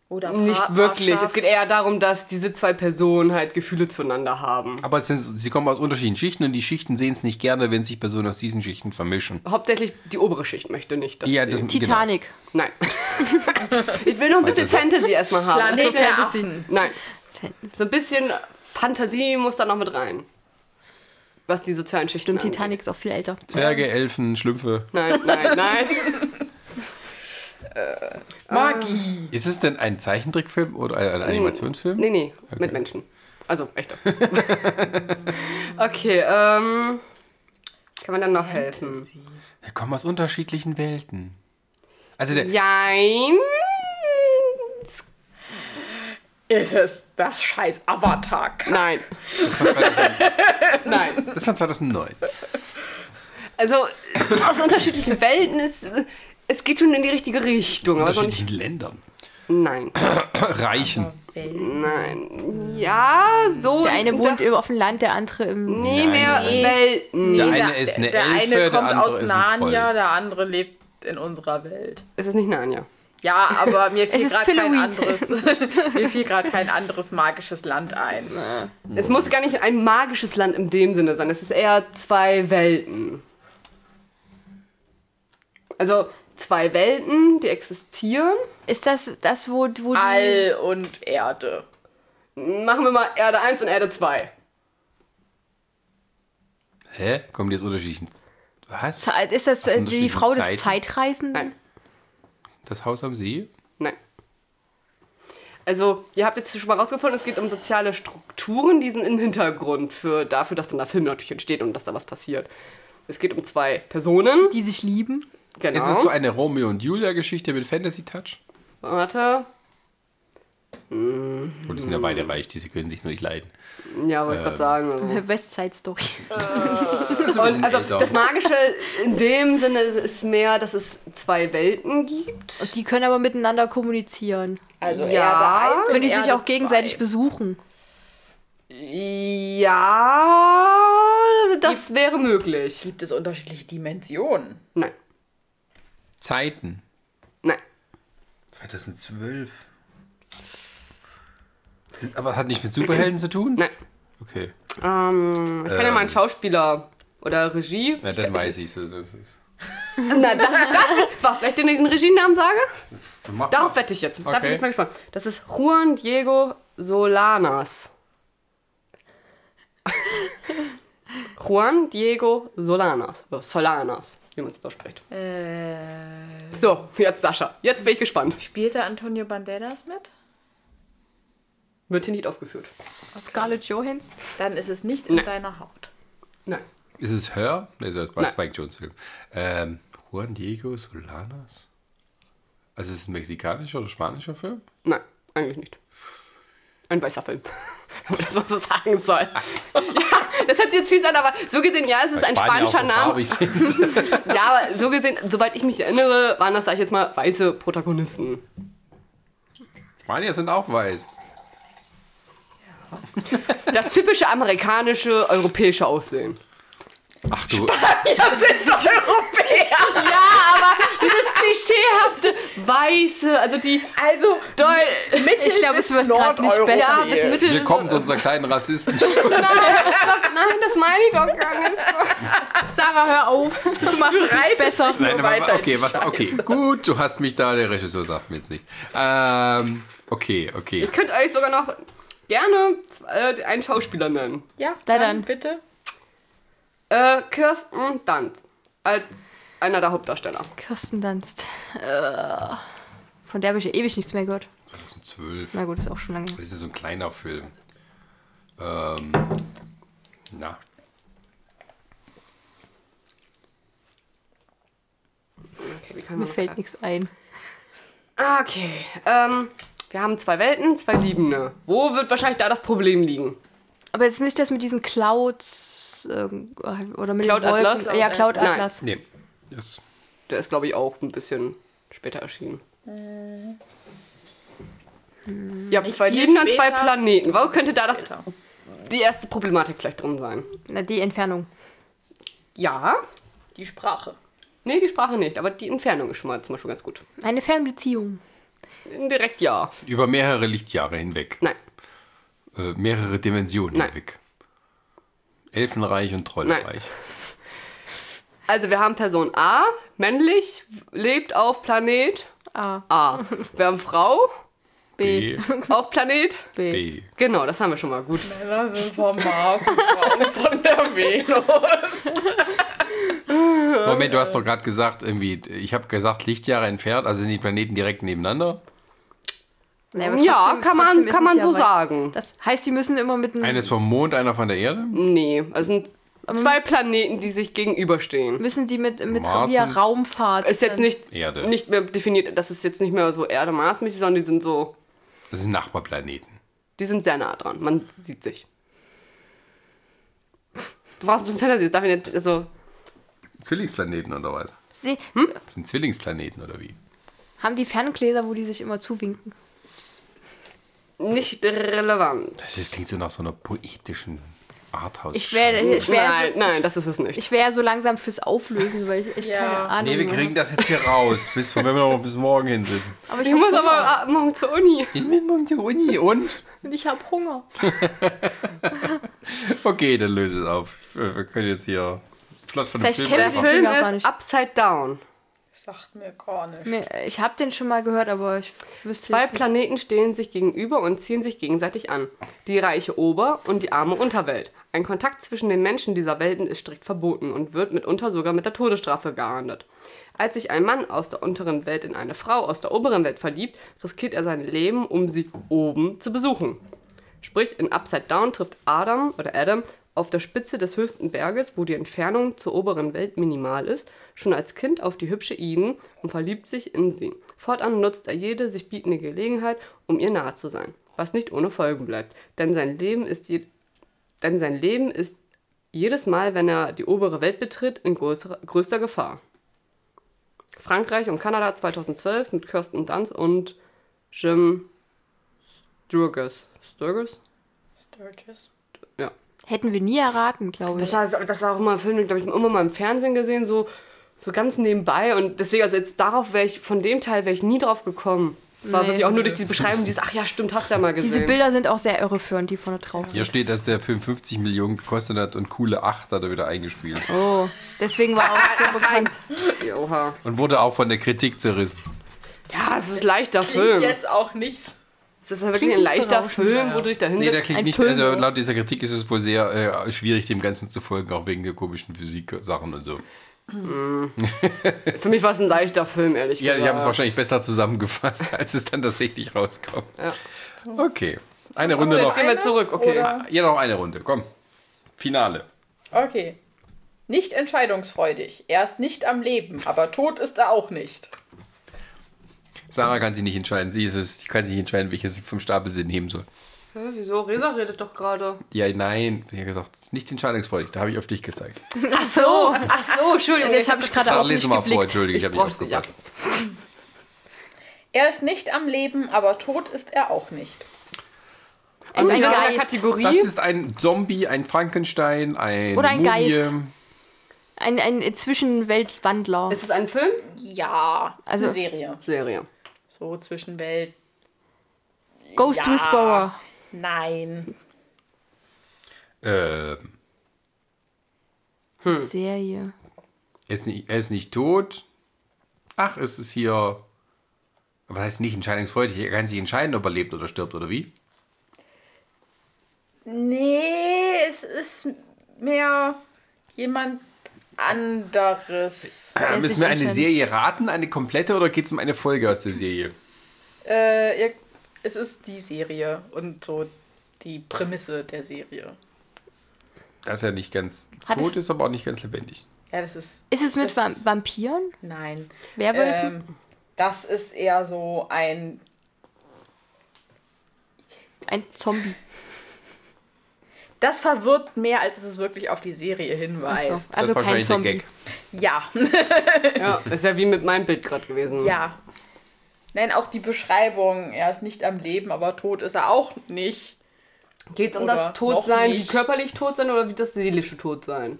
[SPEAKER 2] Oder
[SPEAKER 4] Nicht wirklich. Es
[SPEAKER 2] Partnerschaft.
[SPEAKER 4] geht eher darum, dass diese zwei Personen halt Gefühle zueinander haben.
[SPEAKER 1] Aber es sind, sie kommen aus unterschiedlichen Schichten und die Schichten sehen es nicht gerne, wenn sich Personen aus diesen Schichten vermischen.
[SPEAKER 4] Hauptsächlich die obere Schicht möchte nicht, dass
[SPEAKER 1] Ja,
[SPEAKER 4] die,
[SPEAKER 1] das-
[SPEAKER 3] Titanic.
[SPEAKER 4] Nein. *laughs* ich will noch ein bisschen
[SPEAKER 1] Weiter so.
[SPEAKER 4] Fantasy erstmal haben.
[SPEAKER 2] Planet
[SPEAKER 4] Also
[SPEAKER 2] der
[SPEAKER 4] Fantasy.
[SPEAKER 2] Affen.
[SPEAKER 4] Nein. So ein bisschen Fantasie muss da noch mit rein. Was die sozialen Schichten
[SPEAKER 3] Stimmt,
[SPEAKER 4] angeht.
[SPEAKER 3] Titanic ist auch viel älter.
[SPEAKER 1] Zwerge, Elfen, Schlümpfe.
[SPEAKER 4] Nein, nein, nein.
[SPEAKER 3] *laughs*
[SPEAKER 4] Äh,
[SPEAKER 2] Magie.
[SPEAKER 1] Ist es denn ein Zeichentrickfilm oder ein ein Animationsfilm?
[SPEAKER 4] äh, Nee, nee, mit Menschen. Also,
[SPEAKER 1] *laughs*
[SPEAKER 4] echt. okay, ähm. Kann man dann noch helfen?
[SPEAKER 1] Wir kommen aus unterschiedlichen Welten. Also der,
[SPEAKER 4] Jein.
[SPEAKER 2] Ist es das scheiß Avatar?
[SPEAKER 4] Nein,
[SPEAKER 1] das, war 2000,
[SPEAKER 4] nein.
[SPEAKER 1] das war 2009.
[SPEAKER 4] Also, aus unterschiedlichen Welten ist. Es geht schon in die richtige Richtung, aber so nicht.
[SPEAKER 1] unterschiedlichen Ländern. *coughs*
[SPEAKER 4] Nein.
[SPEAKER 1] Reichen.
[SPEAKER 2] Welt.
[SPEAKER 4] Nein. Ja, so.
[SPEAKER 3] Der eine wohnt
[SPEAKER 4] da,
[SPEAKER 3] auf dem Land, der andere im.
[SPEAKER 4] Nee,
[SPEAKER 1] Nein,
[SPEAKER 4] mehr
[SPEAKER 1] nein.
[SPEAKER 4] Welten.
[SPEAKER 1] Der
[SPEAKER 2] Nee,
[SPEAKER 1] eine ist eine
[SPEAKER 2] der
[SPEAKER 1] Elfe,
[SPEAKER 2] eine
[SPEAKER 1] der
[SPEAKER 2] kommt
[SPEAKER 1] andere
[SPEAKER 2] aus
[SPEAKER 1] ist ein
[SPEAKER 2] Narnia,
[SPEAKER 1] Troll.
[SPEAKER 2] der andere lebt in unserer Welt.
[SPEAKER 4] Es ist nicht eine Anja.
[SPEAKER 2] Ja, aber
[SPEAKER 3] *laughs*
[SPEAKER 2] mir fiel
[SPEAKER 3] ist
[SPEAKER 2] gerade kein
[SPEAKER 3] Fillowi.
[SPEAKER 2] anderes, *laughs* mir fiel gerade kein anderes magisches Land ein.
[SPEAKER 4] Es muss gar nicht ein magisches Land in dem Sinne sein. Es ist eher zwei Welten. Also zwei Welten, die existieren.
[SPEAKER 3] Ist das das, wo, wo die.
[SPEAKER 2] All und Erde.
[SPEAKER 4] Machen wir mal Erde 1 und Erde 2.
[SPEAKER 1] Hä? Kommen die aus unterschiedlichen... Was?
[SPEAKER 3] Ist das äh, die
[SPEAKER 1] unterschiedlichen
[SPEAKER 3] Frau des
[SPEAKER 1] Zeiten?
[SPEAKER 3] Zeitreisenden?
[SPEAKER 4] Nein.
[SPEAKER 1] Das Haus am See?
[SPEAKER 4] Nein. Also, ihr habt jetzt schon mal rausgefunden, es geht um soziale Strukturen, die sind im Hintergrund für, dafür, dass dann der Film natürlich entsteht und dass da was passiert. Es geht um zwei Personen.
[SPEAKER 3] Die sich lieben?
[SPEAKER 4] Genau.
[SPEAKER 1] Ist es so eine Romeo und Julia-Geschichte mit Fantasy-Touch?
[SPEAKER 4] Warte.
[SPEAKER 1] Und die sind ja beide reich, diese können sich nur nicht leiden.
[SPEAKER 4] Ja, wollte ich gerade sagen. Also.
[SPEAKER 3] Äh, Westside Story.
[SPEAKER 4] Und, also,
[SPEAKER 1] älter.
[SPEAKER 4] das Magische in dem Sinne ist mehr, dass es zwei Welten gibt.
[SPEAKER 3] Die können aber miteinander kommunizieren.
[SPEAKER 2] Also
[SPEAKER 4] Ja.
[SPEAKER 2] Erde 1 und
[SPEAKER 3] Können die sich
[SPEAKER 2] Erde
[SPEAKER 3] auch gegenseitig
[SPEAKER 2] 2.
[SPEAKER 3] besuchen?
[SPEAKER 4] Ja, das wäre möglich.
[SPEAKER 2] Gibt es unterschiedliche Dimensionen?
[SPEAKER 4] Nein,
[SPEAKER 1] Zeiten.
[SPEAKER 4] nein.
[SPEAKER 1] 2012. Aber hat nicht mit Superhelden zu tun?
[SPEAKER 4] Nein.
[SPEAKER 1] Okay.
[SPEAKER 4] Ähm, ich kann ja
[SPEAKER 1] Ähm.
[SPEAKER 4] mal einen Schauspieler oder Regie.
[SPEAKER 1] Na, dann weiß ich es.
[SPEAKER 4] Na, das, das, was, wenn ich dir den Regienamen sage?
[SPEAKER 1] wird
[SPEAKER 4] Darauf wette ich jetzt. Da bin
[SPEAKER 1] Okay.
[SPEAKER 4] ich jetzt mal gespannt. Das ist Juan Diego Solanas. *laughs* Juan Diego Solanas. Oder Solanas, wie man es ausspricht.
[SPEAKER 2] Ähm. Äh,
[SPEAKER 4] So, jetzt Sascha. Jetzt bin ich gespannt.
[SPEAKER 2] spielte Antonio Banderas mit?
[SPEAKER 4] Wird hier nicht aufgeführt.
[SPEAKER 3] Scarlett Johansson?
[SPEAKER 2] Dann ist es nicht in
[SPEAKER 4] Nein.
[SPEAKER 2] deiner Haut.
[SPEAKER 4] Nein.
[SPEAKER 1] Ist es Her? Nee, das war ein
[SPEAKER 4] Nein.
[SPEAKER 1] Spike Jones Film. Ähm, Juan Diego Solanas? Also ist es ein mexikanischer oder spanischer Film?
[SPEAKER 4] Nein, eigentlich nicht. Ein weißer Film. *laughs* Wenn man das mal so sagen soll. ja, das hört sich jetzt viel an, aber so gesehen, ja, es ist ein
[SPEAKER 1] Spanier auch so
[SPEAKER 4] spanischer Name.
[SPEAKER 1] farbig sind.
[SPEAKER 4] Ja, aber so gesehen, soweit ich mich erinnere, waren das, sag ich jetzt mal, weiße Protagonisten.
[SPEAKER 1] *laughs* Spanier sind auch weiß.
[SPEAKER 4] Das typische amerikanische, europäische Aussehen.
[SPEAKER 1] Ach du,
[SPEAKER 2] Das sind doch Europäer!
[SPEAKER 4] Ja, aber dieses klischeehafte Weiße, also die
[SPEAKER 2] Also,
[SPEAKER 4] Deu
[SPEAKER 2] Mittel
[SPEAKER 3] Ich glaube, es wird gerade nicht besser.
[SPEAKER 4] ja, bis Mitte. *laughs*
[SPEAKER 1] wir kommen zu unserer kleinen Rassisten.
[SPEAKER 4] Nein, das meine ich doch gar nicht.
[SPEAKER 3] Sarah, hör auf. Du machst es nicht
[SPEAKER 2] Reitet
[SPEAKER 3] besser.
[SPEAKER 2] Nein,
[SPEAKER 1] Nein, aber
[SPEAKER 2] weiter
[SPEAKER 1] okay, was, okay, gut, du hast mich da, der Regisseur sagt mir jetzt nicht. Ähm, okay, okay.
[SPEAKER 4] Ich könnte euch sogar noch gerne äh, einen Schauspieler nennen.
[SPEAKER 2] Ja,
[SPEAKER 3] Na dann.
[SPEAKER 2] bitte.
[SPEAKER 4] Äh, Kirsten Dunst als einer der Hauptdarsteller.
[SPEAKER 3] Kirsten Dunst. Äh, Von der habe ich ja ewig nichts mehr gehört.
[SPEAKER 1] 2012.
[SPEAKER 3] Na gut, ist auch schon lange. her.
[SPEAKER 1] Das ist so ein kleiner Film. Ähm, na,
[SPEAKER 4] Okay, wie kann
[SPEAKER 3] Mir
[SPEAKER 4] man
[SPEAKER 3] fällt nichts ein.
[SPEAKER 4] Ah, Okay, ähm, wir haben zwei Welten, zwei Liebende. Wo wird wahrscheinlich da das Problem liegen?
[SPEAKER 3] Aber jetzt nicht das mit diesen Clouds irgend- oder mit
[SPEAKER 4] Cloud
[SPEAKER 3] den Wolken.
[SPEAKER 4] Atlas?
[SPEAKER 3] Ja, Cloud
[SPEAKER 4] Nein.
[SPEAKER 3] Atlas.
[SPEAKER 1] nee. Das,
[SPEAKER 4] Der ist, glaube ich, auch ein bisschen später erschienen.
[SPEAKER 3] Hm.
[SPEAKER 4] Ihr habt zwei
[SPEAKER 2] viel
[SPEAKER 4] Liebende und zwei
[SPEAKER 2] später.
[SPEAKER 4] Planeten. Wo könnte da das, die erste Problematik vielleicht drin sein?
[SPEAKER 3] Na, die Entfernung.
[SPEAKER 4] Ja,
[SPEAKER 2] Die Sprache.
[SPEAKER 4] nee, die Sprache nicht, aber die Entfernung ist schon mal zum Beispiel ganz gut.
[SPEAKER 3] Eine Fernbeziehung.
[SPEAKER 4] Direkt ja.
[SPEAKER 1] über mehrere Lichtjahre hinweg.
[SPEAKER 4] Nein,
[SPEAKER 1] Äh, mehrere Dimensionen
[SPEAKER 4] Nein.
[SPEAKER 1] hinweg. Elfenreich und Trollreich.
[SPEAKER 4] also wir haben Person A, männlich, lebt auf Planet
[SPEAKER 3] A, *laughs*
[SPEAKER 4] A. Wir haben Frau
[SPEAKER 3] B,
[SPEAKER 1] B,
[SPEAKER 4] auf Planet.
[SPEAKER 3] B.
[SPEAKER 1] B.
[SPEAKER 4] Genau, das haben wir schon mal gut.
[SPEAKER 2] Männer sind vom Mars und Frauen von der Venus.
[SPEAKER 1] Moment, du hast doch gerade gesagt, irgendwie, ich habe gesagt, Lichtjahre entfernt, also sind die Planeten direkt nebeneinander.
[SPEAKER 3] Mhm. Naja, aber
[SPEAKER 4] ja,
[SPEAKER 3] trotzdem-
[SPEAKER 4] kann man,
[SPEAKER 3] trotzdem ist
[SPEAKER 4] kann
[SPEAKER 3] es
[SPEAKER 4] man
[SPEAKER 3] ja
[SPEAKER 4] so
[SPEAKER 3] weit.
[SPEAKER 4] sagen.
[SPEAKER 3] Das heißt, die müssen immer mit einem,
[SPEAKER 1] Eines vom Mond, einer von der Erde.
[SPEAKER 4] Nee, also sind
[SPEAKER 3] Ähm.
[SPEAKER 4] zwei Planeten, die sich gegenüberstehen.
[SPEAKER 3] müssen die mit, mit
[SPEAKER 1] Mars
[SPEAKER 3] via
[SPEAKER 1] und-
[SPEAKER 3] Raumfahrt.
[SPEAKER 4] Ist jetzt nicht,
[SPEAKER 1] Erde.
[SPEAKER 4] nicht mehr definiert, das ist jetzt nicht mehr so Erde-Mars-mäßig, sondern die sind so,
[SPEAKER 1] Das sind Nachbarplaneten.
[SPEAKER 4] die sind sehr nah dran. Man sieht sich. Du brauchst ein bisschen Fantasie, das darf ich nicht, also,
[SPEAKER 1] Zwillingsplaneten oder was?
[SPEAKER 3] Sie,
[SPEAKER 1] Das sind Zwillingsplaneten oder wie?
[SPEAKER 3] Haben die Ferngläser, wo die sich immer zuwinken?
[SPEAKER 4] nicht relevant.
[SPEAKER 1] Das ist- klingt so nach so einer poetischen Arthouse.
[SPEAKER 3] Ich werde- Ich wär
[SPEAKER 4] Nein,
[SPEAKER 3] so-
[SPEAKER 4] nein, das ist es nicht.
[SPEAKER 3] Ich wäre ja so langsam fürs Auflösen, weil ich echt
[SPEAKER 2] Ja.
[SPEAKER 3] keine Ahnung
[SPEAKER 1] Nee, wir
[SPEAKER 3] mehr
[SPEAKER 1] kriegen das jetzt hier raus, bis, wenn wir noch bis morgen hin sind.
[SPEAKER 3] habe. Aber
[SPEAKER 4] Ich,
[SPEAKER 3] ich, hab
[SPEAKER 4] muss
[SPEAKER 3] Hunger.
[SPEAKER 4] aber ab morgen zur Uni.
[SPEAKER 1] Ich bin morgen zur Uni und?
[SPEAKER 3] Und ich habe Hunger.
[SPEAKER 1] Okay, dann löse es auf. Wir wir können jetzt hier flott von dem
[SPEAKER 3] Vielleicht
[SPEAKER 1] Film
[SPEAKER 3] kennen
[SPEAKER 4] Der
[SPEAKER 3] wir-
[SPEAKER 1] machen.
[SPEAKER 4] Film
[SPEAKER 3] gar
[SPEAKER 4] ist
[SPEAKER 3] nicht.
[SPEAKER 4] Upside Down.
[SPEAKER 2] Sagt mir gar nicht.
[SPEAKER 3] Mir- Ich habe den schon mal gehört, aber ich wüsste
[SPEAKER 4] Zwei
[SPEAKER 3] jetzt nicht.
[SPEAKER 4] Planeten stehen sich gegenüber und ziehen sich gegenseitig an. Die reiche Ober- und die arme Unterwelt. Ein Kontakt zwischen den Menschen dieser Welten ist strikt verboten und wird mitunter sogar mit der Todesstrafe geahndet. Als sich ein Mann aus der unteren Welt in eine Frau aus der oberen Welt verliebt, riskiert er sein Leben, um sie oben zu besuchen. Sprich, in Upside Down trifft Adam oder Adam auf der Spitze des höchsten Berges, wo die Entfernung zur oberen Welt minimal ist, schon als Kind auf die hübsche Eden und verliebt sich in sie. Fortan nutzt er jede sich bietende Gelegenheit, um ihr nahe zu sein, was nicht ohne Folgen bleibt, denn sein Leben ist je denn sein Leben ist jedes Mal, wenn er die obere Welt betritt, in größerer, größter Gefahr. Frankreich und Kanada 2012 mit Kirsten Dunst und Jim Sturgis. Sturgis?
[SPEAKER 2] Sturgis.
[SPEAKER 4] Ja.
[SPEAKER 3] Hätten wir nie erraten, glaube
[SPEAKER 4] Das
[SPEAKER 3] ich.
[SPEAKER 4] war, das war auch immer ein Film, den glaube ich immer mal im Fernsehen gesehen, so, so ganz nebenbei. Und deswegen, also jetzt darauf wäre ich, von dem Teil wäre ich nie drauf gekommen. Das war
[SPEAKER 3] Nee.
[SPEAKER 4] wirklich auch nur durch die Beschreibung, dieses, ach ja, stimmt, hast du ja mal gesehen.
[SPEAKER 3] Diese Bilder sind auch sehr irreführend, die vorne drauf sind.
[SPEAKER 1] Hier steht, dass der Film 50 Millionen gekostet hat und coole 8 hat er wieder eingespielt.
[SPEAKER 3] Oh, deswegen war *laughs* auch so bekannt.
[SPEAKER 4] Oha.
[SPEAKER 1] Und wurde auch von der Kritik zerrissen.
[SPEAKER 4] Ja, es ist ein leichter
[SPEAKER 2] Klingt
[SPEAKER 4] Film.
[SPEAKER 2] jetzt auch nicht.
[SPEAKER 4] Es ist halt
[SPEAKER 3] Klingt
[SPEAKER 4] wirklich ein
[SPEAKER 3] nicht
[SPEAKER 4] leichter
[SPEAKER 3] berauschend,
[SPEAKER 4] Film, wo du dich dahin
[SPEAKER 1] Nee, der
[SPEAKER 4] setzt.
[SPEAKER 1] klingt
[SPEAKER 3] ein
[SPEAKER 1] nicht,
[SPEAKER 3] Film,
[SPEAKER 1] also
[SPEAKER 3] ne?
[SPEAKER 1] laut dieser Kritik ist es wohl sehr äh, schwierig, dem Ganzen zu folgen, auch wegen der komischen Physik-Sachen und so.
[SPEAKER 4] Für mich war es ein leichter Film, ehrlich
[SPEAKER 1] Ja,
[SPEAKER 4] gesagt.
[SPEAKER 1] die haben es wahrscheinlich besser zusammengefasst, *laughs* als es dann tatsächlich rauskommt.
[SPEAKER 4] Ja.
[SPEAKER 1] Okay. Eine Runde
[SPEAKER 3] Also,
[SPEAKER 4] Jetzt
[SPEAKER 1] noch.
[SPEAKER 4] gehen wir zurück, okay.
[SPEAKER 2] Oder?
[SPEAKER 1] Ja, noch eine Runde. Komm. Finale.
[SPEAKER 2] Okay. Nicht entscheidungsfreudig. Er ist nicht am Leben, aber tot ist er auch nicht.
[SPEAKER 1] Sarah kann sich nicht entscheiden. Sie ist es, die kann sich nicht entscheiden, welches sie vom Stapel sie nehmen soll.
[SPEAKER 4] Hä, wieso? Resa redet doch gerade.
[SPEAKER 1] Ja, nein, wie gesagt, nicht entscheidungsfreudig. Da habe ich auf dich gezeigt.
[SPEAKER 3] Ach so,
[SPEAKER 4] Oh, Ach so, Entschuldigung.
[SPEAKER 3] jetzt habe ich gerade
[SPEAKER 1] Sarah,
[SPEAKER 3] auch
[SPEAKER 1] lese
[SPEAKER 3] nicht
[SPEAKER 1] mal vor,
[SPEAKER 3] geblickt.
[SPEAKER 1] entschuldige, ich habe nicht
[SPEAKER 4] brauch-
[SPEAKER 1] aufgepasst.
[SPEAKER 2] Er ist nicht am Leben, aber tot ist er auch nicht.
[SPEAKER 3] Er ist ein
[SPEAKER 4] Also in der
[SPEAKER 3] Geist.
[SPEAKER 4] Kategorie.
[SPEAKER 1] Das ist ein Zombie, ein Frankenstein, ein
[SPEAKER 3] Oder ein
[SPEAKER 1] Mumie. Ähm,
[SPEAKER 3] Geist. Ein, ein Zwischenweltwandler.
[SPEAKER 4] ist es ein Film?
[SPEAKER 2] Ja,
[SPEAKER 3] Also-
[SPEAKER 2] eine Serie.
[SPEAKER 4] Serie.
[SPEAKER 2] So zwischen Welt.
[SPEAKER 3] Ghost
[SPEAKER 2] ja.
[SPEAKER 3] Whisperer.
[SPEAKER 2] Nein.
[SPEAKER 1] Ähm,
[SPEAKER 3] Serie.
[SPEAKER 1] Er ist nicht, er ist nicht tot. Ach, es ist hier. Aber das heißt nicht entscheidungsfreudig. Er kann sich entscheiden, ob er lebt oder stirbt oder wie.
[SPEAKER 2] Nee, es ist mehr jemand anderes.
[SPEAKER 1] Äh,
[SPEAKER 3] ist
[SPEAKER 1] Müssen
[SPEAKER 3] nicht
[SPEAKER 1] wir eine
[SPEAKER 3] entscheidend.
[SPEAKER 1] Serie raten, eine komplette oder geht es um eine Folge aus der Serie?
[SPEAKER 2] Äh, ihr- es ist die Serie und so die Prämisse der Serie.
[SPEAKER 1] Dass er nicht ganz
[SPEAKER 3] Hat
[SPEAKER 1] tot
[SPEAKER 3] es-
[SPEAKER 1] ist, aber auch nicht ganz lebendig.
[SPEAKER 2] Ja, das ist.
[SPEAKER 3] Ist es mit
[SPEAKER 2] das-
[SPEAKER 3] Vam- Vampiren?
[SPEAKER 2] Nein.
[SPEAKER 3] Werwölfen?
[SPEAKER 2] Ähm, das ist eher so ein.
[SPEAKER 3] Ein Zombie.
[SPEAKER 2] Das verwirrt mehr, als es wirklich auf die Serie
[SPEAKER 3] Ach so.
[SPEAKER 2] hinweist.
[SPEAKER 1] Das
[SPEAKER 3] Also
[SPEAKER 1] ist
[SPEAKER 3] kein
[SPEAKER 1] wahrscheinlich der
[SPEAKER 3] Zombie.
[SPEAKER 1] Gag.
[SPEAKER 2] Ja, *laughs*
[SPEAKER 4] Ja, ist ja wie mit meinem Bild gerade gewesen.
[SPEAKER 2] ja. Nein, auch die Beschreibung. Er ist nicht am Leben, aber tot ist er auch nicht.
[SPEAKER 4] Geht es um
[SPEAKER 2] Oder
[SPEAKER 4] das
[SPEAKER 2] noch
[SPEAKER 4] Todsein, wie
[SPEAKER 2] nicht.
[SPEAKER 4] körperlich tot sein oder wie das seelische Todsein?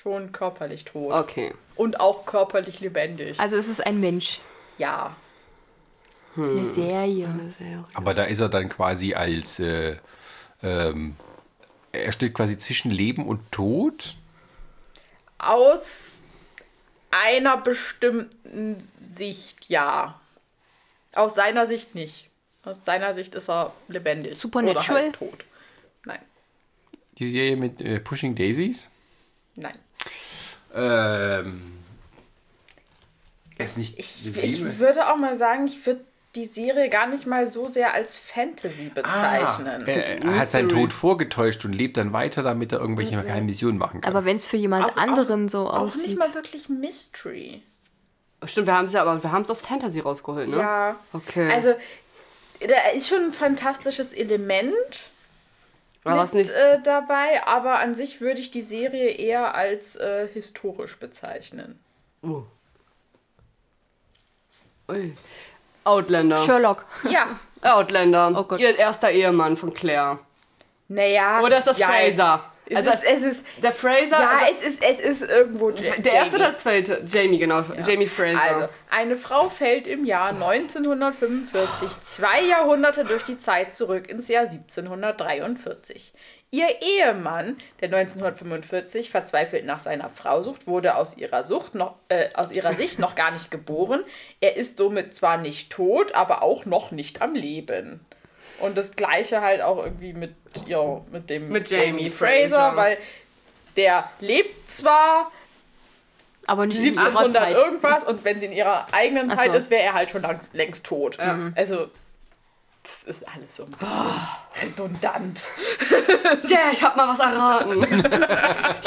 [SPEAKER 2] Schon körperlich tot.
[SPEAKER 4] Okay.
[SPEAKER 2] Und auch körperlich lebendig.
[SPEAKER 3] Also ist es ein Mensch.
[SPEAKER 2] Ja.
[SPEAKER 3] Eine Serie.
[SPEAKER 1] Aber da ist er dann quasi als. Äh, ähm, er steht quasi zwischen Leben und Tod.
[SPEAKER 2] Aus einer bestimmten Sicht ja. Aus seiner Sicht nicht. Aus seiner Sicht ist er lebendig.
[SPEAKER 3] Supernatural?
[SPEAKER 2] Oder halt tot. Nein,
[SPEAKER 1] Die Serie mit äh, Pushing Daisies.
[SPEAKER 2] nein.
[SPEAKER 1] Ähm. Er ist nicht.
[SPEAKER 2] Ich, ich würde auch mal sagen, ich würde die Serie gar nicht mal so sehr als
[SPEAKER 4] Ah,
[SPEAKER 2] Fantasy bezeichnen.
[SPEAKER 1] Ah,
[SPEAKER 4] äh,
[SPEAKER 1] Er er hat seinen
[SPEAKER 4] Mystery.
[SPEAKER 1] Tod vorgetäuscht und lebt dann weiter, damit er irgendwelche
[SPEAKER 2] Mhm.
[SPEAKER 1] geheimen Missionen machen kann.
[SPEAKER 3] Aber wenn es für jemand anderen so
[SPEAKER 2] auch
[SPEAKER 3] aussieht.
[SPEAKER 2] nicht mal wirklich Mystery.
[SPEAKER 4] Stimmt, wir haben es ja, aber wir haben es aus Fantasy rausgeholt, ne?
[SPEAKER 2] Ja.
[SPEAKER 4] Okay.
[SPEAKER 2] Also, da ist schon ein fantastisches Element.
[SPEAKER 4] War was
[SPEAKER 2] mit,
[SPEAKER 4] nicht.
[SPEAKER 2] äh, dabei, aber an sich würde ich die Serie eher als äh, historisch bezeichnen.
[SPEAKER 4] Oh. Ui. Outlander.
[SPEAKER 3] Sherlock.
[SPEAKER 4] *laughs*
[SPEAKER 2] Ja.
[SPEAKER 4] Outlander.
[SPEAKER 3] Oh Gott.
[SPEAKER 4] Ihr erster Ehemann von Claire.
[SPEAKER 2] Naja.
[SPEAKER 4] Oder ist das
[SPEAKER 2] ja,
[SPEAKER 4] Fraser?
[SPEAKER 2] Es
[SPEAKER 4] Also
[SPEAKER 2] ist, es ist,
[SPEAKER 4] der Fraser.
[SPEAKER 2] ja,
[SPEAKER 4] also
[SPEAKER 2] es ist, es ist irgendwo Ja-
[SPEAKER 4] der erste
[SPEAKER 2] Jamie.
[SPEAKER 4] oder zweite? Jamie, genau. Jamie Fraser.
[SPEAKER 2] Also, eine Frau fällt im Jahr 1945 zwei Jahrhunderte durch die Zeit zurück ins Jahr 1743. Ihr Ehemann, der 1945 verzweifelt nach seiner Frau sucht, wurde aus ihrer, Sucht noch, äh, aus ihrer Sicht noch gar nicht geboren. Er ist somit zwar nicht tot, aber auch noch nicht am Leben. Und das gleiche halt auch irgendwie mit, ja, mit dem
[SPEAKER 4] Mit Jamie Fraser.
[SPEAKER 2] weil der lebt zwar,
[SPEAKER 3] Aber nicht in unserer
[SPEAKER 2] 1700
[SPEAKER 3] Zeit.
[SPEAKER 2] irgendwas und wenn sie in ihrer eigenen
[SPEAKER 3] Ach
[SPEAKER 2] Zeit
[SPEAKER 3] so. Mhm.
[SPEAKER 2] ist, wäre er halt schon langs, längst tot. Also, das ist alles so ein bisschen
[SPEAKER 4] Oh.
[SPEAKER 2] redundant.
[SPEAKER 4] yeah, ich hab mal was erraten.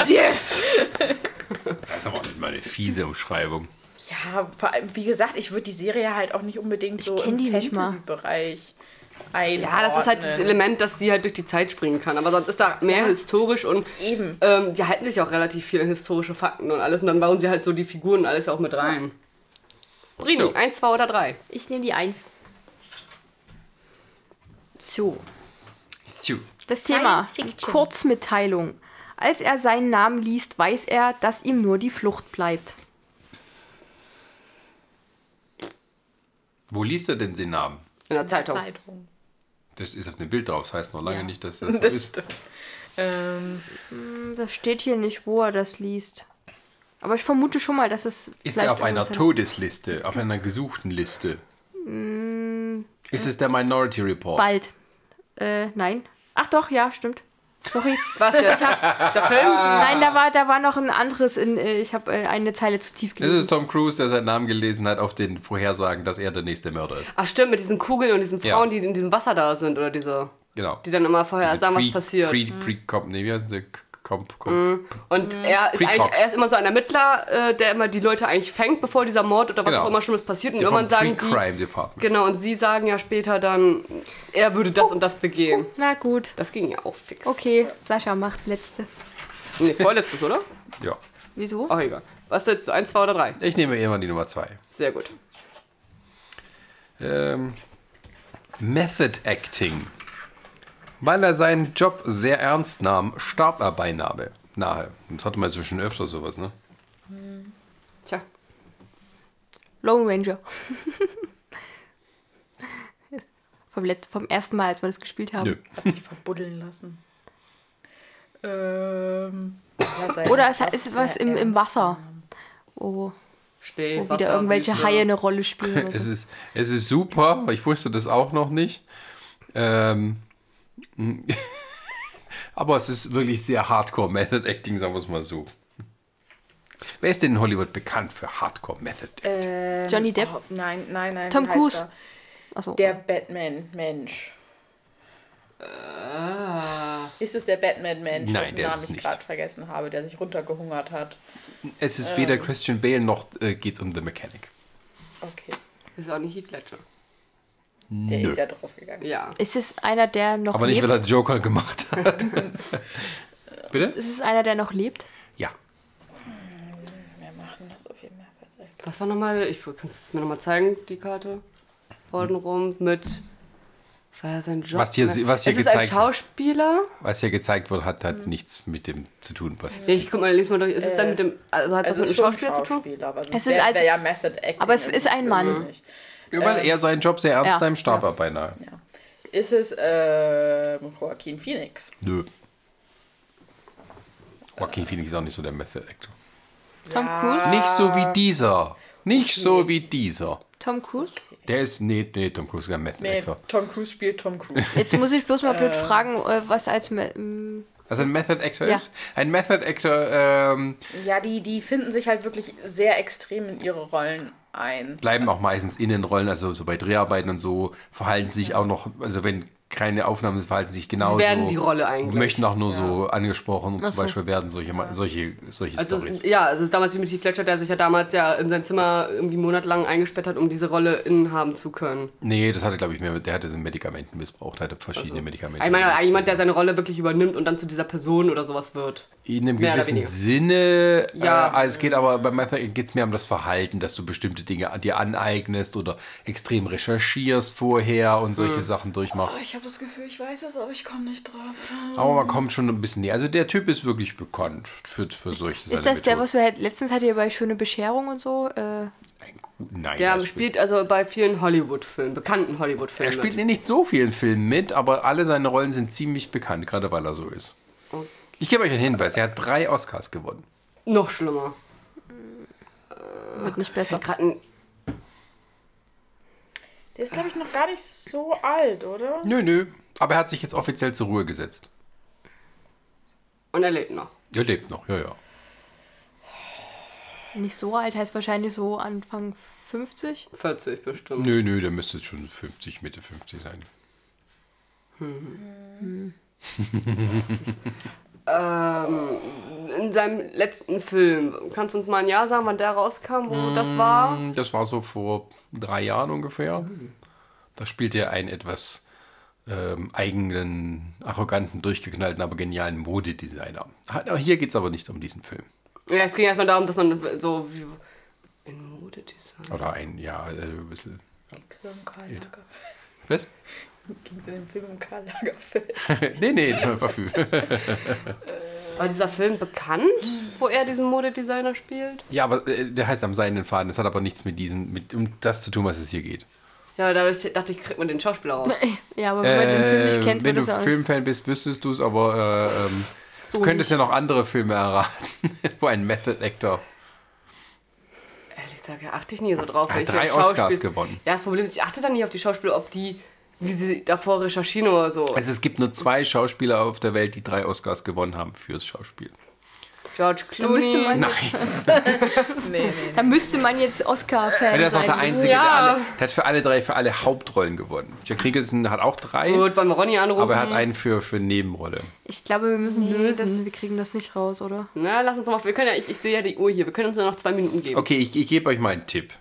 [SPEAKER 2] Yes!
[SPEAKER 1] Das ist aber auch nicht mal eine fiese Umschreibung.
[SPEAKER 2] Ja, vor allem, wie gesagt, ich würde die Serie halt auch nicht unbedingt so
[SPEAKER 3] kenn
[SPEAKER 2] im
[SPEAKER 3] die nicht mal.
[SPEAKER 2] Fantasy-Bereich
[SPEAKER 4] ja, das ist halt das
[SPEAKER 2] einordnen.
[SPEAKER 4] Element, dass die halt durch die Zeit springen kann. Aber sonst ist da mehr historisch und
[SPEAKER 2] Eben.
[SPEAKER 4] ähm, die halten sich auch relativ viele historische Fakten und alles. Und dann bauen sie halt so die Figuren und alles auch mit rein. Brini,
[SPEAKER 1] So.
[SPEAKER 4] eins, zwei oder drei.
[SPEAKER 3] Ich nehme die Eins. So.
[SPEAKER 1] Stu.
[SPEAKER 3] Das Thema
[SPEAKER 2] Science Fiction.
[SPEAKER 3] Kurzmitteilung. Als er seinen Namen liest, weiß er, dass ihm nur die Flucht bleibt.
[SPEAKER 1] Wo liest er denn den Namen?
[SPEAKER 4] In der Zeitung.
[SPEAKER 2] Zeitung.
[SPEAKER 1] Das ist auf dem Bild drauf, das heißt noch lange
[SPEAKER 2] Ja.
[SPEAKER 1] nicht, dass
[SPEAKER 2] *laughs*
[SPEAKER 1] das so
[SPEAKER 2] Das
[SPEAKER 1] ist.
[SPEAKER 2] stimmt. Ähm,
[SPEAKER 3] Das steht hier nicht, wo er das liest. Aber ich vermute schon mal, dass es.
[SPEAKER 1] Ist
[SPEAKER 3] vielleicht
[SPEAKER 1] er auf einer
[SPEAKER 3] irgendwas-
[SPEAKER 1] Todesliste, auf einer gesuchten Liste?
[SPEAKER 2] Mm.
[SPEAKER 1] Ist es der Minority Report?
[SPEAKER 3] Bald. Äh, nein. Ach doch, ja, stimmt. Sorry.
[SPEAKER 4] Was jetzt? der Film?
[SPEAKER 3] Nein, da war, da war noch ein anderes. In, äh, ich habe äh, eine Zeile zu tief
[SPEAKER 1] Es ist
[SPEAKER 3] gelesen.
[SPEAKER 1] Tom Cruise, der seinen Namen gelesen hat, auf den Vorhersagen, dass er der nächste Mörder ist.
[SPEAKER 4] Ach stimmt, mit diesen Kugeln und diesen
[SPEAKER 1] Ja.
[SPEAKER 4] Frauen, die in diesem Wasser da sind oder diese,
[SPEAKER 1] Genau.
[SPEAKER 4] die dann immer vorher
[SPEAKER 1] Diese
[SPEAKER 4] sagen,
[SPEAKER 1] Pre-
[SPEAKER 4] was passiert. Mhm.
[SPEAKER 1] Pre, pre, comp, nee, wie heißen sie? Comp, comp.
[SPEAKER 4] Und er ist
[SPEAKER 1] Pre-Cox.
[SPEAKER 4] eigentlich, er ist immer so ein Ermittler, äh, der immer die Leute eigentlich fängt, bevor dieser Mord oder was
[SPEAKER 1] Genau.
[SPEAKER 4] auch immer Schlimmes passiert. Und
[SPEAKER 1] Der
[SPEAKER 4] irgendwann
[SPEAKER 1] vom Free
[SPEAKER 4] sagen die,
[SPEAKER 1] Crime Department.
[SPEAKER 4] genau, und sie sagen ja später dann, er würde das und das begehen.
[SPEAKER 3] Na gut.
[SPEAKER 4] Das ging ja auch fix.
[SPEAKER 3] Okay, Sascha macht letzte.
[SPEAKER 4] Nee, vorletztes, oder?
[SPEAKER 1] Ja.
[SPEAKER 3] Wieso?
[SPEAKER 4] Ach, egal. Was jetzt? Eins, zwei oder drei?
[SPEAKER 1] Ich nehme immer die Nummer zwei.
[SPEAKER 4] Sehr gut.
[SPEAKER 1] Ähm, Method Acting. Weil er seinen Job sehr ernst nahm, starb er beinahe. Nahe. Das hatte man so schon öfter sowas, ne?
[SPEAKER 4] Tja.
[SPEAKER 3] Lone Ranger. *laughs* vom, let- vom ersten Mal, als wir das gespielt haben.
[SPEAKER 1] Nö.
[SPEAKER 2] hab mich verbuddeln lassen. Ähm,
[SPEAKER 3] Oder es hat- ist was im, im Wasser. Oh,
[SPEAKER 4] Steht
[SPEAKER 3] wo wieder irgendwelche Haie eine Rolle spielen.
[SPEAKER 1] *laughs*
[SPEAKER 3] Oder
[SPEAKER 1] Es
[SPEAKER 3] so.
[SPEAKER 1] ist, es ist super, weil ich wusste das auch noch nicht. Ähm, *laughs* aber es ist wirklich sehr Hardcore Method Acting, sagen wir es mal so. Wer ist denn in Hollywood bekannt für Hardcore Method Acting?
[SPEAKER 2] ähm,
[SPEAKER 3] Johnny Depp?
[SPEAKER 2] Oh, nein, nein, nein.
[SPEAKER 3] Tom
[SPEAKER 2] wie heißt
[SPEAKER 3] Cruise.
[SPEAKER 2] er?
[SPEAKER 3] Achso.
[SPEAKER 2] Der Batman-Mensch. Ist es der Batman-Mensch,
[SPEAKER 1] Ah. Nein,
[SPEAKER 2] dessen
[SPEAKER 1] der ist
[SPEAKER 2] Namen
[SPEAKER 1] es
[SPEAKER 2] ich
[SPEAKER 1] nicht.
[SPEAKER 2] gerade vergessen habe, der sich runtergehungert hat?
[SPEAKER 3] Äh,
[SPEAKER 1] Es ist weder
[SPEAKER 3] ähm.
[SPEAKER 1] Christian Bale noch äh, geht's um The Mechanic.
[SPEAKER 2] Okay.
[SPEAKER 4] Ist auch nicht Heath Ledger.
[SPEAKER 2] Der ist ja draufgegangen.
[SPEAKER 4] Ja.
[SPEAKER 3] Ist es einer, der noch
[SPEAKER 1] Aber nicht,
[SPEAKER 3] lebt?
[SPEAKER 1] weil er Joker
[SPEAKER 3] *laughs*
[SPEAKER 1] gemacht hat. Bitte?
[SPEAKER 3] ist es einer, der noch lebt?
[SPEAKER 1] Ja.
[SPEAKER 2] Wir machen das so viel mehr. Verzeihung.
[SPEAKER 4] Was war nochmal? Ich, kannst du es mir nochmal zeigen, die Karte? Vorne rum mit. War ja sein Job.
[SPEAKER 1] Was hier-
[SPEAKER 4] ne?
[SPEAKER 1] was hier
[SPEAKER 4] es ist ein
[SPEAKER 1] gezeigt wird.
[SPEAKER 4] Schauspieler.
[SPEAKER 1] Was hier gezeigt wurde, hat,
[SPEAKER 3] Mhm.
[SPEAKER 1] hat nichts mit dem zu tun,
[SPEAKER 3] Äh,
[SPEAKER 1] was.
[SPEAKER 4] Nee, ich guck mal, lies mal durch. Ist es dann mit dem. Also hat
[SPEAKER 2] Also
[SPEAKER 4] es was
[SPEAKER 2] es
[SPEAKER 4] mit
[SPEAKER 2] ist
[SPEAKER 4] dem
[SPEAKER 2] schon
[SPEAKER 4] Schauspieler, zu tun?
[SPEAKER 2] aber sonst
[SPEAKER 3] Es ist
[SPEAKER 2] wär-
[SPEAKER 3] also-
[SPEAKER 2] wär ja Method Acting
[SPEAKER 3] aber es ist ein Mann.
[SPEAKER 2] irgendwie nicht.
[SPEAKER 1] Weil er seinen Job sehr ernst
[SPEAKER 3] ja.
[SPEAKER 1] nimmt, starb er beinahe.
[SPEAKER 2] Ja. Ist es ähm, Joaquin Phoenix?
[SPEAKER 1] Nö. Joaquin Phoenix ist auch nicht so der Method Actor.
[SPEAKER 3] Tom
[SPEAKER 4] Ah.
[SPEAKER 3] Cruise?
[SPEAKER 1] Nicht so wie dieser. Nicht so wie dieser.
[SPEAKER 3] Tom Cruise?
[SPEAKER 1] Der ist, nee, nee, Tom Cruise ist kein Method
[SPEAKER 2] Nee,
[SPEAKER 1] Actor.
[SPEAKER 2] Tom Cruise spielt Tom Cruise.
[SPEAKER 1] *laughs*
[SPEAKER 3] Jetzt muss ich bloß mal blöd fragen, äh, was als. Me- m-
[SPEAKER 1] Also ein Method Actor
[SPEAKER 3] Ja.
[SPEAKER 1] ist? Ein Method Actor, ähm,
[SPEAKER 2] ja, die, die finden sich halt wirklich sehr extrem in ihre Rollen ein.
[SPEAKER 1] bleiben auch meistens in den Rollen, also so bei Dreharbeiten und so, verhalten sich auch noch, also wenn keine Aufnahmen sind, verhalten sich genauso.
[SPEAKER 4] werden die Rolle eigentlich.
[SPEAKER 1] Genau Möchten auch nur so angesprochen und
[SPEAKER 3] Ach so.
[SPEAKER 1] zum Beispiel werden solche, Ma- solche, solche
[SPEAKER 4] Also,
[SPEAKER 1] Stories.
[SPEAKER 4] ja, also damals wie mit Heath Fletcher, der sich ja damals ja in sein Zimmer irgendwie monatelang eingesperrt hat, um diese Rolle innen haben zu können.
[SPEAKER 1] Nee, das hatte, glaube ich, mehr, mit- der hatte so Medikamenten missbraucht, hatte verschiedene Medikamente.
[SPEAKER 4] Also. Ich meine,
[SPEAKER 1] benutzt.
[SPEAKER 4] jemand, der seine Rolle wirklich übernimmt und dann zu dieser Person oder sowas wird.
[SPEAKER 1] In einem
[SPEAKER 4] Mehr oder
[SPEAKER 1] gewissen
[SPEAKER 4] weniger.
[SPEAKER 1] Sinne.
[SPEAKER 4] Ja.
[SPEAKER 1] Äh, es geht aber bei Method geht es mehr um das Verhalten, dass du bestimmte Dinge dir aneignest oder extrem recherchierst vorher und solche
[SPEAKER 4] Hm.
[SPEAKER 1] Sachen durchmachst.
[SPEAKER 3] Oh,
[SPEAKER 2] Ich habe das Gefühl, ich weiß es, aber ich komme nicht drauf.
[SPEAKER 1] Aber man kommt schon ein bisschen näher. Also der Typ ist wirklich bekannt für, für solche
[SPEAKER 3] Ist
[SPEAKER 1] seine
[SPEAKER 3] das der,
[SPEAKER 1] Methoden.
[SPEAKER 3] was wir halt letztens hatten hier bei Schöne Bescherung und so? Äh,
[SPEAKER 1] Ein gut- Nein,
[SPEAKER 4] Der
[SPEAKER 1] er
[SPEAKER 4] spielt also bei vielen Hollywood-Filmen, bekannten
[SPEAKER 1] Er
[SPEAKER 4] Hollywood-Filmen.
[SPEAKER 1] spielt
[SPEAKER 4] mit.
[SPEAKER 1] in nicht so vielen Filmen mit, aber alle seine Rollen sind ziemlich bekannt, gerade weil er so ist. Ich gebe euch einen Hinweis, er hat drei Oscars gewonnen.
[SPEAKER 4] noch schlimmer.
[SPEAKER 3] wird nicht besser.
[SPEAKER 4] Gerade ein
[SPEAKER 2] Der ist, glaube ich, noch gar nicht so alt, oder?
[SPEAKER 1] Nö, nö. Aber er hat sich jetzt offiziell zur Ruhe gesetzt.
[SPEAKER 4] und er lebt noch.
[SPEAKER 1] Er lebt noch, ja, ja.
[SPEAKER 3] Nicht so alt, heißt wahrscheinlich so Anfang 50.
[SPEAKER 4] 40 bestimmt.
[SPEAKER 1] Nö, nö, der müsste jetzt schon 50, Mitte 50 sein.
[SPEAKER 4] In seinem letzten Film, kannst du uns mal ein Jahr sagen, wann der rauskam, wo das war?
[SPEAKER 1] Das war so vor drei Jahren ungefähr. Da spielt er einen etwas ähm, eigenen, arroganten, durchgeknallten, aber genialen Modedesigner. Hat- aber Hier geht es aber nicht um diesen Film.
[SPEAKER 4] Ja, es ging erstmal darum, dass man so wie in Modedesign.
[SPEAKER 1] Oder ein, ja, äh, ein bisschen.
[SPEAKER 2] Ging's um Karl Lagerfeld?
[SPEAKER 1] Was? *laughs*
[SPEAKER 2] Ging's in dem Film um Karl Lagerfeld?
[SPEAKER 1] nee, nee, der war für.
[SPEAKER 4] War dieser Film bekannt, wo er diesen Modedesigner spielt?
[SPEAKER 1] *laughs* Ja, aber äh, der heißt am seidenen Faden. Das hat aber nichts mit diesem, mit um das zu tun, was es hier geht.
[SPEAKER 4] Ja, dadurch dachte ich, kriegt man den Schauspieler raus.
[SPEAKER 3] Ja, aber wenn man den Film nicht
[SPEAKER 1] Äh,
[SPEAKER 3] kennt,
[SPEAKER 1] wenn
[SPEAKER 3] wird
[SPEAKER 1] du
[SPEAKER 3] es ja auch nicht
[SPEAKER 1] Filmfan bist, wüsstest du es, aber äh, ähm,
[SPEAKER 3] so.
[SPEAKER 1] du könntest
[SPEAKER 3] nicht.
[SPEAKER 1] ja noch andere Filme erraten, *laughs* wo ein Method Actor.
[SPEAKER 4] Ehrlich gesagt, ja, achte ich nie so drauf.
[SPEAKER 1] Er
[SPEAKER 4] weil
[SPEAKER 1] hat
[SPEAKER 4] ich
[SPEAKER 1] drei
[SPEAKER 4] ja
[SPEAKER 1] Oscars
[SPEAKER 4] Schauspiel-
[SPEAKER 1] gewonnen.
[SPEAKER 4] Ja, das Problem ist, ich achte dann nicht auf die Schauspieler, ob die, wie sie davor recherchieren oder so.
[SPEAKER 1] Also es gibt nur zwei Schauspieler auf der Welt, die drei Oscars gewonnen haben fürs Schauspiel.
[SPEAKER 4] George
[SPEAKER 3] Da müsste
[SPEAKER 4] Clooney.
[SPEAKER 3] man,
[SPEAKER 1] Nein,
[SPEAKER 2] nee, nee.
[SPEAKER 3] da müsste man jetzt Oscar-Fan
[SPEAKER 1] der ist auch
[SPEAKER 3] sein.
[SPEAKER 1] der Einzige, der,
[SPEAKER 4] Ja.
[SPEAKER 1] alle, der hat für alle drei, für alle Hauptrollen gewonnen. Jack Nicholson hat auch drei,
[SPEAKER 4] Gut, wollen wir Ronny anrufen?
[SPEAKER 1] aber er hat einen für, für Nebenrolle.
[SPEAKER 3] Ich glaube, wir müssen
[SPEAKER 2] Nee, das-
[SPEAKER 3] lösen. Wir kriegen das nicht raus, oder?
[SPEAKER 4] Na, lass uns noch. Wir können ja, ich, ich sehe ja die Uhr hier. Wir können uns nur noch zwei Minuten geben.
[SPEAKER 1] Okay, ich, ich gebe euch mal einen Tipp.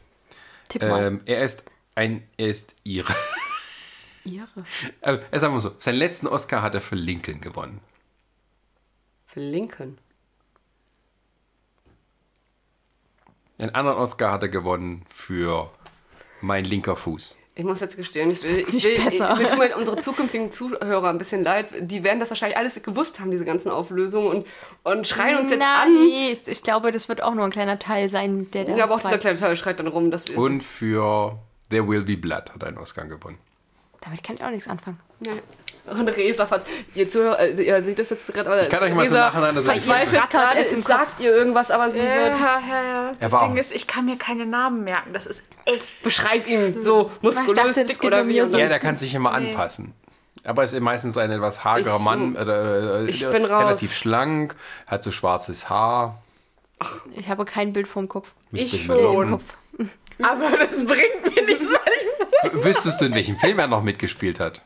[SPEAKER 3] Tipp mal.
[SPEAKER 1] Ähm, er ist ein, er ist
[SPEAKER 4] *laughs*
[SPEAKER 1] ihre.
[SPEAKER 3] Ihre.
[SPEAKER 1] Äh, sagen wir so, seinen letzten Oscar hat er für Lincoln gewonnen.
[SPEAKER 4] Für Lincoln.
[SPEAKER 1] Einen anderen Oscar hat er gewonnen für Mein linker Fuß.
[SPEAKER 4] Ich muss jetzt gestehen, ich will, ich
[SPEAKER 3] nicht
[SPEAKER 4] will,
[SPEAKER 3] besser.
[SPEAKER 4] Ich, wir tun mir halt unsere zukünftigen Zuhörer ein bisschen leid. Die werden das wahrscheinlich alles gewusst haben, diese ganzen Auflösungen und, und schreien uns jetzt an.
[SPEAKER 3] Nee, ich, ich glaube, das wird auch nur ein kleiner Teil sein, der der
[SPEAKER 4] Ja, aber auch
[SPEAKER 3] das
[SPEAKER 4] dieser
[SPEAKER 3] weiß.
[SPEAKER 4] kleine Teil schreit dann rum, dass wir.
[SPEAKER 1] Und für There Will Be Blood hat er einen Oscar gewonnen.
[SPEAKER 3] Damit kann ich auch nichts anfangen.
[SPEAKER 4] Nee. Und Resa ver- ihr, Zuhörer, äh, ihr seht das jetzt gerade. aber
[SPEAKER 1] Ich kann euch mal so
[SPEAKER 4] Resa
[SPEAKER 1] nachhinein das
[SPEAKER 4] verzweifelt
[SPEAKER 1] erzählen.
[SPEAKER 4] gerade,
[SPEAKER 3] es im
[SPEAKER 4] sagt ihr irgendwas, aber sie wird.
[SPEAKER 2] ja.
[SPEAKER 1] Er
[SPEAKER 2] Das
[SPEAKER 1] war
[SPEAKER 2] Ding
[SPEAKER 1] auch-
[SPEAKER 2] ist, ich kann mir keine Namen merken. Das ist echt.
[SPEAKER 4] Beschreib ihn so muskulös,
[SPEAKER 3] dachte, das
[SPEAKER 4] dick
[SPEAKER 3] geht
[SPEAKER 4] oder
[SPEAKER 3] bei
[SPEAKER 4] wie.
[SPEAKER 3] mir
[SPEAKER 4] und
[SPEAKER 3] so.
[SPEAKER 4] dann-
[SPEAKER 1] Ja, der kann sich immer anpassen. Aber ist meistens ein etwas hagerer
[SPEAKER 4] Ich-
[SPEAKER 1] Mann, äh, äh,
[SPEAKER 4] Ich
[SPEAKER 1] äh,
[SPEAKER 4] bin raus.
[SPEAKER 1] relativ schlank, hat so schwarzes Haar.
[SPEAKER 3] Ich habe kein Bild vorm Kopf.
[SPEAKER 1] mit
[SPEAKER 2] Ich
[SPEAKER 1] Behinderung.
[SPEAKER 2] schon. Aber das bringt mir nichts, weil ich. *laughs*
[SPEAKER 1] W- Wüsstest du, in welchem Film er noch mitgespielt hat?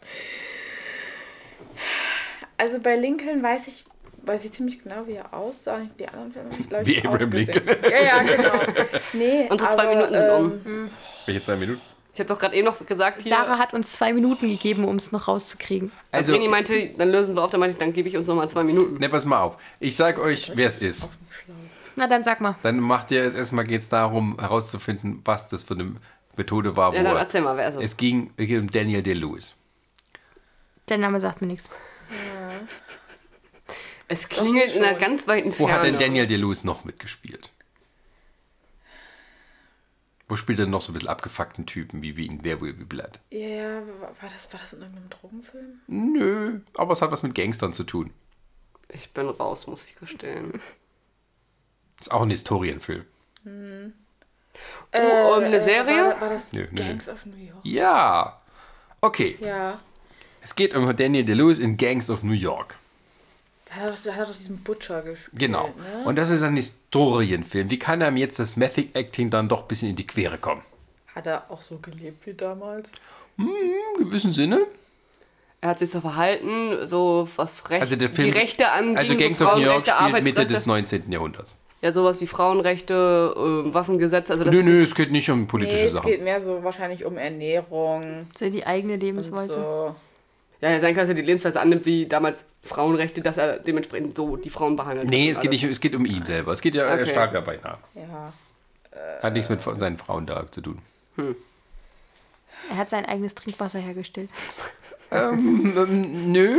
[SPEAKER 2] Also bei Lincoln weiß ich, weiß ich ziemlich genau, wie er aussah. Und Die anderen Filme habe ich, glaube ich,
[SPEAKER 1] Wie Abraham
[SPEAKER 2] auch gesehen.
[SPEAKER 1] Lincoln.
[SPEAKER 2] Ja, ja, genau. *laughs* Nee, ähm,
[SPEAKER 4] Unsere zwei Minuten sind um.
[SPEAKER 1] Welche zwei Minuten?
[SPEAKER 4] Ich habe doch gerade eben noch gesagt, hier,
[SPEAKER 3] Sarah hat uns zwei Minuten gegeben, um es noch rauszukriegen.
[SPEAKER 1] Also,
[SPEAKER 4] also, Brini meinte, dann lösen wir auf, dann meinte ich, dann gebe ich uns nochmal zwei Minuten.
[SPEAKER 1] ne, pass mal auf. Ich sag euch, wer es ist.
[SPEAKER 3] Na dann sag mal.
[SPEAKER 1] Dann macht ihr es erstmal geht es darum, herauszufinden, was das für eine Methode war. Wo
[SPEAKER 4] Ja, dann
[SPEAKER 1] er-
[SPEAKER 4] erzähl mal, wer ist es?
[SPEAKER 1] Es ging, es ging um Daniel Day Lewis.
[SPEAKER 3] Der Name sagt mir nichts.
[SPEAKER 4] Es klingelt in einer ganz weiten
[SPEAKER 1] Wo
[SPEAKER 4] Ferne.
[SPEAKER 1] hat denn Daniel Day Lewis noch mitgespielt? Wo spielt er noch so ein bisschen abgefuckten Typen, wie, wie in There Will Be Blood?
[SPEAKER 2] Ja, ja, war das, war das in irgendeinem Drogenfilm?
[SPEAKER 1] Nö, aber es hat was mit Gangstern zu tun.
[SPEAKER 4] Ich bin raus, muss ich gestehen.
[SPEAKER 1] Ist auch ein Historienfilm.
[SPEAKER 3] Äh,
[SPEAKER 4] oh, ähm, eine Serie?
[SPEAKER 2] War, war das
[SPEAKER 1] Nö, nö.
[SPEAKER 2] Gangs of New York?
[SPEAKER 1] Ja. Okay,
[SPEAKER 2] Ja.
[SPEAKER 1] es geht um Daniel Day Lewis in Gangs of New York.
[SPEAKER 2] Da hat er doch, da hat er doch diesen Butcher gespielt.
[SPEAKER 1] Genau.
[SPEAKER 2] Ne?
[SPEAKER 1] Und das ist ein Historienfilm. Wie kann einem jetzt das Method Acting dann doch ein bisschen in die Quere kommen?
[SPEAKER 2] Hat er auch so gelebt wie damals?
[SPEAKER 1] Im gewissen Sinne.
[SPEAKER 4] Er hat sich so verhalten, so was frech,
[SPEAKER 1] Also der Film.
[SPEAKER 4] die Rechte anging,
[SPEAKER 1] Also
[SPEAKER 4] so
[SPEAKER 1] Gangs of New York
[SPEAKER 4] Frauenrechte,
[SPEAKER 1] spielt Mitte
[SPEAKER 4] Arbeitsrechte.
[SPEAKER 1] des 19. Jahrhunderts.
[SPEAKER 4] Ja, sowas wie Frauenrechte, ähm, Waffengesetz, also das
[SPEAKER 1] Nö,
[SPEAKER 4] ist
[SPEAKER 1] nö,
[SPEAKER 4] nicht-
[SPEAKER 1] es geht nicht um politische
[SPEAKER 2] Nee, es
[SPEAKER 1] Sachen.
[SPEAKER 2] geht mehr so wahrscheinlich um Ernährung
[SPEAKER 3] So die eigene
[SPEAKER 2] und
[SPEAKER 3] Lebensweise.
[SPEAKER 2] so.
[SPEAKER 4] Ja, ja, sein kann, dass er die Lebensweise annimmt, wie damals Frauenrechte, dass er dementsprechend so die Frauen behandelt.
[SPEAKER 1] Nee,
[SPEAKER 4] hat
[SPEAKER 1] es
[SPEAKER 4] und
[SPEAKER 1] geht,
[SPEAKER 4] alles.
[SPEAKER 1] nicht, es geht um ihn selber. Es geht ja, er
[SPEAKER 4] Okay.
[SPEAKER 1] starb ja beinahe.
[SPEAKER 2] Ja.
[SPEAKER 1] Hat nichts mit seinen Frauen da zu
[SPEAKER 4] *laughs*
[SPEAKER 1] tun.
[SPEAKER 3] Er hat sein eigenes Trinkwasser hergestellt.
[SPEAKER 1] Nö,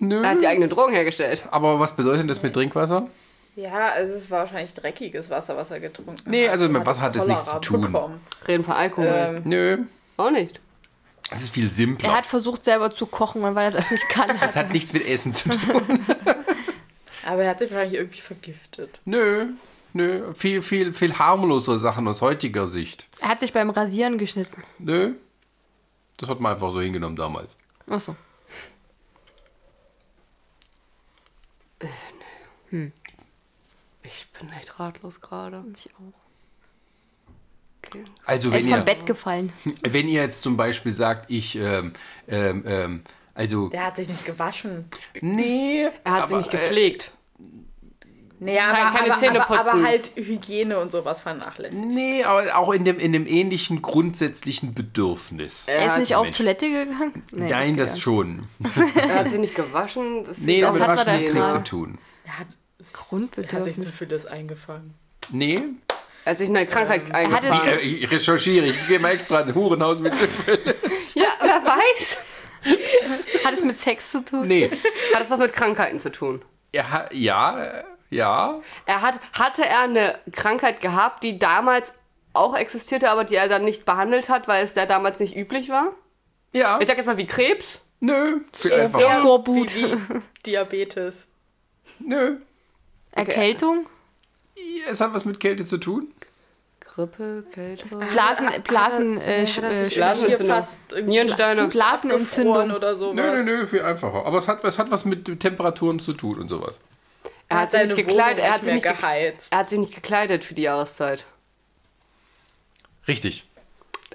[SPEAKER 1] nö.
[SPEAKER 4] Er hat die eigenen Drogen hergestellt.
[SPEAKER 1] Aber was bedeutet das mit Trinkwasser?
[SPEAKER 2] Ja, also es war wahrscheinlich dreckiges Wasser, was er getrunken
[SPEAKER 1] Nee,
[SPEAKER 2] hat.
[SPEAKER 1] also mit
[SPEAKER 2] Er
[SPEAKER 1] Wasser hat es
[SPEAKER 2] Cholera
[SPEAKER 1] nichts zu tun.
[SPEAKER 2] Bekommen.
[SPEAKER 4] Reden von Alkohol.
[SPEAKER 2] Ähm,
[SPEAKER 1] Nö.
[SPEAKER 4] Auch nicht.
[SPEAKER 1] Es ist viel simpler.
[SPEAKER 3] Er hat versucht, selber zu kochen, und weil er das nicht
[SPEAKER 1] *laughs*
[SPEAKER 3] kann,
[SPEAKER 1] es hat nichts mit Essen zu
[SPEAKER 3] *laughs*
[SPEAKER 1] tun.
[SPEAKER 2] Aber er hat sich wahrscheinlich irgendwie vergiftet.
[SPEAKER 1] Nö, nö. Viel, viel, viel harmlosere Sachen aus heutiger Sicht.
[SPEAKER 3] er hat sich beim Rasieren geschnitten.
[SPEAKER 1] Nö. Das hat man einfach so hingenommen damals.
[SPEAKER 3] Achso.
[SPEAKER 4] Ich bin echt ratlos gerade.
[SPEAKER 3] Ich auch.
[SPEAKER 1] Also
[SPEAKER 3] Er ist
[SPEAKER 1] wenn
[SPEAKER 3] vom
[SPEAKER 1] ihr,
[SPEAKER 3] Bett gefallen.
[SPEAKER 1] wenn ihr jetzt zum Beispiel sagt, ich, ähm, ähm, ähm, also,
[SPEAKER 2] Der hat sich nicht gewaschen.
[SPEAKER 1] nee.
[SPEAKER 4] Er hat sie
[SPEAKER 1] äh,
[SPEAKER 4] nicht gepflegt.
[SPEAKER 2] Naja,
[SPEAKER 4] Keine-
[SPEAKER 2] aber,
[SPEAKER 4] keine
[SPEAKER 2] aber,
[SPEAKER 4] Zähne
[SPEAKER 2] aber, aber
[SPEAKER 4] putzen.
[SPEAKER 2] halt Hygiene und sowas vernachlässigt.
[SPEAKER 1] Nee, aber auch in dem, in dem ähnlichen grundsätzlichen Bedürfnis.
[SPEAKER 3] Er ist
[SPEAKER 4] hat
[SPEAKER 3] nicht
[SPEAKER 1] sie
[SPEAKER 3] auf
[SPEAKER 1] nicht.
[SPEAKER 3] Toilette gegangen? Äh, Nee,
[SPEAKER 1] Nein, das
[SPEAKER 3] geht
[SPEAKER 1] schon.
[SPEAKER 4] Er
[SPEAKER 1] *laughs*
[SPEAKER 4] hat sie nicht gewaschen. Das
[SPEAKER 1] Nee,
[SPEAKER 3] Das
[SPEAKER 1] damit
[SPEAKER 3] hat man
[SPEAKER 1] hat
[SPEAKER 3] da
[SPEAKER 1] nichts
[SPEAKER 3] gerade.
[SPEAKER 1] zu tun.
[SPEAKER 2] Er hat,
[SPEAKER 3] ja.
[SPEAKER 2] er hat sich
[SPEAKER 3] Grundbedürfnis.
[SPEAKER 2] Syphilis eingefangen.
[SPEAKER 1] Nee,
[SPEAKER 4] Er hat sich in eine Krankheit
[SPEAKER 1] Ähm,
[SPEAKER 3] hatte
[SPEAKER 1] ich,
[SPEAKER 4] eingefangen.
[SPEAKER 3] sich-
[SPEAKER 1] ich recherchiere, ich gehe mal extra in ein Hurenhaus mit. *laughs*
[SPEAKER 3] Ja, wer weiß. Hat es mit Sex zu tun?
[SPEAKER 1] äh, Nee,
[SPEAKER 4] Hat das was mit Krankheiten zu tun?
[SPEAKER 1] er hat, ja, äh, ja,
[SPEAKER 4] Er hat, hatte er eine Krankheit gehabt, die damals auch existierte, aber die er dann nicht behandelt hat, weil es da damals nicht üblich war?
[SPEAKER 1] ja,
[SPEAKER 4] Ich sag jetzt mal wie Krebs.
[SPEAKER 1] nö, viel einfacher,
[SPEAKER 3] Ja. Skorbut.
[SPEAKER 2] Wie, wie Diabetes.
[SPEAKER 1] nö.
[SPEAKER 3] Erkältung?
[SPEAKER 1] Es hat was mit Kälte zu tun.
[SPEAKER 4] Grippe, Kälte.
[SPEAKER 3] Blasen, Blasen, äh, Sch-
[SPEAKER 2] Hat er
[SPEAKER 3] äh,
[SPEAKER 2] sich
[SPEAKER 3] Sch-
[SPEAKER 2] hier
[SPEAKER 4] Blasenentzündung.
[SPEAKER 2] fast irgendwie
[SPEAKER 4] Nierensteine.
[SPEAKER 2] Fuß
[SPEAKER 3] Blasenentzündung.
[SPEAKER 2] abgefroren oder sowas.
[SPEAKER 1] Nö, nö, nö, viel einfacher. Aber es hat, es hat was mit Temperaturen zu tun und sowas.
[SPEAKER 4] Er hat sich
[SPEAKER 2] seine
[SPEAKER 4] nicht
[SPEAKER 2] Wohnung
[SPEAKER 4] gekleidet. Er hat
[SPEAKER 2] nicht
[SPEAKER 4] sich
[SPEAKER 2] mehr
[SPEAKER 4] nicht gekleidet.
[SPEAKER 2] geheizt.
[SPEAKER 4] Er hat sich nicht gekleidet für die Jahreszeit.
[SPEAKER 1] Richtig.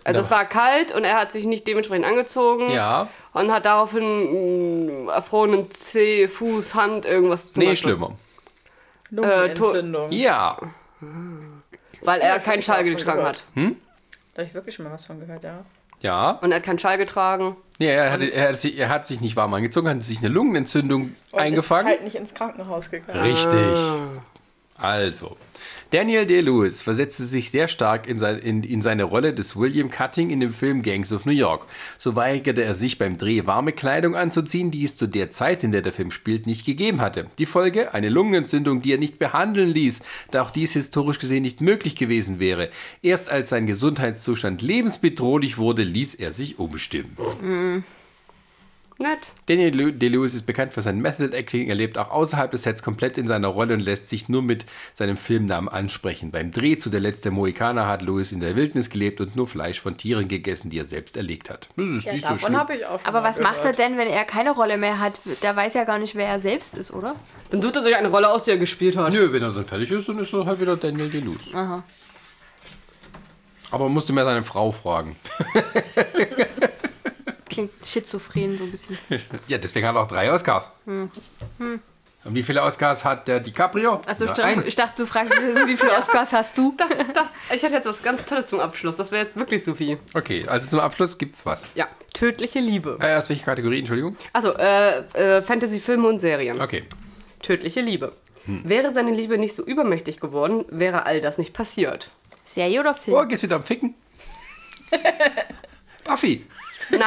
[SPEAKER 4] Also
[SPEAKER 1] Ja.
[SPEAKER 4] es war kalt und er hat sich nicht dementsprechend angezogen
[SPEAKER 1] Ja,
[SPEAKER 4] und hat daraufhin mh, erfrorenen Zeh, Fuß, Hand, irgendwas zum
[SPEAKER 1] nee,
[SPEAKER 4] Beispiel.
[SPEAKER 1] schlimmer.
[SPEAKER 2] Lungenentzündung.
[SPEAKER 1] Ja,
[SPEAKER 4] Weil er keinen
[SPEAKER 2] ich
[SPEAKER 4] Schal
[SPEAKER 2] was von
[SPEAKER 4] getragen
[SPEAKER 2] gehört.
[SPEAKER 4] hat.
[SPEAKER 2] Da habe ich wirklich schon mal was von gehört, ja.
[SPEAKER 1] ja.
[SPEAKER 4] Und er hat keinen Schal getragen.
[SPEAKER 1] Nee, er, hat, er, hat sich, er hat sich nicht warm angezogen, hat sich eine Lungenentzündung
[SPEAKER 2] Und
[SPEAKER 1] eingefangen.
[SPEAKER 2] ist halt nicht ins Krankenhaus gegangen.
[SPEAKER 1] Richtig. Ah. Also, Daniel Day-Lewis versetzte sich sehr stark in, sein, in, in seine Rolle des William Cutting in dem Film Gangs of New York. So weigerte er sich beim Dreh warme Kleidung anzuziehen, die es zu der Zeit, in der der Film spielt, nicht gegeben hatte. Die Folge? Eine Lungenentzündung, die er nicht behandeln ließ, da auch dies historisch gesehen nicht möglich gewesen wäre. Erst als sein Gesundheitszustand lebensbedrohlich wurde, ließ er sich umstimmen.
[SPEAKER 4] Nett.
[SPEAKER 1] Daniel Lu- DeLewis ist bekannt für sein Method Acting. Er lebt auch außerhalb des Sets komplett in seiner Rolle und lässt sich nur mit seinem Filmnamen ansprechen. Beim Dreh zu Der letzte Mohikaner hat Lewis in der Wildnis gelebt und nur Fleisch von Tieren gegessen, die er selbst erlegt hat. Das ist
[SPEAKER 2] Ja,
[SPEAKER 1] nicht so
[SPEAKER 2] davon
[SPEAKER 1] schlimm.
[SPEAKER 2] habe ich auch. schon
[SPEAKER 3] Aber
[SPEAKER 2] mal
[SPEAKER 3] was macht er denn, wenn er keine Rolle mehr hat? Da weiß er gar nicht, wer er selbst ist, oder?
[SPEAKER 4] Dann sucht er sich eine Rolle aus, die er gespielt hat.
[SPEAKER 1] Nö, wenn er dann fertig ist, dann ist er halt wieder Daniel DeLewis.
[SPEAKER 3] Aha.
[SPEAKER 1] Aber man musste mehr seine Frau fragen.
[SPEAKER 3] Klingt schizophren so ein bisschen.
[SPEAKER 1] Ja, deswegen hat er auch drei Oscars.
[SPEAKER 2] Hm,
[SPEAKER 1] Und wie viele Oscars hat der DiCaprio?
[SPEAKER 3] Achso, Also ich,
[SPEAKER 1] Nur
[SPEAKER 3] dachte-
[SPEAKER 1] einen.
[SPEAKER 3] ich dachte, du fragst mich, wie viele Oscars
[SPEAKER 1] *laughs*
[SPEAKER 3] hast du?
[SPEAKER 4] Da, ich hatte jetzt was ganz Tolles zum Abschluss. Das wäre jetzt wirklich Sophie.
[SPEAKER 1] Okay, also zum Abschluss gibt's was.
[SPEAKER 4] Ja, tödliche Liebe.
[SPEAKER 1] Äh, aus welcher Kategorie, Entschuldigung?
[SPEAKER 4] Also, äh, äh, Fantasy-Filme und Serien.
[SPEAKER 1] Okay.
[SPEAKER 4] Tödliche Liebe. Wäre seine Liebe nicht so übermächtig geworden, wäre all das nicht passiert.
[SPEAKER 3] Serie oder
[SPEAKER 1] Oh,
[SPEAKER 3] Film?
[SPEAKER 1] geht's wieder am
[SPEAKER 2] *laughs*
[SPEAKER 1] Ficken? Buffy.
[SPEAKER 4] Nein.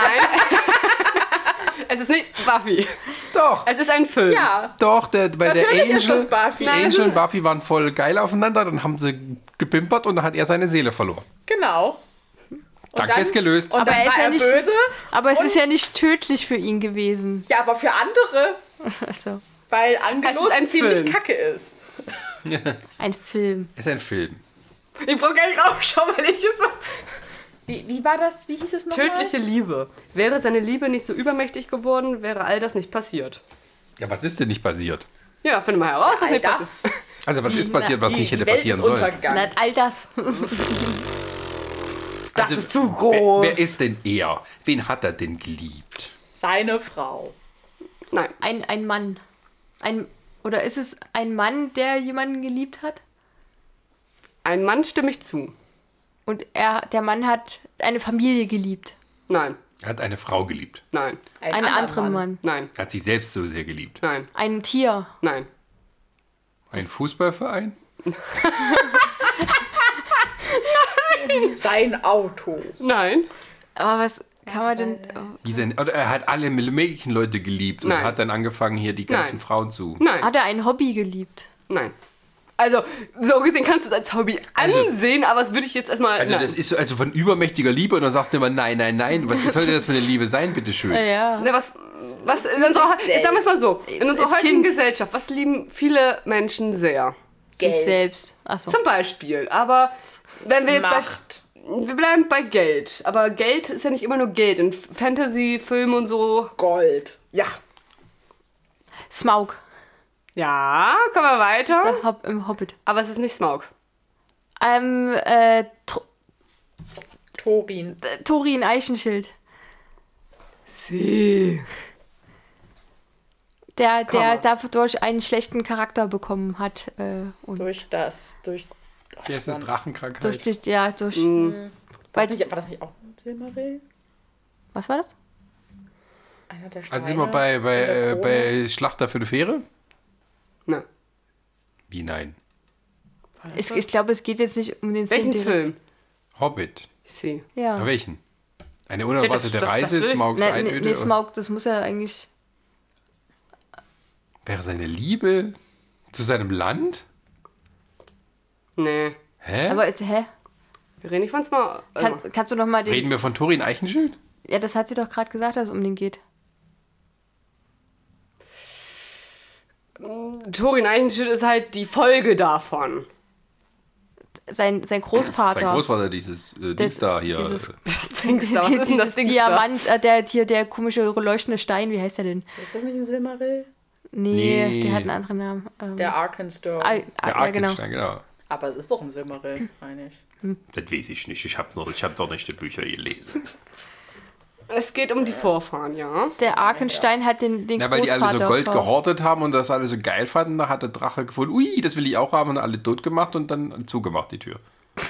[SPEAKER 4] *laughs* es ist nicht Buffy.
[SPEAKER 1] Doch.
[SPEAKER 4] Es ist ein Film.
[SPEAKER 2] Ja,
[SPEAKER 1] Doch, der, bei der
[SPEAKER 2] Natürlich ist
[SPEAKER 1] Angel,
[SPEAKER 2] das Buffy.
[SPEAKER 1] die Angel und Buffy waren voll geil aufeinander, dann haben sie gepimpert und dann hat er seine Seele verloren.
[SPEAKER 2] genau.
[SPEAKER 1] Danke,
[SPEAKER 2] dann-
[SPEAKER 1] ist gelöst.
[SPEAKER 2] Und
[SPEAKER 3] Aber
[SPEAKER 2] dann
[SPEAKER 3] er ist
[SPEAKER 2] war
[SPEAKER 3] ja
[SPEAKER 2] er
[SPEAKER 3] nicht-
[SPEAKER 2] böse.
[SPEAKER 3] Aber es ist ja nicht tödlich für ihn gewesen.
[SPEAKER 2] Ja, aber für andere,
[SPEAKER 3] Also,
[SPEAKER 2] weil
[SPEAKER 4] Es
[SPEAKER 2] Angelos
[SPEAKER 4] ist ein
[SPEAKER 2] ziemlich
[SPEAKER 4] Film.
[SPEAKER 2] kacke ist.
[SPEAKER 3] ein Film.
[SPEAKER 1] Ist ein Film.
[SPEAKER 2] Ich brauche gar nicht raufschauen, weil ich es so. Wie, wie war das? Wie hieß es nochmal?
[SPEAKER 4] Tödliche Liebe. Wäre seine Liebe nicht so übermächtig geworden, wäre all das nicht passiert.
[SPEAKER 1] Ja, was ist denn nicht passiert?
[SPEAKER 4] Ja, finde mal heraus, was
[SPEAKER 2] All
[SPEAKER 4] nicht passiert.
[SPEAKER 2] das.
[SPEAKER 1] Also, was ist passiert, was
[SPEAKER 2] Die,
[SPEAKER 1] nicht hätte
[SPEAKER 2] die Welt
[SPEAKER 1] passieren
[SPEAKER 2] ist
[SPEAKER 1] sollen?
[SPEAKER 2] untergegangen.
[SPEAKER 3] Na, all das.
[SPEAKER 4] Das
[SPEAKER 1] Also,
[SPEAKER 4] ist zu groß.
[SPEAKER 1] Wer, wer ist denn er? Wen hat er denn geliebt?
[SPEAKER 2] Seine Frau.
[SPEAKER 4] Nein.
[SPEAKER 3] Ein, ein Mann. Ein, oder ist es ein Mann, der jemanden geliebt hat?
[SPEAKER 4] Ein Mann stimme ich zu.
[SPEAKER 3] Und er, der Mann hat eine Familie geliebt.
[SPEAKER 4] Nein.
[SPEAKER 1] Er hat eine Frau geliebt.
[SPEAKER 4] Nein.
[SPEAKER 2] Ein
[SPEAKER 3] einen
[SPEAKER 2] anderer
[SPEAKER 3] anderen Mann.
[SPEAKER 4] Nein.
[SPEAKER 1] Er hat sich selbst so sehr geliebt.
[SPEAKER 4] Nein.
[SPEAKER 3] Ein Tier.
[SPEAKER 4] Nein.
[SPEAKER 1] Ein Fußballverein?
[SPEAKER 2] Sein Auto.
[SPEAKER 4] Nein.
[SPEAKER 3] Aber was kann man denn.
[SPEAKER 1] Die sind, oder er hat alle möglichen Leute geliebt und
[SPEAKER 4] Nein.
[SPEAKER 1] hat dann angefangen, hier die ganzen
[SPEAKER 4] Nein.
[SPEAKER 1] Frauen zu.
[SPEAKER 4] Nein.
[SPEAKER 3] Hat er ein Hobby geliebt?
[SPEAKER 4] Nein. Also, so gesehen kannst du es als Hobby
[SPEAKER 1] Also-
[SPEAKER 4] ansehen, aber das würde ich jetzt erstmal.
[SPEAKER 1] Also,
[SPEAKER 4] nein.
[SPEAKER 1] das ist so- also von übermächtiger Liebe und dann sagst du immer, nein, nein, nein. Was soll denn das für eine Liebe sein, bitteschön?
[SPEAKER 3] Ja.
[SPEAKER 4] Na, Also was, was in unserer, jetzt sagen wir es mal so, in
[SPEAKER 3] Ist-
[SPEAKER 4] unserer
[SPEAKER 3] ist
[SPEAKER 4] heutigen
[SPEAKER 3] Kind.
[SPEAKER 4] Gesellschaft, was lieben viele Menschen sehr?
[SPEAKER 3] Sich
[SPEAKER 2] Geld.
[SPEAKER 3] selbst. Achso.
[SPEAKER 4] Zum Beispiel, aber wenn wir jetzt
[SPEAKER 2] Macht.
[SPEAKER 4] Bei, wir bleiben bei Geld, aber Geld ist ja nicht immer nur Geld. In Fantasy-Filmen und so,
[SPEAKER 2] Gold.
[SPEAKER 4] ja.
[SPEAKER 3] Smaug.
[SPEAKER 4] Ja, kommen wir weiter.
[SPEAKER 3] Der Hob Im Hobbit.
[SPEAKER 4] Aber es ist nicht Smaug.
[SPEAKER 3] Ähm, äh, Tr
[SPEAKER 2] Torin.
[SPEAKER 3] Thorin Eichenschild.
[SPEAKER 4] See.
[SPEAKER 3] Der, der
[SPEAKER 4] Komme.
[SPEAKER 3] dadurch einen schlechten Charakter bekommen hat. Äh, und
[SPEAKER 2] Durch das. Durch.
[SPEAKER 1] Der ist eine Drachenkrankheit.
[SPEAKER 3] durch, durch, ja, durch.
[SPEAKER 2] War
[SPEAKER 3] Weil,
[SPEAKER 2] das nicht, war das nicht auch ein Silmaril?
[SPEAKER 3] was war das?
[SPEAKER 2] Einer der Steine?
[SPEAKER 1] Also sind wir bei, bei,
[SPEAKER 2] Oder
[SPEAKER 1] äh,
[SPEAKER 2] Krone?
[SPEAKER 1] bei Schlachter für die Fähre?
[SPEAKER 4] Na,
[SPEAKER 1] Wie nein?
[SPEAKER 3] Es, ich glaube, es geht jetzt nicht um den
[SPEAKER 4] welchen
[SPEAKER 3] Film. direkt.
[SPEAKER 4] Film?
[SPEAKER 1] Hobbit.
[SPEAKER 4] See.
[SPEAKER 1] Ja.
[SPEAKER 3] Ja.
[SPEAKER 1] Welchen? Eine
[SPEAKER 4] Ja,
[SPEAKER 1] unerwartete
[SPEAKER 4] das- das-
[SPEAKER 1] Reise,
[SPEAKER 4] das will ich-
[SPEAKER 1] Smaugs
[SPEAKER 3] Nee, nee,
[SPEAKER 1] Einöde.
[SPEAKER 3] nee, Smaug, das muss ja eigentlich.
[SPEAKER 1] Wäre seine Liebe zu seinem Land?
[SPEAKER 4] Nee,
[SPEAKER 1] Hä?
[SPEAKER 3] Aber jetzt, hä?
[SPEAKER 4] wir reden nicht von Smaug.
[SPEAKER 3] Kann, kannst du noch mal den.
[SPEAKER 1] Reden wir von Torin Eichenschild?
[SPEAKER 3] Ja, das hat sie doch gerade gesagt, dass es um den geht.
[SPEAKER 4] Torin Eichenschild ist halt die Folge davon.
[SPEAKER 3] Sein, sein Großvater.
[SPEAKER 1] Sein Großvater, dieses äh, Dings da hier. *laughs*
[SPEAKER 3] dieses- *laughs*
[SPEAKER 4] Das Dings da, was
[SPEAKER 3] Die,
[SPEAKER 4] ist denn das
[SPEAKER 3] dieses
[SPEAKER 4] Dings
[SPEAKER 3] Diamant, äh, der, hier, der komische leuchtende Stein, wie heißt der denn?
[SPEAKER 2] Ist das nicht ein Silmaril?
[SPEAKER 3] Nee,
[SPEAKER 1] Nee.
[SPEAKER 3] der hat einen anderen Namen. Ähm,
[SPEAKER 2] Der
[SPEAKER 4] Hm.
[SPEAKER 2] Arkenstone.
[SPEAKER 3] ah, ah,
[SPEAKER 1] der
[SPEAKER 3] ja, genau.
[SPEAKER 1] Arkenstein, genau.
[SPEAKER 2] Aber es ist doch ein Silmaril, meine ich.
[SPEAKER 1] Das weiß ich nicht. Ich habe noch, ich hab doch nicht die Bücher gelesen.
[SPEAKER 4] da? Es geht um die Vorfahren, ja.
[SPEAKER 3] Der Arkenstein hat den, den
[SPEAKER 1] Na, weil die
[SPEAKER 3] Großvater.
[SPEAKER 1] alle so Gold
[SPEAKER 3] ver-
[SPEAKER 1] gehortet haben und das alle so geil fanden. Da hat der Drache gefunden, ui, das will ich auch haben. Und alle tot gemacht und dann zugemacht die Tür.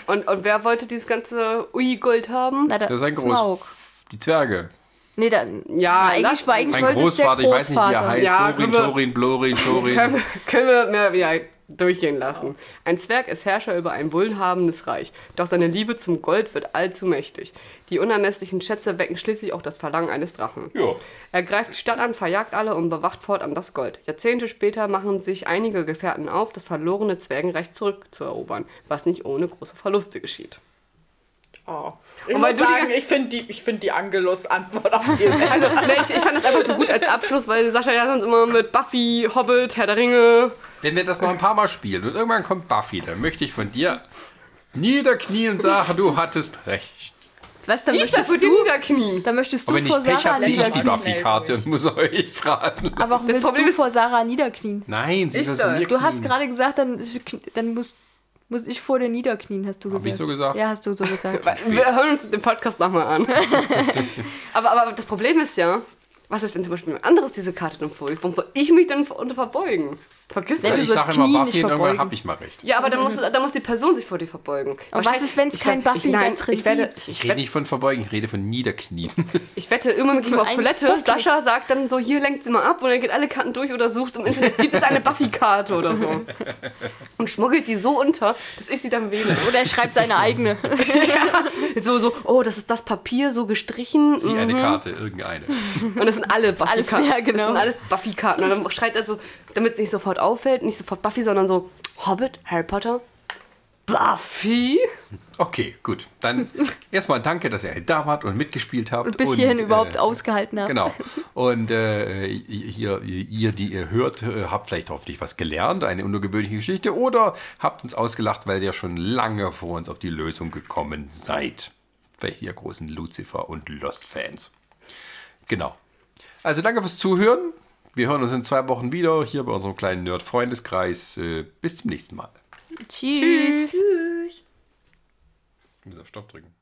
[SPEAKER 4] Und, und wer wollte dieses ganze Ui-Gold haben?
[SPEAKER 3] Na, da,
[SPEAKER 1] Das ist ein Groß-
[SPEAKER 3] Smaug.
[SPEAKER 1] Die Zwerge.
[SPEAKER 3] Nee, da,
[SPEAKER 4] Ja,
[SPEAKER 3] na, eigentlich
[SPEAKER 4] lass-
[SPEAKER 3] war eigentlich
[SPEAKER 1] Sein
[SPEAKER 3] wollte es der
[SPEAKER 1] Großvater,
[SPEAKER 3] Großvater.
[SPEAKER 1] ich weiß nicht, wie er heißt.
[SPEAKER 4] Ja,
[SPEAKER 1] Torin,
[SPEAKER 4] können wir-
[SPEAKER 1] Torin, Blorin,
[SPEAKER 4] Können
[SPEAKER 1] Torin.
[SPEAKER 4] wir, können wir mehr wieder durchgehen lassen. Ein Zwerg ist Herrscher über ein wohlhabendes Reich, doch seine Liebe zum Gold wird allzu mächtig. Die unermesslichen Schätze wecken schließlich auch das Verlangen eines Drachen.
[SPEAKER 1] Ja.
[SPEAKER 4] Er greift die Stadt an, verjagt alle und bewacht fortan das Gold. Jahrzehnte später machen sich einige Gefährten auf, das verlorene Zwergenreich zurückzuerobern, was nicht ohne große Verluste geschieht.
[SPEAKER 5] Oh. Ich
[SPEAKER 4] Und weil
[SPEAKER 5] muss
[SPEAKER 4] du die
[SPEAKER 5] sagen, ich finde die, ich find die Angelus-Antwort auch viel besser.
[SPEAKER 4] *laughs* Also, ne, ich, ich fand das einfach so gut als Abschluss, weil Sascha ja sonst immer mit Buffy, Hobbit, Herr der Ringe.
[SPEAKER 1] Wenn wir das noch ein paar Mal spielen und irgendwann kommt Buffy, dann möchte ich von dir niederknien und sagen, du hattest recht.
[SPEAKER 3] Weißt dann
[SPEAKER 4] Ist das
[SPEAKER 3] möchtest
[SPEAKER 4] für die
[SPEAKER 3] du,
[SPEAKER 4] Niederknien?
[SPEAKER 3] dann möchtest du
[SPEAKER 1] Und wenn ich
[SPEAKER 3] vor
[SPEAKER 1] Pech
[SPEAKER 3] Sarah
[SPEAKER 1] habe, ziehe ich die
[SPEAKER 3] niederknien.
[SPEAKER 1] Buffy-Karte und muss euch fragen.
[SPEAKER 3] Aber warum
[SPEAKER 4] Das
[SPEAKER 3] willst
[SPEAKER 4] Problem
[SPEAKER 3] du
[SPEAKER 4] ist-
[SPEAKER 3] vor Sarah niederknien?
[SPEAKER 1] Nein, sie ist
[SPEAKER 4] Ich
[SPEAKER 1] das von
[SPEAKER 4] soll.
[SPEAKER 1] mir.
[SPEAKER 3] Du hast gerade gesagt, dann, dann muss, muss ich vor dir niederknien, hast du gesagt.
[SPEAKER 1] Hab ich so gesagt?
[SPEAKER 3] Ja, hast du so gesagt.
[SPEAKER 1] *laughs*
[SPEAKER 4] Wir hören uns den Podcast
[SPEAKER 3] *laughs*
[SPEAKER 4] nochmal an. aber, aber das Problem ist ja, was ist, wenn zum Beispiel jemand anderes diese Karte dann vorliest? Warum soll ich mich dann unter verbeugen? Vergiss
[SPEAKER 3] Ja,
[SPEAKER 1] Ja,
[SPEAKER 3] du
[SPEAKER 4] das.
[SPEAKER 1] ich
[SPEAKER 3] sollst
[SPEAKER 1] sage immer
[SPEAKER 3] Knien
[SPEAKER 1] Buffy
[SPEAKER 3] nicht
[SPEAKER 1] und irgendwann
[SPEAKER 3] verbeugen.
[SPEAKER 1] habe ich mal recht.
[SPEAKER 4] Ja, aber dann muss, dann muss die Person sich vor dir verbeugen.
[SPEAKER 3] Und was ist, wenn es kein
[SPEAKER 4] Wahrscheinlich-
[SPEAKER 3] Buffy
[SPEAKER 4] ich,
[SPEAKER 3] da
[SPEAKER 4] nein,
[SPEAKER 3] drin
[SPEAKER 4] ich werde,
[SPEAKER 3] gibt?
[SPEAKER 1] Ich
[SPEAKER 4] ich,
[SPEAKER 1] rede
[SPEAKER 4] werde,
[SPEAKER 1] nicht von verbeugen, ich rede von niederknien. *laughs*
[SPEAKER 4] ich wette, irgendwann gehen wir auf
[SPEAKER 3] Ein
[SPEAKER 4] Toilette,
[SPEAKER 3] Buffy.
[SPEAKER 4] Sascha sagt dann so, hier lenkt sie mal ab und dann geht alle Karten durch oder sucht im Internet, gibt es eine Buffy-Karte
[SPEAKER 3] *laughs*
[SPEAKER 4] oder so. Und schmuggelt die so unter, dass ich sie dann wähle.
[SPEAKER 3] Oder er schreibt seine eigene.
[SPEAKER 4] So, so, oh, das ist das Papier, so gestrichen.
[SPEAKER 1] Zieh
[SPEAKER 3] Mhm.
[SPEAKER 1] eine Karte, irgendeine.
[SPEAKER 4] Und das sind alle Buffy-Karten.
[SPEAKER 3] alles- ja, genau.
[SPEAKER 4] Das sind alles Buffy-Karten. Und dann schreit er so, damit es nicht sofort auffällt, nicht sofort Buffy, sondern so Hobbit, Harry Potter, Buffy.
[SPEAKER 1] Okay, gut.
[SPEAKER 3] *laughs*
[SPEAKER 1] Dann erstmal danke, dass ihr halt da wart und mitgespielt habt.
[SPEAKER 3] Und *laughs* bis hierhin
[SPEAKER 1] äh,
[SPEAKER 3] überhaupt ne? ausgehalten habt.
[SPEAKER 1] Genau. Und äh, hier, ihr, die ihr hört, äh, habt vielleicht hoffentlich was gelernt, eine ungewöhnliche Geschichte, oder habt uns ausgelacht, weil ihr schon lange vor uns auf die Lösung gekommen seid. Vielleicht ihr großen Lucifer- und Lost-Fans. Genau. Also danke fürs Zuhören. Wir hören uns in zwei Wochen wieder hier bei unserem kleinen Nerd-Freundeskreis. Äh, bis zum nächsten Mal.
[SPEAKER 3] Tschüss.
[SPEAKER 1] Ich muss auf Stopp drücken.